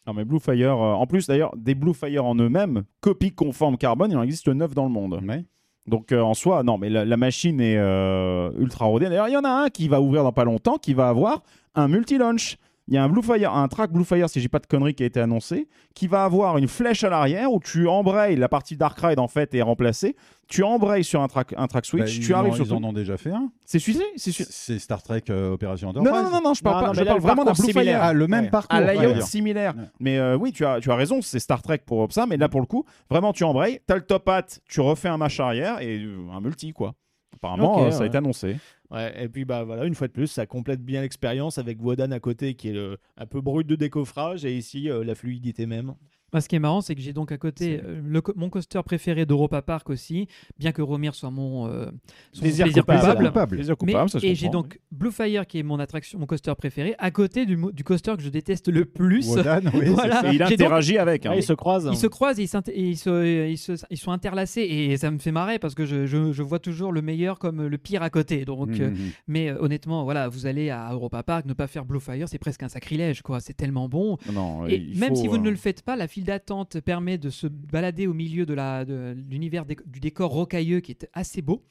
Speaker 4: Non, mais Blue Fire, euh, en plus d'ailleurs, des Blue Fire en eux-mêmes, copies conformes carbone, il en existe 9 dans le monde.
Speaker 2: Ouais.
Speaker 4: Donc euh, en soi, non, mais la, la machine est euh, ultra rodée. D'ailleurs, il y en a un qui va ouvrir dans pas longtemps, qui va avoir un multi-launch. Il y a un Blue Fire, un track Blue Fire, si j'ai pas de conneries, qui a été annoncé, qui va avoir une flèche à l'arrière où tu embrayes la partie Dark Ride en fait est remplacée. Tu embrayes sur un track, un track switch,
Speaker 2: Bah,
Speaker 4: tu
Speaker 2: ils
Speaker 4: arrives
Speaker 2: en-
Speaker 4: sur
Speaker 2: Ils
Speaker 4: ton-
Speaker 2: en ont déjà fait un.
Speaker 4: C'est suicide, c'est suicide.
Speaker 2: C'est Star Trek euh, Opération
Speaker 4: Non,
Speaker 2: Enterprise.
Speaker 4: non, non, non, je parle
Speaker 3: Non,
Speaker 4: pas.
Speaker 3: non,
Speaker 4: je
Speaker 3: mais là,
Speaker 4: parle
Speaker 3: le
Speaker 4: vraiment d'un
Speaker 3: parcours
Speaker 4: Blue Fire.
Speaker 3: similaire.
Speaker 2: Ah, le même
Speaker 3: Ouais.
Speaker 2: parcours.
Speaker 4: à
Speaker 2: ouais.
Speaker 4: layout
Speaker 2: Ouais.
Speaker 4: similaire.
Speaker 2: Ouais.
Speaker 4: Mais euh, oui, tu as, tu as raison, c'est Star Trek pour ça. Mais là, pour le coup, vraiment, tu embrayes, t'as le top hat, tu refais un match arrière et euh, un multi, quoi. Apparemment,
Speaker 3: Ok,
Speaker 4: euh, ça a
Speaker 3: ouais.
Speaker 4: été annoncé.
Speaker 3: Ouais, et puis bah voilà, une fois de plus, ça complète bien l'expérience avec Wodan à côté qui est le- un peu brut de décoffrage et ici euh, la fluidité même.
Speaker 1: Moi, ce qui est marrant, c'est que j'ai donc à côté euh, le co- mon coaster préféré d'Europa Park aussi, bien que Romir soit mon, euh, son plaisir, coupable.
Speaker 2: coupable.
Speaker 4: Plaisir
Speaker 1: Mais-
Speaker 4: coupable, ça se
Speaker 1: et j'ai
Speaker 4: comprend.
Speaker 1: donc Blue Fire qui est mon attraction, mon coaster préféré, à côté du, mo- du coaster que je déteste le plus. [LAUGHS]
Speaker 2: Wodan,
Speaker 3: [LAUGHS]
Speaker 2: oui,
Speaker 1: Voilà.
Speaker 2: c'est ça.
Speaker 4: Et
Speaker 1: J'ai
Speaker 4: il
Speaker 1: donc-
Speaker 4: interagit avec. hein.
Speaker 3: Ah, ils se croisent. hein.
Speaker 1: Ils se croisent, et ils, s'inter- et ils se- ils se- ils sont interlacés et ça me fait marrer parce que je, je- je vois toujours le meilleur comme le pire à côté. Donc,
Speaker 2: Mm,
Speaker 1: euh,
Speaker 2: mm.
Speaker 1: mais euh, honnêtement, voilà, vous allez à Europa Park, ne pas faire Blue Fire, c'est presque un sacrilège, quoi. C'est tellement bon.
Speaker 4: Non,
Speaker 1: Et
Speaker 4: il
Speaker 1: même
Speaker 4: faut,
Speaker 1: si vous
Speaker 4: euh,
Speaker 1: ne le faites pas, la file d'attente permet de se balader au milieu de la- de l'univers déc- du décor rocailleux qui est assez beau.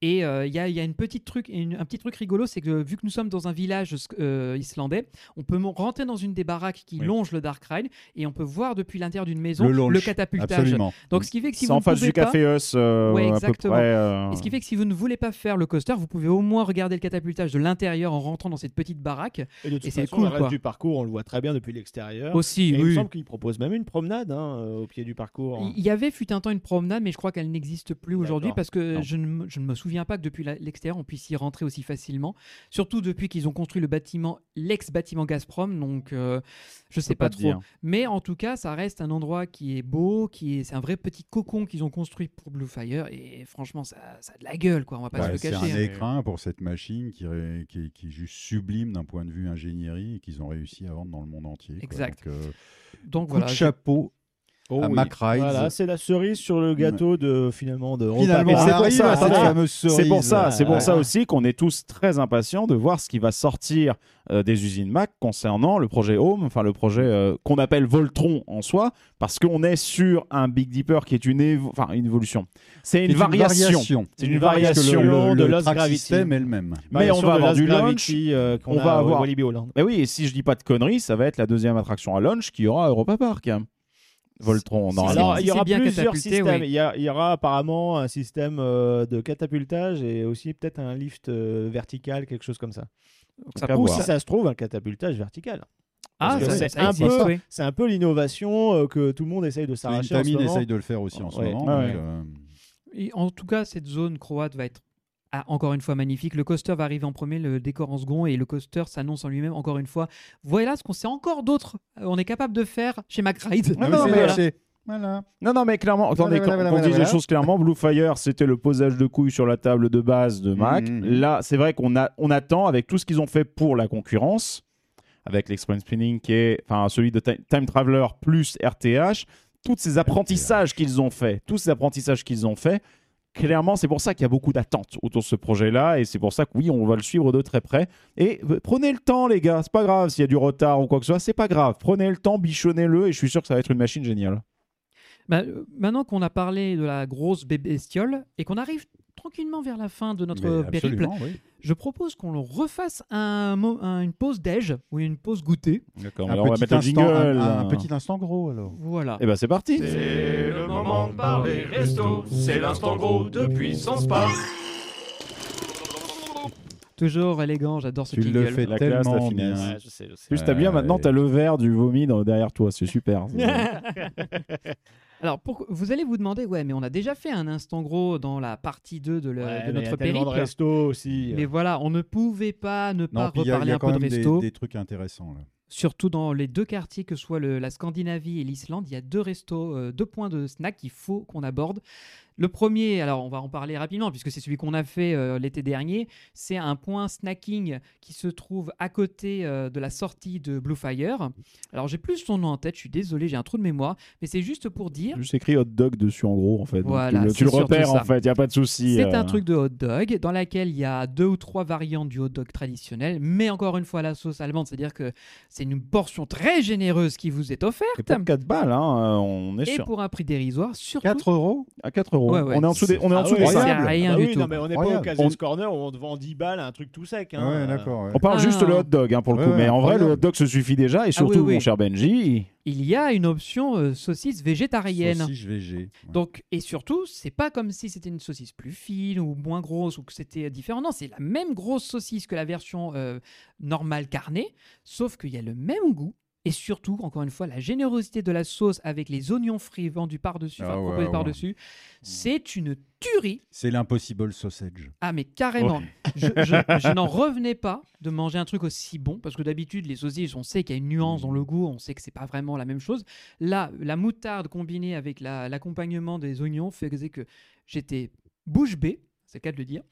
Speaker 1: Et euh, il y, a- il y a une petite truc, une- un petit truc rigolo, c'est que vu que nous sommes dans un village euh, islandais, on peut mon- rentrer dans une des baraques qui
Speaker 4: Oui.
Speaker 1: longe le Dark Ride et on peut voir depuis l'intérieur d'une maison
Speaker 2: Le
Speaker 1: le,
Speaker 2: launch,
Speaker 1: catapultage.
Speaker 2: Absolument.
Speaker 1: Donc ce qui fait que si
Speaker 4: c'est
Speaker 1: vous
Speaker 4: en
Speaker 1: ne
Speaker 4: face
Speaker 1: pouvez
Speaker 4: du
Speaker 1: pas,
Speaker 4: Café Us, euh,
Speaker 1: Ouais,
Speaker 4: à peu
Speaker 1: exactement.
Speaker 4: près. euh,
Speaker 1: et ce qui fait que si vous ne voulez pas faire le coaster, vous pouvez au moins regarder le catapultage de l'intérieur en rentrant dans cette petite baraque.
Speaker 3: Et de toute
Speaker 1: et c'est
Speaker 3: façon,
Speaker 1: cool,
Speaker 3: le reste
Speaker 1: quoi.
Speaker 3: du parcours, on le voit très bien depuis l'extérieur. Et
Speaker 1: Aussi,
Speaker 3: Il me
Speaker 1: oui.
Speaker 3: semble qu'ils proposent même une promenade hein, euh, au pied du parcours.
Speaker 1: Il y avait fut un temps une promenade, mais je crois qu'elle n'existe plus aujourd'hui
Speaker 3: D'accord.
Speaker 1: parce
Speaker 4: Non.
Speaker 1: que je ne, me- je ne me souviens pas que depuis la- l'extérieur on puisse y rentrer aussi facilement. Surtout depuis qu'ils ont construit le bâtiment, l'ex-bâtiment Gazprom, donc euh, je
Speaker 4: je
Speaker 1: sais
Speaker 4: peux
Speaker 1: pas
Speaker 4: te
Speaker 1: trop.
Speaker 4: dire.
Speaker 1: Mais en tout cas, ça reste un endroit qui est beau, qui est c'est un vrai petit cocon qu'ils ont construit pour Blue Fire et franchement ça, ça a de la gueule quoi, on va pas
Speaker 2: Bah,
Speaker 1: se le
Speaker 2: c'est
Speaker 1: cacher.
Speaker 2: un
Speaker 1: hein.
Speaker 2: écrin pour cette machine qui, ré- qui, est- qui est juste sublime d'un point de vue ingénierie et qu'ils ont réussi à vendre dans le monde entier. quoi.
Speaker 1: Exact.
Speaker 2: Donc, euh,
Speaker 1: Donc
Speaker 2: coup
Speaker 1: voilà,
Speaker 2: de
Speaker 1: je-
Speaker 2: chapeau
Speaker 4: Oh
Speaker 2: à
Speaker 4: oui.
Speaker 2: Mac Rides.
Speaker 3: Voilà, c'est la cerise sur le gâteau de finalement de Europa
Speaker 2: Finalement,
Speaker 3: Park.
Speaker 2: on
Speaker 4: c'est pour
Speaker 2: arrive
Speaker 4: ça,
Speaker 2: à cette
Speaker 4: voilà.
Speaker 2: fameuse cerise.
Speaker 4: C'est pour
Speaker 2: hein.
Speaker 4: ça, c'est pour
Speaker 3: Ouais.
Speaker 4: ça aussi qu'on est tous très impatients de voir ce qui va sortir euh, des usines Mac concernant le projet Home, enfin le projet euh, qu'on appelle Voltron en soi, parce qu'on est sur un Big Dipper qui est une, évo- enfin, une évolution. C'est une,
Speaker 2: C'est
Speaker 4: variation. C'est une
Speaker 2: Parce que
Speaker 4: variation.
Speaker 2: le- le,
Speaker 3: de
Speaker 2: le
Speaker 3: Lost
Speaker 2: track
Speaker 3: Gravity.
Speaker 2: system est le même.
Speaker 4: Mais on va avoir du launch.
Speaker 3: Gravity, euh, qu'on
Speaker 4: On
Speaker 3: a
Speaker 4: va
Speaker 3: au
Speaker 4: avoir-
Speaker 3: Walibi Holland.
Speaker 4: Mais oui, et si je dis pas de conneries, ça va être la deuxième attraction à launch qui aura à Europa Park. hein. Voltron,
Speaker 1: Si-
Speaker 4: normalement.
Speaker 3: Alors,
Speaker 1: si
Speaker 3: il y
Speaker 1: c'est
Speaker 3: aura
Speaker 1: bien
Speaker 3: plusieurs
Speaker 1: catapulté,
Speaker 3: systèmes.
Speaker 1: oui.
Speaker 3: Il, y a- il y aura apparemment un système euh, de catapultage et aussi peut-être un lift euh, vertical, quelque chose comme ça.
Speaker 4: ça
Speaker 3: Ou
Speaker 4: pousse.
Speaker 3: si ça se trouve, un catapultage vertical.
Speaker 1: ah,
Speaker 3: parce que
Speaker 1: ça,
Speaker 3: c'est
Speaker 1: ça
Speaker 3: un
Speaker 1: existe,
Speaker 3: peu-
Speaker 1: oui.
Speaker 3: C'est un peu l'innovation euh, que tout le monde essaye de s'arracher en ce
Speaker 2: Intamin
Speaker 3: moment.
Speaker 2: essaye de le faire aussi en ce
Speaker 3: Ouais.
Speaker 2: moment.
Speaker 4: Ouais,
Speaker 2: donc,
Speaker 4: ouais.
Speaker 2: euh,
Speaker 1: Et en tout cas, cette zone croate va être ah, encore une fois magnifique. Le coaster va arriver en premier, le décor en second, et le coaster s'annonce en lui-même encore une fois. Voilà ce qu'on sait encore d'autre. euh, On est capable de faire chez McRide.
Speaker 4: Ah
Speaker 2: oui,
Speaker 4: non,
Speaker 2: c'est
Speaker 4: mais-
Speaker 2: vrai, c'est- Voilà.
Speaker 4: Non, non, mais clairement, attendez,
Speaker 2: Voilà,
Speaker 4: qu'on-
Speaker 2: voilà,
Speaker 4: qu'on
Speaker 2: voilà,
Speaker 4: dise les
Speaker 2: voilà.
Speaker 4: choses clairement, Blue Fire, c'était le posage de couilles sur la table de base de Mac.
Speaker 2: Mhm.
Speaker 4: Là, c'est vrai qu'on a, on attend, avec tout ce qu'ils ont fait pour la concurrence, avec l'Express Spinning qui est enfin celui de Ti- Time Traveler plus RTH, tous ces apprentissages qu'ils ont fait, tous ces apprentissages qu'ils ont fait, clairement c'est pour ça qu'il y a beaucoup d'attentes autour de ce projet-là et c'est pour ça que oui, on va le suivre de très près et euh, prenez le temps les gars, c'est pas grave s'il y a du retard ou quoi que ce soit, c'est pas grave, prenez le temps, bichonnez-le et je suis sûr que ça va être une machine géniale.
Speaker 1: Bah, euh, maintenant qu'on a parlé de la grosse bébestiole et qu'on arrive tranquillement vers la fin de notre
Speaker 2: Mais
Speaker 1: périple,
Speaker 2: absolument, oui.
Speaker 1: je propose qu'on le refasse un, mo- un- une pause déj ou une pause goûter.
Speaker 4: D'accord,
Speaker 2: Un
Speaker 4: alors on va
Speaker 2: petit
Speaker 4: mettre un jingle.
Speaker 2: instant- un- un- un petit instant gros alors.
Speaker 1: Voilà.
Speaker 4: Et ben c'est parti.
Speaker 5: C'est le moment de parler resto, c'est l'instant gros de puissance pas.
Speaker 1: Toujours élégant, j'adore ce
Speaker 2: Tu le
Speaker 1: jingle.
Speaker 2: fais
Speaker 4: La classe,
Speaker 2: tellement
Speaker 4: la finesse.
Speaker 2: bien.
Speaker 4: Ouais,
Speaker 3: je sais, je sais.
Speaker 4: Plus t'as bien
Speaker 2: Ouais.
Speaker 4: maintenant, t'as le verre du vomi dans- derrière toi, c'est
Speaker 2: [LAUGHS]
Speaker 4: super.
Speaker 1: Alors, pourquoi- vous allez vous demander, ouais, mais on a déjà fait un instant gros dans la partie 2 de, le- de notre
Speaker 3: de
Speaker 1: périple.
Speaker 3: resto aussi.
Speaker 1: Mais voilà, on ne pouvait pas ne pas
Speaker 2: euh, Non, puis il y a, il
Speaker 1: reparler
Speaker 2: y a
Speaker 1: un peu
Speaker 2: quand
Speaker 1: de
Speaker 2: même des,
Speaker 1: resto.
Speaker 2: des trucs intéressants. Là.
Speaker 1: Surtout dans les deux quartiers que soient le- la Scandinavie et l'Islande, il y a deux restos, euh, deux points de snack qu'il faut qu'on aborde. Le premier, alors on va en parler rapidement puisque c'est celui qu'on a fait euh, l'été dernier, c'est un point snacking qui se trouve à côté euh, de la sortie de Blue Fire. Alors j'ai plus son nom en tête, je suis désolé, j'ai un trou de mémoire, mais c'est juste pour dire
Speaker 4: Juste écrit hot dog dessus en gros en fait. Donc,
Speaker 1: Voilà,
Speaker 4: tu le-
Speaker 1: c'est
Speaker 4: tu le
Speaker 1: surtout
Speaker 4: repères
Speaker 1: ça.
Speaker 4: en fait, y a pas de souci.
Speaker 1: C'est
Speaker 4: euh.
Speaker 1: un truc de hot dog dans laquelle il y a deux ou trois variantes du hot dog traditionnel, mais encore une fois la sauce allemande, c'est-à-dire que c'est une portion très généreuse qui vous est
Speaker 4: Et
Speaker 1: offerte
Speaker 4: pour 4 balles, hein, euh, on est
Speaker 1: et
Speaker 4: sûr.
Speaker 1: pour un prix dérisoire, surtout
Speaker 2: 4 euros
Speaker 4: À 4 euros.
Speaker 1: Ouais, ouais.
Speaker 4: On est en dessous des, on est en
Speaker 3: Ah
Speaker 4: dessous
Speaker 3: ouais,
Speaker 4: des cinq.
Speaker 2: incroyable.
Speaker 1: c'est rien
Speaker 3: Ah
Speaker 1: du
Speaker 3: oui,
Speaker 1: tout.
Speaker 3: non, mais on n'est pas au
Speaker 2: Incroyable.
Speaker 3: Casas Corner où on te vend 10 balles un truc tout sec. hein.
Speaker 2: Ouais, d'accord. ouais.
Speaker 4: On parle
Speaker 1: Ah.
Speaker 4: juste le hot dog hein, pour le
Speaker 2: Ouais,
Speaker 4: coup,
Speaker 2: ouais,
Speaker 4: mais en vrai,
Speaker 2: incroyable.
Speaker 4: le hot dog se suffit déjà et
Speaker 1: oui,
Speaker 4: surtout,
Speaker 1: oui.
Speaker 4: mon cher Benji.
Speaker 1: Il y a une option euh, saucisse végétarienne.
Speaker 2: Saucisse VG. ouais.
Speaker 1: Donc, et surtout, c'est pas comme si c'était une saucisse plus fine ou moins grosse ou que c'était euh, différent. Non, c'est la même grosse saucisse que la version euh, normale carnée, sauf qu'il y a le même goût. Et surtout, encore une fois, la générosité de la sauce avec les oignons frits vendus par-dessus,
Speaker 2: Ah
Speaker 1: enfin,
Speaker 2: ouais,
Speaker 1: proposés
Speaker 2: ouais.
Speaker 1: par-dessus, c'est une tuerie.
Speaker 2: C'est l'impossible sausage.
Speaker 1: Ah, mais carrément. Je,
Speaker 2: [LAUGHS]
Speaker 1: je- je n'en revenais pas de manger un truc aussi bon, parce que d'habitude, les saucisses, on sait qu'il y a une nuance dans le goût, on sait que c'est pas vraiment la même chose. Là, la moutarde combinée avec la- l'accompagnement des oignons faisait que j'étais bouche bée, c'est le cas de le dire,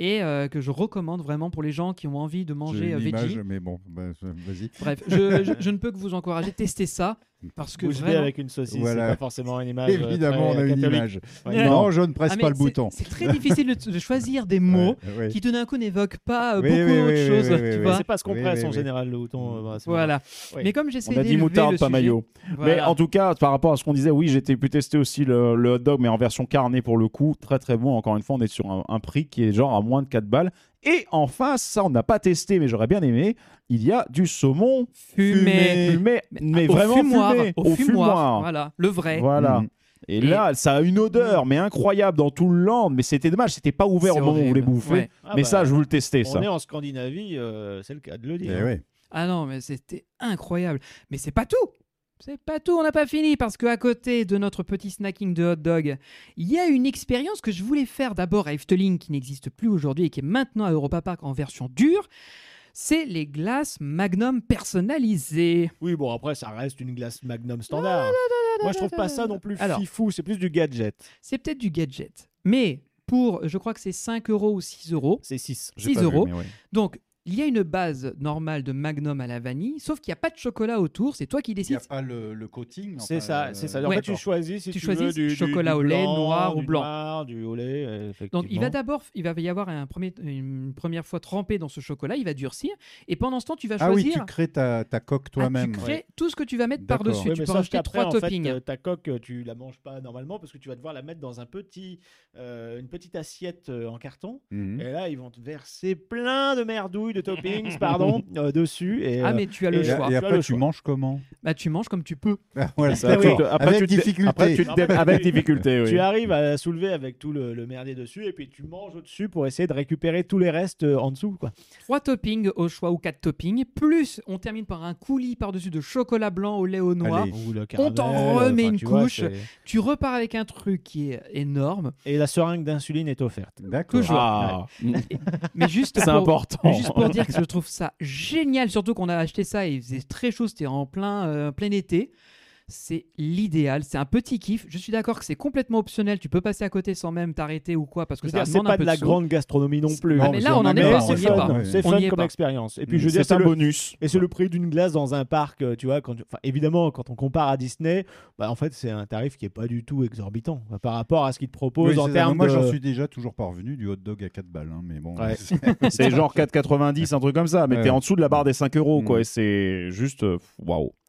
Speaker 1: et euh, que je recommande vraiment pour les gens qui ont envie de
Speaker 2: J'ai
Speaker 1: manger
Speaker 2: une
Speaker 1: euh,
Speaker 2: image,
Speaker 1: veggie.
Speaker 2: mais bon, bah, ça- vas-y.
Speaker 1: Bref, je, je- je ne peux que vous encourager, testez ça, parce que
Speaker 3: Bouche bée
Speaker 1: vraiment-
Speaker 3: avec une saucisse,
Speaker 2: Voilà.
Speaker 3: c'est pas forcément une image. euh,
Speaker 2: Évidemment, on
Speaker 3: très
Speaker 2: a une
Speaker 3: catholique.
Speaker 2: image.
Speaker 3: Ouais.
Speaker 2: Non, je ne presse
Speaker 1: Ah, mais
Speaker 2: pas le
Speaker 1: c'est-
Speaker 2: bouton.
Speaker 1: C'est très difficile de, de choisir des mots
Speaker 2: Ouais, ouais.
Speaker 1: qui, tout d'un coup, n'évoquent pas euh,
Speaker 2: Oui,
Speaker 1: beaucoup
Speaker 2: oui,
Speaker 1: d'autres
Speaker 2: oui,
Speaker 1: choses,
Speaker 2: oui,
Speaker 1: tu
Speaker 2: oui,
Speaker 1: vois.
Speaker 2: oui.
Speaker 3: C'est pas ce qu'on
Speaker 2: Oui,
Speaker 3: presse
Speaker 2: oui,
Speaker 3: en
Speaker 2: oui.
Speaker 3: général, le houton. euh, à ce moment-là.
Speaker 1: Voilà.
Speaker 3: Oui.
Speaker 1: Mais comme j'essaie
Speaker 4: On a dit
Speaker 1: d'élever
Speaker 4: moutarde,
Speaker 1: le
Speaker 4: pas
Speaker 1: sujet-
Speaker 4: maillot. Mais
Speaker 1: voilà.
Speaker 4: en tout cas, par rapport à ce qu'on disait, oui, j'étais pu tester aussi le, le hot dog, mais en version carnée pour le coup. Très très bon. Encore une fois, on est sur un, un prix qui est genre à moins de 4 balles. Et en face, ça, on n'a pas testé, mais j'aurais bien aimé. Il y a du saumon
Speaker 1: fumé,
Speaker 4: fumé, mais
Speaker 1: au
Speaker 4: vraiment
Speaker 1: fumoir,
Speaker 4: fumé,
Speaker 1: au, fumoir, voilà, le vrai.
Speaker 4: Voilà.
Speaker 3: Mm.
Speaker 2: Mhm.
Speaker 4: Et,
Speaker 1: Et- Mm.
Speaker 4: là, ça a une odeur, mais incroyable dans tout le land. Mais c'était dommage, c'était pas ouvert
Speaker 1: C'est
Speaker 4: au moment où on
Speaker 1: horrible.
Speaker 4: voulait bouffer.
Speaker 1: Ouais.
Speaker 3: Ah
Speaker 4: mais
Speaker 3: bah,
Speaker 4: ça, je vous le tester,
Speaker 3: On
Speaker 4: ça.
Speaker 3: est en Scandinavie, euh, c'est le cas de le
Speaker 2: Eh
Speaker 3: dire.
Speaker 2: ouais.
Speaker 1: Ah non, mais c'était incroyable. Mais c'est pas tout. C'est pas tout, on n'a pas fini parce que à côté de notre petit snacking de hot dog, il y a une expérience que je voulais faire d'abord à Efteling qui n'existe plus aujourd'hui et qui est maintenant à Europa Park en version dure. C'est les glaces Magnum personnalisées.
Speaker 3: Oui, bon, après, ça reste une glace Magnum standard. Moi, je trouve pas ça non plus
Speaker 1: Alors.
Speaker 3: fifou, c'est plus du gadget.
Speaker 1: C'est peut-être du gadget, mais pour, je crois que c'est 5 euros ou 6 euros,
Speaker 3: C'est 6.
Speaker 2: J'ai
Speaker 1: 6
Speaker 2: pas vu,
Speaker 1: euros.
Speaker 2: mais ouais.
Speaker 1: Donc, il y a une base normale de Magnum à la vanille, sauf qu'il n'y a pas de chocolat autour, c'est toi qui
Speaker 2: Il n'y
Speaker 1: décides.
Speaker 2: a pas le, le coating.
Speaker 3: C'est
Speaker 2: enfin,
Speaker 3: ça,
Speaker 2: le-
Speaker 3: c'est ça. En
Speaker 1: Ouais.
Speaker 3: fait, tu choisis si
Speaker 1: Tu
Speaker 3: euh, tu,
Speaker 1: choisis
Speaker 3: veux du, du-
Speaker 1: chocolat
Speaker 3: du
Speaker 1: au lait,
Speaker 3: blanc,
Speaker 1: noir ou
Speaker 3: du
Speaker 1: blanc.
Speaker 3: noir, du au lait, euh, effectivement.
Speaker 1: Donc, il va d'abord, il va y avoir un premier, une première fois trempé dans ce chocolat, il va durcir, et pendant ce temps, tu vas
Speaker 2: Ah oui,
Speaker 1: choisir.
Speaker 2: tu crées ta, ta coque
Speaker 1: Ah,
Speaker 2: toi-même.
Speaker 1: tu crées tout ce que tu vas mettre
Speaker 2: D'accord.
Speaker 1: par-dessus.
Speaker 2: Oui,
Speaker 3: Ouais,
Speaker 1: tu
Speaker 3: mais
Speaker 1: peux
Speaker 3: sauf
Speaker 1: rajouter
Speaker 3: qu'après,
Speaker 1: trois
Speaker 3: en fait,
Speaker 1: toppings.
Speaker 3: euh, ta coque, euh, tu la manges pas normalement parce que tu vas devoir la mettre dans un petit, euh, une petite assiette euh, en carton.
Speaker 2: Mhm.
Speaker 3: Et là, ils vont te verser plein de merdouilles, de toppings, pardon, [LAUGHS] euh, dessus. Et,
Speaker 1: Ah,
Speaker 3: euh,
Speaker 1: mais tu as le
Speaker 2: Et,
Speaker 3: et-
Speaker 1: choix.
Speaker 2: et
Speaker 3: Tu as
Speaker 2: après,
Speaker 3: le
Speaker 2: tu
Speaker 3: choix.
Speaker 2: manges comment
Speaker 1: Bah, tu manges comme tu peux.
Speaker 2: Ah, voilà,
Speaker 3: Ah oui.
Speaker 2: d'accord. Avec
Speaker 4: tu te-
Speaker 2: difficulté.
Speaker 4: après, tu te dé- avec difficulté, oui.
Speaker 3: Tu arrives à soulever avec tout le, le merdier dessus et puis tu manges au-dessus pour essayer de récupérer tous les restes euh, en dessous. Quoi.
Speaker 1: Trois toppings au choix ou quatre toppings. Plus, on termine par un coulis par-dessus de chocolat blanc au lait au noir.
Speaker 2: Allez.
Speaker 3: Ou le
Speaker 1: On t'en
Speaker 3: caramel, enfin,
Speaker 1: remet une
Speaker 3: tu vois,
Speaker 1: couche.
Speaker 3: c'est-
Speaker 1: Tu repars avec un truc qui est énorme.
Speaker 3: Et la seringue d'insuline est offerte.
Speaker 2: D'accord.
Speaker 1: Toujours.
Speaker 4: Ah,
Speaker 3: [LAUGHS]
Speaker 1: Mais juste
Speaker 4: c'est
Speaker 1: pour-
Speaker 4: important.
Speaker 1: Juste pour dire que je trouve ça génial, surtout qu'on a acheté ça et il faisait très chaud, c'était en plein, euh, plein été. c'est l'idéal. C'est un petit kiff. Je suis d'accord que c'est complètement optionnel. Tu peux passer à côté sans même t'arrêter ou quoi, parce que
Speaker 3: Je veux
Speaker 1: ça
Speaker 3: dire, C'est
Speaker 1: demande
Speaker 3: pas
Speaker 1: un
Speaker 3: de,
Speaker 1: peu de
Speaker 3: la
Speaker 1: sous.
Speaker 3: grande gastronomie non plus. hein.
Speaker 1: Ah,
Speaker 2: Non,
Speaker 1: mais
Speaker 2: mais
Speaker 1: là, on
Speaker 2: on
Speaker 1: en
Speaker 2: en
Speaker 1: est
Speaker 2: est
Speaker 1: pas,
Speaker 2: pas,
Speaker 1: on
Speaker 2: on y
Speaker 3: c'est
Speaker 1: y est
Speaker 2: est
Speaker 1: pas.
Speaker 2: pas.
Speaker 3: fun, c'est
Speaker 1: On
Speaker 3: fun
Speaker 1: y est
Speaker 3: comme
Speaker 1: pas.
Speaker 3: expérience. Et puis je veux dire,
Speaker 4: Mm. C'est
Speaker 3: c'est
Speaker 4: un
Speaker 3: le,
Speaker 4: bonus.
Speaker 3: et c'est le prix d'une glace dans un parc. euh, Tu vois, quand tu- enfin, évidemment, quand on compare à Disney, bah, en fait, c'est un tarif qui est pas du tout exorbitant enfin, par rapport à ce qu'ils te proposent
Speaker 2: Oui,
Speaker 3: en
Speaker 2: c'est ça.
Speaker 3: termes
Speaker 2: Moi,
Speaker 3: de.
Speaker 2: j'en suis déjà toujours parvenu du hot dog à 4 balles. hein, mais bon,
Speaker 3: Ouais.
Speaker 2: c'est-
Speaker 4: [LAUGHS] C'est genre 4,90, un truc comme ça. Mais
Speaker 2: Ouais.
Speaker 4: t'es en dessous de la barre des 5 euros, quoi.
Speaker 2: Mm.
Speaker 4: Et c'est juste. euh, Waouh.
Speaker 2: [LAUGHS]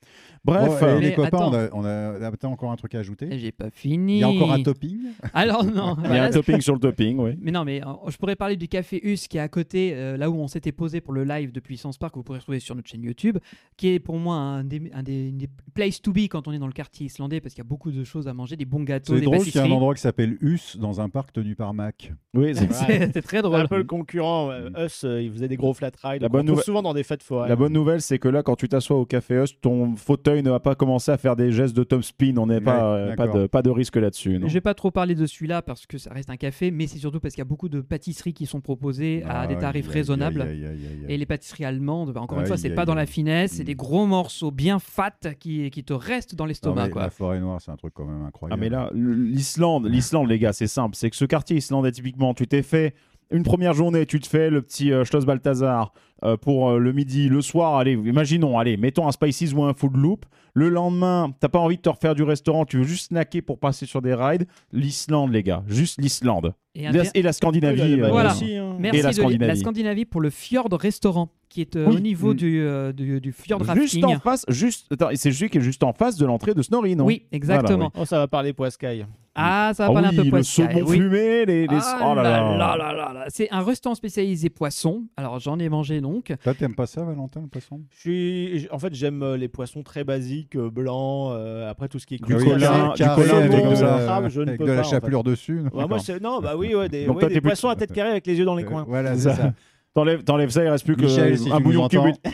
Speaker 2: Bon,
Speaker 4: Bref.
Speaker 2: et
Speaker 4: euh,
Speaker 1: Mais
Speaker 2: les copains,
Speaker 1: attends.
Speaker 2: on a, on a- ah, t'as encore un truc à ajouter
Speaker 1: J'ai pas fini.
Speaker 2: Il y a encore un topping
Speaker 1: [LAUGHS] Alors non.
Speaker 4: Il y a
Speaker 1: Voilà,
Speaker 4: un topping sur le topping, oui.
Speaker 1: Mais non, mais euh, je pourrais parler du café Us qui est à côté, euh, là où on s'était posé pour le live de Puissance Park, que vous pourrez retrouver sur notre chaîne YouTube, qui est pour moi un des, un des, une des places to be quand on est dans le quartier islandais, parce qu'il y a beaucoup de choses à manger, des bons gâteaux,
Speaker 2: C'est
Speaker 1: des
Speaker 2: drôle qu'il y a un
Speaker 1: pâtisseries.
Speaker 2: endroit qui s'appelle Us dans un parc tenu par Mac.
Speaker 4: Oui, [LAUGHS]
Speaker 1: [LAUGHS]
Speaker 4: c'est-
Speaker 1: C'est c'est très
Speaker 3: C'est
Speaker 1: drôle.
Speaker 3: un peu le concurrent. ouais. Us, euh, ils faisaient des gros flat rides.
Speaker 4: La
Speaker 3: qu'on
Speaker 4: bonne
Speaker 3: trouve
Speaker 4: nouvelle-
Speaker 3: souvent dans des fêtes foraines.
Speaker 4: La bonne nouvelle, c'est que là, quand tu t'assois au Café Host, ton fauteuil ne va pas commencer à faire des gestes de top spin. On n'est pas,
Speaker 2: Ouais,
Speaker 4: euh, pas, de,
Speaker 2: d'accord.
Speaker 4: pas de risque là-dessus. non.
Speaker 1: Je vais pas trop parler de celui-là parce que ça reste un café, mais c'est surtout parce qu'il y a beaucoup de pâtisseries qui sont proposées à
Speaker 2: Ah,
Speaker 1: des tarifs
Speaker 2: aïe, aïe,
Speaker 1: raisonnables.
Speaker 2: aïe, aïe, aïe, aïe.
Speaker 1: Et les pâtisseries allemandes, bah, encore une
Speaker 2: Aïe,
Speaker 1: fois, c'est
Speaker 2: aïe,
Speaker 1: pas dans
Speaker 2: aïe.
Speaker 1: la finesse, c'est
Speaker 2: Mm.
Speaker 1: des gros morceaux bien fat qui, qui te restent dans
Speaker 2: Non,
Speaker 1: l'estomac.
Speaker 2: mais
Speaker 1: quoi.
Speaker 2: La forêt noire, c'est un truc quand même
Speaker 4: Ah
Speaker 2: incroyable.
Speaker 4: mais là, l- l'Islande, l'Islande les gars, c'est simple, c'est que ce quartier islandais typiquement, tu t'es fait une première journée, tu te fais le petit euh, Schloss Balthazar euh, pour euh, le midi, le soir, allez, imaginons, allez, mettons un Spices ou un Food Loop. Le lendemain, t'as pas envie de te refaire du restaurant, tu veux juste snacker pour passer sur des rides. L'Islande les gars, juste l'Islande.
Speaker 1: Et un
Speaker 4: La-
Speaker 1: der-
Speaker 4: Et la Scandinavie.
Speaker 3: Oui, la-
Speaker 4: euh,
Speaker 1: Voilà.
Speaker 3: aussi, hein.
Speaker 1: Merci
Speaker 4: Et la
Speaker 1: de-
Speaker 4: Scandinavie.
Speaker 1: la Scandinavie pour le Fjord Restaurant, qui est euh,
Speaker 4: Oui.
Speaker 1: au niveau
Speaker 4: Mm.
Speaker 1: du, euh, du, du Fjord
Speaker 4: Juste
Speaker 1: Rafting.
Speaker 4: en face, juste, attends, et c'est celui qui est juste en face de l'entrée de Snorri, non
Speaker 1: Oui, exactement.
Speaker 3: Oh, ça va parler poiscaille.
Speaker 1: Ah, ça
Speaker 4: Ah
Speaker 1: va parler
Speaker 4: oui,
Speaker 1: un peu
Speaker 4: le
Speaker 1: poisson.
Speaker 4: saumon fumé, les, les-
Speaker 1: Ah
Speaker 4: oh là là.
Speaker 1: là là là là. C'est un restaurant spécialisé poisson. Alors j'en ai mangé donc.
Speaker 2: Toi, t'aimes pas ça, Valentin, le poisson
Speaker 3: Je suis... j- En fait, j'aime euh, les poissons très basiques, euh, blancs, euh, après tout ce qui est
Speaker 4: Du
Speaker 3: cru,
Speaker 4: Oui, colin,
Speaker 3: cassé,
Speaker 4: du
Speaker 3: carré,
Speaker 4: colin,
Speaker 3: saumon,
Speaker 4: un truc comme ça.
Speaker 3: crabe, je ne
Speaker 2: avec
Speaker 3: peux
Speaker 2: de la
Speaker 3: pas, en fait.
Speaker 2: chapelure dessus. non
Speaker 3: Ouais, moi, c'est- non, bah oui, ouais, des,
Speaker 4: Donc
Speaker 3: ouais,
Speaker 4: toi,
Speaker 3: des
Speaker 4: t'es plus-
Speaker 3: poissons à tête carrée avec les yeux dans les
Speaker 2: Euh,
Speaker 3: coins.
Speaker 2: Voilà,
Speaker 4: C'est
Speaker 2: c'est
Speaker 4: ça.
Speaker 2: ça.
Speaker 4: T'enlèves, t'enlèves ça, il reste plus que
Speaker 2: Michel, si
Speaker 4: un
Speaker 2: tu
Speaker 4: bouillon
Speaker 2: nous
Speaker 4: cube.
Speaker 2: entends.
Speaker 4: et-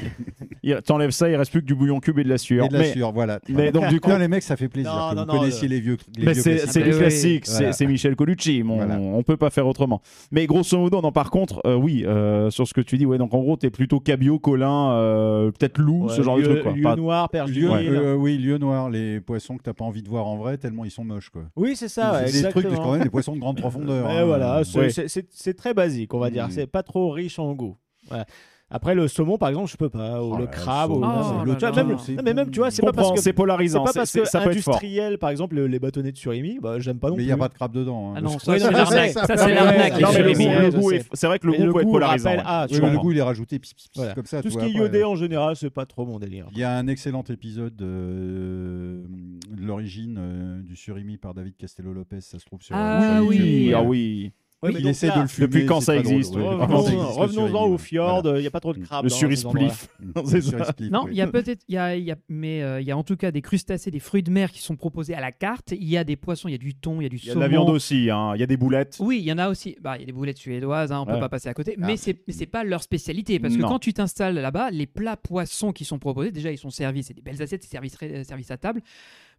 Speaker 4: Il- T'enlèves ça, il reste plus que du bouillon cube et de la sueur.
Speaker 2: Et de la
Speaker 4: mais
Speaker 2: sueur, voilà.
Speaker 4: mais donc, du coup-
Speaker 2: Non, les mecs, ça fait plaisir.
Speaker 3: Non,
Speaker 2: que
Speaker 3: non,
Speaker 2: vous
Speaker 3: non,
Speaker 2: connaissiez
Speaker 3: le-
Speaker 2: les vieux, les
Speaker 4: mais
Speaker 2: vieux
Speaker 4: c'est
Speaker 2: classiques.
Speaker 4: c'est du
Speaker 1: Ah, oui,
Speaker 4: classique,
Speaker 2: oui.
Speaker 4: c'est
Speaker 2: Voilà.
Speaker 4: c'est Michel Colucci. mon-
Speaker 2: Voilà.
Speaker 4: On peut pas faire autrement. Mais grosso modo, non, par contre, euh, oui, euh, sur ce que tu dis, ouais, donc en gros, t'es plutôt cabillaud, colin, euh, peut-être loup,
Speaker 3: Ouais,
Speaker 4: ce genre
Speaker 3: lieu-
Speaker 4: de truc. quoi.
Speaker 3: lieu
Speaker 4: Pas-
Speaker 3: noir,
Speaker 2: Lieu-
Speaker 3: pergé.
Speaker 2: euh, oui, lieu noir, les poissons que t'as pas envie de voir en vrai, tellement ils sont moches. Quoi.
Speaker 3: Oui, c'est ça, Ah ouais,
Speaker 2: c'est des trucs,
Speaker 3: exactement.
Speaker 2: de- quand même, des poissons de grande profondeur.
Speaker 3: Ouais,
Speaker 2: hein.
Speaker 3: voilà, c'est-
Speaker 4: Ouais.
Speaker 3: c'est- c'est c'est très basique, on va
Speaker 4: Mmh.
Speaker 3: dire.
Speaker 2: Mm.
Speaker 3: C'est pas trop riche en goût. Voilà. Après le saumon par exemple je peux pas ou
Speaker 2: Oh
Speaker 3: le
Speaker 2: là,
Speaker 3: crabe
Speaker 2: le
Speaker 3: ou
Speaker 1: saumon,
Speaker 3: non,
Speaker 1: c'est-
Speaker 4: Oh
Speaker 3: c'est-
Speaker 1: le
Speaker 3: tu vois,
Speaker 2: saumon,
Speaker 3: même-
Speaker 2: c'est
Speaker 3: non, mais même
Speaker 2: bon.
Speaker 3: tu vois
Speaker 4: Je
Speaker 3: c'est pas parce
Speaker 4: comprends,
Speaker 3: que
Speaker 4: c'est
Speaker 3: c'est
Speaker 4: polarisant,
Speaker 3: pas
Speaker 4: c'est-
Speaker 3: parce
Speaker 4: c'est-
Speaker 3: que
Speaker 4: ça peut être fort.
Speaker 3: industriel par exemple le- les bâtonnets de surimi bah j'aime pas non
Speaker 2: Mais il
Speaker 3: plus.
Speaker 2: n'y a pas de crabe dedans. hein.
Speaker 1: Ah non, ça
Speaker 2: Le-
Speaker 1: c'est
Speaker 3: Ouais,
Speaker 1: l'arnaque.
Speaker 3: c'est-
Speaker 1: Ça
Speaker 3: c'est-
Speaker 1: c'est l'arnaque.
Speaker 3: Non,
Speaker 1: les
Speaker 4: mais le
Speaker 3: je
Speaker 1: surimi.
Speaker 4: goût,
Speaker 3: sais,
Speaker 4: le
Speaker 3: je
Speaker 4: goût
Speaker 3: sais.
Speaker 4: est- c'est vrai que le
Speaker 3: Mais
Speaker 4: goût peut être polarisant. ouais.
Speaker 3: rappelle- ah, tu
Speaker 2: Oui, mais le
Speaker 3: comprends.
Speaker 2: goût, il est rajouté pis, pis, pis,
Speaker 3: Voilà.
Speaker 2: comme ça.
Speaker 3: Tout
Speaker 2: tu
Speaker 3: ce
Speaker 2: vois,
Speaker 3: qui est
Speaker 2: après,
Speaker 3: iodé en général, c'est pas trop mon délire.
Speaker 2: Il y a un excellent épisode de, de l'origine euh, du surimi par David Castello Lopez, ça se trouve sur.
Speaker 1: Ah
Speaker 2: sur YouTube,
Speaker 1: oui.
Speaker 2: voilà.
Speaker 4: ah oui.
Speaker 2: Oui, il essaie de le fumer.
Speaker 4: Depuis quand
Speaker 2: c'est
Speaker 4: ça
Speaker 2: très drôle,
Speaker 4: existe,
Speaker 2: ouais.
Speaker 4: oui.
Speaker 2: Depuis quand ça
Speaker 3: Revenons-
Speaker 2: existe, le
Speaker 3: Revenons-en
Speaker 2: surimi,
Speaker 3: au fjord,
Speaker 2: voilà.
Speaker 3: il n'y a pas trop de crabes.
Speaker 4: Le
Speaker 3: dans ces
Speaker 4: surisplif.
Speaker 2: Mm.
Speaker 4: C'est
Speaker 2: Le
Speaker 4: ça.
Speaker 2: surisplif,
Speaker 1: Non,
Speaker 2: oui.
Speaker 1: il y a peut-être, il y a, il y a- mais euh, il y a en tout cas des crustacés, des fruits de mer qui sont proposés à la carte. Il y a des poissons, il y a du thon, il y a du
Speaker 4: Il y a
Speaker 1: saumon.
Speaker 4: de la viande aussi, hein. il y a des boulettes. [LAUGHS]
Speaker 1: Oui, il y en a aussi. Bah, il y a des boulettes suédoises, hein, on
Speaker 4: Ouais.
Speaker 1: peut pas passer à côté. Mais c'est mais c'est pas leur spécialité parce que
Speaker 4: Non.
Speaker 1: quand tu t'installes là-bas, les plats poissons qui sont proposés, déjà ils sont servis, c'est des belles assiettes, c'est service, euh, service à table.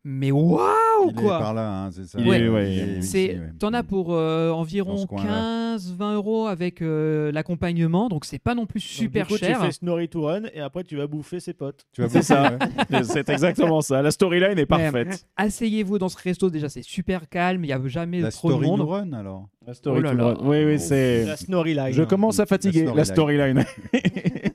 Speaker 1: Mais waouh
Speaker 2: Il est
Speaker 1: quoi
Speaker 2: par là, hein, c'est ça.
Speaker 4: Il
Speaker 1: est-
Speaker 2: Il
Speaker 4: ouais.
Speaker 2: est ici,
Speaker 1: c'est,
Speaker 2: ouais.
Speaker 1: t'en as pour euh,
Speaker 2: Dans
Speaker 1: environ
Speaker 2: ce coin-là.
Speaker 1: 15-20 euros avec euh, l'accompagnement, donc c'est pas non plus super
Speaker 3: Donc, du coup,
Speaker 1: cher.
Speaker 3: Tu fais Snorri to Run et après tu vas bouffer ses potes.
Speaker 2: Tu vas
Speaker 4: C'est
Speaker 2: voir, euh,
Speaker 4: ça.
Speaker 2: ouais.
Speaker 4: c'est exactement ça. La storyline est parfaite.
Speaker 1: euh, Asseyez-vous dans ce resto, déjà c'est super calme, il y a jamais
Speaker 2: La
Speaker 1: trop de
Speaker 2: story nous
Speaker 1: monde.
Speaker 2: run alors.
Speaker 4: La
Speaker 1: story Oh là to là. run.
Speaker 4: Oui, oui, c'est.
Speaker 3: La Snorri Line.
Speaker 4: Je commence à fatiguer la
Speaker 2: La
Speaker 4: storyline.
Speaker 2: storyline.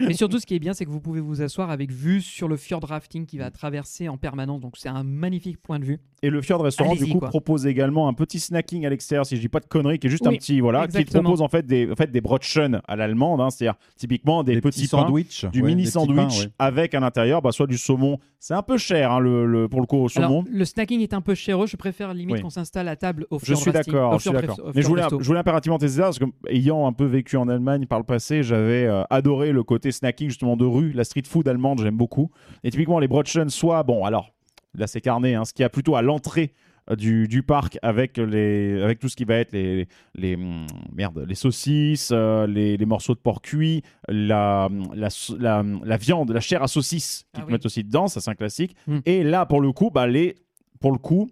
Speaker 1: Mais surtout, ce qui est bien, c'est que vous pouvez vous asseoir avec vue sur le fjord rafting qui va traverser en permanence, donc c'est un magnifique point de vue.
Speaker 4: Et le Fjord Restaurant, du
Speaker 1: Allez-y,
Speaker 4: coup,
Speaker 1: quoi.
Speaker 4: propose également un petit snacking à l'extérieur, si je dis pas de conneries, qui est juste un
Speaker 1: Oui,
Speaker 4: petit, voilà, qui
Speaker 1: exactement.
Speaker 4: propose en fait des, en fait, des brotchen à l'allemande, hein, c'est-à-dire typiquement des, petits, pains,
Speaker 2: sandwichs.
Speaker 4: du
Speaker 2: ouais,
Speaker 4: mini
Speaker 2: des petits
Speaker 4: sandwich
Speaker 2: pains, ouais.
Speaker 4: avec à l'intérieur, bah, soit du saumon. C'est un peu cher, hein, le, le- pour le coup, au saumon.
Speaker 1: Alors, le snacking est un peu chéreux, je préfère limite
Speaker 4: Oui.
Speaker 1: qu'on s'installe à table au
Speaker 4: je
Speaker 1: fjord
Speaker 4: suis
Speaker 1: rafting-
Speaker 4: d'accord,
Speaker 1: au
Speaker 4: je suis
Speaker 1: fjord
Speaker 4: d'accord.
Speaker 1: resto- au
Speaker 4: Mais je
Speaker 1: fjord
Speaker 4: voulais,
Speaker 1: resto.
Speaker 4: je voulais impérativement tester ça parce que, ayant un peu vécu en Allemagne par le passé, j'avais euh, adoré le côté snacking justement de rue, la street food allemande, j'aime beaucoup. Et typiquement les brotchen, soit bon, alors là c'est carné, hein, ce qu'il y a plutôt à l'entrée euh, du, du parc avec les avec tout ce qui va être les les hum, merde les saucisses euh, les, les morceaux de porc cuit la mm, la, so- la, la viande la chair à saucisse qui
Speaker 1: Ah
Speaker 4: te
Speaker 1: oui.
Speaker 4: mettent aussi dedans ça c'est un classique
Speaker 1: Mm.
Speaker 4: et là pour le coup bah les pour le coup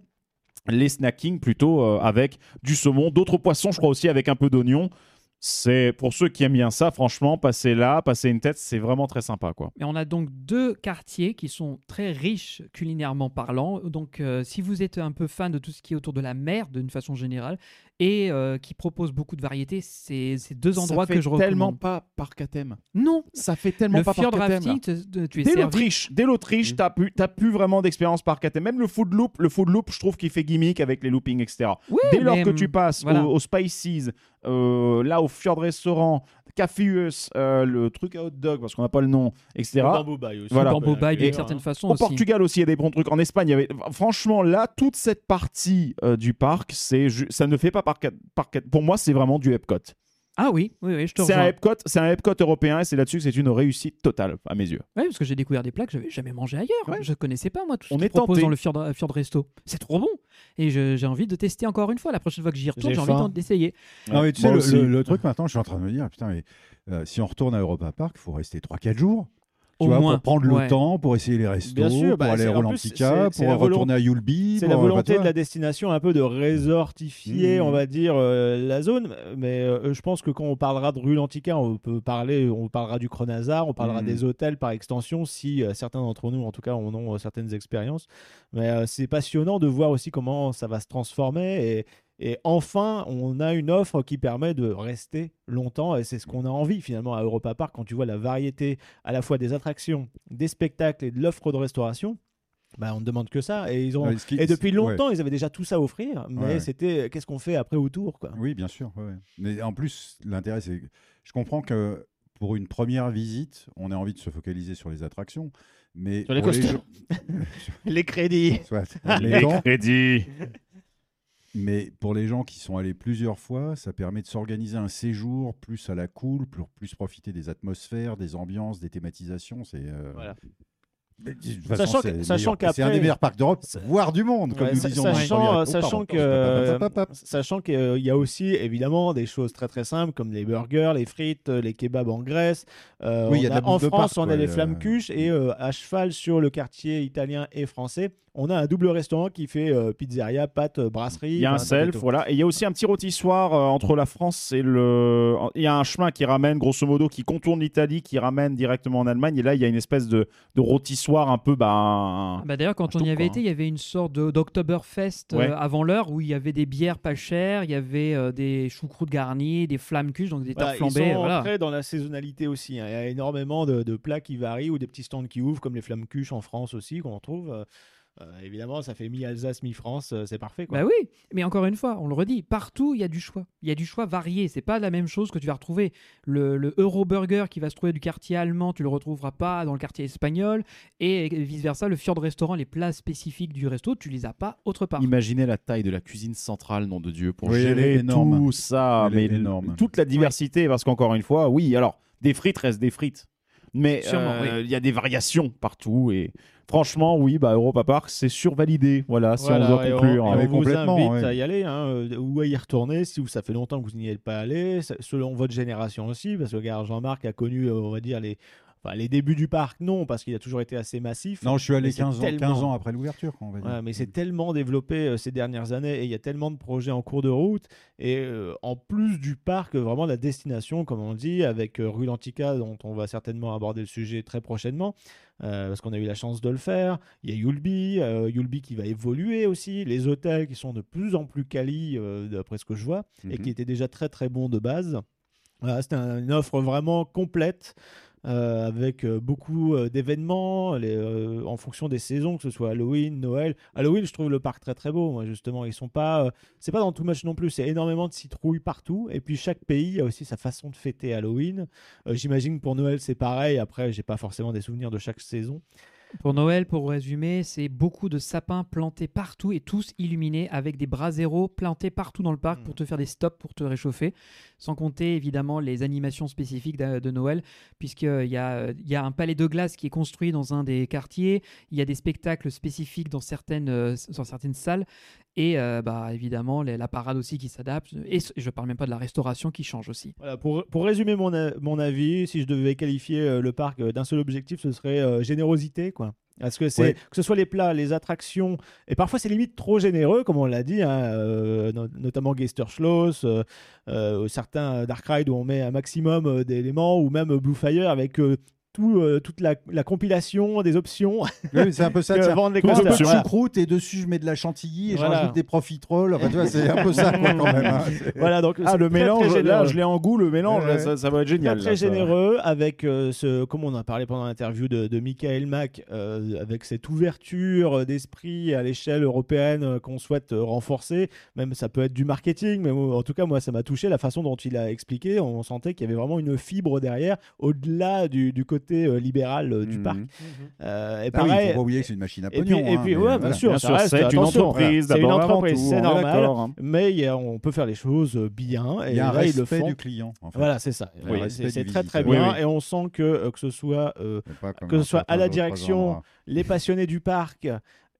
Speaker 4: les snackings plutôt euh, avec du saumon, d'autres poissons, je crois aussi avec un peu d'oignon. C'est pour ceux qui aiment bien ça, franchement, passer là, passer une tête, c'est vraiment très sympa, quoi.
Speaker 1: Et on a donc deux quartiers qui sont très riches culinairement parlant. Donc, euh, si vous êtes un peu fan de tout ce qui est autour de la mer, d'une façon générale, et euh, qui propose beaucoup de variétés, c'est c'est deux endroits
Speaker 6: ça fait
Speaker 1: que je recommande.
Speaker 6: tellement pas par Katem.
Speaker 1: Non,
Speaker 6: Ça fait tellement
Speaker 1: le
Speaker 6: pas par
Speaker 1: fjord
Speaker 6: Katem.
Speaker 1: rafting, te- te- tu es
Speaker 4: Dès
Speaker 1: servi.
Speaker 4: l'Autriche, dès
Speaker 1: Mm.
Speaker 4: l'Autriche, t'as plus, t'as plus vraiment d'expérience par KTM. Même le food loop, le food loop, je trouve qu'il fait gimmick avec les loopings, etc.
Speaker 1: Oui,
Speaker 4: Dès lors
Speaker 1: mais, hum,
Speaker 4: que tu passes
Speaker 1: voilà.
Speaker 4: au, au Spices, euh, là au Fjord Restaurant, Café US, euh, le truc à hot dog parce qu'on n'a pas le nom, etc.
Speaker 3: Bamboo Bay aussi.
Speaker 4: ah, Voilà.
Speaker 1: dans Bobaï, d'une
Speaker 4: Et-
Speaker 1: certaine façon
Speaker 4: Au
Speaker 1: aussi.
Speaker 4: Portugal aussi, il y a des bons trucs. En Espagne, il y avait... franchement, là, toute cette partie euh, du parc, c'est ju- ça ne fait pas par, par Pour moi, c'est vraiment du Epcot.
Speaker 1: Ah oui, oui, oui, je te
Speaker 4: C'est un
Speaker 1: rejoins.
Speaker 4: Epcot, c'est un Epcot européen et c'est là-dessus que c'est une réussite totale à mes yeux.
Speaker 1: Ouais, parce que j'ai découvert des plats que j'avais jamais mangé ailleurs.
Speaker 4: Ouais.
Speaker 1: Je connaissais pas moi tout ce
Speaker 4: On
Speaker 1: qu'ils
Speaker 4: est
Speaker 1: proposent
Speaker 4: tenté.
Speaker 1: dans le fjord, fjord resto. C'est trop bon et je- j'ai envie de tester encore une fois. La prochaine fois que j'y retourne,
Speaker 3: J'ai
Speaker 1: j'ai envie
Speaker 3: faim.
Speaker 1: d'en- d'essayer.
Speaker 2: Non, Ah, mais tu sais,
Speaker 4: Moi
Speaker 2: le,
Speaker 4: aussi.
Speaker 2: le- le truc maintenant, je suis en train de me dire, putain, mais euh, si on retourne à Europa Park, il faut rester 3-4 jours. Tu
Speaker 1: Au
Speaker 2: vois,
Speaker 1: moins,
Speaker 2: pour prendre
Speaker 1: ouais.
Speaker 2: le temps, pour essayer les restos,
Speaker 3: Bien sûr,
Speaker 2: pour
Speaker 3: bah,
Speaker 2: aller
Speaker 3: c'est-
Speaker 2: à
Speaker 3: en plus,
Speaker 2: Rolantica,
Speaker 3: c'est- c'est
Speaker 2: pour
Speaker 3: la volon-
Speaker 2: retourner à Yulby.
Speaker 3: C'est
Speaker 2: pour-
Speaker 3: la
Speaker 2: bah,
Speaker 3: volonté
Speaker 2: tu
Speaker 3: de
Speaker 2: vois.
Speaker 3: la destination un peu de résortifier,
Speaker 2: Mmh.
Speaker 3: on va dire, euh, la zone. Mais euh, je pense que quand on parlera de Rulantica, on peut parler, on parlera du Cronazar, on parlera
Speaker 4: Mmh.
Speaker 3: des hôtels par extension, si euh, certains d'entre nous, en tout cas, en ont euh, certaines expériences. Mais euh, c'est passionnant de voir aussi comment ça va se transformer. Et, et enfin, on a une offre qui permet de rester longtemps. Et c'est ce qu'on a envie finalement à Europa Park quand tu vois la variété à la fois des attractions, des spectacles et de l'offre de restauration. Bah, on ne demande que ça. Et ils ont
Speaker 2: Ouais, ce qui-
Speaker 3: et depuis
Speaker 2: ouais.
Speaker 3: longtemps, ils avaient déjà tout ça à offrir, mais
Speaker 2: Ouais.
Speaker 3: c'était euh, qu'est-ce qu'on fait après autour
Speaker 2: [LAUGHS]
Speaker 3: quoi.
Speaker 2: Oui, bien sûr. ouais, ouais. Mais en plus, l'intérêt, c'est. Je comprends que pour une première visite, on a envie de se focaliser sur les attractions. Mais
Speaker 3: Sur les
Speaker 2: pour
Speaker 3: costumes. [LAUGHS] Les crédits.
Speaker 2: gens- Soit, les gens-
Speaker 4: crédits.
Speaker 2: Mais pour les gens qui sont allés plusieurs fois, ça permet de s'organiser un séjour plus à la cool, plus, plus profiter des atmosphères, des ambiances, des thématisations. C'est. euh,
Speaker 3: Voilà.
Speaker 2: mais de toute façon,
Speaker 3: Sachant
Speaker 2: c'est
Speaker 3: que-
Speaker 2: le
Speaker 3: sachant
Speaker 2: meilleur- c'est un
Speaker 3: qu'après-
Speaker 2: des meilleurs parcs d'Europe,
Speaker 3: Sa-
Speaker 2: voire du monde, comme
Speaker 3: Ouais,
Speaker 2: nous
Speaker 3: sa-
Speaker 2: disions. dans
Speaker 3: sachant,
Speaker 2: le premier-
Speaker 3: euh,
Speaker 2: Oh, pardon.
Speaker 3: sachant que,
Speaker 2: Hop, hop, hop, hop.
Speaker 3: Sachant qu'il euh, y a aussi évidemment des choses très très simples comme les burgers, les frites, euh, les kebabs en Grèce. Euh,
Speaker 2: Oui, il
Speaker 3: on
Speaker 2: y a de
Speaker 3: a-
Speaker 2: la bouffe
Speaker 3: en
Speaker 2: de
Speaker 3: France,
Speaker 2: parc,
Speaker 3: on a
Speaker 2: quoi,
Speaker 3: les
Speaker 2: le- Mm.
Speaker 3: flammes cuches et euh, à cheval sur le quartier italien et français, on a un double restaurant qui fait euh, pizzeria, pâtes, euh, brasserie.
Speaker 4: Il y a un
Speaker 3: enfin,
Speaker 4: self,
Speaker 3: tout.
Speaker 4: voilà. Et il y a aussi un petit rôtissoir euh, entre la France et le. Il y a un chemin qui ramène, grosso modo, qui contourne l'Italie, qui ramène directement en Allemagne. Et là, il y a une espèce de, de rôtissoir un peu. Bah, un-
Speaker 1: Ah bah D'ailleurs, quand
Speaker 4: Un
Speaker 1: on y
Speaker 4: truc,
Speaker 1: avait
Speaker 4: quoi,
Speaker 1: été, il y avait une sorte de- d'Oktoberfest euh,
Speaker 4: Ouais.
Speaker 1: avant l'heure où il y avait des bières pas chères, il y avait euh, des choucroutes garnies, des flammes cuches, donc des tartes
Speaker 3: Voilà, Bah, ils
Speaker 1: flambées.
Speaker 3: sont
Speaker 1: voilà.
Speaker 3: entrés dans la saisonnalité aussi. hein. Il y a énormément de, de plats qui varient ou des petits stands qui ouvrent, comme les flammes cuches en France aussi, qu'on retrouve. Euh, euh, évidemment, ça fait mi-Alsace, mi-France, euh, c'est parfait. Quoi.
Speaker 1: Bah oui, mais encore une fois, on le redit, partout il y a du choix. Il y a du choix varié. C'est pas la même chose que tu vas retrouver. Le, le Euro Burger qui va se trouver du quartier allemand, tu le retrouveras pas dans le quartier espagnol, et vice versa. Le fjord restaurant, les plats spécifiques du resto, tu les as pas autre part.
Speaker 4: Ah. Imaginez la taille de la cuisine centrale, nom de Dieu, pour
Speaker 2: Oui, elle est
Speaker 4: gérer
Speaker 2: énorme.
Speaker 4: tout ça,
Speaker 2: Elle est
Speaker 4: mais
Speaker 2: énorme.
Speaker 4: toute la diversité, parce qu'encore une fois, oui, alors des frites restent des frites, mais
Speaker 1: Sûrement,
Speaker 4: euh, il y a des variations partout et franchement, oui, bah Europa Park, c'est survalidé, voilà, si
Speaker 3: Voilà,
Speaker 4: on doit
Speaker 3: et
Speaker 4: conclure.
Speaker 3: et
Speaker 2: Mais
Speaker 3: on vous
Speaker 2: complètement,
Speaker 3: invite
Speaker 2: ouais.
Speaker 3: à y aller, hein, euh, ou à y retourner si vous- ça fait longtemps que vous n'y êtes pas allé, ça- selon votre génération aussi, parce que regarde, Jean-Marc a connu, euh, on va dire, les, enfin, les débuts du parc, non, parce qu'il a toujours été assez massif.
Speaker 2: Non, je suis allé
Speaker 3: Mais c'est
Speaker 2: 15 ans, 15
Speaker 3: tellement-
Speaker 2: ans après l'ouverture, quoi, on va dire. Mm.
Speaker 3: Ouais, mais c'est tellement développé euh, ces dernières années et il y a tellement de projets en cours de route. Et euh, en plus du parc, euh, vraiment la destination, comme on dit, avec euh, Rue l'Antica, dont on va certainement aborder le sujet très prochainement, euh, parce qu'on a eu la chance de le faire. Il y a Yulby, euh, Yulby qui va évoluer aussi, les hôtels qui sont de plus en plus quali, euh, d'après ce que je vois
Speaker 4: Mhm.
Speaker 3: et qui était déjà très très bon de base. Voilà, c'était un- une offre vraiment complète euh, avec euh, beaucoup euh, d'événements les, euh, en fonction des saisons, que ce soit Halloween, Noël. Halloween, je trouve le parc très très beau. Moi, justement, ils sont pas, euh, c'est pas dans tout match non plus. C'est énormément de citrouilles partout. Et puis chaque pays a aussi sa façon de fêter Halloween. Euh, J'imagine que pour Noël c'est pareil. Après, j'ai pas forcément des souvenirs de chaque saison.
Speaker 1: Pour Noël, pour résumer, c'est beaucoup de sapins plantés partout et tous illuminés avec des braseros plantés partout dans le parc pour te faire des stops, pour te réchauffer. Sans compter évidemment les animations spécifiques d'a- de Noël, puisqu'il y a, euh, il y a un palais de glace qui est construit dans un des quartiers, il y a des spectacles spécifiques dans certaines, euh, dans certaines salles, et euh, bah, évidemment les- la parade aussi qui s'adapte, et s- je parle même pas de la restauration qui change aussi.
Speaker 3: Voilà, pour, pour résumer mon, a- mon avis, si je devais qualifier euh, le parc euh, d'un seul objectif, ce serait euh, générosité. Quoi. Parce que, c'est
Speaker 4: Ouais.
Speaker 3: que ce soit les plats, les attractions, et parfois c'est limite trop généreux, comme on l'a dit, hein, euh, no- notamment Geisterschloss, euh, euh, certains Dark Ride où on met un maximum euh, d'éléments, ou même euh, Blue Fire avec euh, tout, euh, toute la, la compilation des options [LAUGHS]
Speaker 2: Oui, mais c'est un peu ça.
Speaker 3: que
Speaker 2: tiens.
Speaker 3: vendent les
Speaker 2: Un peu de
Speaker 3: casteurs. Voilà.
Speaker 2: choucroute et dessus je mets de la chantilly et
Speaker 3: Voilà.
Speaker 2: je rajoute des profiteroles. Enfin, tu vois, c'est un peu ça quoi, quand même. hein.
Speaker 3: Voilà, donc
Speaker 4: Ah,
Speaker 3: [LAUGHS] c'est
Speaker 4: le
Speaker 3: très, très
Speaker 4: mélange, là,
Speaker 3: généreux.
Speaker 4: je l'ai en goût, le mélange,
Speaker 2: Ouais,
Speaker 4: là,
Speaker 2: ouais.
Speaker 4: ça, ça va être génial.
Speaker 3: Très,
Speaker 4: là, ça.
Speaker 3: très généreux avec euh, ce, comme on en a parlé pendant l'interview de, de Michael Mack, euh, avec cette ouverture euh, d'esprit à l'échelle européenne euh, qu'on souhaite euh, renforcer. Même ça peut être du marketing, mais moi, en tout cas moi ça m'a touché la façon dont il a expliqué. On sentait qu'il y avait vraiment une fibre derrière, au-delà du, du côté euh, libéral euh, du
Speaker 4: Mhm.
Speaker 3: parc. Euh, et
Speaker 2: Mmh. Ah oui,
Speaker 3: pareil.
Speaker 2: faut pas oublier que c'est une machine à
Speaker 3: et
Speaker 2: pognon.
Speaker 3: puis- et
Speaker 2: hein,
Speaker 3: puis,
Speaker 2: mais
Speaker 3: ouais, bien
Speaker 2: voilà.
Speaker 3: sûr.
Speaker 4: Bien
Speaker 3: ça
Speaker 4: sûr,
Speaker 3: reste-
Speaker 4: c'est une
Speaker 3: attention,
Speaker 4: entreprise,
Speaker 3: c'est une
Speaker 4: d'abord, avant
Speaker 3: entreprise,
Speaker 4: tout,
Speaker 3: c'est
Speaker 4: on est
Speaker 3: normal.
Speaker 4: d'accord, hein.
Speaker 3: mais il y a- on peut faire les choses euh, bien. Et
Speaker 2: Il y a un
Speaker 3: là, ils le
Speaker 2: respect
Speaker 3: font.
Speaker 2: du client. en fait.
Speaker 3: Voilà, c'est ça.
Speaker 2: Oui,
Speaker 3: Euh,
Speaker 2: respect
Speaker 3: c'est
Speaker 2: du
Speaker 3: c'est très très
Speaker 2: visiteur.
Speaker 3: bien.
Speaker 4: Oui, oui.
Speaker 3: Et on sent que euh, que ce soit euh,
Speaker 2: C'est pas comme
Speaker 3: Que ce
Speaker 2: un
Speaker 3: soit à
Speaker 2: trois-
Speaker 3: la
Speaker 2: trois
Speaker 3: direction,
Speaker 2: endroits.
Speaker 3: les passionnés du parc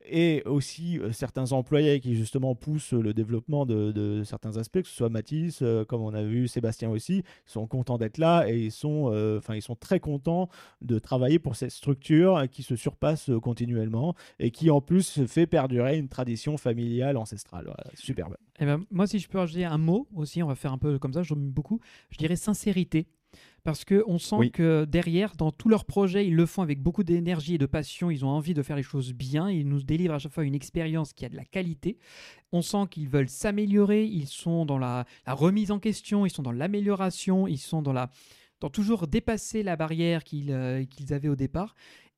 Speaker 3: et aussi euh, certains employés qui justement poussent euh, le développement de, de certains aspects, que ce soit Mathis, euh, comme on a vu Sébastien aussi, sont contents d'être là et ils sont, euh, enfin ils sont très contents de travailler pour cette structure euh, qui se surpasse euh, continuellement et qui en plus fait perdurer une tradition familiale ancestrale. Voilà, superbe.
Speaker 1: Eh ben, moi, si je peux rajouter un mot aussi, on va faire un peu comme ça, j'aime beaucoup. Je dirais sincérité. Parce qu'on sent
Speaker 4: Oui.
Speaker 1: que derrière, dans tous leurs projets, ils le font avec beaucoup d'énergie et de passion. Ils ont envie de faire les choses bien. Ils nous délivrent à chaque fois une expérience qui a de la qualité. On sent qu'ils veulent s'améliorer. Ils sont dans la, la remise en question. Ils sont dans l'amélioration. Ils sont dans la dans toujours dépasser la barrière qu'ils euh, qu'ils avaient au départ.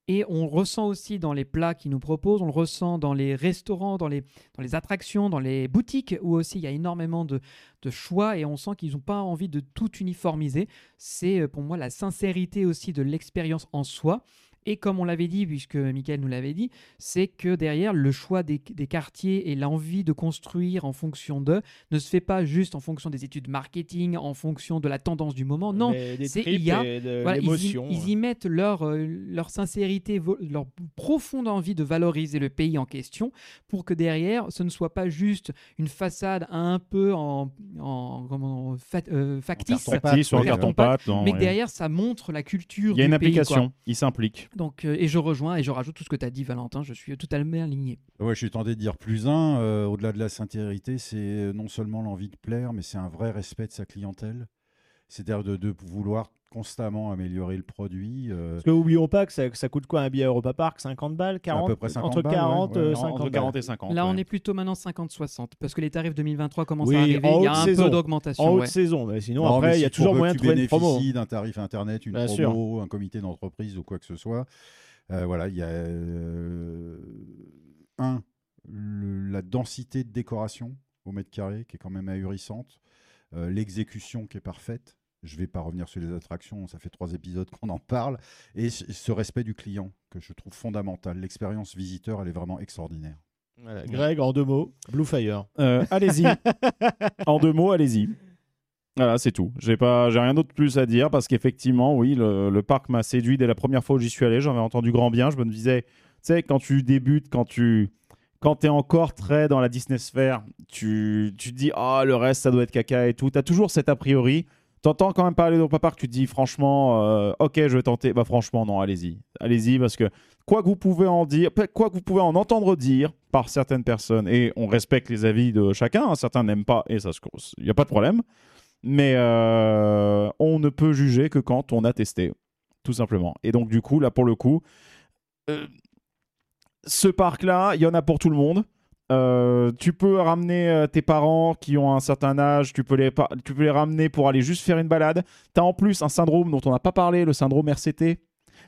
Speaker 1: Et on le ressent aussi dans les plats qu'ils nous proposent. On le ressent dans les restaurants, dans les dans les attractions, dans les boutiques, où aussi il y a énormément de, de choix et on sent qu'ils n'ont pas envie de tout uniformiser. C'est euh, pour moi la sincérité aussi de l'expérience en soi. Et comme on l'avait dit, puisque Michael nous l'avait dit, c'est que derrière, le choix des, des quartiers et l'envie de construire en fonction d'eux ne se fait pas juste en fonction des études marketing, en fonction de la tendance du moment. Non,
Speaker 3: Mais des
Speaker 1: c'est-
Speaker 3: tripes
Speaker 1: il y a-
Speaker 3: et de
Speaker 1: voilà, ils, y,
Speaker 3: Euh, l'émotion.
Speaker 1: ils y mettent leur, euh, leur sincérité, vo- leur profonde envie de valoriser le pays en question pour que derrière, ce ne soit pas juste une façade un peu en, en- comment, fa- euh, factice,
Speaker 2: carton-pâte.
Speaker 4: Factice ou en
Speaker 1: Oui,
Speaker 4: carton-pâte. non,
Speaker 1: mais que
Speaker 4: ouais.
Speaker 1: derrière, ça montre la culture
Speaker 4: Il y a une
Speaker 1: du pays, quoi.
Speaker 4: application, il s'implique.
Speaker 1: Donc, euh, et je rejoins et je rajoute tout ce que tu as dit, Valentin. Je suis totalement aligné.
Speaker 2: Ouais, je suis tenté de dire plus un. euh, Au-delà de la sincérité, c'est euh, non seulement l'envie de plaire, mais c'est un vrai respect de sa clientèle. C'est-à-dire de, de vouloir constamment améliorer le produit. euh,
Speaker 3: Parce que oublions pas que ça, que ça coûte quoi un billet à Europa Park 50 balles 40
Speaker 2: peu près 50
Speaker 3: Entre
Speaker 2: balles, ouais,
Speaker 3: 40
Speaker 2: ouais,
Speaker 3: euh,
Speaker 2: ouais.
Speaker 3: 50
Speaker 4: Entre
Speaker 3: balles.
Speaker 4: 40 et 50.
Speaker 1: Là, on
Speaker 4: ouais.
Speaker 1: est plutôt maintenant 50-60 parce que les tarifs 2023 commencent
Speaker 3: Oui,
Speaker 1: à arriver.
Speaker 3: en
Speaker 1: Il y a
Speaker 3: haute
Speaker 1: un
Speaker 3: saison.
Speaker 1: peu
Speaker 3: en
Speaker 1: d'augmentation.
Speaker 3: haute
Speaker 1: ouais.
Speaker 3: saison. Mais sinon,
Speaker 2: Non, mais
Speaker 3: après, il y
Speaker 2: si
Speaker 3: a toujours
Speaker 2: pour
Speaker 3: moyen
Speaker 2: que
Speaker 3: de
Speaker 2: tu
Speaker 3: trouver une promo.
Speaker 2: bénéficies d'un tarif internet, une
Speaker 3: Bien
Speaker 2: promo,
Speaker 3: sûr.
Speaker 2: un comité d'entreprise ou quoi que ce soit. Euh, voilà, il y a euh, un le- la densité de décoration au mètre carré qui est quand même ahurissante, Euh, l'exécution qui est parfaite. Je ne vais pas revenir sur les attractions, ça fait trois épisodes qu'on en parle. Et ce ce respect du client que je trouve fondamental. L'expérience visiteur, elle est vraiment extraordinaire.
Speaker 3: Voilà, Greg, en deux mots, Blue Fire.
Speaker 4: Euh, allez-y. en deux mots, allez-y. Voilà, c'est tout. J'ai pas, j'ai rien d'autre plus à dire parce qu'effectivement, oui, le, le parc m'a séduit dès la première fois où j'y suis allé. J'en avais entendu grand bien. Je me disais, tu sais, quand tu débutes, quand tu, quand t'es encore très dans la Disney sphère, tu, tu te dis, ah, le reste, ça doit être caca et tout. T'as toujours cet a priori. T'entends quand même parler d'Europa Park, tu te dis franchement, euh, ok, je vais tenter. Bah franchement, non, allez-y, allez-y parce que quoi que vous pouvez en dire, quoi que vous pouvez en entendre dire par certaines personnes, et on respecte les avis de chacun, hein, certains n'aiment pas, et ça se il n'y a pas de problème, mais euh, on ne peut juger que quand on a testé, tout simplement. Et donc du coup, là pour le coup, euh, ce parc-là, il y en a pour tout le monde. Euh, tu peux ramener euh, tes parents qui ont un certain âge, tu peux les, par- tu peux les ramener pour aller juste faire une balade. T'as en plus un syndrome dont on n'a pas parlé, le syndrome RCT.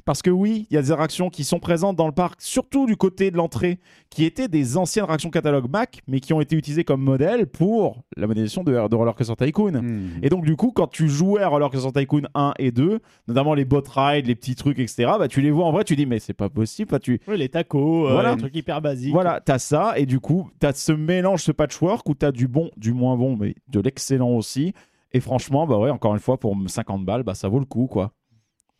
Speaker 4: Parce que oui, il y a des réactions qui sont présentes dans le parc, surtout du côté de l'entrée, qui étaient des anciennes réactions catalogue Mac, mais qui ont été utilisées comme modèle pour la modélisation de, de Roller Coaster Tycoon. Et donc, du coup, quand tu jouais à Roller Coaster Tycoon 1 et 2, notamment les bot rides, les petits trucs, etc., bah, tu les vois en vrai, tu dis, mais c'est pas possible. Bah, tu...
Speaker 3: Oui, les tacos, euh,
Speaker 4: Voilà.
Speaker 3: les trucs hyper basiques.
Speaker 4: Voilà, t'as ça, et du coup, t'as ce mélange, ce patchwork où t'as du bon, du moins bon, mais de l'excellent aussi. Et franchement, bah ouais, encore une fois, pour 50 balles, bah ça vaut le coup, quoi.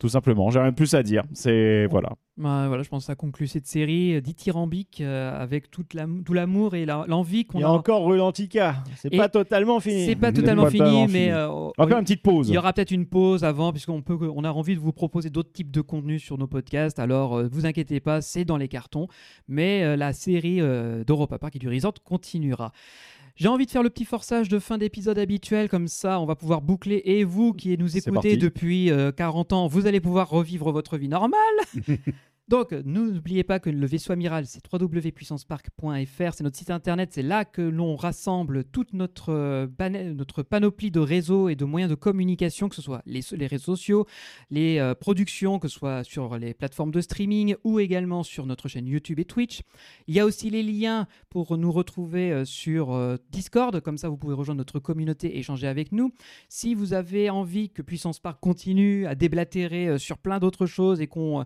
Speaker 4: Tout simplement, j'ai rien de plus à dire. C'est voilà.
Speaker 1: Bah, voilà, je pense que ça conclut cette série euh, dithyrambique euh, avec toute l'am- tout l'amour et la- l'envie
Speaker 3: Il
Speaker 1: qu'on
Speaker 3: y
Speaker 1: a.
Speaker 3: a encore Rue l'Antica. C'est
Speaker 1: Et
Speaker 3: pas totalement fini.
Speaker 1: C'est pas
Speaker 4: Mmh.
Speaker 1: totalement
Speaker 4: Pas
Speaker 1: fini,
Speaker 4: totalement fini.
Speaker 1: mais euh, on-
Speaker 4: On va faire une petite pause.
Speaker 1: il y aura peut-être une pause avant, puisqu'on peut, on a envie de vous proposer d'autres types de contenus sur nos podcasts. Alors, euh, vous inquiétez pas, c'est dans les cartons. Mais euh, la série euh, d'Europa Park et du Resort continuera. J'ai envie de faire le petit forçage de fin d'épisode habituel, comme ça on va pouvoir boucler. Et vous qui nous
Speaker 4: C'est
Speaker 1: écoutez
Speaker 4: parti.
Speaker 1: depuis euh, 40 ans, vous allez pouvoir revivre votre vie normale.
Speaker 4: [LAUGHS]
Speaker 1: Donc, nous, n'oubliez pas que le vaisseau amiral, c'est www.puissancepark.fr, c'est notre site internet, c'est là que l'on rassemble toute notre, euh, bana- notre panoplie de réseaux et de moyens de communication, que ce soit les, so- les réseaux sociaux, les euh, productions, que ce soit sur les plateformes de streaming ou également sur notre chaîne YouTube et Twitch. Il y a aussi les liens pour nous retrouver euh, sur euh, Discord, comme ça vous pouvez rejoindre notre communauté et échanger avec nous. Si vous avez envie que Puissance Park continue à déblatérer euh, sur plein d'autres choses et qu'on euh,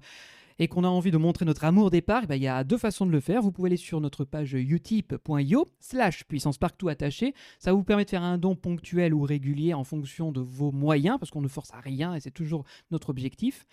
Speaker 1: et qu'on a envie de montrer notre amour des parcs, eh ben, il y a deux façons de le faire. Vous pouvez aller sur notre page utip.io slash puissance parc tout attaché. Ça vous permet de faire un don ponctuel ou régulier en fonction de vos moyens, parce qu'on ne force à rien et c'est toujours notre objectif.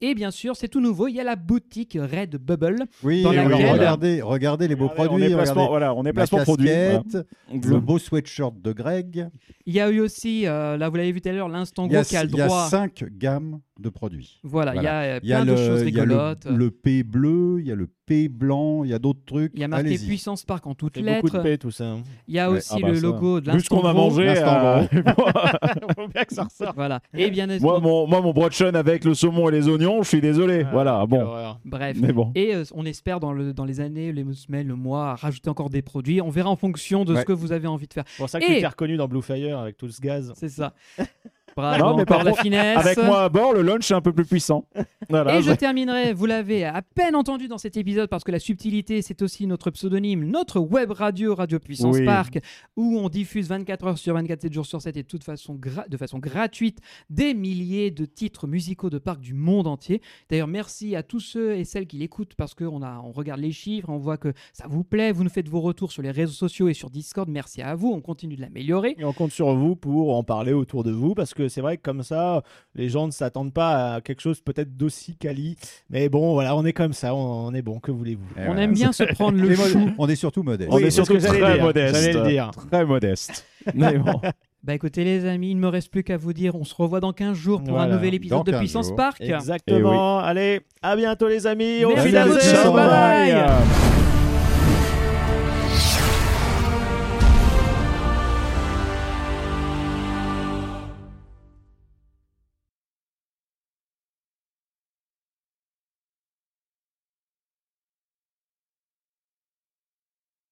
Speaker 1: Et bien sûr, c'est tout nouveau, il y a la boutique Redbubble.
Speaker 2: Oui,
Speaker 1: Dans
Speaker 2: oui,
Speaker 1: laquelle-
Speaker 2: regardez, regardez les beaux
Speaker 4: Regardez,
Speaker 2: produits.
Speaker 4: On est placement,
Speaker 2: regardez
Speaker 4: voilà, on est
Speaker 2: ma
Speaker 4: placement produit.
Speaker 2: casquette, le
Speaker 4: Voilà.
Speaker 2: beau sweatshirt de Greg.
Speaker 1: Il y a eu aussi, euh, là vous l'avez vu tout à l'heure, l'instant
Speaker 2: Il y, a,
Speaker 1: gros qui a le
Speaker 2: il y a
Speaker 1: droit.
Speaker 2: cinq gammes de produits.
Speaker 1: Voilà, il y a euh,
Speaker 2: Il y a
Speaker 1: plein de choses
Speaker 2: le, il y a le,
Speaker 1: rigolotes.
Speaker 2: le P bleu, il y a le P blanc, il y a d'autres trucs.
Speaker 1: Il y a marqué
Speaker 2: Allez-y.
Speaker 1: Puissance Parc en toutes
Speaker 3: C'est beaucoup de
Speaker 1: lettres.
Speaker 3: paix, tout ça.
Speaker 1: Il y a
Speaker 2: Ouais,
Speaker 1: aussi
Speaker 4: ah bah
Speaker 1: le
Speaker 4: ça.
Speaker 1: logo de
Speaker 4: Vu ce
Speaker 1: l'instant
Speaker 4: qu'on a
Speaker 1: gros.
Speaker 4: mangé,
Speaker 2: l'instant
Speaker 4: euh,
Speaker 3: Faut bien que ça ressorte.
Speaker 1: Voilà. Et bien
Speaker 4: moi,
Speaker 1: évidemment-
Speaker 4: mon, moi, mon brochure avec le saumon et les oignons, je suis désolé.
Speaker 3: Ah,
Speaker 4: voilà,
Speaker 3: quelle
Speaker 4: bon.
Speaker 3: horreur.
Speaker 1: Bref.
Speaker 4: Mais bon.
Speaker 1: Et euh, on espère dans, le, dans les années, les semaines, le mois, rajouter encore des produits. On verra en fonction de
Speaker 2: Ouais.
Speaker 1: ce que vous avez envie de faire.
Speaker 3: C'est pour ça que
Speaker 1: Et-
Speaker 3: tu t'es reconnu dans Blue Fire avec tout ce gaz.
Speaker 1: C'est
Speaker 2: [LAUGHS]
Speaker 1: ça. Bravo,
Speaker 4: Non, mais
Speaker 1: encore
Speaker 4: par
Speaker 1: la
Speaker 4: contre,
Speaker 1: finesse.
Speaker 4: Avec moi à bord, le lunch est un peu plus puissant. Voilà,
Speaker 1: Et je
Speaker 4: je-
Speaker 1: terminerai, vous l'avez à peine entendu dans cet épisode, parce que la subtilité, c'est aussi notre pseudonyme, notre web radio, Radio Puissance
Speaker 4: Oui.
Speaker 1: Park, où on diffuse 24 heures sur 24, 7 jours sur 7, et de toute façon, gra- de façon gratuite, des milliers de titres musicaux de parcs du monde entier. D'ailleurs, merci à tous ceux et celles qui l'écoutent, parce qu'on a- on regarde les chiffres, on voit que ça vous plaît, vous nous faites vos retours sur les réseaux sociaux et sur Discord. Merci à vous, on continue de l'améliorer.
Speaker 3: Et on compte sur vous pour en parler autour de vous parce que c'est vrai que comme ça, les gens ne s'attendent pas à quelque chose peut-être d'aussi quali. Mais bon, voilà, on est comme ça, on, on est bon, que voulez-vous
Speaker 2: Et
Speaker 1: on
Speaker 2: Eh voilà.
Speaker 1: aime bien se prendre le
Speaker 2: [LAUGHS] Et moi,
Speaker 1: chou.
Speaker 2: On est surtout modeste.
Speaker 4: On
Speaker 3: Oui,
Speaker 4: est
Speaker 3: c'est ce
Speaker 4: surtout
Speaker 3: que j'allais
Speaker 4: très
Speaker 3: dire,
Speaker 4: modeste.
Speaker 3: j'allais le dire.
Speaker 4: Très modeste. Mais bon.
Speaker 1: Bah écoutez les amis, il ne me reste plus qu'à vous dire, on se revoit dans 15 jours pour un
Speaker 3: Voilà.
Speaker 1: nouvel
Speaker 2: Dans
Speaker 1: épisode de
Speaker 2: 15
Speaker 1: Puissance
Speaker 2: jours.
Speaker 1: Park.
Speaker 3: Exactement. Allez, à bientôt les amis. Au
Speaker 1: Merci
Speaker 3: final,
Speaker 1: à vous
Speaker 2: tous. Bye
Speaker 3: bye.
Speaker 1: bye.